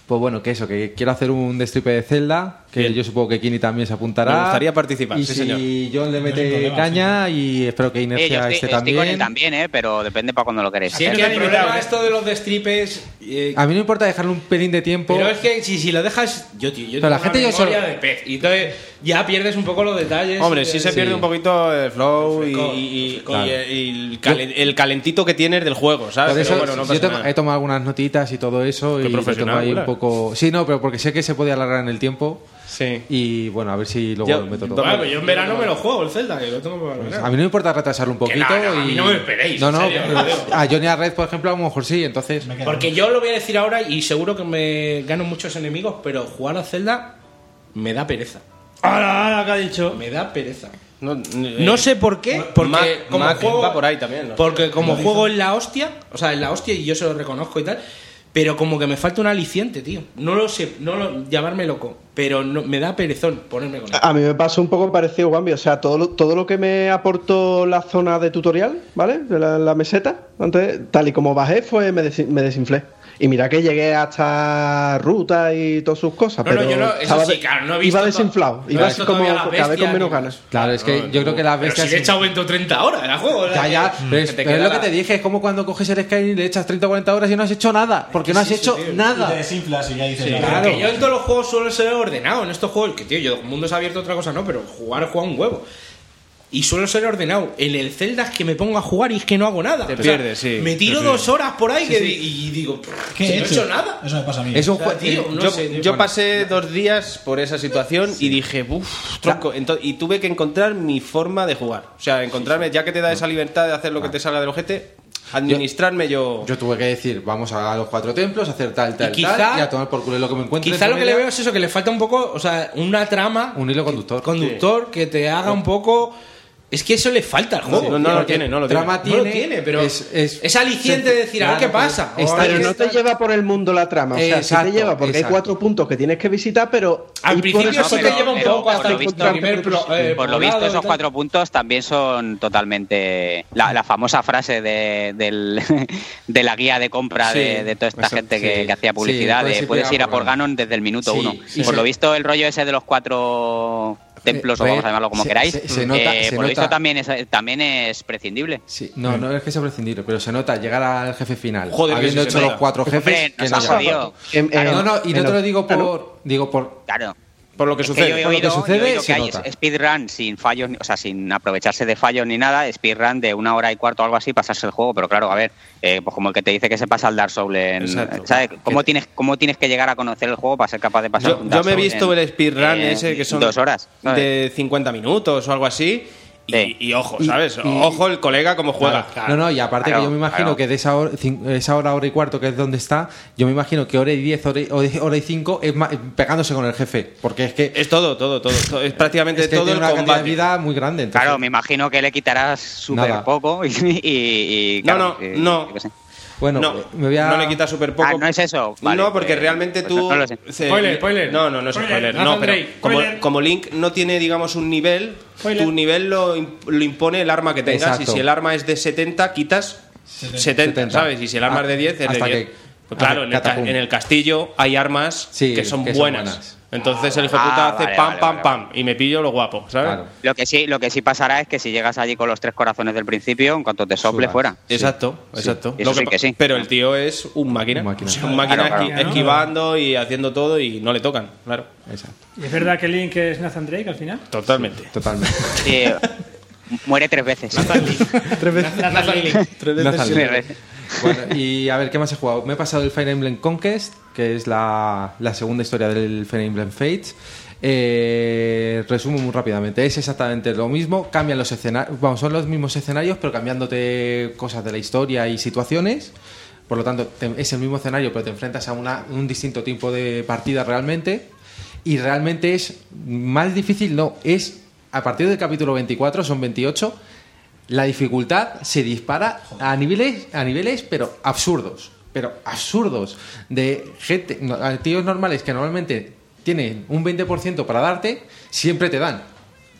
E: Pues bueno, que eso, que quiero hacer un destripe de Zelda, que yo supongo que Kini también se apuntará.
H: Me gustaría participar,
E: Y
H: sí,
E: si
H: señor.
E: John le mete caña y espero que
K: Eh, yo
E: Inercia
K: estoy,
E: esté
K: estoy
E: también.
K: con él también, eh, pero depende para cuando lo queréis.
D: Si es
K: hacer.
D: que el problema esto de los destripes. eh,
E: A mí no me importa dejarle un pelín de tiempo.
D: Pero es que si, si lo dejas. Yo, tío, yo
E: Pero la
D: tengo
E: gente
D: una
E: ya solo-
D: memoria de pez. Y entonces ya pierdes un poco los detalles.
H: Hombre,
D: eh,
H: sí se
D: de-
H: pierde un poquito el flow y,
D: frescor,
H: y- y-
D: frescor.
H: y el- y el, calen- el calentito que tienes del juego, ¿sabes?
E: Por eso,
H: Pero bueno, no
E: yo Eh,
H: pasa
E: tomo-
H: nada.
E: he tomado algunas notitas y todo eso.
H: Qué
E: y lo tengo
H: profesional,
E: ahí un
H: Pilar.
E: poco. Sí, no, pero porque sé que se puede alargar en el tiempo. Sí. Y bueno, a ver si luego
D: Ya,
E: lo meto todo.
D: Vale, pues yo en verano me lo juego el Zelda, que lo tengo para
E: Pues
D: verano.
E: A mí no me importa retrasarlo un poquito.
D: Que no, no, a
E: y...
D: mí no me esperéis,
E: No,
D: en
E: no,
D: serio,
E: pero
D: lo digo.
E: a Johnny Red, por ejemplo, a lo mejor sí, entonces.
D: Porque yo lo voy a decir ahora y seguro que me gano muchos enemigos, pero jugar a Zelda me da pereza.
F: Ahora,
D: Ah,
F: ahora, que ha dicho.
D: Me da pereza. No,
H: eh,
D: sé por qué,
H: Ma-
D: porque
H: Mac-
D: como
H: Mac
D: juego
H: va por ahí también, ¿no?
D: Porque como
H: Lo
D: juego en la hostia, o sea, en la hostia y yo se lo reconozco y tal, pero como que me falta un aliciente, tío. No lo sé, no lo llamarme loco, pero no, me da perezón ponerme con él.
I: A mí me pasó un poco parecido, Gambi. O sea, todo lo, todo lo que me aportó la zona de tutorial, ¿vale? De la, la meseta, antes, tal y como bajé, fue me, desi- me desinflé. Y mira que llegué hasta ruta y todas sus cosas,
D: No, no,
I: pero
D: yo no- eso
I: estaba
D: sí,
I: de-
D: claro, no he visto
I: iba
D: to-
I: desinflado,
D: no he
I: iba
D: visto
I: como
D: todavía la
I: cada vez
D: bestia
I: con menos
D: ni-
I: ganas.
E: Claro, es que yo creo que las
D: Pero
E: bestias.
D: si le he echado 20 o 30 horas al juego,
E: Ya, ya, pero es,
D: que te
E: pero es
D: queda
E: lo que
D: la-
E: te dije, es como cuando coges el Skyrim y le echas 30 o 40 horas y no has hecho nada, porque no has hecho nada.
G: Y te desinflas y ya dices,
D: Sí,
G: "Vale".
D: claro. Que yo en todos los juegos suelo ser ordenado. En estos juegos, que tío, yo mundo es abierto otra cosa no, pero jugar juega un huevo. Y suelo ser ordenado. En el Zelda es que me pongo a jugar y es que no hago nada.
H: Te
D: O sea,
H: pierdes, sí.
D: Me tiro
H: Sí, sí.
D: dos horas por ahí
H: Sí,
D: que-
H: sí.
D: y digo, si
G: ¿Qué he
D: no he
G: hecho?
D: hecho nada.
G: Eso me pasa a mí.
D: Es un
H: O sea,
D: jue-
H: tío,
D: eh,
H: no
D: yo-
H: sé,
D: yo
H: yo pasé dos días por esa situación y dije, uff, tronco. Ento- y tuve que encontrar mi forma de jugar. O sea, encontrarme, ya que te da esa libertad de hacer lo que te salga del ojete, administrarme yo.
E: Yo tuve que decir, vamos a los cuatro templos, a hacer tal, tal,
D: quizá-
E: tal, y a tomar por culo lo que me encuentre.
D: Quizá
E: entre
D: lo que le
E: media,
D: veo es eso, que le falta un poco, o sea, una trama,
E: Un hilo conductor.
D: conductor que te haga un poco. Es que eso le falta al juego.
H: no, no lo tiene, no lo tiene.
E: Trama
D: No lo
E: tiene,
D: tiene, pero
E: es-
D: es,
E: es-
D: aliciente de decir, a ver qué
E: Claro, pero
D: pasa.
E: está-
D: Ahora
I: Pero no te lleva por el mundo la trama, o sea, sí
E: Exacto,
I: te lleva porque
E: exacto.
I: hay cuatro puntos que tienes que visitar, pero
D: Al
I: y por
D: principio
I: eso
D: sí te
I: pero-
D: lleva un
I: pero-
D: poco hasta
I: pero-
D: el primer plo- eh,
K: Por lo visto,
D: poblado y
K: esos
D: tal.
K: cuatro puntos también son totalmente. La, la famosa frase de, del- [laughs] de la guía de compra
E: Sí,
K: de, de toda esta
E: eso,
K: gente que,
E: sí.
K: que hacía
E: Sí,
K: publicidad.
E: puedes
K: de,
E: ir
K: puedes ir a por
E: Ganon".
K: Ganon desde el minuto
E: Sí,
K: uno.
E: sí,
K: por
E: sí.
K: lo visto, el rollo ese de los cuatro templos, o
E: Eh,
K: vamos a llamarlo como
E: se-
K: queráis,
E: se- se nota-
K: eh,
E: se
K: por lo
E: nota.
K: visto también es, también es prescindible.
E: Sí, no, no es que sea prescindible, pero se nota llegar al jefe final,
H: Joder, que
E: habiendo
H: sí se
E: hecho
H: nota.
E: los cuatro jefes.
K: Hombre, nos
E: que no
K: ha
E: sea-
K: jodido.
I: Em, em,
E: No, no, y no
I: menos-
E: te lo digo
I: Claro.
E: por, digo por
K: Claro.
H: Por lo que
K: Es
H: sucede.
K: yo he
E: Por lo que
K: oído, yo he
E: sucede,
K: oído
E: se
K: que hay
E: nota.
K: speedrun sin fallos, ni- o sea, sin aprovecharse de fallos ni nada, speedrun de una hora y cuarto o algo así, pasarse el juego, pero claro, a ver, eh, pues como el que te dice que se pasa al Dark Souls en,
H: Exacto.
K: ¿sabes? ¿Cómo tienes, ¿Cómo tienes que llegar a conocer el juego para ser capaz de pasar
H: Yo,
K: un
H: yo
K: Dark
H: me he
K: Souls
H: visto
K: en-
H: el speedrun
K: en
H: ese que son
K: Eh, Dos horas. ¿sabes?
H: de 50 minutos o algo así. Y,
K: Sí.
H: y ojo, ¿sabes? ojo el colega como juega.
E: No, no, y aparte
K: Claro,
E: que yo me imagino
K: claro.
E: que de esa hora, cin- esa hora, hora y cuarto que es donde está, yo me imagino que hora y diez, hora y, hora y cinco es ma- pegándose con el jefe, porque es que,
H: Es todo, todo, todo. todo. Es prácticamente
K: este
E: es que
H: todo
E: tiene
H: el
E: una cantidad de
H: combate.
E: vida muy grande. entonces-
K: Claro, [laughs] me imagino que le quitarás súper
E: Nada.
K: poco y, y- y,
H: No,
K: claro,
H: no,
K: eh,
H: no.
K: yo qué sé.
E: Bueno,
H: no,
E: me voy a...
H: no le quita súper poco.
K: Ah, no es eso. Vale,
H: no, porque
K: pues-
H: realmente
K: pues
H: tú.
K: no lo sé.
H: se-
D: Spoiler, spoiler.
H: No, no, no es
D: Spoiler,
H: spoiler.
D: Nathan
H: No, pero
D: Drake,
H: como,
D: spoiler.
H: como Link no tiene, digamos, un nivel,
D: Spoiler.
H: tu nivel lo, imp- lo impone el arma que tengas.
E: Exacto.
H: Y si el arma es de 70, quitas 70,
E: 70,
H: ¿sabes? Y si el arma
E: Ah,
H: es de 10, es de
E: hasta
H: 10.
E: que-
H: Pues claro,
E: hasta
H: en el, ca-
E: catapum.
H: en el castillo hay armas
E: Sí,
H: que son
E: que son
H: buenas.
E: buenas.
H: Entonces el hijo de
K: Ah,
H: puta hace
K: vale,
H: pam,
K: vale,
H: pam,
K: vale.
H: pam. Y me pillo lo guapo, ¿sabes?
E: Claro.
K: Lo que sí, lo que sí pasará es que si llegas allí con los tres corazones del principio, en cuanto te sople
E: Sudas.
K: fuera.
H: Exacto, exacto.
K: Eso
H: Lo
K: sí
H: pa-
K: que sí. Ah,
H: Pero el tío es un máquina.
E: Un máquina.
H: O sea, un máquina
K: Claro,
H: esqui-
D: Ah,
K: claro.
H: esquivando y haciendo todo y no le tocan, claro.
E: Exacto,
F: ¿Y es verdad que Link es Nathan Drake al final?
H: Totalmente.
E: totalmente.
K: Sí, muere tres veces.
E: Tres veces. [laughs] Nathan
K: sí.
E: Drake. Bueno, y a ver, ¿qué más he jugado? Me he pasado el Fire Emblem Conquest, que es la, la segunda historia del Fire Emblem Fates. Eh, resumo muy rápidamente, es exactamente lo mismo, cambian los escenarios, vamos, son los mismos escenarios, pero cambiándote cosas de la historia y situaciones. Por lo tanto, te- es el mismo escenario, pero te enfrentas a una- un distinto tipo de partida realmente. Y realmente es más difícil, no, es a partir del capítulo 24, son 28, la dificultad se dispara a niveles, a niveles pero absurdos. Pero absurdos. De gente, no, a tíos normales que normalmente tienen un 20% para darte, siempre te dan.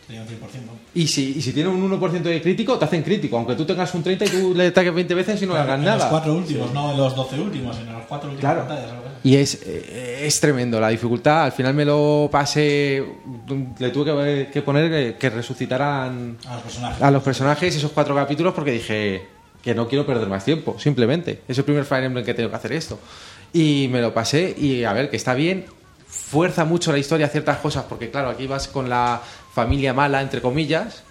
G: Tenía un 100%, ¿no?
E: Y si, y si tienen un 1% de crítico, te hacen crítico. Aunque tú tengas un 30 y tú le ataques 20 veces y no le hagas
G: en
E: nada.
G: los cuatro últimos, no en los doce últimos, en los cuatro últimos
E: Claro.
G: pantallas. algo así.
E: Y es, eh, es tremendo la dificultad. Al final me lo pasé. Le tuve que, que poner que, que resucitaran
G: A los personajes.
E: a los personajes esos cuatro capítulos porque dije que no quiero perder más tiempo, simplemente. Es el primer Fire Emblem que tengo que hacer esto. Y me lo pasé y a ver, que está bien. Fuerza mucho la historia ciertas cosas porque, claro, aquí vas con la familia mala, entre comillas.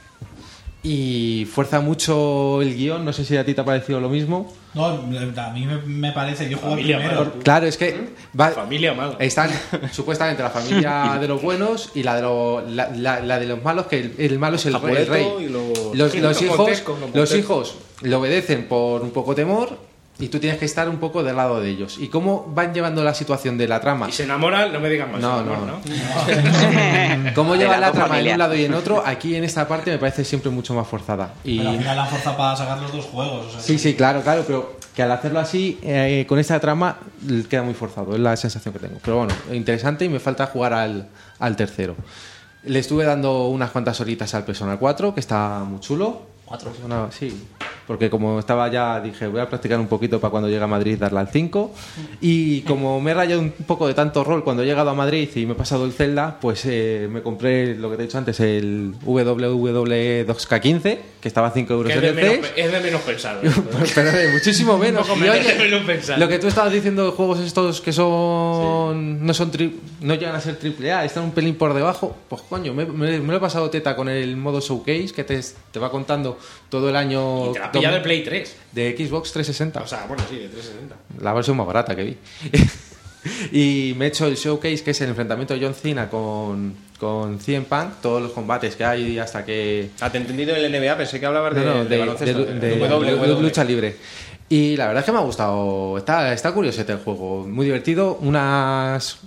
E: y fuerza mucho el guión. No sé si a ti te ha parecido lo mismo.
G: No, a mí me, me parece, yo juego
E: Familia
G: primero.
E: Por- claro, es que va-
D: Familia mala.
E: están [laughs] supuestamente la familia de los buenos y la de, lo- la, la- la de los malos, que el, el malo es el,
D: Apuleto
E: el rey.
D: y los-
E: los,
D: Sí,
E: los
D: los
E: hijos,
D: Montesco, los
E: los
D: Montesco.
E: hijos le obedecen por un poco temor y tú tienes que estar un poco del lado de ellos. ¿Y cómo van llevando la situación de la trama?
D: Y se enamoran, no me digan más.
E: No,
D: se enamoran,
E: no.
D: ¿no?
E: ¿Cómo
D: De
E: lleva
D: las
E: la
D: dos
E: trama en
D: familias.
E: un lado y en otro? Aquí en esta parte me parece siempre mucho más forzada. Y...
G: Pero al final la han forzado para sacar los dos juegos. o sea,
E: Sí, sí, claro, claro, pero que al hacerlo así, eh, con esta trama, l- queda muy forzado, es la sensación que tengo. Pero bueno, interesante y me falta jugar al, al tercero. Le estuve dando unas cuantas horitas al Persona 4, que está muy chulo.
A: ¿Cuatro?
E: Persona- sí, porque como estaba ya, dije, voy a practicar un poquito para cuando llegue a Madrid darle al 5. Y como me he rayado un poco de tanto rol cuando he llegado a Madrid y me he pasado el Zelda, pues eh, me compré lo que te he dicho antes, el E WWE 2K15, que estaba a 5 euros
D: Que es,
E: en
D: de
E: el
D: menos,
E: Play.
D: es de menos
E: [laughs]
D: pensar.
E: Pero de muchísimo menos.
D: poco
E: Y
D: menos,
E: oye,
D: menos pensar.
E: lo que tú estabas diciendo de juegos estos que son no son tri- no llegan a ser triple A, están un pelín por debajo, pues coño, me, me- me lo he pasado teta con el modo showcase que te, te va contando todo el año
D: Y te la pilla
E: dos-
D: de Play 3.
E: de Xbox 360.
D: O sea, bueno, sí, de 360.
E: La versión más barata que vi. [laughs] y me he hecho el showcase, que es el enfrentamiento de John Cena con, con CM Punk, todos los combates que hay hasta que...
H: Ah, te he [laughs] entendido el NBA, pensé que hablabas de,
E: No, no,
H: de
E: de,
H: baloncesto. eh,
E: de- de-
H: W,
E: de
H: W.
E: lucha libre. Y la verdad es que me ha gustado. Está, está curioso el juego. Muy divertido. Unas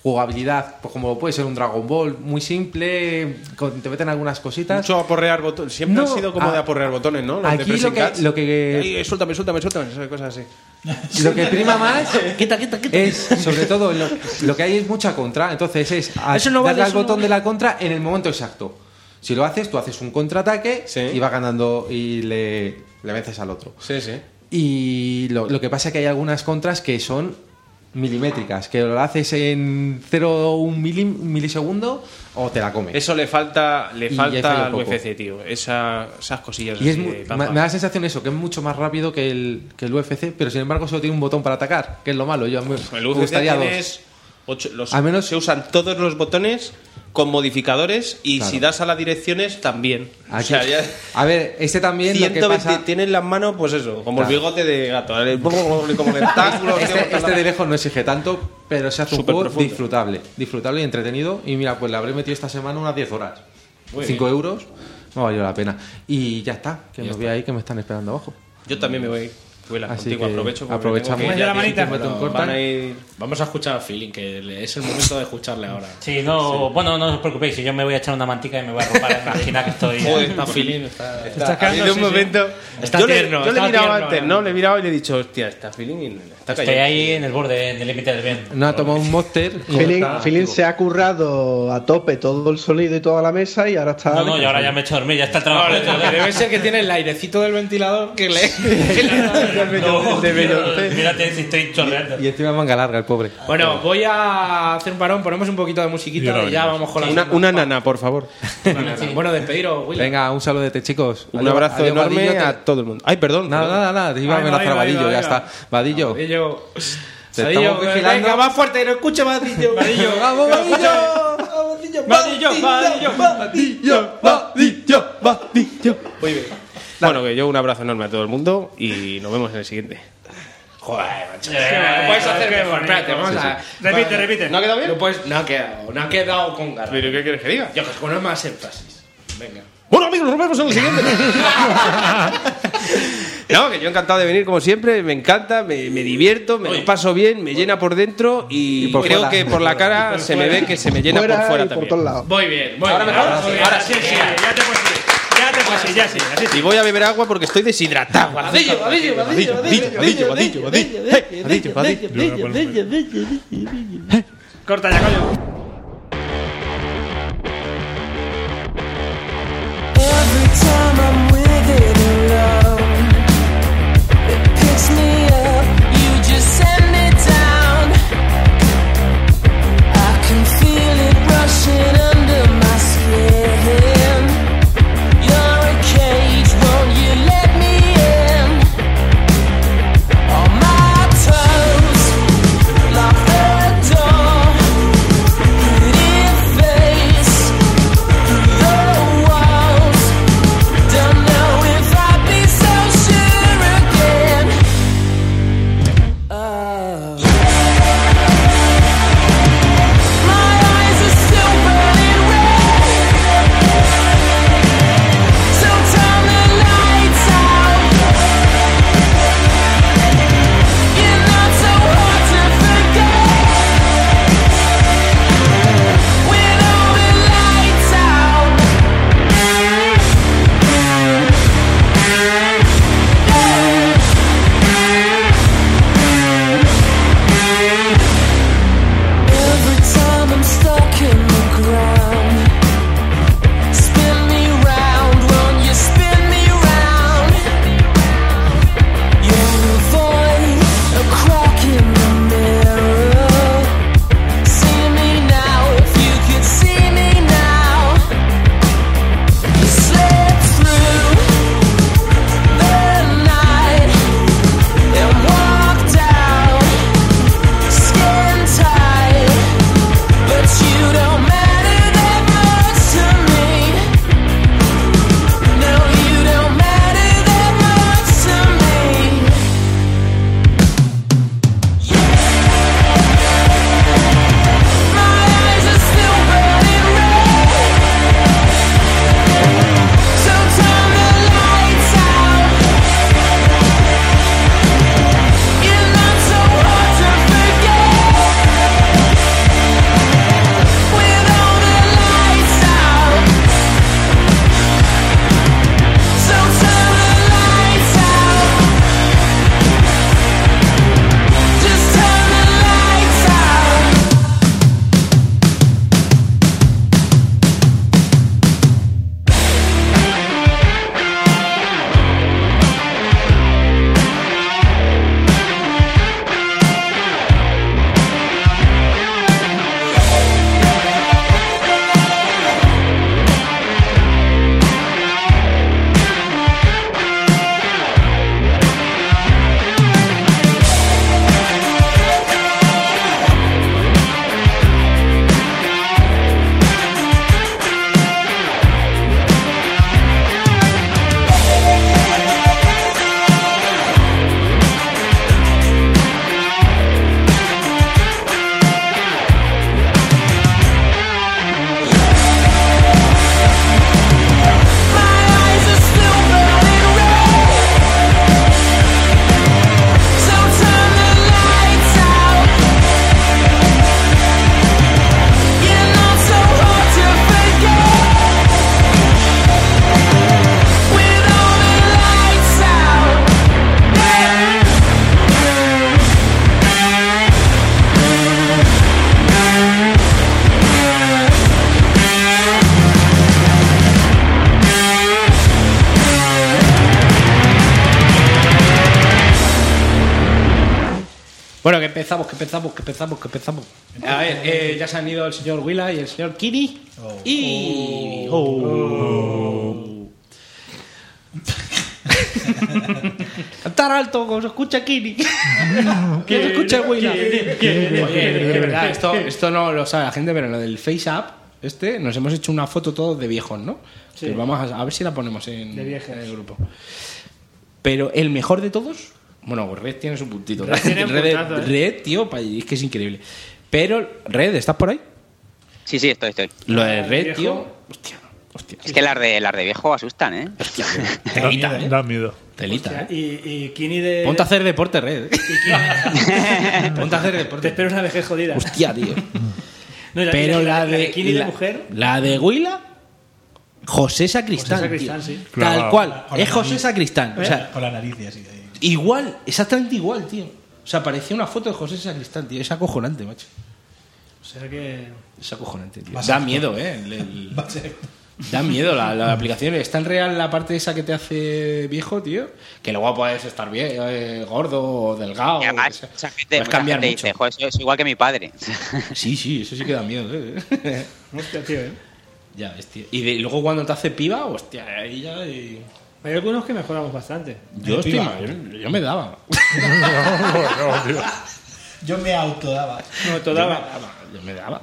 E: jugabilidad, pues como puede ser un Dragon Ball, muy simple. con- te meten algunas cositas.
H: Mucho aporrear botones. Siempre
E: No,
H: han sido como
E: a-
H: de aporrear botones, ¿no? Los de
E: aquí
H: pressing
E: lo que-
H: catch.
E: lo que-
H: Ay, suéltame, suéltame, suéltame. esas Cosas así.
E: Lo que prima [laughs] más es, sobre todo, lo, lo que hay es mucha contra. Entonces es a-
D: Eso no
E: darle
D: vale,
E: al
D: eso no
E: botón
D: vale.
E: de la contra en el momento exacto. Si lo haces, tú haces un contraataque y vas ganando y le, le vences al otro.
H: Sí, sí.
E: Y lo, lo que pasa es que hay algunas contras que son milimétricas, que lo haces en 0,1 milim- milisegundo o te la comes.
H: Eso le falta, le
E: Y ya falla
H: falta al
E: poco.
H: UFC, tío. Esa- esas cosillas
E: Y es
H: así
E: mu-
H: de
E: ma-
H: pam,
E: me,
H: pam.
E: da la sensación eso, que es mucho más rápido que el, que el UFC, pero sin embargo solo tiene un botón para atacar, que es lo malo. Yo me,
H: El
E: me
H: UFC
E: gustaría dos.
H: tienes ocho- los-
E: Al menos-
H: se usan todos los botones con modificadores y
E: Claro.
H: si das a las direcciones también.
E: Aquí-
H: O sea,
E: [laughs]
H: ya
E: A ver, este también lo que
H: 120
E: pasa...
H: tienes las manos, pues eso, como
E: Claro.
H: el bigote de gato,
E: [laughs]
H: el- como tentáculos.
E: Este, este de lejos no exige tanto, pero se hace un
H: Súper
E: juego
H: profundo.
E: disfrutable. Disfrutable y entretenido. Y mira, pues le habré metido esta semana unas 10 horas.
H: Muy
E: 5 euros, no valió la pena. Y ya está, que me voy ahí que me están esperando abajo.
H: Yo también me voy. Vuela
E: Así
H: contigo,
E: que
H: aprovecho. porque
E: aprovechamos.
H: tengo que ir
E: Ya
H: ya,
E: la
H: tío,
E: manita.
H: que me lo-
E: Te cortan.
H: van a ir-
D: Vamos a escuchar a Feeling, que le- es el momento de escucharle ahora.
A: Sí, no, bueno, no os preocupéis, si yo me voy a echar una mantica y me voy a
H: [laughs]
A: arropar en la esquina que estoy.
H: Joder, está Feeling. Está,
A: Está
H: ha habido
A: cagando,
H: un
A: sí, sí.
H: momento.
A: Está
H: yo
A: tierno,
H: le, yo le he
A: está
H: mirado
A: tierno,
H: antes,
A: ahora.
H: ¿no? Le he mirado y le he dicho, hostia, está Feeling. y Está
A: Estoy
H: cayendo.
A: ahí en el borde del límite del bien.
E: No ha tomado un monster. y
I: Feeling,
E: está
I: Feeling
E: activo.
I: se ha currado a tope todo el sonido y toda la mesa y ahora está.
A: No, no, y ahora ya me he hecho dormir, ya está el trabajo.
D: Ahora,
A: hecho.
D: lo que debe ser que tiene el airecito del ventilador que le. [laughs] que le-
A: No, tío, Mírate si estoy chorreando.
E: Y encima manga larga, el pobre.
D: Bueno, voy a hacer un parón, ponemos un poquito de
E: Y ahora
D: musiquita y ya
E: venimos.
D: vamos con la
H: Una,
D: segunda
H: una nana, por favor.
D: Bueno, nada. Bueno, despediros, Willy.
E: Venga, un saludete, chicos.
H: Un
E: Adiós,
H: abrazo
E: adiós,
H: enorme
E: Vadillo, te-
H: a todo el mundo. Ay, perdón.
E: Nada,
H: perdón.
E: nada, nada. Te iba a
D: Ahí va,
E: amenazar a
D: ahí va,
E: Vadillo,
D: ahí
E: ya
D: va.
E: está. Vadillo.
D: Vadillo.
E: Te
D: Vadillo,
E: estamos vigilando.
D: Venga, más fuerte, no escucha, Vadillo. Vadillo,
E: ¡Vamos, Vadillo!
D: Vadillo, Vadillo, Vadillo,
E: Vadillo, Vadillo, Vadillo.
D: Muy bien.
H: Bueno, que yo un abrazo enorme a todo el mundo y nos vemos en el siguiente.
D: Joder, macho.
A: Eh,
D: Lo puedes hacer mejor. Espérate, vamos
E: Sí, sí.
D: a.
F: Repite, repite.
D: ¿No ha quedado bien? No, puedes... no ha quedado, no ha quedado con garra.
H: ¿Pero qué quieres que diga?
D: Yo, pues, no más énfasis. Venga.
H: Bueno, amigos, nos vemos en el siguiente. no, que yo encantado de venir como siempre. Me encanta, me, me divierto, me lo paso bien, me llena por dentro y,
E: Y por
H: creo
E: fuera.
H: que por la cara se me ve que se me llena por fuera
I: y por todos
H: también.
I: lados.
D: Muy bien, muy
H: Ahora
D: bien.
H: mejor.
D: Muy bien.
H: Ahora
F: Sí, sí, ya te puedes ir. Ya te puedes ir, ya sí, así sí.
H: Y voy a beber agua porque estoy deshidratado.
D: Vadillo, vadillo, vadillo, vadillo, vadillo, vadillo, vadillo,
H: Hey, vadillo, vadillo.
C: Yo creo que por el-
F: Corta ya, coño.
M: Every time I'm with it alone, it picks me up. You just send me down. I can feel it rushing under my skin. You're a cage, won't you let me in? On my toes, lock the door.
D: Bueno, que empezamos, que empezamos, que empezamos, que empezamos. A ver, eh, ya se han ido el señor Willa y el señor Kiri.
H: Oh.
D: Y.
H: Uh.
A: [laughs]
D: Oh. Cantar alto, como se escucha
G: [laughs]
D: Kiri. Que se escucha Willa.
M: Kiri, Kiri,
D: Oye, de verdad,
M: Kiri.
D: Ah, esto, esto no lo sabe la gente, pero lo del Face Up, este, nos hemos hecho una foto todos de viejos, ¿no?
F: Sí.
D: Que vamos a, a ver si la ponemos en,
F: De viejos.
D: en el grupo. Pero el mejor de todos, bueno, Red tiene su puntito.
F: Red tiene un
D: Red,
F: puntazo, ¿eh?
D: Red, tío, pa- es que es increíble. Pero, Red, ¿estás por ahí?
K: Sí, sí, estoy, estoy.
D: Lo de Red, tío.
K: Es que las de, las de viejo asustan, ¿eh? [laughs]
D: Telita, ¿eh?
C: Da miedo.
D: Telita, ¿eh?
F: Y, y Kini de.
D: Ponte a hacer deporte, Red. ¿eh?
F: [laughs]
D: Ponte a hacer deporte.
F: Te espero una vejez jodida.
D: Hostia, tío.
F: No, y
D: Pero
F: y
D: la de.
F: Kini de
D: la-
F: mujer.
D: La de Huila. José Sacristán.
F: José Sacristán,
D: tío.
F: sí.
D: Tal
F: Clavado.
D: cual.
F: Con la
D: Es José
F: nariz.
D: Sacristán. O sea,
G: con la nariz y así. de-
D: Igual, exactamente igual, tío. O sea, parecía una foto de José Sacristán, tío. Es acojonante, macho.
F: O sea que.
D: Es acojonante, tío.
F: Va a ser-
D: Da miedo, eh. El- el-
G: Va a ser-
D: da miedo la, la aplicación. Es tan real la parte esa que te hace viejo, tío. Que luego puedes estar bien, eh, gordo o delgado.
K: Y
D: o
K: además,
D: lo que sea.
K: mucha gente,
D: [laughs] Puedes
K: mucha
D: cambiar
K: gente
D: mucho.
K: dice, "Joder, soy- soy igual que mi padre. [laughs]
D: Sí, sí, eso sí que da miedo, eh. [laughs]
F: Hostia, tío, eh.
D: ya ves, tío. Y, de- y luego cuando te hace piba, hostia, ahí ya. eh,
F: Hay algunos que mejoramos bastante.
D: Yo estoy
F: Piba.
D: mal, yo, yo me [laughs] daba.
G: Yo me autodaba.
F: No, todo daba.
D: Yo me daba.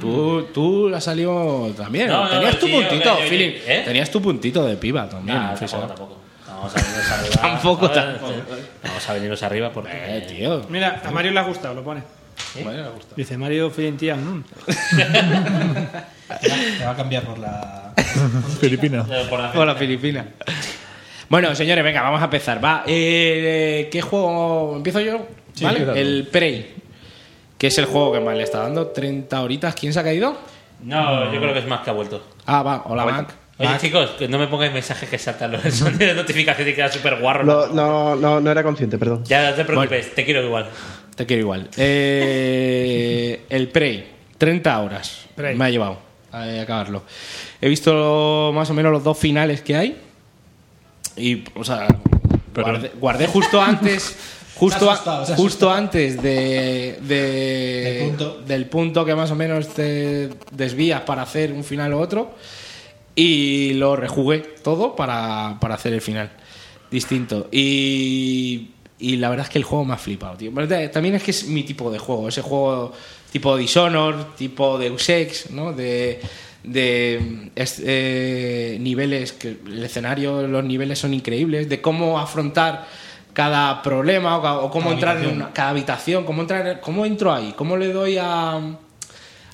D: Tú, tú has salido también.
A: No, no,
D: Tenías
A: no,
D: tu
A: sí,
D: puntito,
A: oye, oye,
D: Philip.
A: ¿eh?
D: Tenías tu puntito de piba también.
A: Nah,
D: en
A: tampoco,
D: Facebook.
A: tampoco. Vamos a venirnos
H: [laughs]
A: arriba.
D: Tampoco,
A: Vamos a-
D: tampoco.
A: Vamos a venirnos arriba porque.
D: Eh, tío.
F: Mira, a Mario le ha gustado, lo pone.
D: Bueno, me gusta.
F: ¿Eh? Dice Mario Fientía. mm.
G: Te va a cambiar por la.
C: [laughs] Filipina.
D: Eh, Hola, Filipina. Bueno, señores, venga, vamos a empezar. Va, eh, ¿qué juego empiezo yo?
C: Sí,
D: ¿Vale?
C: empieza tú.
D: El Prey, que es el juego que más le está dando 30 horitas. ¿Quién se ha caído?
A: No, yo creo que es más que ha vuelto.
D: Ah, va, hola, Mac.
A: Oye, chicos, que no me pongáis mensajes que saltan los [laughs] sonidos de notificación y queda súper guarro.
I: Lo- no, no, no era consciente, perdón.
A: Ya no te preocupes, te quiero igual.
D: Te quiero igual. Eh, el Prey, 30 horas.
F: Prey.
D: Me ha llevado a acabarlo. He visto más o menos los dos finales que hay. Y, o sea, guardé, guardé justo antes. Justo,
G: Se ha
D: a-
G: asustado, se ha
D: justo antes de, de-
G: Del punto.
D: del punto que más o menos te desvías para hacer un final u otro. Y lo rejugué todo para, para hacer el final. Distinto. Y, y la verdad es que el juego me ha flipado, tío. Pero te- También es que es mi tipo de juego. Ese juego tipo Dishonor, tipo Deus Ex, ¿no? De, de es- eh, niveles, que el escenario, los niveles son increíbles. De cómo afrontar cada problema o, ca- o cómo
G: Cada
D: entrar en
G: habitación.
D: una, cada habitación. Cómo, entrar, cómo entro ahí. Cómo le doy a...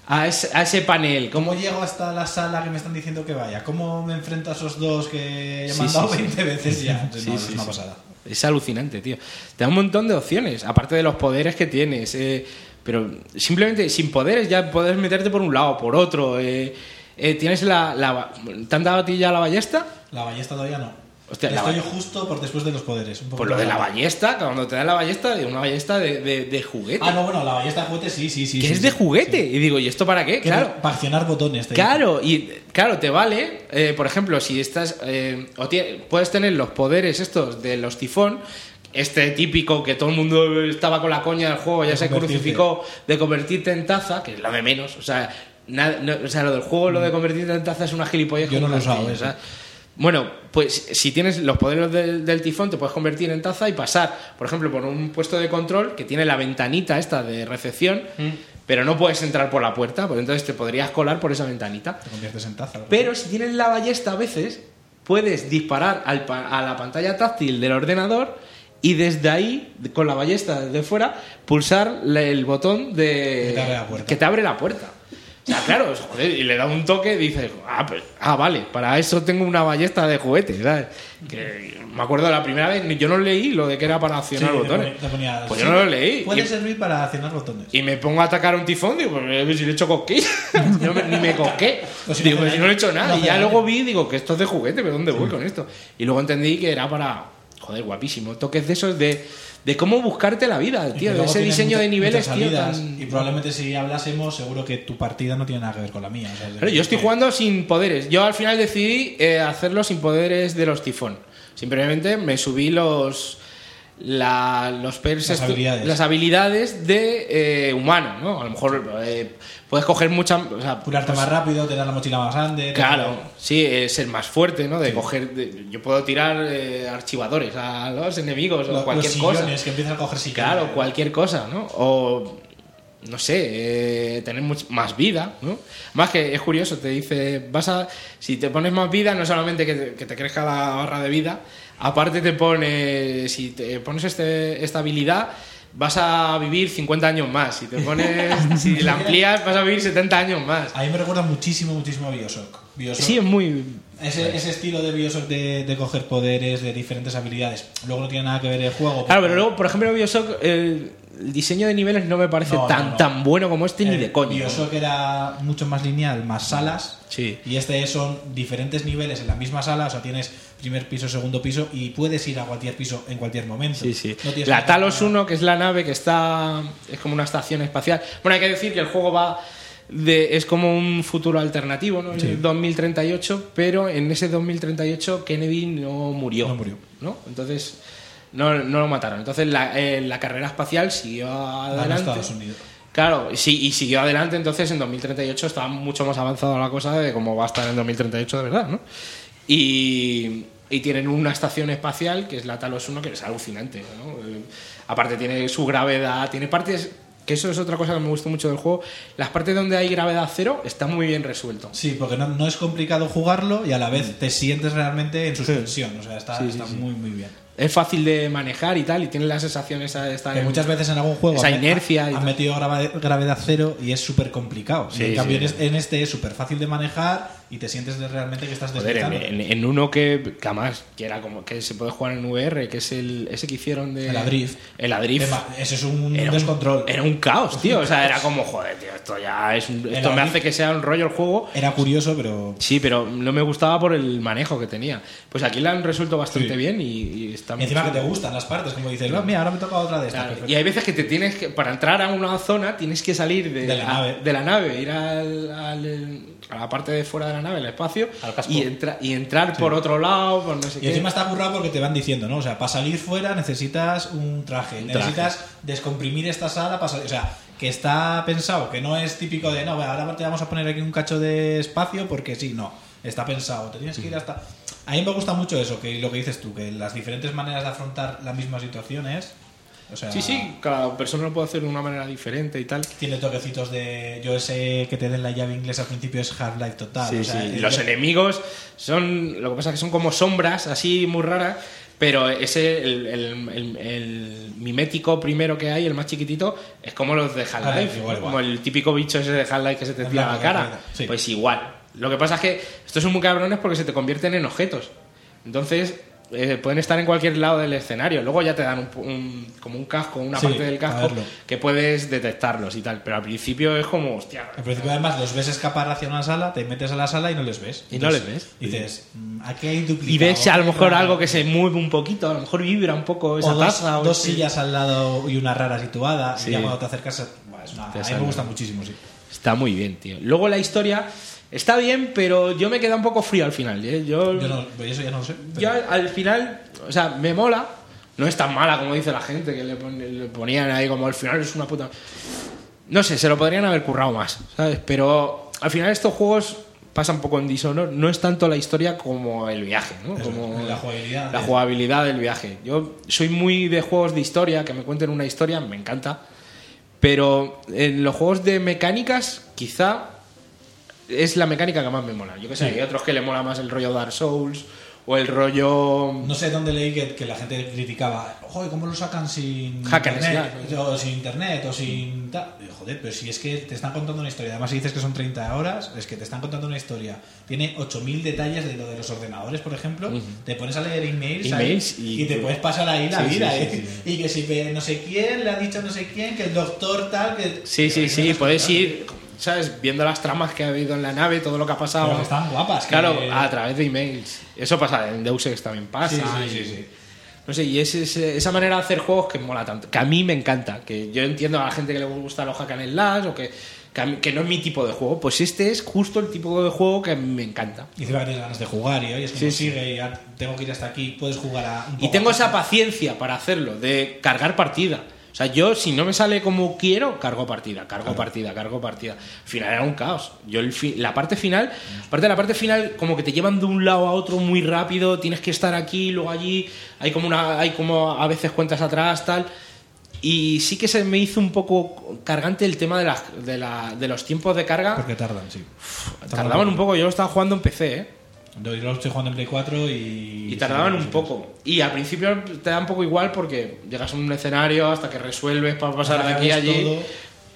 D: A ese, a ese panel, cómo
G: ¿Cómo llego hasta la sala que me están diciendo que vaya? ¿Cómo me enfrento a esos dos que he
D: Sí,
G: mandado
D: sí, sí.
G: 20 veces ya?
D: [laughs] Sí,
G: No,
D: sí,
G: es una
D: sí.
G: pasada.
D: Es alucinante, tío. Te da un montón de opciones, aparte de los poderes que tienes. eh, pero simplemente sin poderes ya puedes meterte por un lado, por otro. eh, eh, tienes la, la- ¿Te han dado a ti ya la ballesta?
G: La ballesta todavía no.
D: Hostia, la
G: Estoy
D: ba-
G: justo por después de los poderes. Un poco
D: Por lo de la
G: más.
D: ballesta, cuando te dan la ballesta, de una ballesta de, de- de juguete.
G: Ah, no, bueno, la ballesta de juguete sí, sí, sí.
D: que
G: sí,
D: es
G: sí.
D: de juguete. Y digo, ¿y esto para qué?
G: Que
D: Claro.
G: no- Para accionar botones. te
D: Claro, y claro, te vale, eh, por ejemplo, si estás. eh, o tie- puedes tener los poderes estos de los tifón, este típico que todo el mundo estaba con la coña del juego, ya
G: De
D: se
G: convertirte.
D: crucificó, de convertirte en taza, que es la de menos, o sea, na- no- o sea, lo del juego, lo de convertirte en taza es una gilipollez.
G: Mm. Yo
D: como
G: no lo eh.
D: una
G: usaba
D: astilla,
G: eso.
D: o sea, bueno, pues si tienes los poderes del, del tifón, te puedes convertir en taza y pasar, por ejemplo, por un puesto de control que tiene la ventanita esta de recepción, pero no puedes entrar por la puerta, pues entonces te podrías colar por esa ventanita.
G: Te conviertes en taza. ¿verdad?
D: Pero si tienes la ballesta a veces, puedes disparar al pa- a la pantalla táctil del ordenador y desde ahí, con la ballesta desde fuera, pulsar la- el botón de,
G: Que te abre la puerta.
D: que te abre la puerta. O sea, claro, joder, y le da un toque y dices, ah, pues, ah, vale, para eso tengo una ballesta de juguete, ¿sabes? Que me acuerdo la primera vez, yo no leí lo de que era para
G: Sí,
D: accionar
G: te
D: botones.
G: ponía- te ponía-
D: pues
G: sí,
D: yo no lo leí.
G: Puede
D: Y-
G: servir para accionar botones.
D: y me pongo a atacar a un tifón, digo, pues eh, si le he hecho cosquillas. [laughs] Yo me- ni me
G: [laughs]
D: cosqué.
G: Pues si no
D: digo,
G: hace
D: pues si no le he
G: daño.
D: hecho nada.
G: No
D: y
G: hace
D: ya
G: daño.
D: luego vi, digo, que esto es de juguete, pero ¿dónde voy con esto? Y luego entendí que era para, joder, guapísimo. Toques de esos de, de cómo buscarte la vida,
G: Y que
D: tío. De
G: luego
D: ese
G: tiene
D: diseño
G: mucha-
D: de niveles,
G: muchas
D: tío.
G: salidas,
D: tan-
G: Y probablemente si hablásemos, seguro que tu partida no tiene nada que ver con la mía. o sea, es
D: Claro,
G: decir,
D: yo estoy
G: que-
D: jugando sin poderes. Yo al final decidí eh, hacerlo sin poderes de los tifón. Simplemente me subí los la- los perks
G: Las
D: estu-
G: habilidades.
D: las habilidades de eh, humano, ¿no? A lo mejor eh, puedes coger mucha... o sea,
G: Curarte
D: pues-
G: más rápido, tener la mochila más grande.
D: Claro, sí, eh, ser más fuerte, ¿no? De coger... de- yo puedo tirar eh, archivadores a los enemigos
G: Lo-
D: o pues cualquier
G: los
D: cosa.
G: sillones, que empiezan a coger sillones.
D: Claro, cualquier cosa, ¿no? O, no sé, eh, tener much- más vida, ¿no? Más que es curioso, te dice, vas a, si te pones más vida, no solamente que te, que te crezca la barra de vida, aparte te pone, si te pones este, esta habilidad, vas a vivir 50 años más. Si te pones,
G: [laughs]
D: si la amplías, vas a vivir 70 años más.
G: A mí me recuerda muchísimo, muchísimo a Bioshock. Bioshock.
D: Sí, es muy...
G: Ese, ese estilo de Bioshock de, de coger poderes, de diferentes habilidades. Luego no tiene nada que ver el juego.
D: Claro, pero luego, por ejemplo, en Bioshock, el, el diseño de niveles no me parece tan, tan bueno como este
G: Eh,
D: ni de coño.
G: Bioshock era mucho más lineal, más salas.
D: Sí.
G: Y este son diferentes niveles en la misma sala. O sea, tienes primer piso, segundo piso y puedes ir a cualquier piso en cualquier momento.
D: Sí, sí.
G: No tienes
D: La
G: que-
D: Talos 1, que es la nave que está. Es como una estación espacial. Bueno, hay que decir que el juego va. De, es como un futuro alternativo, ¿no?
G: Sí.
D: El 2038, pero en ese 2038 Kennedy no murió. No murió. ¿no? Entonces, no, no lo mataron. Entonces, la, eh, la carrera espacial siguió
G: Van a
D: adelante.
G: Estados Unidos.
D: Claro, y sí, y siguió adelante, entonces en 2038 estaba mucho más avanzada la cosa de cómo va a estar en 2038 de verdad, ¿no? Y, y tienen una estación espacial que es la Talos 1, que es alucinante, ¿no? Eh, aparte tiene su gravedad, tiene partes, que eso es otra cosa que me gustó mucho del juego, las partes donde hay gravedad cero está muy bien resuelto.
G: Sí, porque no, no es complicado jugarlo y a la vez te sientes realmente en suspensión. O sea, está,
D: Sí, sí,
G: está
D: sí.
G: muy, muy bien.
D: Es fácil de manejar y tal, y tiene la sensación esa de estar
G: Que
D: en-
G: muchas veces en algún juego
D: Esa
G: han-
D: inercia y
G: han
D: tal.
G: metido grava- gravedad cero y es súper complicado.
D: Sí,
G: en cambio,
D: sí.
G: en es- en este es súper fácil de manejar y te sientes de- realmente que estás
D: Joder, en,
G: despertando.
D: en- en uno que, que además que era como que se puede jugar en VR, que es el ese que hicieron de
G: El Adrift.
D: El Adrift.
G: Ema, Eso es un
D: Era un-
G: descontrol.
D: Era un caos, tío. O sea, era
G: [laughs]
D: como, joder, tío, esto ya es un- Esto
G: Era
D: me
G: un-
D: hace que sea un rollo el juego.
G: Era curioso, pero.
D: Sí, pero no me gustaba por el manejo que tenía. Pues aquí la han resuelto bastante bien y, y está
G: Y encima
D: muy
G: que te
D: chulo.
G: gustan las partes, como dices, "Ah, mira, ahora me toca otra de estas.
D: Claro,
G: perfecto".
D: Y hay veces que te tienes que, para entrar a una zona, tienes que salir de,
G: De la
D: a-
G: nave.
D: de la nave, ir al- al- a la parte de fuera de la nave, el espacio,
G: casco.
D: y, entra- y entrar por otro lado, por no sé
G: Y
D: qué.
G: encima está burrado porque te van diciendo, ¿no? O sea, para salir fuera necesitas un traje,
D: Un traje.
G: necesitas descomprimir esta sala para salir. O sea, que está pensado, que no es típico de, no, ahora te vamos a poner aquí un cacho de espacio porque sí, no. Está pensado, te tienes que
D: Mm.
G: ir hasta. A mí me gusta mucho eso, que lo que dices tú, que las diferentes maneras de afrontar la misma situación es. O sea,
D: Sí, sí, cada persona lo puede hacer de una manera diferente y tal.
G: Tiene toquecitos de. Yo sé que te den la llave inglesa al principio es Half-Life total.
D: Sí,
G: o sea, eh,
D: sí.
G: es-
D: Los enemigos son. Lo que pasa es que son como sombras así muy raras. Pero ese, el, el- el- el mimético primero que hay, el más chiquitito, es como los de Half-Life.
G: Half-Life, Ah, igual,
D: como
G: igual.
D: el típico bicho ese de Half-Life que se te
G: En
D: tira a la
G: blanco, en
D: cara.
G: blanco, sí.
D: Pues igual. Lo que pasa es que estos son muy cabrones porque se te convierten en objetos. Entonces. eh, pueden estar en cualquier lado del escenario. Luego ya te dan un, un- como un casco, una
G: Sí,
D: parte del
G: para
D: casco
G: verlo.
D: que puedes detectarlos y tal. Pero al principio es como, hostia,
G: Al principio, además, los ves escapar hacia una sala, te metes a la sala y no les ves.
D: Y no les ves.
G: Dices, "Mm, aquí hay duplicado.
D: Y ves a lo mejor algo que se mueve un poquito, a lo mejor vibra un poco
G: O
D: esa
G: dos,
D: taza. o
G: dos
D: ese-
G: sillas al lado y una rara situada.
D: Sí.
G: Y ya cuando te acercas, buah, es una-
D: Te
G: a mí
D: sale.
G: me gusta muchísimo, sí.
D: Está muy bien, tío. Luego la historia está bien, pero yo me queda un poco frío al final. ¿eh? Yo,
G: Yo, no, yo Pues eso ya no lo sé. pero-
D: yo al- al final, o sea, me mola. No es tan mala como dice la gente, que le, pon- le ponían ahí como al final es una puta... No sé, se lo podrían haber currado más, ¿sabes? Pero al final estos juegos pasan un poco en dishonor. No es tanto la historia como el viaje, ¿no? Como
G: la jugabilidad.
D: La jugabilidad del viaje. Yo soy muy de juegos de historia, que me cuenten una historia, me encanta. Pero en los juegos de mecánicas, quizá es la mecánica que más me mola. Yo que sé,
G: Sí.
D: hay otros que le mola más el rollo Dark Souls o el rollo.
G: No sé dónde leí que, que la gente criticaba, joder, ¿cómo lo sacan sin
D: Hack and
G: internet? O sin internet, o sin tal. Y, Joder, pero si es que te están contando una historia, además si dices que son 30 horas, es que te están contando una historia. Tiene 8.000 detalles de lo de los ordenadores, por ejemplo. Te pones a leer emails, ahí,
D: Emails
G: y,
D: y-
G: te puedes pasar ahí la
D: Sí, sí,
G: vida.
D: sí,
G: ¿eh?
D: sí,
G: Y que si ve no sé quién, le ha dicho no sé quién, que el doctor tal, que...
D: Sí, sí, sí, puedes ir, ¿sabes? Viendo las tramas que ha habido en la nave, todo lo que ha pasado.
G: Pero que están guapas, que-
D: Claro, a través de emails. Eso pasa, en Deus Ex también pasa.
G: Sí, sí, sí,
D: y-
G: sí.
D: No sé, y es, es- esa manera de hacer juegos que mola tanto, que a mí me encanta, que yo entiendo a la gente que le gusta los hack and slash o que que, a mí- que no es mi tipo de juego, pues este es justo el tipo de juego que a mí me encanta.
G: Y encima que tienes ganas de jugar y hoy es que
D: Sí,
G: no
D: sí.
G: sigue y ya tengo que ir hasta aquí, puedes jugar a un
D: Y
G: poco
D: tengo
G: más.
D: esa paciencia para hacerlo, de cargar partida. O sea, yo si no me sale como quiero, cargo partida, cargo partida, cargo partida. Al final era un caos. Yo el fi- la parte final, aparte de la parte final, como que te llevan de un lado a otro muy rápido, tienes que estar aquí, luego allí, hay como una, hay como a veces cuentas atrás, tal. Y sí que se me hizo un poco cargante el tema de, las- de, la- de los tiempos de carga.
G: Porque tardan, sí.
D: Tardaban un poco, yo lo estaba jugando en PC, ¿eh?
G: Yo lo estoy jugando en Play 4 y.
D: Y tardaban un poco. Y al principio te da un poco igual porque llegas a un escenario hasta que resuelves para pasar de aquí a
G: Cargas
D: allí.
G: todo.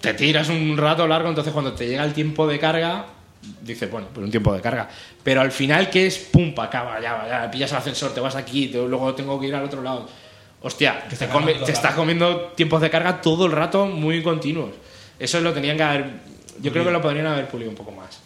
D: Te tiras un rato largo, entonces cuando te llega el tiempo de carga, dices, bueno, pues un tiempo de carga. Pero al final que es pum, pa, acaba, ya, ya, pillas el ascensor, te vas aquí, te- luego tengo que ir al otro lado. Hostia, te,
G: está
D: come-
G: comiendo
D: te
G: la-
D: estás comiendo tiempos de carga todo el rato muy continuos. Eso lo tenían que haber. Yo creo que lo podrían haber pulido un poco más.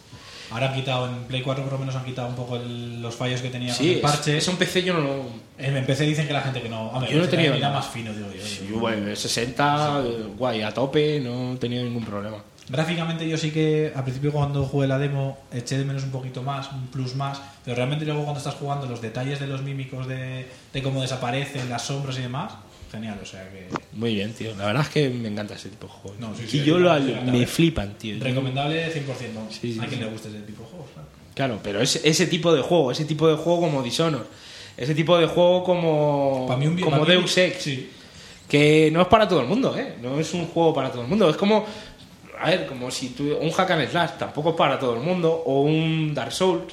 G: Ahora han quitado, en Play 4 por lo menos han quitado un poco el- los fallos que tenía con
D: Sí,
G: el parche.
D: eso en PC yo no lo.
G: En PC dicen que la gente que no. Hombre,
D: Yo no he
G: se
D: tenido
G: mira
D: nada.
G: más fino, digo yo.
D: Sí, bueno, 60, eh, guay, a tope, no he tenido ningún problema.
G: Gráficamente yo sí que al principio cuando jugué la demo eché de menos un poquito más, un plus más, pero realmente luego cuando estás jugando los detalles de los mímicos, de, de cómo desaparecen las sombras y demás, genial, o sea que...
D: Muy bien, tío. La verdad es que me encanta ese tipo de juegos.
G: No, sí,
D: y
G: sí,
D: yo
G: sí,
D: lo,
G: sí,
D: me
G: claro.
D: flipan, tío.
G: Recomendable 100%, ¿no?
D: Sí, sí,
G: a quien
D: sí.
G: le guste ese tipo de juegos. claro.
D: Claro, pero es, ese tipo de juego, ese tipo de juego como Dishonor, ese tipo de juego como,
G: Pa' mí un-
D: como
G: pa' mí-
D: Deus Ex, que no es para todo el mundo, ¿eh? No es un juego para todo el mundo. Es como, a ver, como si tú, un Hack and Slash tampoco es para todo el mundo, o un Dark Souls.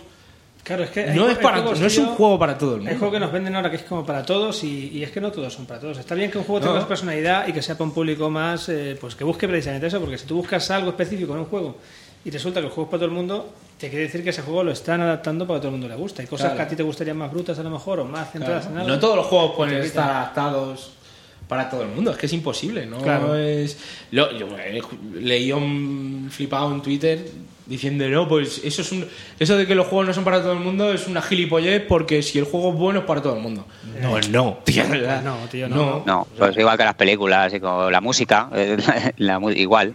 F: Claro,
G: Eh,
F: es que hay
D: No
F: jue-
D: es,
F: hay
D: para,
F: juegos,
D: no es un
F: tío,
D: juego para todo el
F: Hay
D: mundo.
F: juegos que nos venden ahora que es como para todos y, y es que no todos son para todos. Está bien que un juego tenga
D: No.
F: más personalidad y que sea para un público más, eh, pues que busque precisamente eso, porque si tú buscas algo específico en un juego y resulta que el juego es para todo el mundo, te quiere decir que ese juego lo están adaptando para que todo el mundo le gusta. Hay cosas
D: Claro.
F: que a ti te gustarían más brutas a lo mejor o más centradas
D: Claro.
F: en algo.
D: No todos los juegos pueden
F: Te
D: estar
F: quitan.
D: adaptados para todo el mundo, es que es imposible, ¿no?
F: Claro.
D: Es... Lo- yo eh, leí un flipado en Twitter diciendo, no, pues eso es un... Eso de que los juegos no son para todo el mundo es una gilipollez porque si el juego es bueno es para todo el mundo. No, no, tío.
F: Eh. Pues No, tío, no.
D: No.
K: No, pues igual que las películas y con la música, [laughs] eh, la mu- igual.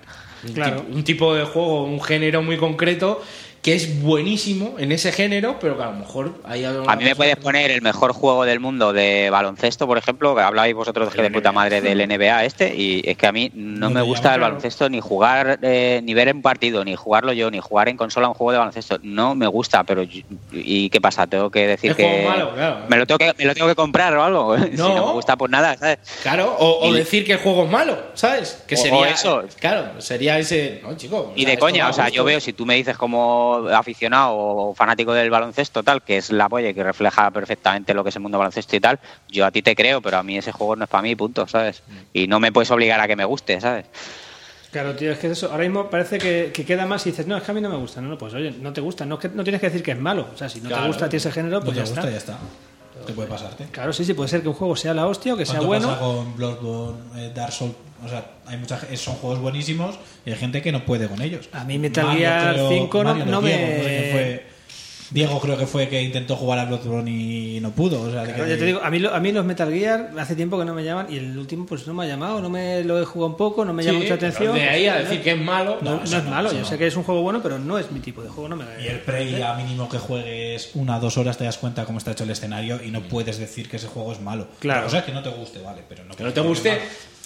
F: Claro.
D: Un tipo de juego, un género muy concreto que es buenísimo en ese género, pero que a lo mejor hay alguna
K: A mí me
D: cosa-
K: puedes poner el mejor juego del mundo de baloncesto, por ejemplo, que habláis vosotros que de puta madre del NBA este, y es que a mí no me gusta el baloncesto ni jugar, eh, ni ver un partido, ni jugarlo yo, ni jugar en consola un juego de baloncesto. No me gusta, pero yo- ¿y qué pasa? Tengo que decir
D: Es
K: que
D: juego malo, claro.
K: me lo tengo que me lo tengo que comprar o algo. [laughs] si no me gusta pues nada, ¿sabes?
D: Claro, o, o
K: Y-
D: decir que el juego es malo, ¿sabes? Que
K: O-
D: sería
K: o eso.
D: Claro, sería ese. No, chico.
K: Y de coña, o sea, yo veo si tú me dices como aficionado o fanático del baloncesto tal, que es la polla y que refleja perfectamente lo que es el mundo baloncesto y tal, yo a ti te creo, pero a mí ese juego no es para mí, punto, ¿sabes?
D: Mm.
K: Y no me puedes obligar a que me guste, ¿sabes?
F: Claro, tío, es que es eso. Ahora mismo parece que, que queda más y dices, no, es que a mí no me gusta. No, no, pues oye, no te gusta. No, es que, no tienes que decir que es malo. O sea, si no
G: Claro.
F: te gusta a ti ese género,
G: No
F: pues
G: te
F: ya
G: gusta,
F: está.
G: ya está. ¿Qué puede pasarte?
F: Claro, sí, sí, puede ser que un juego sea la hostia o que sea
G: ¿Cuánto
F: bueno.
G: pasa con Bloodborne, eh, Dark Souls? O sea, hay mucha, ge- son juegos buenísimos y hay gente que no puede con ellos.
F: A mí Metal Gear 5 no-
G: Mario
F: no me-
G: Diego, que fue- Diego creo que fue que intentó jugar a Bloodborne y no pudo. O sea,
F: Claro,
G: que-
F: ya te digo, a mí, lo- a mí los Metal Gear hace tiempo que no me llaman y el último pues no me ha llamado, no me lo he jugado un poco, no me
D: Sí,
F: llama mucha
D: pero
F: atención.
D: de ahí a decir que es malo,
F: No,
D: no,
F: no
D: eso
F: es
D: no,
F: malo,
D: eso
F: yo
D: no.
F: sé que es un juego bueno, pero no es mi tipo de juego, no me ¿Eh?
G: Y el Prey, a mínimo que juegues una o dos horas, te das cuenta cómo está hecho el escenario y no puedes decir que ese juego es malo.
F: Claro.
G: O sea, que no te guste, vale, pero no
D: Que no te guste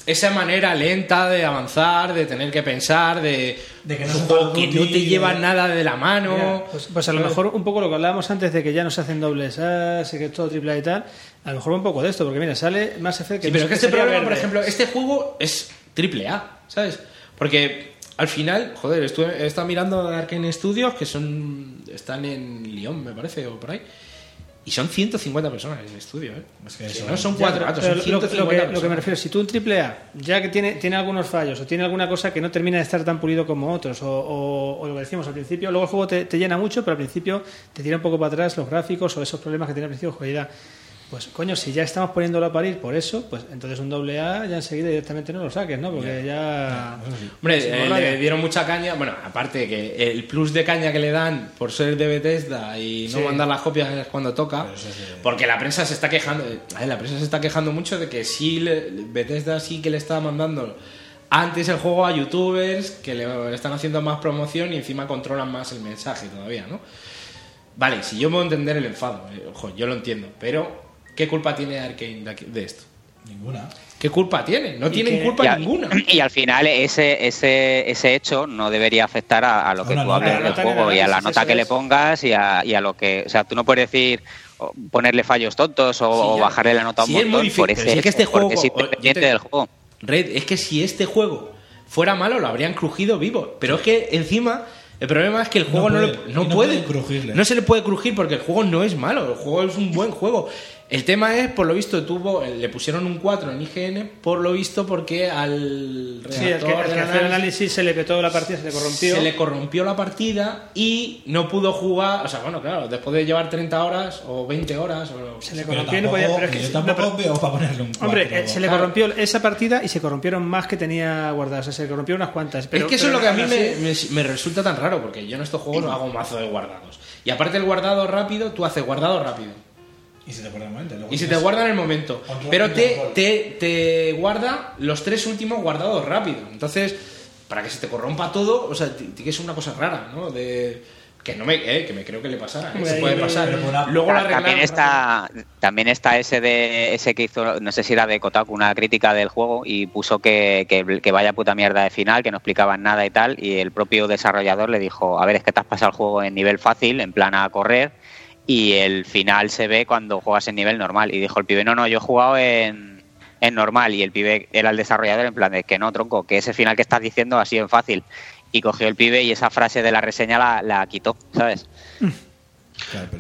D: esa manera lenta de avanzar, de tener que pensar, de.
G: De que no
D: es
G: es
D: un
G: un
D: juego
G: Call of
D: que no
G: Duty,
D: te
G: de-
D: lleva nada de la mano.
F: Mira, pues, pues a lo mejor un poco lo que hablábamos antes de que ya nos hacen dobles A, sé que es todo triple A y tal. A lo mejor va un poco de esto, porque mira, sale más Effect que
D: Sí, pero es que este
F: sería
D: problema, por
F: verde.
D: ejemplo, este juego es triple A, ¿sabes? Porque al final, joder, estuve, he estado mirando a Arkane Studios, que son están en Lyon, me parece, o por ahí. Y son 150 personas en el estudio, ¿eh? Que
G: eso-
D: no son
F: Ya,
D: cuatro
F: pero
D: gatos,
F: lo-
D: son
F: lo-
D: 150
F: lo, que, lo que me
D: personas.
F: refiero, si tú un triple A, ya que tiene, tiene algunos fallos o tiene alguna cosa que no termina de estar tan pulido como otros, o, o- o lo que decíamos al principio, luego el juego te, te llena mucho, pero al principio te tira un poco para atrás los gráficos o esos problemas que tiene al principio de jugabilidad. Pues coño, si ya estamos poniéndolo a parir por eso, pues entonces un doble A ya enseguida directamente no lo saques, ¿no? Porque ya.
D: Hombre,
F: Sí,
D: eh,
F: no
D: le
F: rabia.
D: dieron mucha caña. Bueno, aparte que el plus de caña que le dan por ser de Bethesda y no
F: Sí.
D: mandar las copias cuando toca. Porque la prensa se está quejando. eh, La prensa se está quejando mucho de que sí, le- Bethesda sí que le está mandando antes el juego a youtubers que le están haciendo más promoción y encima controlan más el mensaje todavía, ¿no? Vale, si yo puedo entender el enfado, eh, ojo, yo lo entiendo, pero ¿qué culpa tiene Arkane de, aquí- de esto?
G: Ninguna.
D: ¿Qué culpa tiene? No
K: Y
D: tienen
K: que-
D: culpa
K: y al-
D: ninguna.
K: [clears throat] Y al final ese, ese, ese hecho no debería afectar a, a lo que
D: Una
K: tú
D: nota,
K: hables
D: una
K: del
D: nota en el
K: juego y a la
D: análisis,
K: nota
D: eso
K: que le
D: es.
K: pongas y a, y a lo que... O sea, tú no puedes decir o ponerle fallos tontos o, o bajarle la nota a un
D: Sí, es
K: montón
D: muy difícil,
K: por
D: pero
K: ese
D: si es que este
K: hecho, porque
D: juego-
K: es independiente del juego.
D: Red, es que si este juego fuera malo lo habrían crujido vivo, pero es que encima el problema es que el juego no,
G: puede,
D: lo-
G: y
D: no
G: no
D: puede,
G: pueden crujirle.
D: no se le puede crujir porque el juego no es malo, el juego es un buen juego. El tema es, por lo visto, tuvo le pusieron un 4 en IGN, por lo visto porque al redactor
F: Sí, el que, el que
D: del
F: hacía el
D: análisis-
F: análisis se le petó la partida, se le corrompió.
D: se le corrompió la partida y no pudo jugar. O sea, bueno, claro, después de llevar 30 horas o 20 horas. O, se
F: le corrompió y no podía- pero es que-
G: Yo tampoco veo para ponerle un
F: Hombre,
G: cuatro.
F: eh, se le corrompió esa partida y se corrompieron más que tenía guardadas. O sea, se le corrompieron unas cuantas. Pero,
D: es que eso es
F: pero
D: lo que a mí
F: aún
D: me,
F: así-
D: me- me resulta tan raro, porque yo en estos juegos hago un mazo de guardados. Y aparte el guardado rápido, tú haces guardado rápido.
G: Y se te guarda el momento. luego
D: Y se te
G: tienes-
D: guarda en el momento. Pero te, te, te guarda los tres últimos guardados rápido. Entonces, para que se te corrompa todo, o sea, ti- ti que es una cosa rara, ¿no? De, que no me, eh, que me creo que le pasara. que se puede pasar. Luego la
K: Ta- también está también está ese de ese que hizo no sé si era de Kotaku una crítica del juego y puso que, que- que vaya puta mierda de final que no explicaban nada y tal y el propio desarrollador le dijo a ver es que te has pasado el juego en nivel fácil en plan a correr y el final se ve cuando juegas en nivel normal y dijo el pibe no no yo he jugado en en normal y el pibe era el desarrollador en plan de que no tronco que ese final que estás diciendo así en fácil y cogió el pibe y esa frase de la reseña la, la quitó sabes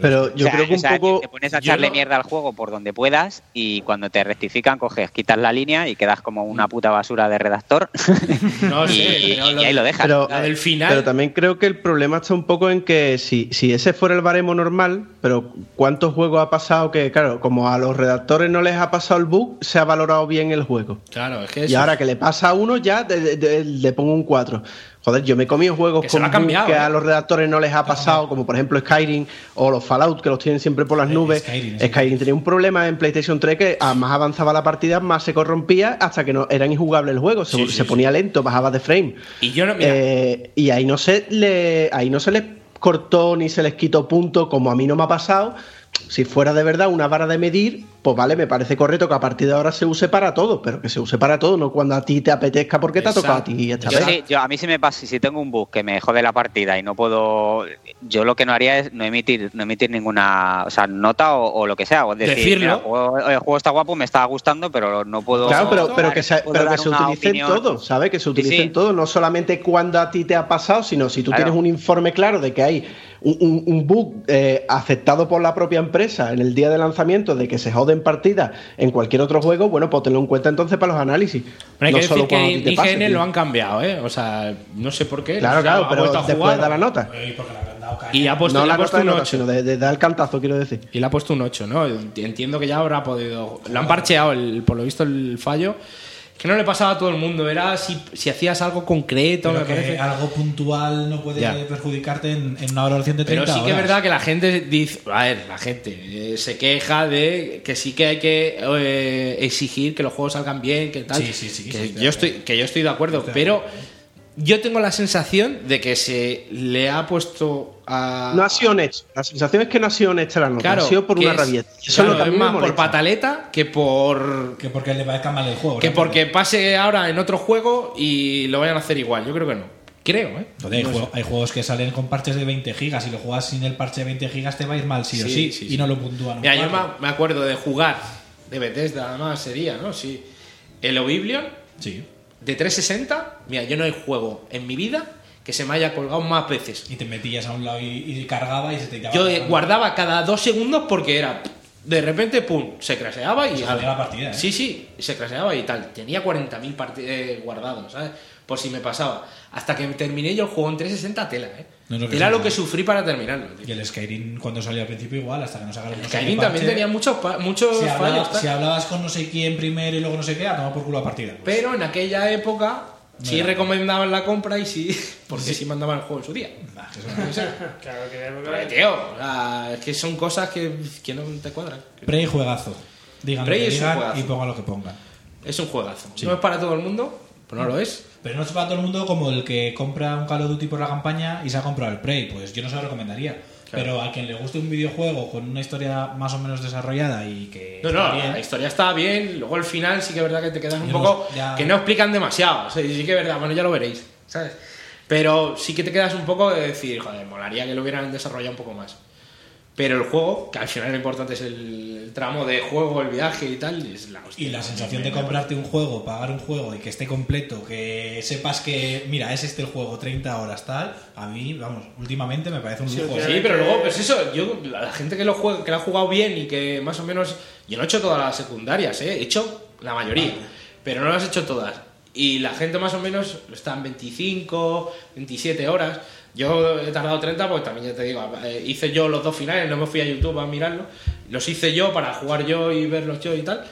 I: Pero yo
K: o sea,
I: creo que
K: o
I: un
K: sea,
I: poco.
K: Te pones a
I: yo
K: echarle
I: no-
K: mierda al juego por donde puedas y cuando te rectifican, coges, quitas la línea y quedas como una puta basura de redactor.
D: [laughs] No sé,
K: y,
D: pero
K: y
D: lo-
K: ahí lo dejas.
I: Pero,
D: del final.
I: pero también creo que el problema está un poco en que si, si ese fuera el baremo normal, pero ¿cuántos juegos ha pasado que, claro, como a los redactores no les ha pasado el bug, se ha valorado bien el juego?
D: Claro, es que
I: Y ahora que le pasa a uno, ya de- de- de- le pongo un 4. Joder, yo me he comido juegos
D: Que se
I: con
D: lo ha
I: bug
D: cambiado,
I: que
D: ¿eh?
I: a los redactores no les ha pasado, como por ejemplo Skyrim o los Fallout, que los tienen siempre por
D: Eh,
I: las nubes. Skyrim, tenía un problema en PlayStation 3 que a más avanzaba la partida, más se corrompía hasta que no era injugable el juego. Se,
D: Sí, sí,
I: se ponía lento, bajaba de frame.
D: Y yo no,
I: Eh, y ahí no se le, ahí no se les cortó ni se les quitó punto, como a mí no me ha pasado. Si fuera de verdad una vara de medir, pues vale, me parece correcto que a partir de ahora se use para todo, pero que se use para todo, no cuando a ti te apetezca porque te ha tocado a ti esta
K: Yo
I: vez.
K: sí, yo- a mí si me pasa, si tengo un bug que me jode la partida y no puedo, yo lo que no haría es no emitir, no emitir ninguna, o sea, nota o, o lo que sea, o decir,
I: Decirlo.
K: mira, el, juego, el juego está guapo, me está gustando, pero no puedo.
I: Claro, pero, pero que se,
K: puedo
I: pero que
K: dar
I: se
K: una
I: utilicen
K: opinión.
I: todos, ¿sabes? Que se utilicen
K: sí.
I: todos, no solamente cuando a ti te ha pasado, sino si tú
K: Claro.
I: tienes un informe claro de que hay un, un- un bug eh, aceptado por la propia empresa en el día de lanzamiento, de que se joden partidas en cualquier otro juego, bueno, pues tenlo en cuenta entonces para los análisis.
D: Pero hay
I: no
D: que
I: solo
D: decir que
I: cuando a ti te
D: en
I: pase,
D: IGN
I: tío.
D: lo han cambiado, ¿eh? O sea, no sé por qué.
I: Claro,
D: no sé,
I: claro,
D: ha
I: pero
D: vuelto a
I: después
D: jugar.
I: da la nota.
D: Y ha puesto,
I: no
D: y
I: la
D: ha puesto
I: nota de
D: un
I: nota,
D: 8.
I: sino de, de dar el cantazo, quiero decir.
D: Y le ha puesto un 8, ¿no? Entiendo que ya habrá podido. Lo han parcheado, el, por lo visto, el fallo. Que no le pasaba a todo el mundo, era si, si hacías algo concreto,
G: Pero
D: me
G: que
D: parece.
G: algo puntual no puede
D: Ya.
G: perjudicarte en, en una valoración de 30
D: Pero sí que es
G: horas.
D: verdad que la gente dice. A ver, la gente eh, se queja de que sí que hay que eh, exigir que los juegos salgan bien, que tal.
G: Sí, sí, sí,
D: Que,
G: sí,
D: yo, estoy, que yo estoy de acuerdo, pero yo tengo la sensación de que se le ha puesto a.
I: No ha sido honesto. La sensación es que no ha sido honesta la nota,
D: Claro,
I: ha sido por
D: que
I: una
D: es-
I: rabieta. Eso
D: claro,
I: es lo que a
D: es
I: mí me
D: más por
I: molesta.
D: pataleta que por.
G: Que porque le parezca mal el juego.
D: Que
G: ¿no?
D: porque pase ahora en otro juego y lo vayan a hacer igual. Yo creo que no. Creo, ¿eh?
G: Joder, hay,
D: No
G: juego-
D: sé.
G: hay juegos que salen con parches de 20 gigas. Si lo juegas sin el parche de 20 gigas, te va a ir mal, sí, o
D: Sí,
G: sí.
D: sí,
G: y
D: sí.
G: no lo puntúan. un
D: Mira, yo
G: cuatro.
D: me- me acuerdo de jugar de Bethesda, además sería, ¿no? Sí. El Oblivion
G: Sí.
D: de 360. Mira, yo no he juego en mi vida que se me haya colgado más veces.
G: Y te metías a un lado y, y cargaba y se te quedaba.
D: Yo eh, guardaba cada dos segundos porque era. De repente, pum, se craseaba y.
G: Se jodía la partida, ¿eh?
D: Sí, sí, se craseaba y tal. Tenía 40.000 parti- eh, guardados, ¿sabes? Por si me pasaba. Hasta que terminé yo el juego en 360 tela, ¿eh?
G: No es lo que
D: Era
G: se
D: lo
G: llama.
D: que sufrí para terminarlo. tío.
G: Y el Skyrim cuando salió al principio igual, hasta que nos sacaron unos
D: Skyrim también tenía muchos, pa- muchos
G: si, hablaba-
D: fallos. tal.
G: si hablabas con no sé quién primero y luego no sé qué, a tomar por culo la partida.
D: Pero en aquella época sí
G: era.
D: recomendaban la compra y sí. [laughs] Porque sí, mandaban el juego en su día. O sea,
F: [laughs] Claro, que-
D: pero, tío, o sea, es que son cosas que, que no te cuadran.
G: Prey juegazo. Digan
D: Prey
G: lo que
D: es un
G: digan
D: juegazo.
G: y pongan lo que pongan.
D: Es un juegazo.
G: Sí.
D: No es para todo el mundo, Pues no lo es.
G: Pero no es para todo el mundo como el que compra un Call of Duty por la campaña y se ha comprado el Prey. Pues yo no se lo recomendaría. Pero a quien le guste un videojuego con una historia más o menos desarrollada y que.
D: No,
G: está
D: no,
G: bien,
D: la historia está bien. Luego el final sí que es verdad que te quedas un
G: Yo no-
D: poco.
G: ya-
D: que no explican demasiado. O sea, sí que es verdad, bueno, ya lo veréis, ¿sabes? Pero sí que te quedas un poco de decir, joder, molaría que lo hubieran desarrollado un poco más. Pero el juego, que al final lo importante es el tramo de juego, el viaje y tal, es la hostia.
G: Y la sensación de comprarte un juego, pagar un juego y que esté completo, que sepas que, mira, es este el juego, 30 horas tal, a mí, vamos, últimamente me parece un
D: Sí,
G: lujo.
D: pero luego, pues eso, yo, la gente que lo, juega, que lo ha jugado bien y que más o menos. Yo no he hecho todas las secundarias, ¿eh? he hecho la mayoría, pero no las he hecho todas. Y la gente más o menos está en 25, 27 horas. Yo he tardado 30 porque también ya te digo, eh, hice yo los dos finales, no me fui a YouTube a mirarlo. Los hice yo para jugar yo y verlos yo y tal.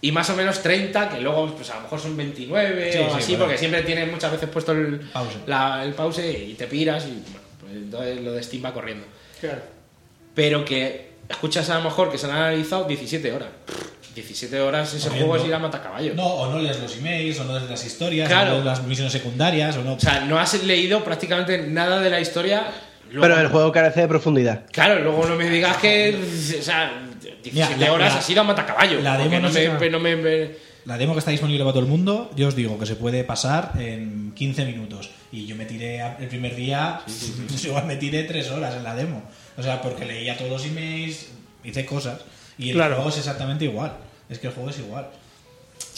D: Y más o menos 30, que luego pues a lo mejor son 29
G: Sí,
D: o
G: sí,
D: así,
G: bueno.
D: porque siempre tienes muchas veces puesto el
G: Pausa.
D: la- el pause y te piras y bueno, pues entonces lo de Steam va corriendo. Pero que escuchas a lo mejor que se han analizado 17 horas. 17 horas ese
G: Corriendo.
D: juego es ir a matacaballo.
G: No, o no lees los emails, o no lees las historias,
D: Claro.
G: o no lees las misiones secundarias, o no.
D: O sea, no has leído prácticamente nada de la historia. Luego-
I: Pero el juego carece de profundidad.
D: Claro, luego no me digas que. O sea, 17
G: Mira, la-
D: horas
G: la-
D: has ido a matacaballo.
G: la demo
D: porque
G: no
D: no
G: se
D: me-
G: llama-
D: no me- me,
G: La demo que está disponible para todo el mundo, yo os digo que se puede pasar en 15 minutos. Y yo me tiré a- el primer día, [laughs] igual me tiré 3 horas en la demo. O sea, porque leía todos los emails, hice cosas. Y el
C: Claro.
G: juego es exactamente igual. Es que el juego es igual.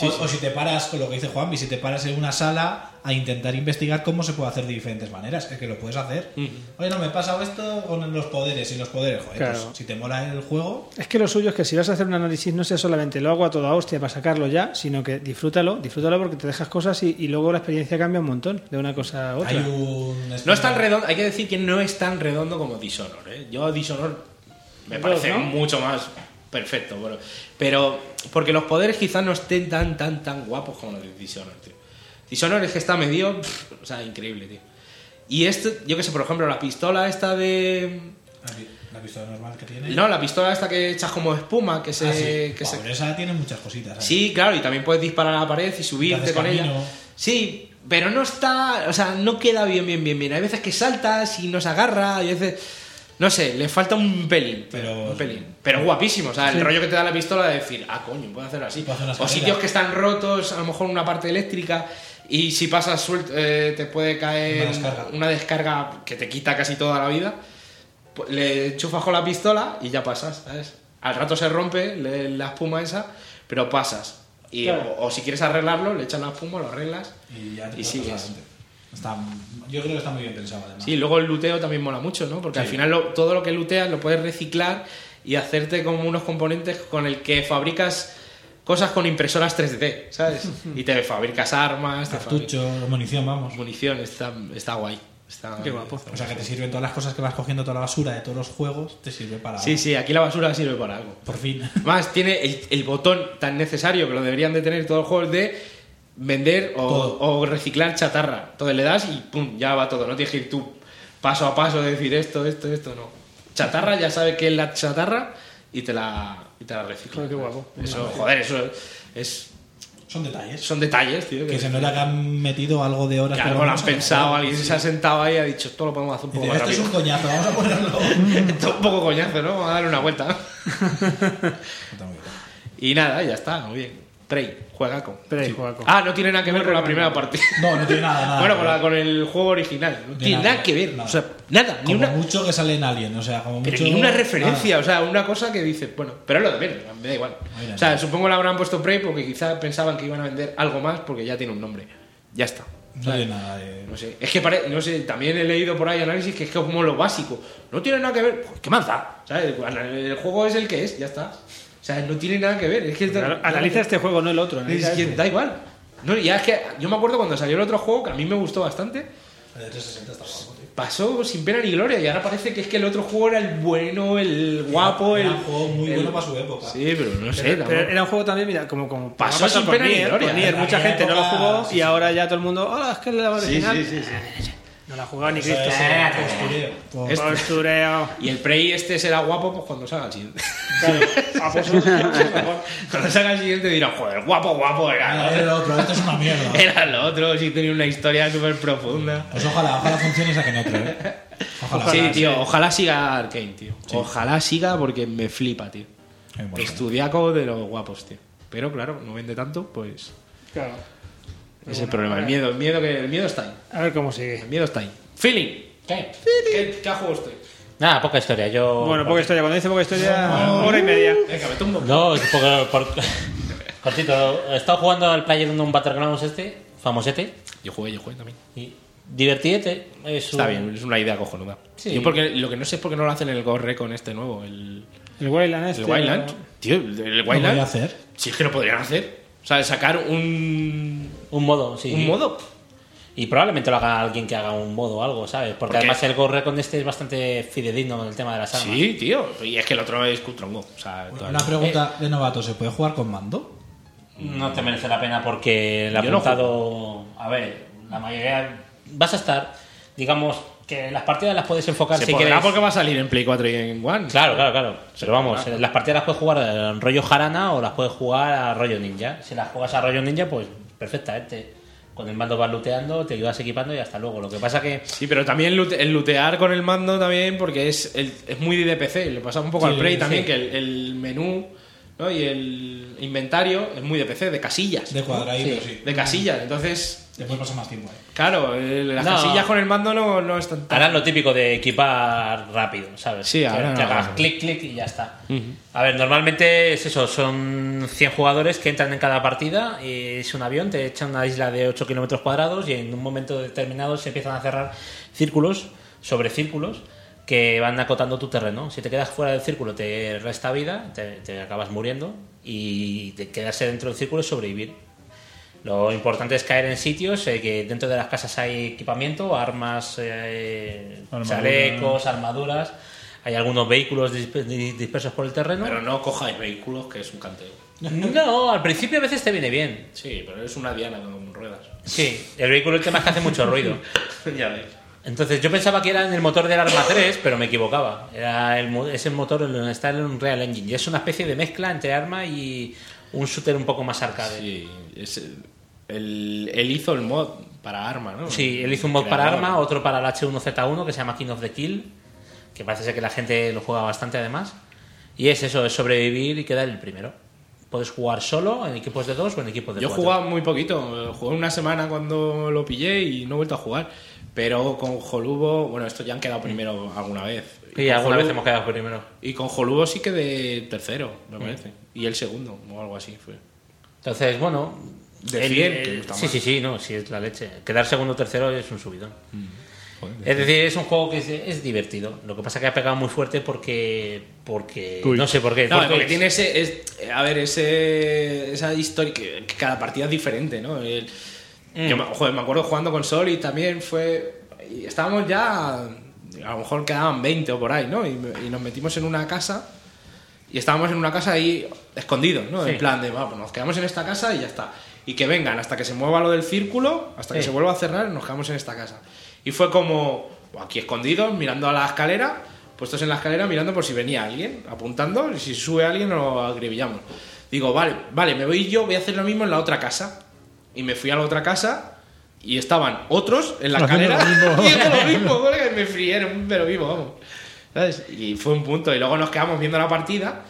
G: o, o si te paras con lo que dice Juanvi, si te paras en una sala a intentar investigar cómo se puede hacer de diferentes maneras, es que lo puedes hacer. Oye, no me he pasado esto con los poderes y los poderes. Joder,
F: Claro.
G: pues, si te mola el juego,
F: Es que lo suyo es que si vas a hacer un análisis no sea solamente lo hago a toda hostia para sacarlo ya, sino que disfrútalo, disfrútalo porque te dejas cosas y, y luego la experiencia cambia un montón de una cosa a otra.
G: hay un.
D: No es tan redondo, hay que decir que no es tan redondo como Dishonor. ¿eh? Yo Dishonor me
F: Dos,
D: parece
F: ¿no?
D: mucho más perfecto, bueno, pero porque los poderes quizás no estén tan tan tan guapos como los de Dishonor, tío. Dishonor es que está medio, pff, o sea, increíble, tío. Y esto, yo que sé, por ejemplo, la pistola esta de
G: La pistola normal que tiene.
D: no, la pistola esta que echas como espuma, que se
G: Ah, sí.
D: que
G: Buah,
D: se
G: pero esa tiene muchas cositas. ¿eh?
D: Sí, claro, y también puedes disparar a la pared y subirte
G: haces
D: con ella.
G: camino.
D: Sí, pero no está, o sea, no queda bien, bien, bien, bien. Hay veces que saltas y nos agarra, y a veces, no sé, le falta un pelín, pero un pelín, pero guapísimo, o sea,
F: Sí.
D: el rollo que te da la pistola de decir, ah, coño, puedo hacer así.
G: Puedo hacer una
D: o
G: escalera.
D: sitios que están rotos, a lo mejor una parte eléctrica. Y si pasas suelto, eh, te puede caer
G: Una descarga.
D: una descarga que te quita casi toda la vida. Pues le chufas con la pistola y ya pasas, ¿sabes? Al rato se rompe le- la espuma esa, pero pasas. Y,
F: Claro.
D: o, o si quieres arreglarlo, le echas la espuma, lo arreglas.
G: Y ya te
D: Y
G: puedes
D: sigues.
G: pasar adelante. Está, yo creo que está muy bien pensado, además.
D: Sí, luego el luteo también mola mucho, ¿no? Porque al
G: Sí.
D: final lo- todo lo que luteas lo puedes reciclar y hacerte como unos componentes con el que fabricas cosas con impresoras 3D, ¿sabes? y te fabricas armas, te fabricas
G: Cartucho, munición, vamos.
D: munición, está, está guay. Está,
F: Qué guapo.
D: está
G: O sea, que te sirven todas las cosas que vas cogiendo, toda la basura de todos los juegos, te sirve para.
D: Sí, sí, aquí la basura sirve para algo.
G: Por fin.
D: Más, tiene el, el botón tan necesario que lo deberían de tener todos los juegos de vender o,
G: Todo.
D: o reciclar chatarra. Entonces le das y pum, ya va todo. No tienes que ir tú paso a paso de decir esto, esto, esto, no. Chatarra, ya sabes que es la chatarra y te la, y te la reciclas.
F: Joder, qué guapo.
D: Eso, joder, eso es,
G: Son detalles.
D: son detalles, tío.
G: Que se nota que han metido algo de horas.
D: que
G: por
D: algo lo han
G: menos.
D: pensado, alguien se ha sentado ahí y ha dicho, esto lo podemos hacer un poco
G: Dice,
D: más
G: Esto es
D: rápido.
G: un coñazo, vamos a ponerlo.
D: Esto es un poco coñazo, ¿no? Vamos a darle una vuelta.
G: Está muy bien.
D: Y nada, ya está, muy bien. Prey, juega con.
F: Prey, juega con.
D: Ah, no tiene nada que ver con la primera
F: recomendable.
D: parte.
G: No, no tiene nada,
D: [laughs]
G: nada.
D: bueno, con, la- con el juego original. No
G: De
D: tiene nada,
G: nada,
D: que ver.
G: nada.
D: O sea, nada, ni
G: Como
D: una,
G: mucho que sale en Alien, o sea, como
D: pero
G: mucho.
D: ni una referencia. O sea, una cosa que dices, bueno, pero es lo de menos, me da igual.
G: Mira,
D: o sea,
G: mira.
D: supongo la habrán puesto Prey porque quizás pensaban que iban a vender algo más porque ya tiene un nombre. Ya está.
G: Nada, no tiene nada de.
D: No sé, es que pare- no sé, también he leído por ahí análisis que es como lo básico. No tiene nada que ver. Pues, ¿Qué más da? ¿Sabes? El juego es el que es, ya está. O sea, no tiene nada que ver. Es que
F: Claro, analiza este juego, no el otro.
D: Es
F: analiza
D: que
F: este.
D: da igual. No, ya es que yo me acuerdo cuando salió el otro juego que a mí me gustó bastante.
G: El de 360 está guapo, tío.
D: Pasó sin pena ni gloria y ahora parece que es que el otro juego era el bueno, el guapo,
G: Era
D: el.
G: un juego muy
D: el-
G: bueno para su época.
D: Sí, pero no sé.
F: Pero eh,
D: tampoco.
F: era un juego también, mira, como, como
D: Pasó
F: como ha pasado
D: sin
F: con
D: pena ni
F: Nier,
D: gloria. ¿eh?
F: con Nier.
G: En
F: mucha
G: aquella
F: gente no lo
G: época,
F: jugó
G: sí,
F: y
G: sí.
F: ahora ya todo el mundo, hola, es que es la original.
D: sí, sí, sí.
F: No la jugaba ni
G: Eso es,
F: Cristo.
G: eh, postureo.
F: Este- Postureo.
D: Y el Prey este será guapo pues cuando salga el siguiente.
F: Ah, pues, mejor.
D: Cuando salga el siguiente dirá, joder, guapo, guapo, era.
G: Era el otro, esto es una mierda.
D: [laughs] Era el otro, sí tenía una historia súper profunda.
G: Pues ojalá, ojalá funcione y saquen otro, ¿eh? Ojalá.
D: sí, tío, ojalá siga Arkane, tío. Ojalá siga porque me flipa, tío. Estudiaco de los guapos, tío. Pero claro, no vende tanto, pues. [laughs]
F: Claro.
D: Ese es el problema, el miedo, el miedo que el miedo está ahí.
F: A ver cómo sigue.
D: El miedo está ahí. Feeling. ¿Qué? ¿Qué, qué ha jugado usted?
A: Nada, poca historia. Yo.
F: Bueno, poca historia. Cuando dice poca historia, hora y media.
D: Oh. Venga, me tumbo.
A: No, es poco- por- [laughs] Cortito, he estado jugando al Player un Battlegrounds este, famosete.
D: Yo jugué, yo jugué también.
A: Y divertidete. Es
D: Está
A: un-
D: bien, es una idea cojonuda.
A: Sí.
D: Yo porque lo que no sé es por qué no lo hacen en el Gore con este nuevo, el,
F: El Wayland este.
D: el Wildland. Tío, el, el
G: ¿Lo voy
D: Wildland.
G: a hacer?
D: Si es que lo podrían hacer. O sea, sacar un,
A: Un modo, sí.
D: un modo.
A: Y probablemente lo haga alguien que haga un modo o algo, ¿sabes? Porque
D: Porque-
A: además el Gore con este es bastante fidedigno en el tema de las armas.
D: Sí, tío. Y es que el otro es Cutrongo. O sea,
G: Una
D: todavía-
G: pregunta de novato, ¿se puede jugar con mando?
A: No te merece la pena porque el
D: Yo no
A: apuntado. A ver, la mayoría. Vas a estar, digamos, que las partidas las puedes enfocar
D: se
A: si
D: podrá
A: quieres.
D: porque va a salir en Play 4 y en One.
A: Claro, claro, claro. Pero vamos, eh, las partidas las puedes jugar en rollo jarana o las puedes jugar a rollo ninja. Si las juegas a rollo ninja, pues perfectamente. Con el mando vas looteando, te ayudas equipando y hasta luego. Lo que pasa que.
D: Sí, pero también lute- el lootear con el mando también, porque es, el- es muy de PC. Le pasa un poco al Play también, que el, el menú ¿no? y el inventario es muy de PC, de casillas.
G: De
D: ¿no?
G: cuadradito, sí.
D: De casillas. Entonces,
G: Después pasa más tiempo. ¿eh?
D: claro, el- las
A: No.
D: casillas con el mando no, no es tan...
A: Harán lo típico de equipar rápido, ¿sabes?
D: Sí,
A: que,
D: ahora
A: que
D: no.
A: hagas clic, clic y ya está. A ver, normalmente es eso, son 100 jugadores que entran en cada partida, y es un avión, te echan una isla de 8 kilómetros cuadrados y en un momento determinado se empiezan a cerrar círculos sobre círculos que van acotando tu terreno. Si te quedas fuera del círculo te resta vida, te, te acabas muriendo y te quedarse dentro del círculo es sobrevivir. Lo importante es caer en sitios eh, que dentro de las casas hay equipamiento, armas, eh,
C: Armadura.
A: chalecos, armaduras. Hay algunos vehículos dispe- di- dispersos por el terreno.
D: Pero no cojáis vehículos, que es un canteo.
A: No, al principio a veces te viene bien.
D: Sí, pero es una diana con ruedas.
A: Sí, el vehículo el tema es que hace mucho ruido.
D: [laughs] ya ves.
A: Entonces yo pensaba que era en el motor del Arma 3, pero me equivocaba. Era el, mo- es el motor en donde está el Unreal Engine. Y es una especie de mezcla entre Arma y un shooter un poco más arcade.
D: Sí, es el- el- él hizo el mod para arma, ¿no?
A: Sí, él hizo un mod para
D: Creador.
A: arma, otro para el H1Z1 que se llama King of the Kill, que parece ser que la gente lo juega bastante además. Y es eso, es sobrevivir y quedar el primero. Puedes jugar solo, en equipos de dos o en equipos de
D: Yo
A: cuatro.
D: jugaba muy poquito, jugué una semana cuando lo pillé y no he vuelto a jugar. Pero con Jolubo, bueno, esto ya han quedado primero alguna vez.
A: Sí,
D: con
A: alguna
D: Jolubo-
A: vez hemos quedado primero.
D: Y con Jolubo sí quedé tercero, me parece. Y el segundo, o algo así fue.
A: Entonces, bueno...
D: De
A: él-
D: 100,
A: él-
D: que está
A: sí,
D: mal.
A: sí, sí, no, sí, es la leche. Quedar segundo o tercero es un subidón.
D: Mm.
A: Es decir, es un juego que es, es divertido. Lo que pasa es que ha pegado muy fuerte porque... porque
C: Uy.
A: no sé por qué.
D: No,
A: porque-
D: porque tiene ese. es- eh, a ver, ese, esa historia. Que, que cada partida es diferente, ¿no? El-
A: Mm.
D: Yo me, joder, me acuerdo jugando con Sol y también fue. y estábamos ya. A lo mejor quedaban 20 o por ahí, ¿no? Y, me- y nos metimos en una casa. Y estábamos en una casa ahí escondidos, ¿no?
A: Sí.
D: En plan de, "Va, pues nos quedamos en esta casa y ya está. Y que vengan hasta que se mueva lo del círculo, hasta que
A: Sí.
D: se vuelva a cerrar, nos quedamos en esta casa. Y fue como, "Buah, aquí escondidos, mirando a la escalera, puestos pues en la escalera, mirando por si venía alguien, apuntando, y si sube alguien lo agribillamos. Digo, vale, vale, me voy yo, voy a hacer lo mismo en la otra casa. Y me fui a la otra casa y estaban otros en la
C: Haciendo
D: escalera
C: lo
D: [laughs]
C: mismo.
D: haciendo lo mismo,
C: [laughs]
D: colega, y me frieron, pero vivo, vamos. ¿Sabes? Y fue un punto. Y luego nos quedamos viendo la partida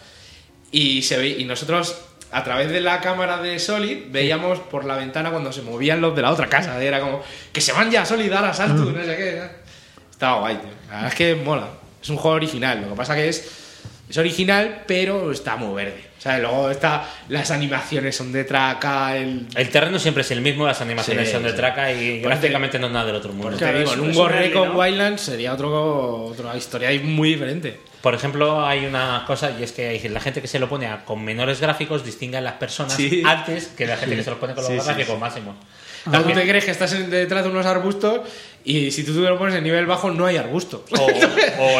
D: y, se ve, y nosotros, a través de la cámara de Solid, veíamos por la ventana cuando se movían los de la otra casa. Era como, que se van ya, Solid, ahora sal
A: Mm.
D: tú", no sé qué. ¿sabes? Estaba guay, tío. La verdad es que mola. Es un juego original. Lo que pasa que es. Es original, pero está muy verde. O sea, luego está, las animaciones son de traca, el...
A: El terreno siempre es el mismo, las animaciones
D: Sí,
A: son de
D: sí.
A: traca y
D: Por
A: prácticamente no es nada del otro mundo.
D: te digo,
F: es-
D: en un
F: es una
D: Gorre
F: L,
D: con
F: ¿no?
D: Wildlands sería otro, otra historia ahí muy diferente.
A: Por ejemplo, hay una cosa y es que hay la gente que se lo pone a- con menores gráficos distingue a las personas
D: Sí.
A: antes que la gente que se los pone con los
D: Sí, sí,
A: gráficos máximos.
D: O sea, tú te crees que estás en- detrás de unos arbustos y si tú te lo pones en nivel bajo no hay arbustos.
A: o el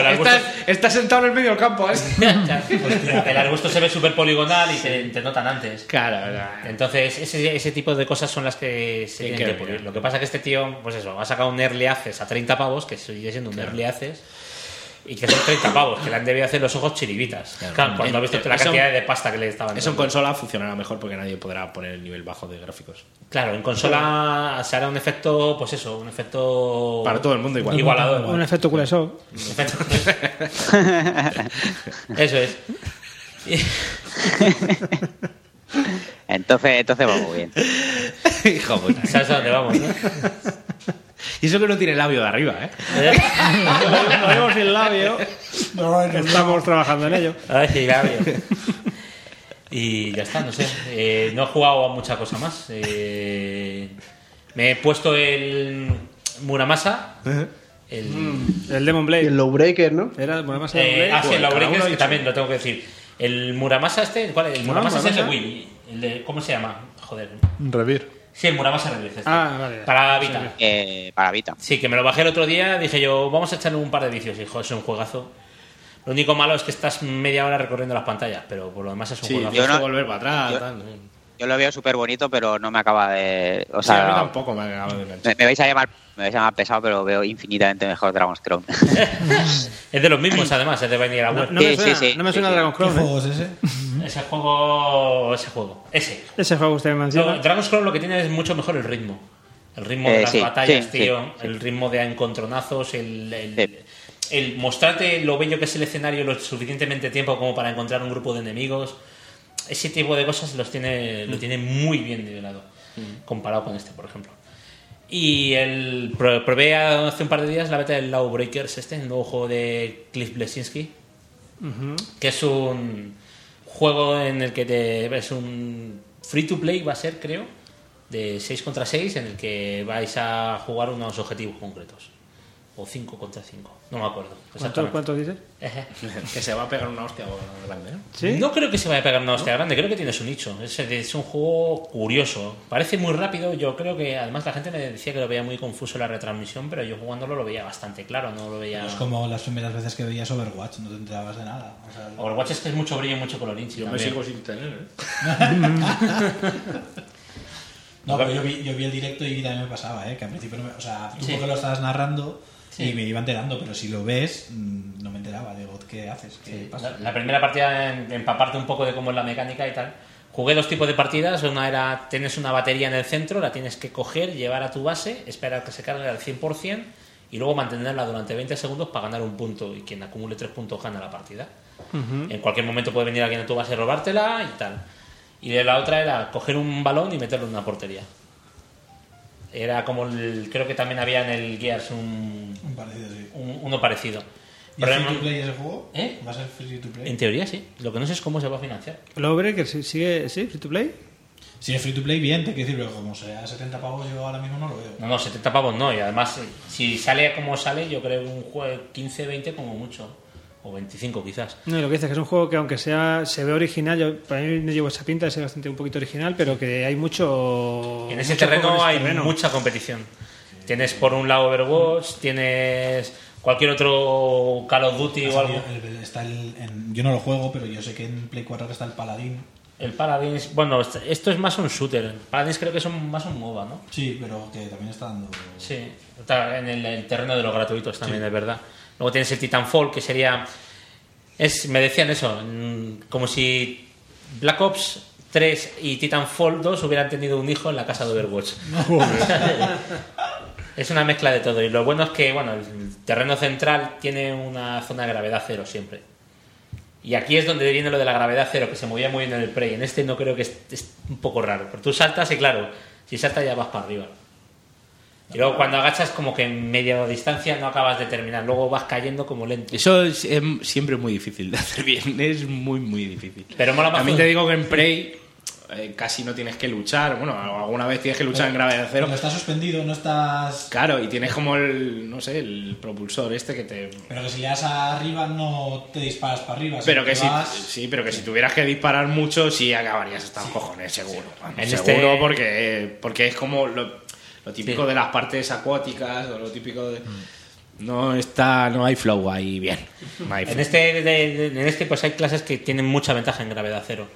A: arbusto-
D: [laughs] estás, estás sentado en el medio del campo. ¿eh?
A: [laughs]
D: así.
A: Pues, El arbusto se ve súper poligonal y se te notan antes.
D: Claro,
A: Entonces, ese, ese tipo de cosas son las que se
D: Sí,
A: tienen
D: que
A: que
D: mira.
A: pulir. Lo que pasa es que este tío, pues eso, ha sacado un early access a 30 pavos, que sigue siendo un early access, y que son 30 pavos, que le han debido hacer los ojos chiribitas. Claro, cuando ha visto
D: Eh,
A: la
D: Eso-
A: cantidad de pasta que le estaban
D: Eso en
A: dando.
D: consola funcionará mejor porque nadie podrá poner el nivel bajo de
A: [laughs]
D: gráficos.
A: Claro, en consola se hará un efecto, pues eso, un efecto...
D: Para todo el mundo igual.
A: Igualador.
F: Un efecto culesó.
A: Eso es.
K: [laughs] Entonces, entonces va muy bien.
D: Hijo [laughs] puta.
K: [laughs]
A: ¿Sabes a dónde vamos? ¿no?
D: Y eso que no tiene labio de arriba, ¿eh?
F: [laughs] Lo vemos sin labio.
D: [laughs]
F: Estamos trabajando en ello.
A: Ay, sí, labio. Y ya está, no sé. Eh, no he jugado a mucha cosa más. Eh, me he puesto el Muramasa. El,
F: Mm, El Demon Blade.
I: El Lowbreaker, ¿no?
F: Era, bueno, más
A: eh, ah, sí, el
D: cada
A: Lawbreakers,
D: uno ha
A: que
D: dicho.
A: también lo tengo que decir. El Muramasa este, ¿cuál es? El
F: Ah,
A: Muramasa es el de
F: Muramasa.
A: Wii. El de- ¿Cómo se llama? Joder.
C: Revir.
A: Sí, el Muramasa Rebirth. este.
F: Ah, vale.
A: Para Vita.
K: Eh, para Vita.
A: Sí, que me lo bajé el otro día, dije yo, vamos a echarle un par de vicios, hijo, es un juegazo. Lo único malo es que estás media hora recorriendo las pantallas, pero por lo demás es un
D: Sí,
A: juegazo.
D: tienes
K: no-
D: que volver para atrás.
K: yo-
D: tal, sí.
K: Yo lo veo súper bonito, pero no me acaba de. O
D: Sí, a mí
K: sea,
D: tampoco me acabo de enganchar.
K: me, me vais a llamar, me vais a llamar pesado, pero veo infinitamente mejor Dragon's
D: [laughs]
K: Crown.
A: Es de los mismos, además, es de Vanilla Web.
F: No me
K: Sí,
F: suena,
K: sí, sí,
F: no me
K: sí,
F: suena
K: sí.
F: Dragon
G: ¿Qué
F: Crown. ¿eh?
G: juego es ese?
A: Ese juego, ese juego, ese.
F: Ese juego usted me menciona.
A: No, Dragon's Crown lo que tiene es mucho mejor el ritmo. El ritmo
K: Eh,
A: de las
K: sí,
A: batallas,
K: sí,
A: tío.
K: sí,
A: el ritmo de encontronazos, el, el-
K: Sí.
A: el mostrarte lo bello que es el escenario lo suficientemente tiempo como para encontrar un grupo de enemigos. Ese tipo de cosas los tiene, lo tiene muy bien nivelado, comparado con este, por ejemplo. Y el, pro- probé hace un par de días la beta del Lawbreakers, este, el nuevo juego de Cliff Blesinski, que es un juego en el que te, es un free to play, va a ser, creo, de 6 contra 6, en el que vais a jugar unos objetivos concretos. O 5 contra 5, no me acuerdo.
D: Pues
F: ¿Cuántos cuántos dices?
D: Que se va a pegar una hostia grande, ¿eh?
F: ¿Sí?
A: No creo que se vaya a pegar una hostia grande, creo que tiene su nicho. Es, es un juego curioso. Parece muy rápido, yo creo que además la gente me decía que lo veía muy confuso en la retransmisión, pero yo jugándolo lo veía bastante claro, no lo veía...
D: Pues
G: Es como las primeras veces que veías Overwatch, no te enterabas de nada. O sea,
A: Overwatch es que es mucho brillo y mucho colorinchi.
D: Yo me
A: también.
D: sigo sin tener, ¿eh?
G: No, pero yo vi, yo vi el directo y también me pasaba, ¿eh? Que al principio, no me- o sea, tú porque lo estabas narrando y me iba enterando, pero si lo ves, mm, no me enteraba. Digo, ¿qué haces? ¿Qué pasa?
A: La, la primera partida, en- de empaparte un poco de cómo es la mecánica y tal. Jugué dos tipos de partidas. Una era, tienes una batería en el centro, la tienes que coger, llevar a tu base, esperar que se cargue al 100% y luego mantenerla durante 20 segundos para ganar un punto. Y quien acumule tres puntos gana la partida. En cualquier momento puede venir alguien a tu base a robártela y tal. Y de la otra era coger un balón y meterlo en una portería. Era como el- creo que también había en el Gears un,
G: Un parecido, sí.
A: un- uno parecido.
G: ¿Y es free
A: Problema-
G: to play ese juego?
A: ¿Eh?
G: ¿Va a ser free to play?
A: en teoría sí. Lo que no sé es cómo se va a financiar.
F: Lawbreaker sí, sigue, sí, free to play.
G: Si es free to play, bien, te quiero decir, pero como sea 70 pavos, yo ahora mismo no lo veo.
A: No, no, 70 pavos no. Y además, eh, si sale como sale, yo creo que un juego de 15, 20 como mucho. O 25 quizás.
F: No, y lo que dices que es un juego que aunque sea se ve original, yo para mí me llevo esa pinta de ser bastante un poquito original, pero que hay mucho
A: En ese
F: mucho juego en
A: terreno
F: ese
A: hay
F: terreno.
A: mucha competición. Tienes por un lado Overwatch, tienes cualquier otro Call of Duty o
G: Ha
A: algo.
G: salido el- está el- en- yo no lo juego, pero yo sé que en Play 4 que está el Paladín.
A: El Paladins, bueno, este, est- esto es más un shooter. El Paladins creo que es un- más un MOBA, ¿no?
G: Sí, pero que también está dando.
A: Sí, está en el, el terreno de los gratuitos también, es verdad. Luego tienes el Titanfall, que sería. Es, me decían eso, mm, como si Black Ops 3 y Titanfall 2 hubieran tenido un hijo en la casa
G: [laughs]
A: de Overwatch. es una mezcla de todo. Y lo bueno es que, bueno, el terreno central tiene una zona de gravedad cero siempre. Y aquí es donde viene lo de la gravedad cero, que se movía muy bien en el Prey. En este no creo que es, es un poco raro. Porque tú saltas y, claro, si saltas ya vas para arriba. Y luego cuando agachas como que en media distancia no acabas de terminar, luego vas cayendo como lento.
D: Eso es em, siempre muy difícil de hacer bien. [laughs] Es muy, muy difícil.
A: Pero mola más
D: También
A: cuando-
D: te digo que en Prey eh, casi no tienes que luchar. Bueno, alguna vez tienes que luchar en gravedad cero.
G: Pero está suspendido, no estás.
D: Claro, y tienes como el, no sé, el propulsor este que te...
G: Pero que si le das arriba, no te disparas para arriba. sino
D: Pero
G: que
D: que si,
G: vas-
D: sí, pero que si tuvieras que disparar mucho, sí acabarías hasta los cojones, seguro. Vamos,
A: En
D: seguro
A: este-
D: porque, porque es como... lo- Lo típico de las partes acuáticas o lo típico de... No está, no hay flow ahí bien. No hay flow.
A: En este, de- de- en este, pues hay clases que tienen mucha ventaja en gravedad cero.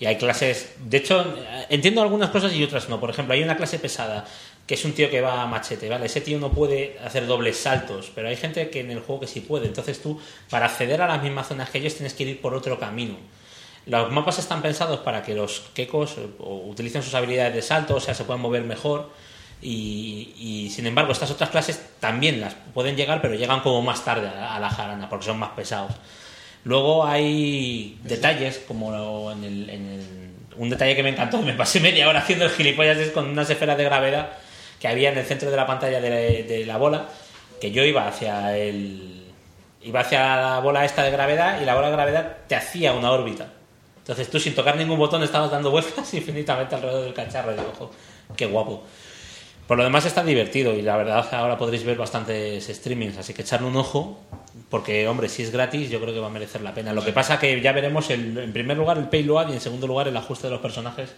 A: Y hay clases. De hecho, entiendo algunas cosas y otras no. Por ejemplo, hay una clase pesada que es un tío que va a machete, ¿vale? Ese tío no puede hacer dobles saltos, pero hay gente que en el juego que sí puede. Entonces tú, para acceder a las mismas zonas que ellos, tienes que ir por otro camino. Los mapas están pensados para que los quecos eh, o- utilicen sus habilidades de salto, o sea, se puedan mover mejor. Y, y, sin embargo, estas otras clases también las pueden llegar, pero llegan como más tarde a, a la jarana, porque son más pesados. Luego hay detalles, como lo- en el- en el- un detalle que me encantó, me pasé media hora haciendo el gilipollas es con unas esferas de gravedad que había en el centro de la pantalla de, de la bola, que yo iba hacia el... Iba hacia la bola esta de gravedad y la bola de gravedad te hacía una órbita. Entonces tú sin tocar ningún botón estabas dando vueltas [laughs] infinitamente alrededor del cacharro. Y digo, "Jo, qué guapo. Por lo demás está divertido y la verdad ahora podréis ver bastantes streamings, así que echarle un ojo porque, hombre, si es gratis yo creo que va a merecer la pena. Lo que pasa que ya veremos el- en primer lugar el payload y en segundo lugar el ajuste de los personajes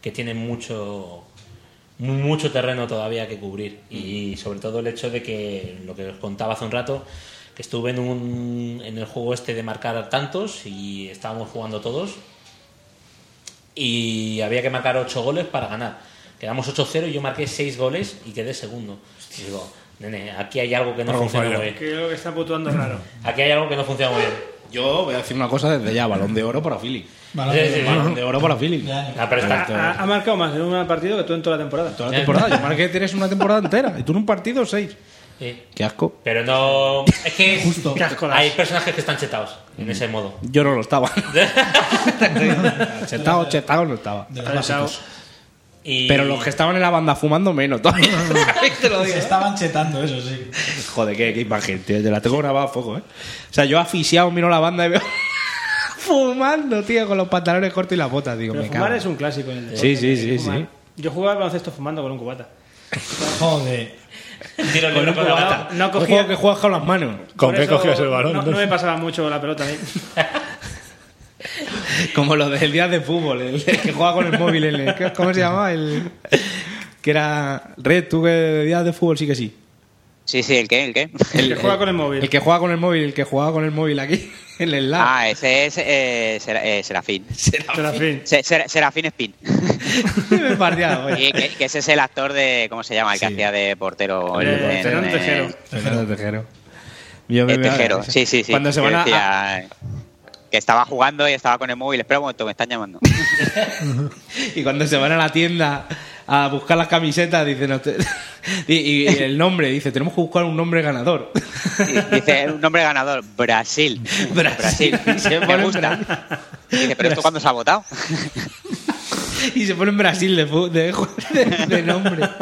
A: que tienen mucho mucho terreno todavía que cubrir y sobre todo el hecho de que lo que os contaba hace un rato que estuve en un en el juego este de marcar tantos y estábamos jugando todos y había que marcar 8 goles para ganar. Quedamos 8-0 y yo marqué 6 goles y quedé segundo. Y digo, nene, aquí hay algo que no
F: Algo
A: funciona
F: falla.
A: muy bien.
F: Creo que está putuando raro.
A: Aquí hay algo que no funciona muy bien.
D: Yo voy a decir una cosa desde ya, balón de oro para Philly.
F: Balón de oro.
D: Balón de oro para Philly.
A: Ah, pero está-
D: Esto-
F: Ha, ha marcado más en un partido que tú en toda la temporada.
D: Toda la temporada, yo marqué tienes una temporada entera y tú en un partido seis.
A: Sí.
D: Qué asco.
A: Pero no. Es que hay personajes que están chetados en ese modo.
D: Yo no lo
A: [laughs]
D: estaba. [laughs] chetao, chetao no estaba.
A: Y-
D: Pero los que estaban en la banda fumando menos todavía.
G: Se estaban chetando, eso sí.
D: [laughs] Joder, qué, qué imagen, tío. Te la tengo grabada a fuego, ¿eh? O sea, yo asfixiado miro la banda y veo [laughs] fumando, tío, con los pantalones cortos y las botas. Digo,
F: Pero
D: me
F: fumar
D: cago.
F: es un clásico en el deporte,
D: Sí, sí,
F: hay
D: sí,
F: que
D: sí.
F: fumar. Yo jugaba al baloncesto fumando con un cubata.
G: Joder.
A: Tiro
F: Con un
A: libre con la
F: cubata.
A: bata.
F: No
D: Un
F: cogía.
D: juego que juegas con las manos.
F: por eso No, no me pasaba mucho la pelota a
D: [laughs]
F: mí.
D: ¿eh? Como lo del día de fútbol, el que juega con el móvil. el- ¿qué- ¿Cómo se llamaba?
H: [laughs]
D: El, que era. Red, tú que días de fútbol sí que sí.
K: Sí, sí, ¿el qué? ¿El qué?
D: El-
F: Pues-
D: El que juega con el móvil, el que jugaba con el móvil aquí, en el lab.
K: Ah, ese es eh, Sera- eh,
D: [laughs]
K: Serafín.
F: Serafín.
K: Se- Ser- Serafín Spin.
D: Me he bardeado, oye.
K: Y que, que ese es el actor de. ¿Cómo se llama? El que hacía de portero.
D: El
K: en-
D: portero,
K: en-
D: el tejero.
K: en-
D: Fernando Tejero. Yo
K: Eh, Tejero, sí, sí, sí.
D: Cuando se van
K: que
D: a- a,
K: decía, eh, Que estaba jugando y estaba con el móvil. Espera un momento, me están llamando.
D: y cuando se van a la tienda a buscar las camisetas, dicen "Usted-" [laughs] y, y el nombre, dice, tenemos que buscar un nombre ganador. [laughs]
K: Y Dice, un nombre ganador, Brasil.
D: Brasil. [laughs]
K: Brasil.
D: Se
K: Me
D: pone
K: gusta. Y Dice,
D: [laughs]
K: pero esto cuándo se ha votado.
D: Y se pone en Brasil de, fu- de, de- de nombre. [laughs]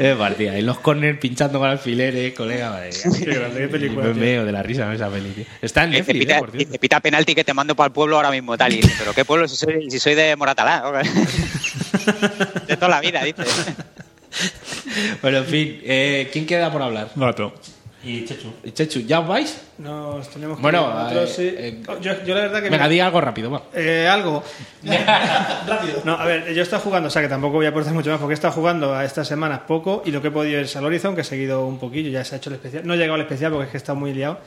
D: Es partida. Y los corners pinchando con alfileres, colega. Madre mía.
F: Qué grande, qué película,
D: Yo Me
F: tío.
D: veo de la risa ¿no? esa peli, tío. [laughs] Está en
K: Dice,
D: Netflix, eh,
K: pita,
D: por cierto.
K: dice, pita penalti que te mando para el pueblo ahora mismo, tal. Y dice, pero ¿qué pueblo? Si soy, si soy de Moratalá. De toda la vida, dice.
D: Bueno, en fin. eh, ¿Quién queda por hablar?
C: Gato.
A: Y Chechu.
D: Chechu, ¿ya os vais?
F: Nos tenemos que
D: Bueno,
F: ir nosotros,
D: eh,
F: sí.
D: eh,
F: Oh, yo, yo la verdad que...
D: Venga, di algo rápido, va.
F: Eh,
D: [laughs]
F: algo. Rápido. No, a ver, yo he estado jugando, o sea que tampoco voy a aportar mucho más porque he estado jugando a estas semanas poco y lo que he podido es al Horizon, que he seguido un poquillo, ya se ha hecho el especial. No he llegado al especial porque es que he estado muy liado.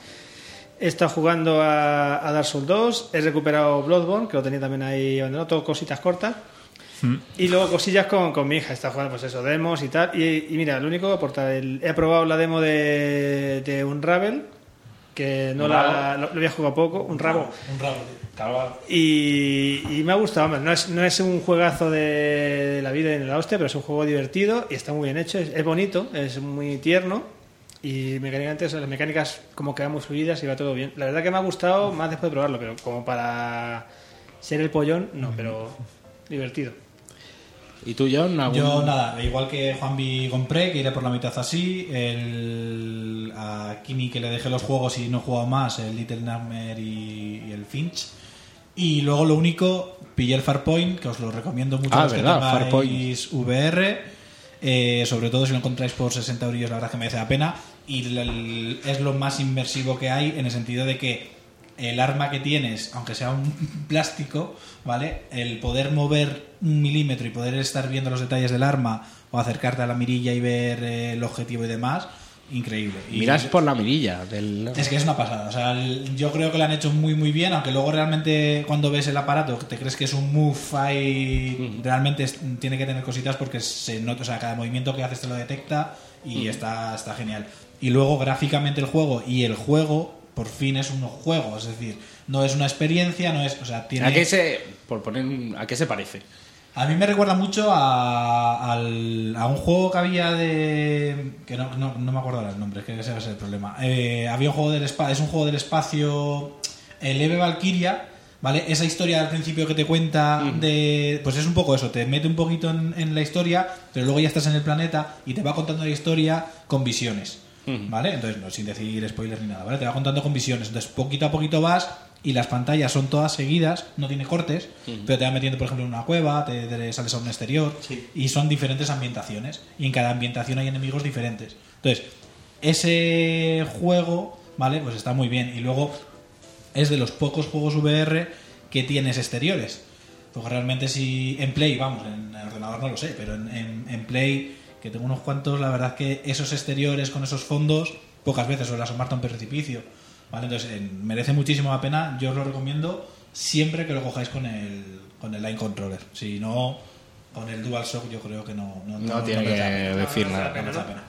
F: He estado jugando a, a Dark Souls 2, he recuperado Bloodborne, que lo tenía también ahí abandonado, todo cositas cortas. Y luego cosillas con, con mi hija, está jugando pues eso, demos y tal. Y, y mira, lo único que aporta, el- he probado la demo de, de Unravel, que no la, lo, lo había jugado poco, un rabo.
G: Un rabo,
F: Y, y me ha gustado, hombre, no es, no es un juegazo de, de la vida en la hostia, pero es un juego divertido y está muy bien hecho, es, es bonito, es muy tierno y mecánicamente o sea, las mecánicas como quedan muy fluidas y va todo bien. La verdad que me ha gustado más después de probarlo, pero como para ser el pollón, no, pero divertido.
D: ¿Y tú, John? algún-
G: Yo nada, igual que Juanvi compré, que iré por la mitad así, el, a Kimi que le dejé los juegos y no he jugado más, el Little Nightmare y, y el Finch. Y luego lo único, pillé el Farpoint, que os lo recomiendo mucho
D: Ah,
G: a los que
D: verdad,
G: tengáis VR. eh, sobre todo si lo encontráis por 60 euros, la verdad es que merece la pena. Y el- el- es lo más inmersivo que hay en el sentido de que eh, el arma que tienes, aunque sea un [laughs] plástico, ¿vale? El poder mover un milímetro y poder estar viendo los detalles del arma o acercarte a la mirilla y ver eh, el objetivo y demás, increíble. Y
D: Miras por la mirilla del.
G: es que es una pasada. O sea, el- yo creo que lo han hecho muy, muy bien. Aunque luego realmente, cuando ves el aparato, te crees que es un move ahí. Realmente es- tiene que tener cositas porque se nota. O sea, cada movimiento que haces te lo detecta y está, está genial. Y luego, gráficamente, el juego y el juego. Por fin es un juego, es decir, no es una experiencia, no es, o sea, tiene
D: ¿A qué se por poner un- a qué se parece?
G: a mí me recuerda mucho a, al- a un juego que había de. que no, no- no me acuerdo ahora el nombre, es que ese va a ser el problema. Eh, había un juego del espacio. Es un juego del espacio. El Eve Valkyria, ¿vale? Esa historia al principio que te cuenta de. Pues es un poco eso, te mete un poquito en, en la historia, pero luego ya estás en el planeta y te va contando la historia con visiones. ¿Vale? Entonces, no, sin decir spoilers ni nada, ¿vale? Te va contando con visiones. Entonces, poquito a poquito vas y las pantallas son todas seguidas, no tiene cortes, pero te va metiendo, por ejemplo, en una cueva, te, te sales a un exterior y son diferentes ambientaciones. Y en cada ambientación hay enemigos diferentes. Entonces, ese juego, ¿vale? Pues está muy bien. Y luego es de los pocos juegos VR que tienes exteriores. Porque realmente si en Play, vamos, en el ordenador no lo sé, pero en, en- en Play, que tengo unos cuantos, la verdad que esos exteriores con esos fondos, pocas veces suele asomarte a un precipicio. ¿vale? Entonces, en- merece muchísimo la pena, yo os lo recomiendo siempre que lo cojáis con el, con el Line Controller. Si no, con el DualShock yo creo que no... No,
D: No tiene
G: merece la
D: que
G: pena.
D: decir
G: No, no
D: nada.
G: merece la pena.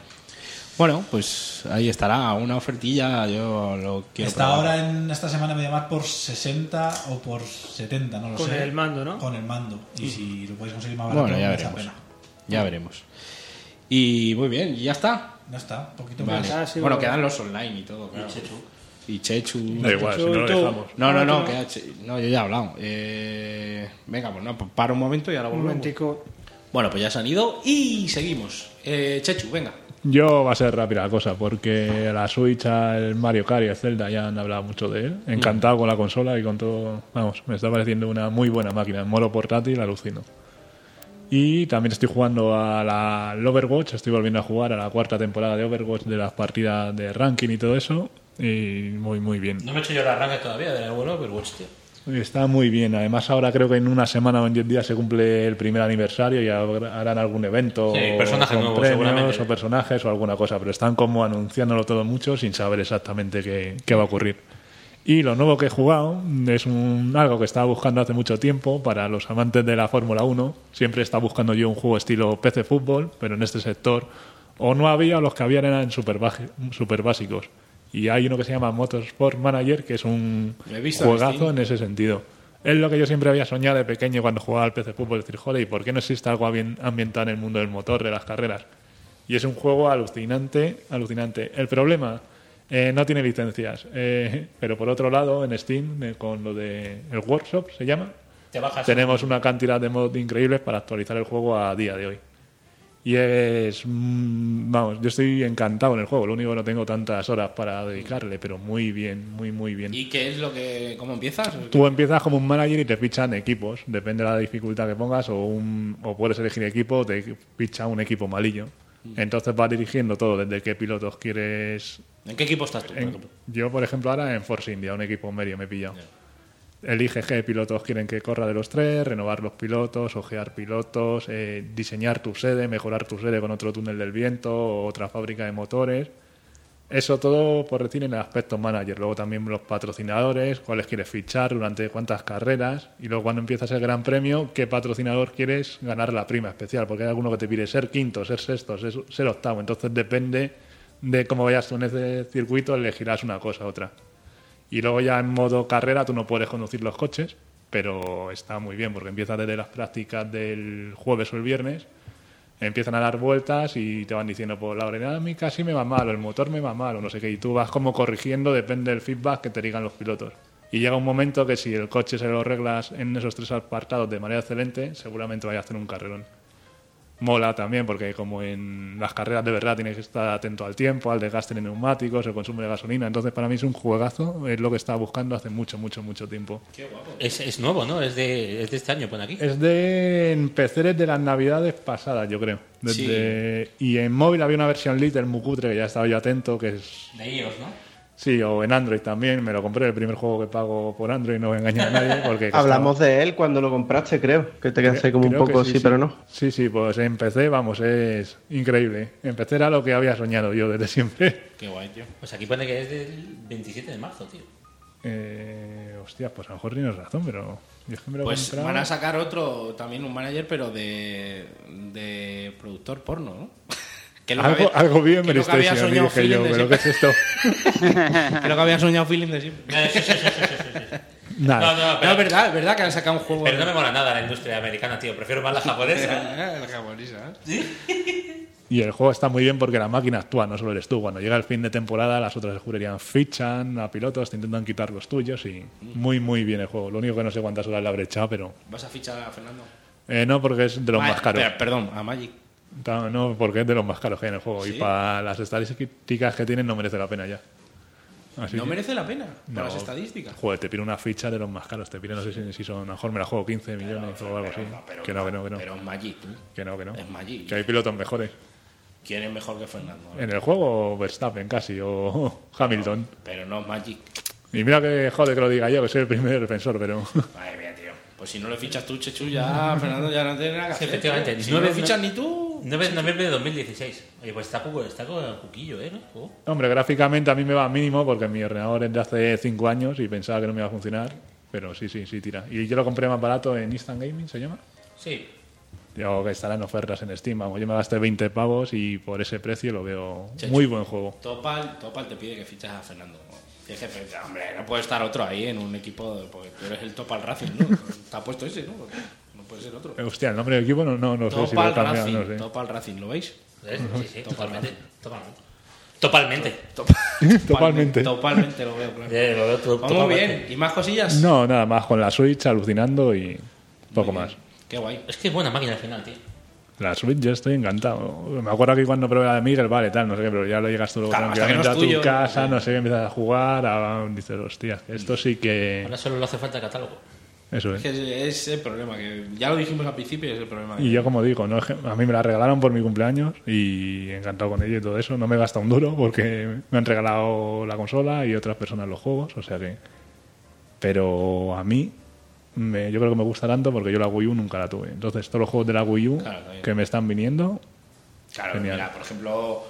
D: Bueno, pues ahí estará una ofertilla, yo lo quiero
G: Está
D: probar.
G: ahora en esta semana me llamar por 60 o por 70, no lo
F: Con
G: sé.
F: el mando, ¿no? Mm.
G: Con el mando. Y si lo podéis conseguir más barato,
D: Bueno, ya
G: merece la
D: veremos.
G: pena.
D: Ya veremos. Y muy bien, ya está.
G: No está, un poquito
D: Ah, Vale.
G: más.
D: bueno, quedan los online y todo, claro. Y Chechu.
C: Da igual, si no lo dejamos.
D: No, no, no,
F: Otro.
D: queda Che- no, yo ya he hablado. Eh, venga, pues no, pues para un momento y ahora
F: Un
D: volvemos.
F: momentico.
D: Bueno, pues ya se han ido y seguimos. Eh, Chechu, venga.
C: Yo va a ser rápida la cosa, porque la Switch, el Mario Kart y el Zelda ya han hablado mucho de él. Encantado con la consola y con todo. Vamos, me está pareciendo una muy buena máquina. En modo portátil alucino. Y también estoy jugando a la al Overwatch, estoy volviendo a jugar a la cuarta temporada de Overwatch de las partidas de ranking y todo eso. Y muy, muy bien.
A: No me he hecho yo el arranque todavía del Overwatch, tío.
C: Está muy bien. Además, ahora creo que en una semana o en 10 días se cumple el primer aniversario y habrá- harán algún evento.
A: Sí,
C: o
A: personaje
C: con
A: nuevo,
C: premios
A: seguramente.
C: O personajes o alguna cosa. Pero están como anunciándolo todo mucho sin saber exactamente qué, qué va a ocurrir. Y lo nuevo que he jugado es un, algo que estaba buscando hace mucho tiempo para los amantes de la Fórmula 1. Siempre estaba buscando yo un juego estilo PC Fútbol, pero en este sector o no había o los que habían eran super, básicos. Y hay uno que se llama Motorsport Manager, que es un
D: Lo he visto en
C: juegazo
D: Steam.
C: en ese sentido. Es lo que yo siempre había soñado de pequeño cuando jugaba al PC Fútbol, decir, joder, ¿y por qué no existe algo ambi- ambientado en el mundo del motor, de las carreras? Y es un juego alucinante, alucinante. El problema, eh, no tiene licencias. Eh, pero por otro lado, en Steam, eh, con lo de el workshop, se llama,
A: Te bajas.
C: tenemos una cantidad de mods increíbles para actualizar el juego a día de hoy. Y es. mm, Vamos, yo estoy encantado en el juego. Lo único que no tengo tantas horas para dedicarle, pero muy bien, muy, muy bien.
D: ¿Y qué es lo que. ¿Cómo empiezas?
C: Tú empiezas como un manager y te fichan equipos, depende de la dificultad que pongas, o, un- o puedes elegir equipo, te ficha un equipo malillo.
D: Mm.
C: Entonces vas dirigiendo todo, desde qué pilotos quieres.
D: ¿En qué equipo estás tú? por
C: en-
D: ejemplo?
C: yo, por ejemplo, ahora en Force India, un equipo medio me he pillado. Elige qué pilotos quieren que corra de los tres, renovar los pilotos, ojear pilotos, eh, diseñar tu sede, mejorar tu sede con otro túnel del viento o otra fábrica de motores. Eso todo, por decir, en el aspecto manager. Luego también los patrocinadores, cuáles quieres fichar, durante cuántas carreras. Y luego cuando empiezas el Gran Premio, qué patrocinador quieres ganar la prima especial. Porque hay alguno que te pide ser quinto, ser sexto, ser, ser octavo. Entonces depende de cómo vayas tú en ese circuito, elegirás una cosa u otra. Y luego ya en modo carrera tú no puedes conducir los coches, pero está muy bien porque empiezas desde las prácticas del jueves o el viernes empiezan a dar vueltas y te van diciendo, pues la aerodinámica sí me va mal, o el motor me va mal, o no sé qué, y tú vas como corrigiendo, depende del feedback que te digan los pilotos. Y llega un momento que si el coche se lo arreglas en esos tres apartados de manera excelente, seguramente vaya a hacer un carrerón. Mola también porque como en las carreras de verdad tienes que estar atento al tiempo, al desgaste de neumáticos, el consumo de gasolina, entonces para mí es un juegazo, es lo que estaba buscando hace mucho, mucho, mucho tiempo.
A: Es, es nuevo, ¿no? Es de, es de este año, pone aquí.
C: Es de en PC desde las navidades pasadas, yo creo. Desde- Y en móvil había una versión Lite del Mucutre que ya estaba yo atento, que es
A: De iOS, ¿no?
C: Sí, o en Android también. Me lo compré, el primer juego que pago por Android, no voy a engañar a nadie.
I: [laughs]
C: Porque
I: Hablamos de él cuando lo compraste, creo. Que te quedaste como un
C: Creo
I: poco
C: que
I: así, pero no.
C: Sí, sí, pues empecé, vamos, es increíble. Empecé era lo que había soñado yo desde siempre. [laughs]
A: Qué guay, tío. Pues aquí pone que es del 27 de marzo, tío.
C: Eh, hostia, pues a lo mejor tienes razón, pero yo es que me lo
D: Pues
C: compraba-
D: van a sacar otro, también un manager, pero de, de productor porno, ¿no? [laughs] Que es lo que
C: algo,
D: había-
C: algo bien
D: que
C: me
D: es lo que había
C: Station,
D: soñado
C: dije
D: Feeling
C: yo,
D: de
C: pero ¿qué es esto?
D: siempre. [laughs] Que es lo que había soñado feeling de siempre.
C: Nada.
A: No, no,
D: No,
A: pero,
D: es verdad, es verdad que han sacado un juego.
A: pero no me mola nada la industria americana, tío. Prefiero más la japonesa.
D: Ah, [laughs] la japonesa, ¿eh?
C: Y el juego está muy bien porque la máquina actúa, no solo eres tú. Cuando llega el fin de temporada, las otras escuderías fichan a pilotos, te intentan quitar los tuyos y muy, muy bien el juego. Lo único que no sé cuántas horas la habré echado, pero...
D: Vas a fichar a Fernando.
C: eh, no, porque es de los
D: Ma-
C: más caros.
D: per- perdón, a Magic.
C: Ta- No, porque es de los más caros que hay en el juego. Y para las estadísticas que tienen no merece la pena ya. Así
D: No
C: que-
D: merece la pena
C: no.
D: por las estadísticas.
C: Joder, te pide una ficha de los más caros. Te pide, no sé si, si son, a lo mejor me la juego 15 millones o algo así. que no, que no, que no.
D: Pero es Magic, tú.
C: que no, que no.
D: es Magic.
C: Que hay pilotos mejores.
D: ¿Quién es mejor que Fernando?
C: En el juego, Verstappen casi, o [laughs] Hamilton.
D: Pero no Magic.
C: Y mira que joder que lo diga yo, que soy el primer defensor, pero. [laughs]
D: Madre mía, tío. Pues si no le fichas tú, Chechu, ya [laughs] Fernando ya no tiene nada que hacer.
A: Efectivamente,
D: tío. Si no
A: nueve-
D: le fichas ni tú.
A: 9 de noviembre de 2016. Oye, pues está, poco- está con cuquillo, ¿eh? ¿No? Oh.
C: Hombre, gráficamente a mí me va mínimo porque mi ordenador es de hace 5 años y pensaba que no me iba a funcionar. Pero sí, sí, sí, tira. Y yo lo compré más barato en Instant Gaming, ¿se llama?
A: Sí.
C: Digo que estarán ofertas en Steam. Vamos, yo me gasté 20 pavos y por ese precio lo veo muy buen juego.
D: Topal, Topal te pide que fiches a Fernando. Y es que, pues, hombre, no puede estar otro ahí en un equipo, de- porque tú eres el Topal Racing, ¿no? Está puesto ese, ¿no? No puede ser otro.
C: Eh, Hostia, el nombre del equipo no, no, no sé si lo
D: Topal
C: cambian,
D: Racing,
C: no sé.
D: Topal Racing, ¿lo veis?
A: ¿Ves? Sí, sí, totalmente. Totalmente. Totalmente.
C: [laughs] Totalmente.
D: Totalmente lo veo, claro.
A: Eh, lo veo to-
D: Va muy
A: totalmente.
D: bien. ¿Y más cosillas?
C: No, nada más, con la Switch alucinando y poco
D: Muy bien.
C: más.
D: Qué guay.
A: Es que es buena máquina al final, tío.
C: La Switch yo estoy encantado. Me acuerdo que cuando probé la de Miguel, vale, tal, no sé qué, pero ya lo llegas tú luego
D: Claro, hasta
C: tranquilamente a
D: que
C: tu
D: no es tuyo, eh.
C: casa,
D: sí.
C: no sé qué, empiezas a jugar, a, dices, hostia, esto sí que...
A: Ahora solo le hace falta el catálogo.
C: Eso
D: Es
C: es.
D: que es el problema, que ya lo dijimos al principio y es el problema.
C: Y yo como digo, no, es que- a mí me la regalaron por mi cumpleaños y encantado con ella y todo eso. No me gasta un duro porque me han regalado la consola y otras personas los juegos, o sea que... Pero a mí, me- yo creo que me gusta tanto porque yo la Wii U nunca la tuve. Entonces todos los juegos de la Wii U
D: Claro, también.
C: que me están viniendo...
D: Claro,
C: Genial.
D: mira, por ejemplo,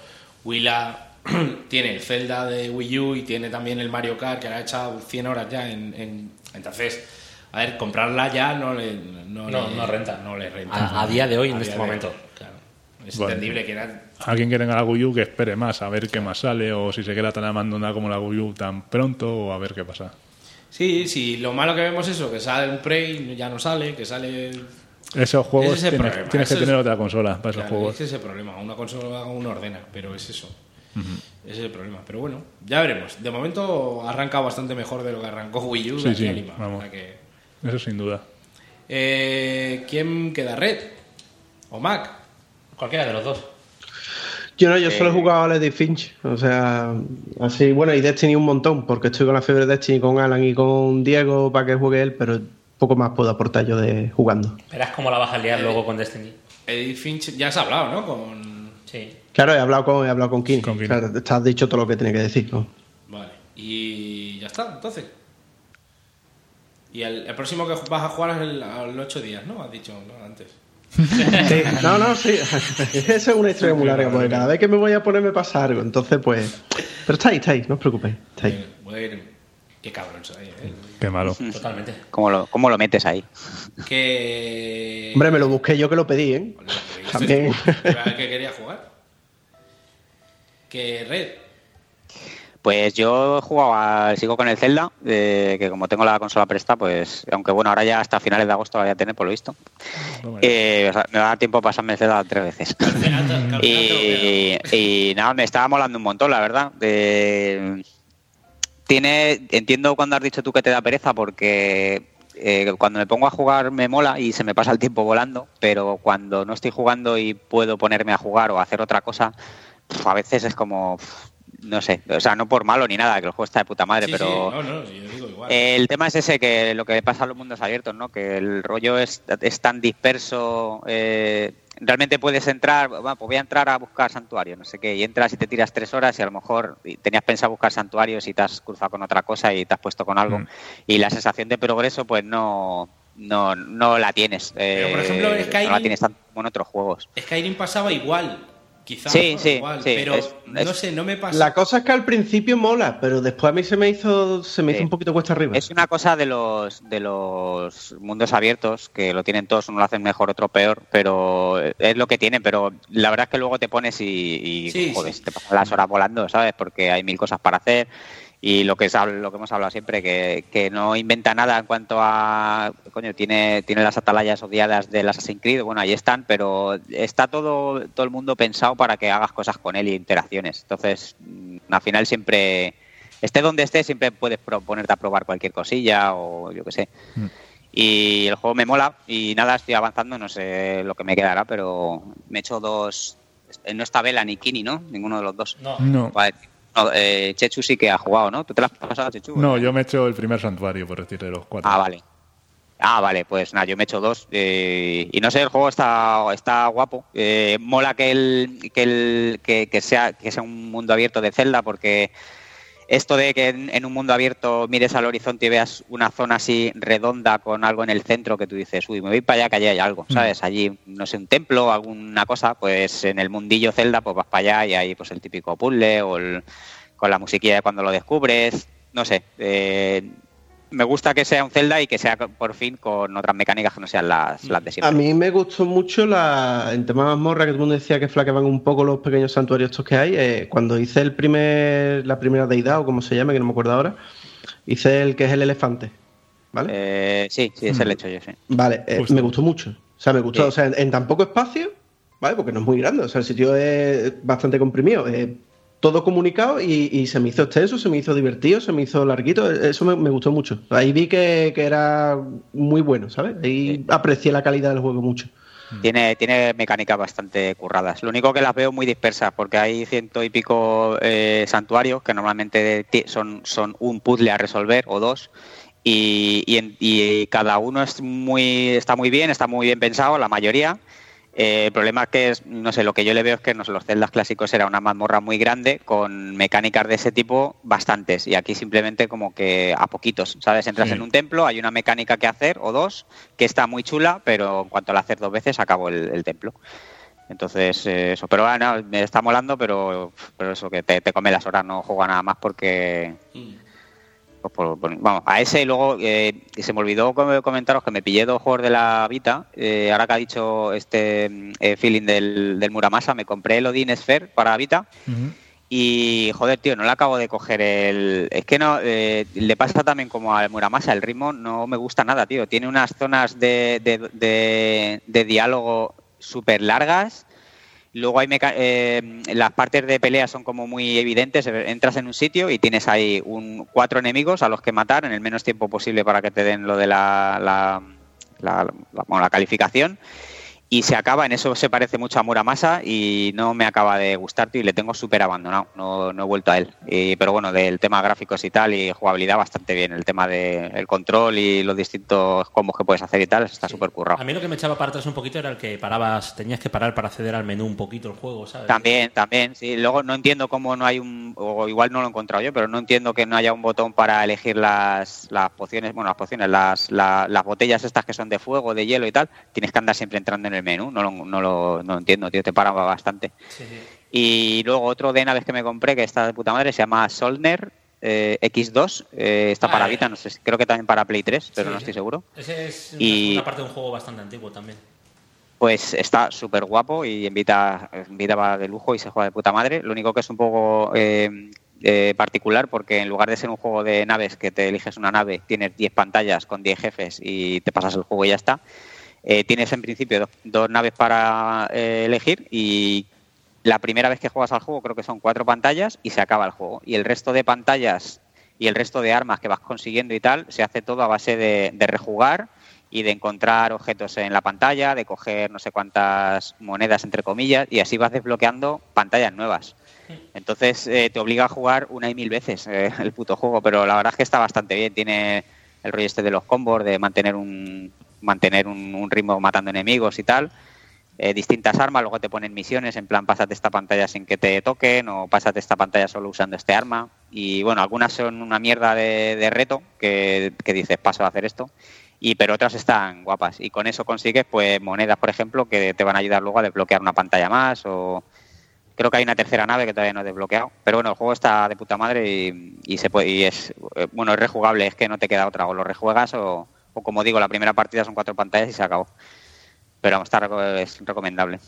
D: Willa [clears throat] tiene el Zelda de Wii U y tiene también el Mario Kart, que le ha echado 100 horas ya en... en- Entonces, a ver, comprarla ya no le... No,
A: No,
D: le-
A: no renta.
D: No le renta.
A: A- a día de hoy, en
D: A
A: este momento.
D: Claro. Es
C: Bueno.
D: entendible que era...
C: alguien que tenga la Wii U que espere más a ver qué más sale o si se queda tan abandonada como la Wii U tan pronto o a ver qué pasa.
D: Sí, sí, lo malo que vemos es eso, que sale un Prey, ya no sale, que sale... el-
C: Esos juegos
D: Ese es el
C: tienes,
D: problema,
C: tienes que
D: eso es-
C: tener otra consola para esos
D: Claro,
C: juegos.
D: Ese es el problema, una consola uno ordena, pero es eso. Ese es el problema, pero bueno, ya veremos. De momento arranca bastante mejor de lo que arrancó Wii U
C: Sí,
D: de aquí
C: sí,
D: a Lima.
C: vamos.
D: o sea que-
C: Eso sin duda.
D: Eh, ¿Quién queda red? ¿O Mac?
A: Cualquiera de los dos.
I: Yo
K: Eh,
I: no, yo solo he jugado a Lady Finch. O sea, así, bueno, y Destiny un montón, porque estoy con la fiebre de Destiny con Alan y con Diego para que juegue él, pero poco más puedo aportar yo de jugando.
A: Verás cómo la vas a liar luego con Destiny.
D: Edith Eh, Finch, ya has hablado, ¿no? Con...
A: Sí.
I: Claro, he hablado con, he hablado con Kini.
C: Con Kini.
I: Claro, te has dicho todo lo que tiene que decir, ¿no?
D: Vale. Y ya está, entonces. Y el, el próximo que vas a jugar es el, a los ocho días, ¿no? Has dicho ¿no? antes.
I: Sí, no, no, sí. [laughs] Esa es una historia muy larga, porque cada vez que me voy a poner me pasa algo. Entonces, pues. Pero está ahí, está ahí, no os preocupéis. Está ahí.
K: Eh,
D: Bien, Bueno, qué cabrón soy, ¿eh? [laughs]
C: Qué malo.
A: Totalmente.
K: ¿Cómo lo, cómo lo metes ahí? eh,
D: Que...
I: Hombre, me lo busqué yo que lo pedí, ¿eh?
D: Lo que dices,
I: También.
D: era el que quería jugar. Que red.
K: Pues yo he jugado al- sigo con el Zelda, eh, que como tengo la consola presta, pues aunque bueno, ahora ya hasta finales de agosto la voy a tener, por lo visto.
C: Toma ya.
K: Eh, o sea, me va a dar tiempo a pasarme el Zelda tres veces. y, y nada, me estaba molando un montón, la verdad. Eh, tiene, entiendo cuando has dicho tú que te da pereza, porque eh, cuando me pongo a jugar me mola y se me pasa el tiempo volando, pero cuando no estoy jugando y puedo ponerme a jugar o a hacer otra cosa, pf, a veces es como, pf, no sé, o sea, no por malo ni nada, que el juego está de puta madre,
D: Sí,
K: pero...
D: sí, no, no, yo digo igual.
K: El tema es ese, que lo que pasa en los mundos abiertos, ¿no? Que el rollo es, es tan disperso eh, realmente puedes entrar, bueno, pues voy a entrar a buscar santuario, no sé qué, y entras y te tiras tres horas y a lo mejor tenías pensado buscar santuarios y te has cruzado con otra cosa y te has puesto con algo. Y la sensación de progreso, pues no, no, no la tienes.
D: Pero, por ejemplo,
K: eh,
D: Skyrim-
K: no la tienes tanto como en otros juegos.
D: Skyrim pasaba igual. Quizás
K: Sí,
D: ¿no?
K: sí,
D: igual,
K: sí,
D: pero
K: es-
D: no
K: es-
D: sé, no me pasa.
I: La cosa es que al principio mola, pero después a mí se me hizo, se me hizo
K: Sí.
I: un poquito cuesta arriba.
K: Es una cosa de los de los mundos abiertos que lo tienen todos, uno lo hacen mejor, otro peor, pero es lo que tienen. Pero la verdad es que luego te pones y, y,
D: Sí,
K: joder,
D: sí.
K: te pasan las horas volando, ¿sabes? Porque hay mil cosas para hacer y lo que es hab- lo que hemos hablado siempre que, que no inventa nada en cuanto a coño tiene tiene las atalayas odiadas del Assassin's Creed, bueno ahí están, pero está todo todo el mundo pensado para que hagas cosas con él y interacciones. Entonces mm, al final siempre esté donde esté, siempre puedes pro- ponerte a probar cualquier cosilla o yo qué sé. Y el juego me mola y nada, estoy avanzando, no sé lo que me quedará, pero me he hecho dos... eh, No está Vela ni Kini, ¿no? Ninguno de los dos.
A: No.
C: No.
K: Vale. No, eh, Chechu sí que ha jugado, ¿no? ¿Tú te lo has pasado, Chechu?
C: No, yo me he hecho el primer santuario, por decirle los cuatro. [laughs]
K: Ah, vale. Ah, vale, pues nada, yo me he hecho dos. eh, y no sé, el juego está, está guapo. Eh, mola que, el, que, el, que, que sea, que sea un mundo abierto de Zelda, porque esto de que en, en un mundo abierto mires al horizonte y veas una zona así redonda con algo en el centro que tú dices, uy, me voy para allá que allí hay algo, ¿sabes? Allí, no sé, un templo, alguna cosa, pues en el mundillo Zelda, pues vas para allá y hay pues el típico puzzle o el- con la musiquilla de cuando lo descubres, no sé. eh, me gusta que sea un Zelda y que sea co- por fin con otras mecánicas que no sean las, las de
I: A
K: siempre.
I: mí me gustó mucho la, en tema de mazmorra que todo el mundo decía que flaqueaban un poco los pequeños santuarios estos que hay. eh, cuando hice el primer, la primera deidad o como se llame, que no me acuerdo ahora, hice el que es el elefante. ¿Vale?
K: Eh, sí, sí, ese lo he hecho yo, sí.
I: vale, eh,
C: justo.
I: me gustó mucho. O sea, me gustó.
K: Sí.
I: O sea, en, en tan poco espacio, ¿vale? Porque no es muy grande. O sea, el sitio es bastante comprimido. eh, todo comunicado y, y se me hizo extenso, se me hizo divertido, se me hizo larguito. eh, Eso me, me gustó mucho. Ahí vi que, que era muy bueno, ¿sabes? Ahí aprecié la calidad del juego mucho.
K: Tiene, tiene mecánicas bastante curradas. Lo único que las veo muy dispersas, porque hay ciento y pico eh, santuarios que normalmente ti- son, son un puzzle a resolver o dos. Y, y en- y cada uno es muy, está muy bien, está muy bien pensado, la mayoría. Eh, el problema es que, es, no sé, lo que yo le veo es que en los los Zeldas clásicos era una mazmorra muy grande con mecánicas de ese tipo bastantes. Y aquí simplemente como que a poquitos, ¿sabes? Entras
C: Sí.
K: en un templo, hay una mecánica que hacer o dos, que está muy chula, pero en cuanto la haces dos veces acabó el, el templo. Entonces, eh, eso. Pero bueno, me está molando, pero, pero eso, que te, te come las horas, no juega nada más porque... Pues por- por- vamos, a ese y luego eh, que se me olvidó com- comentaros que me pillé dos juegos de la Vita. eh, ahora que ha dicho este mm, eh, feeling del, del Muramasa, me compré el Odin Sphere para Vita. Y joder, tío, no le acabo de coger el. Es que no. eh, le pasa también como al Muramasa, el ritmo no me gusta nada, tío. Tiene unas zonas de, de, de- de diálogo súper largas. Luego hay meca- eh, las partes de pelea son como muy evidentes. eh, Entras en un sitio y tienes ahí un, cuatro enemigos a los que matar en el menos tiempo posible para que te den lo de la, la, la- la- bueno, la calificación. Y se acaba, en eso se parece mucho a Muramasa y no me acaba de gustar, tío, y le tengo súper abandonado, no, no he vuelto a él. Y- pero bueno, del tema gráficos y tal y jugabilidad bastante bien, el tema del control y los distintos combos que puedes hacer y tal, está súper currado.
A: A mí lo que me echaba para atrás un poquito era el que parabas, tenías que parar para acceder al menú un poquito el juego, ¿sabes?
K: También, también, sí. Luego no entiendo cómo no hay un, o igual no lo he encontrado yo, pero no entiendo que no haya un botón para elegir las, las pociones, bueno, las pociones, las, la- las botellas estas que son de fuego, de hielo y tal. Tienes que andar siempre entrando en el menú, no lo, no lo, no lo entiendo, tío, te para bastante. Y luego otro de naves que me compré, que está de puta madre, se llama Solner eh, X2, eh, está para
A: Ah, eh.
K: Vita, no sé, si- creo que también para Play 3, pero
A: Sí,
K: no
A: sí.
K: estoy seguro.
A: Ese es una,
K: Y-
A: una parte de un juego bastante antiguo también.
K: Pues está súper guapo y invita, invita va de lujo y se juega de puta madre. Lo único que es un poco eh, eh, particular porque en lugar de ser un juego de naves que te eliges una nave, tienes 10 pantallas con 10 jefes y te pasas el juego y ya está, eh, tienes en principio dos, dos naves para eh, elegir y la primera vez que juegas al juego creo que son cuatro pantallas y se acaba el juego. Y el resto de pantallas y el resto de armas que vas consiguiendo y tal, se hace todo a base de, de rejugar y de encontrar objetos en la pantalla, de coger no sé cuántas monedas entre comillas y así vas desbloqueando pantallas nuevas. Entonces eh, te obliga a jugar una y mil veces eh, [laughs] el puto juego, pero la verdad es que está bastante bien. Tiene el rollo este de los combos, de mantener un mantener un, un ritmo matando enemigos y tal. eh, distintas armas, luego te ponen misiones en plan pásate esta pantalla sin que te toquen o pásate esta pantalla solo usando este arma. Y bueno, algunas son una mierda de, de reto que, que dices paso a hacer esto, y pero otras están guapas. Y con eso consigues pues monedas, por ejemplo, que te van a ayudar luego a desbloquear una pantalla más o creo que hay una tercera nave que todavía no he desbloqueado. Pero bueno, el juego está de puta madre y, y se puede, y es eh, bueno, es rejugable, es que no te queda otra, o lo rejuegas o, o como digo, la primera partida son cuatro pantallas y se acabó. Pero vamos, está reco- es recomendable.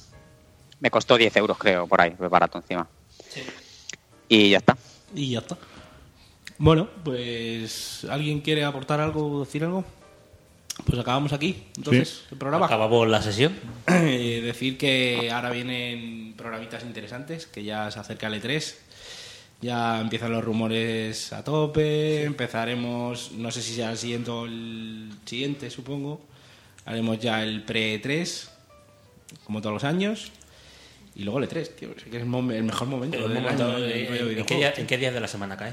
K: Me costó 10 euros, creo, por ahí, fue barato encima. Y ya está.
D: Y ya está. Bueno, pues ¿alguien quiere aportar algo, decir algo? Pues acabamos aquí, entonces,
A: Sí.
D: el programa.
A: Acabamos la sesión.
D: Eh, decir que ahora vienen programitas interesantes, que ya se acerca el E3. Ya empiezan los rumores a tope, empezaremos, no sé si será el siguiente o el siguiente, supongo. Haremos ya el pre-3, como todos los años. Y luego el E3, tío, sé que es el mom- el mejor momento.
A: Pero un
D: del
A: momento,
D: año del
A: eh,
D: rollo
A: ¿en, qué
D: videojuegos,
A: día-
D: tío.
A: en qué días de la semana cae?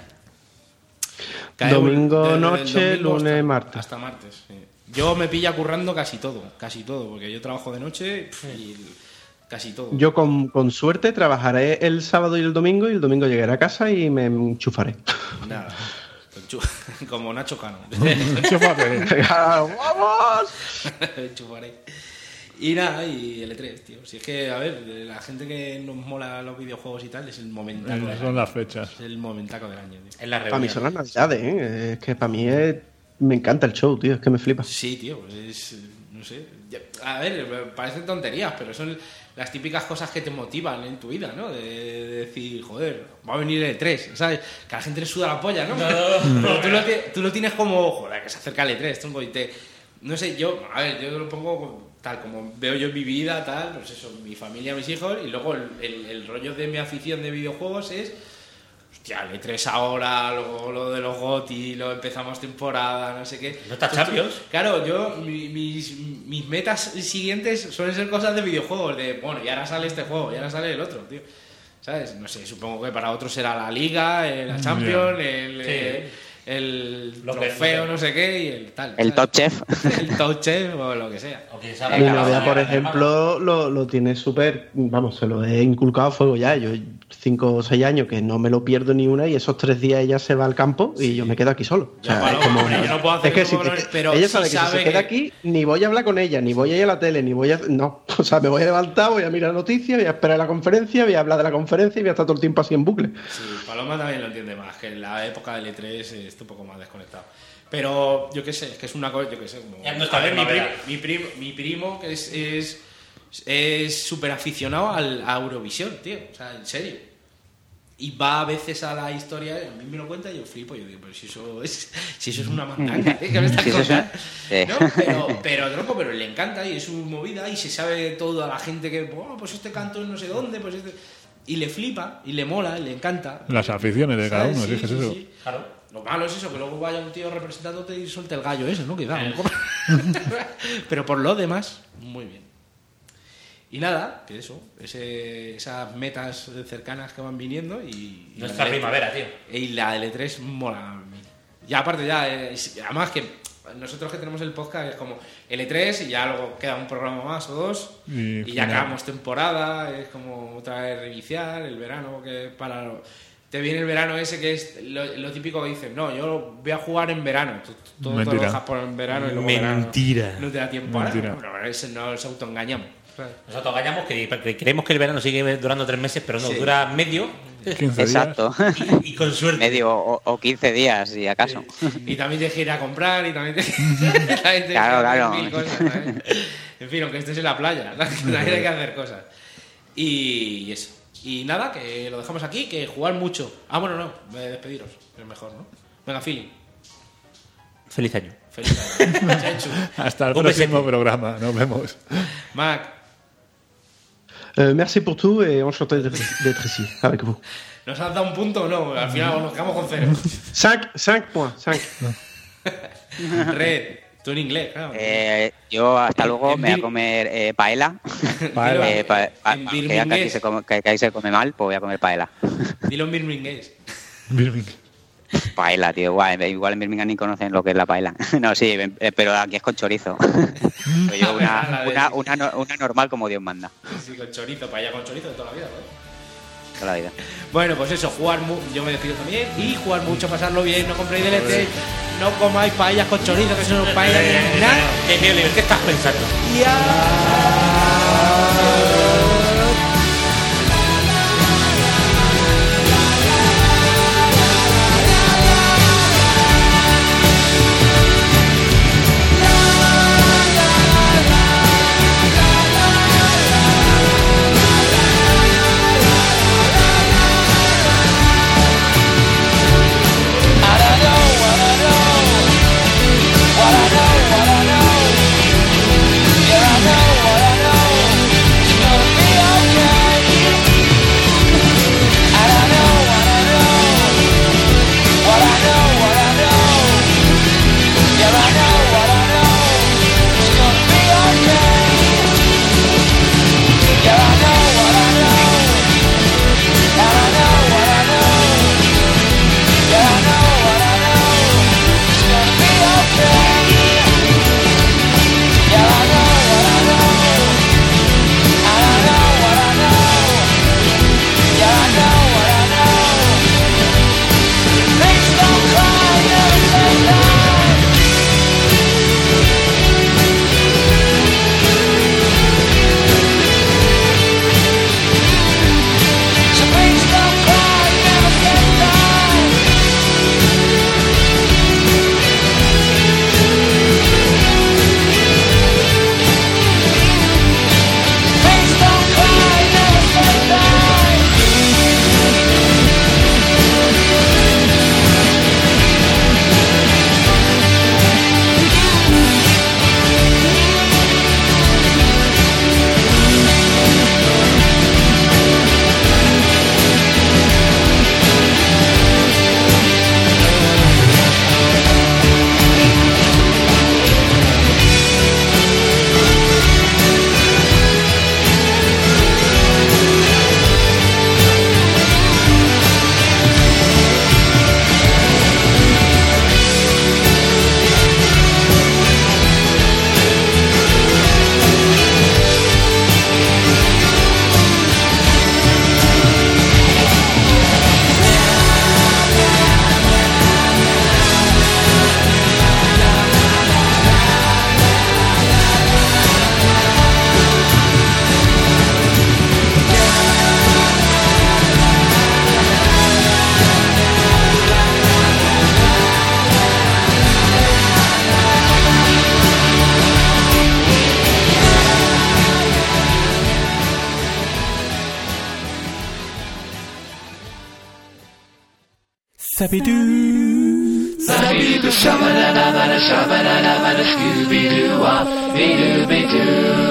D: Cae
I: Domingo,
D: desde el
I: noche, lunes,
D: hasta-
I: martes.
D: Hasta martes. sí. Yo me pilla currando casi todo, casi todo, porque yo trabajo de noche pf, y casi todo.
I: Yo con, con suerte trabajaré el sábado y el domingo y el domingo llegaré a casa y me enchufaré.
D: Nada. [laughs] Como Nacho
I: [laughs]
D: Cano.
I: ¡Vamos!
D: [laughs] Chuparé. Y nada, y el E3, tío. Si es que, a ver, la gente que nos mola los videojuegos y tal es el momentaco. del
C: Son
D: año.
C: las fechas.
D: Es el momentaco del año, tío.
A: En la
I: Para mí son las navidades, ¿eh? Es que para mí es- me encanta el show, tío. Es que me flipa.
D: Sí, tío, pues es. No sé. Ya- A ver, parecen tonterías, pero son las típicas cosas que te motivan en tu vida, ¿no? De, de decir, joder, va a venir el E3, ¿sabes? Que a la gente le suda la polla, ¿no? [laughs] Pero tú, lo, ti- tú lo tienes como, joder, que se acerca el E3, tronco, y te. No sé, yo, a ver, yo lo pongo tal, como veo yo mi vida, tal, pues eso, mi familia, mis hijos, y luego el, el- el rollo de mi afición de videojuegos es. Hostia, el E3 ahora, luego lo de los GOTI, lo empezamos temporada, no sé qué.
A: ¿No está
D: Pues tú-
A: Champions?
D: Claro, yo, mi- mis, mis metas siguientes suelen ser cosas de videojuegos, de, bueno, y ahora sale este juego, y ahora sale el otro, tío. ¿Sabes? No sé, supongo que para otros será la Liga, eh, la Champions, el,
A: Sí.
D: eh, el
A: Lo que-
D: trofeo, no sé qué, y el tal.
K: El
D: ¿sabes?
K: Top
D: [laughs]
K: Chef.
D: el Top Chef o lo que sea.
A: ¿O quién
I: Mi novia, por ejemplo, lo, lo tiene súper. Vamos, se lo he inculcado a fuego ya. Yo, cinco o seis años, que no me lo pierdo ni una, y esos tres días ella se va al campo y yo me quedo aquí solo. O sea,
D: Paloma,
I: es como-
D: hombre, yo no puedo hacer
I: es que
D: como
I: si-
D: lo-
I: es que
D: pero
I: ella
D: sí
I: sabe que si
D: sabe
I: se queda
D: que-
I: aquí, ni voy a hablar con ella, ni voy a ir a la tele, ni voy a. No, o sea, me voy a levantar, voy a mirar noticias, voy a esperar la conferencia, voy a hablar de la conferencia y voy a estar todo el tiempo así en bucle.
D: Sí, Paloma también lo entiende más, que en la época del E3 está un poco más desconectado. Pero yo qué sé, es que es una cosa, yo qué sé. Como,
A: Ya no está
D: A ver, mi,
A: primavera.
D: prim- mi primo, mi primo que es es es súper aficionado al, a Eurovisión, tío, o sea, en serio. Y va a veces a la historia, a mí me lo cuenta y yo flipo, yo digo, pero si eso es, [laughs] si eso es
K: [laughs]
D: una mandanga, ¿eh? ¿Qué me estás
K: Si eso es una- Eh.
D: contando? No,
K: Sí.
D: pero, pero tronco, pero le encanta y es su movida y se sabe todo a la gente que, "Oh, pues este canto en no sé dónde, pues este... Y le flipa, y le mola, y le encanta.
C: Las aficiones de cada
D: ¿Sabes?
C: uno,
D: Sí,
C: si es que es
D: sí,
C: eso.
D: sí. Lo malo es eso, que luego vaya un tío representándote y suelte el gallo ese, ¿no? Que da,
C: [laughs]
D: ¿no? [laughs] Pero por lo demás, muy bien. Y nada, que eso, ese- esas metas cercanas que van viniendo y... y
A: Nuestra
D: la de- E
A: primavera, tío.
D: Y la L3 mola. Y aparte ya, eh, es- además que nosotros que tenemos el podcast es como L3 y ya luego queda un programa más o dos
C: Y
D: y ya
C: final.
D: acabamos temporada, es como otra vez reiniciar el verano que para lo- te viene el verano ese que es lo, lo típico que dicen, no, yo voy a jugar en verano, tú, tú- todo, todo lo
C: Mentira.
D: dejas por en verano y luego
A: Mentira.
D: verano. no te da tiempo ahora.
C: Mentira.
D: Bueno, ahora ese no nos autoengañamos. ¿sabes?
A: Nosotros ganamos que que Eh, creemos que el verano sigue durando tres meses, pero no,
D: Sí.
A: dura medio
C: 15 días.
K: Exacto.
A: y, y con suerte.
K: Medio o, o 15 días, si acaso.
D: Y también te gira a comprar y también te, también te tienes que
K: Claro,
D: hacer
K: claro.
D: mil cosas, ¿sabes? en fin, aunque estés en la playa, [laughs] también hay que hacer cosas. Y eso. Y nada, que lo dejamos aquí, que jugar mucho. Ah, bueno, no, eh, despediros, es mejor, ¿no? Venga, Philip.
A: Feliz año.
D: Feliz año. Chechu,
C: [laughs] Hasta el
A: Un
C: próximo
A: besete.
C: programa. Nos vemos.
D: Mac,
I: Eh, merci pour tout et enchanté d'être d'être ici avec vous.
D: ¿nos has dado un punto o no? Al final nos quedamos con cero.
I: 5, 5 points, 5.
D: [laughs] Red, tú en inglés, claro.
K: Eh, yo hasta luego
D: En
K: me voy
D: Bir-
K: a comer eh,
D: [laughs]
K: paella. [laughs]
D: Paella.
K: Eh, pa- pa-
D: En
K: que ya casi
D: birmingués.
K: se come, que- que ahí se come mal, pues voy a comer paella.
D: Dilo en birmingués.
C: Birmingham.
K: Paella, tío. Guay, igual en Birmingham ni conocen lo que es la paella. [laughs] No, sí, eh, pero aquí es con chorizo. [laughs] Pues Yo llevo
D: [laughs]
K: una, una, una no- una normal como Dios manda.
D: Sí, con chorizo, para allá con chorizo de toda la vida, ¿no?
K: Toda la vida.
D: Bueno, pues eso, jugar mu yo me despido también. Y jugar mucho, pasarlo bien, no compréis DLC, no comáis paellas con chorizo, que son unos paellas de nada.
O: ¿Qué, qué, qué estás pensando?
M: Scooby-Doo, ah, be-doo, be-doo.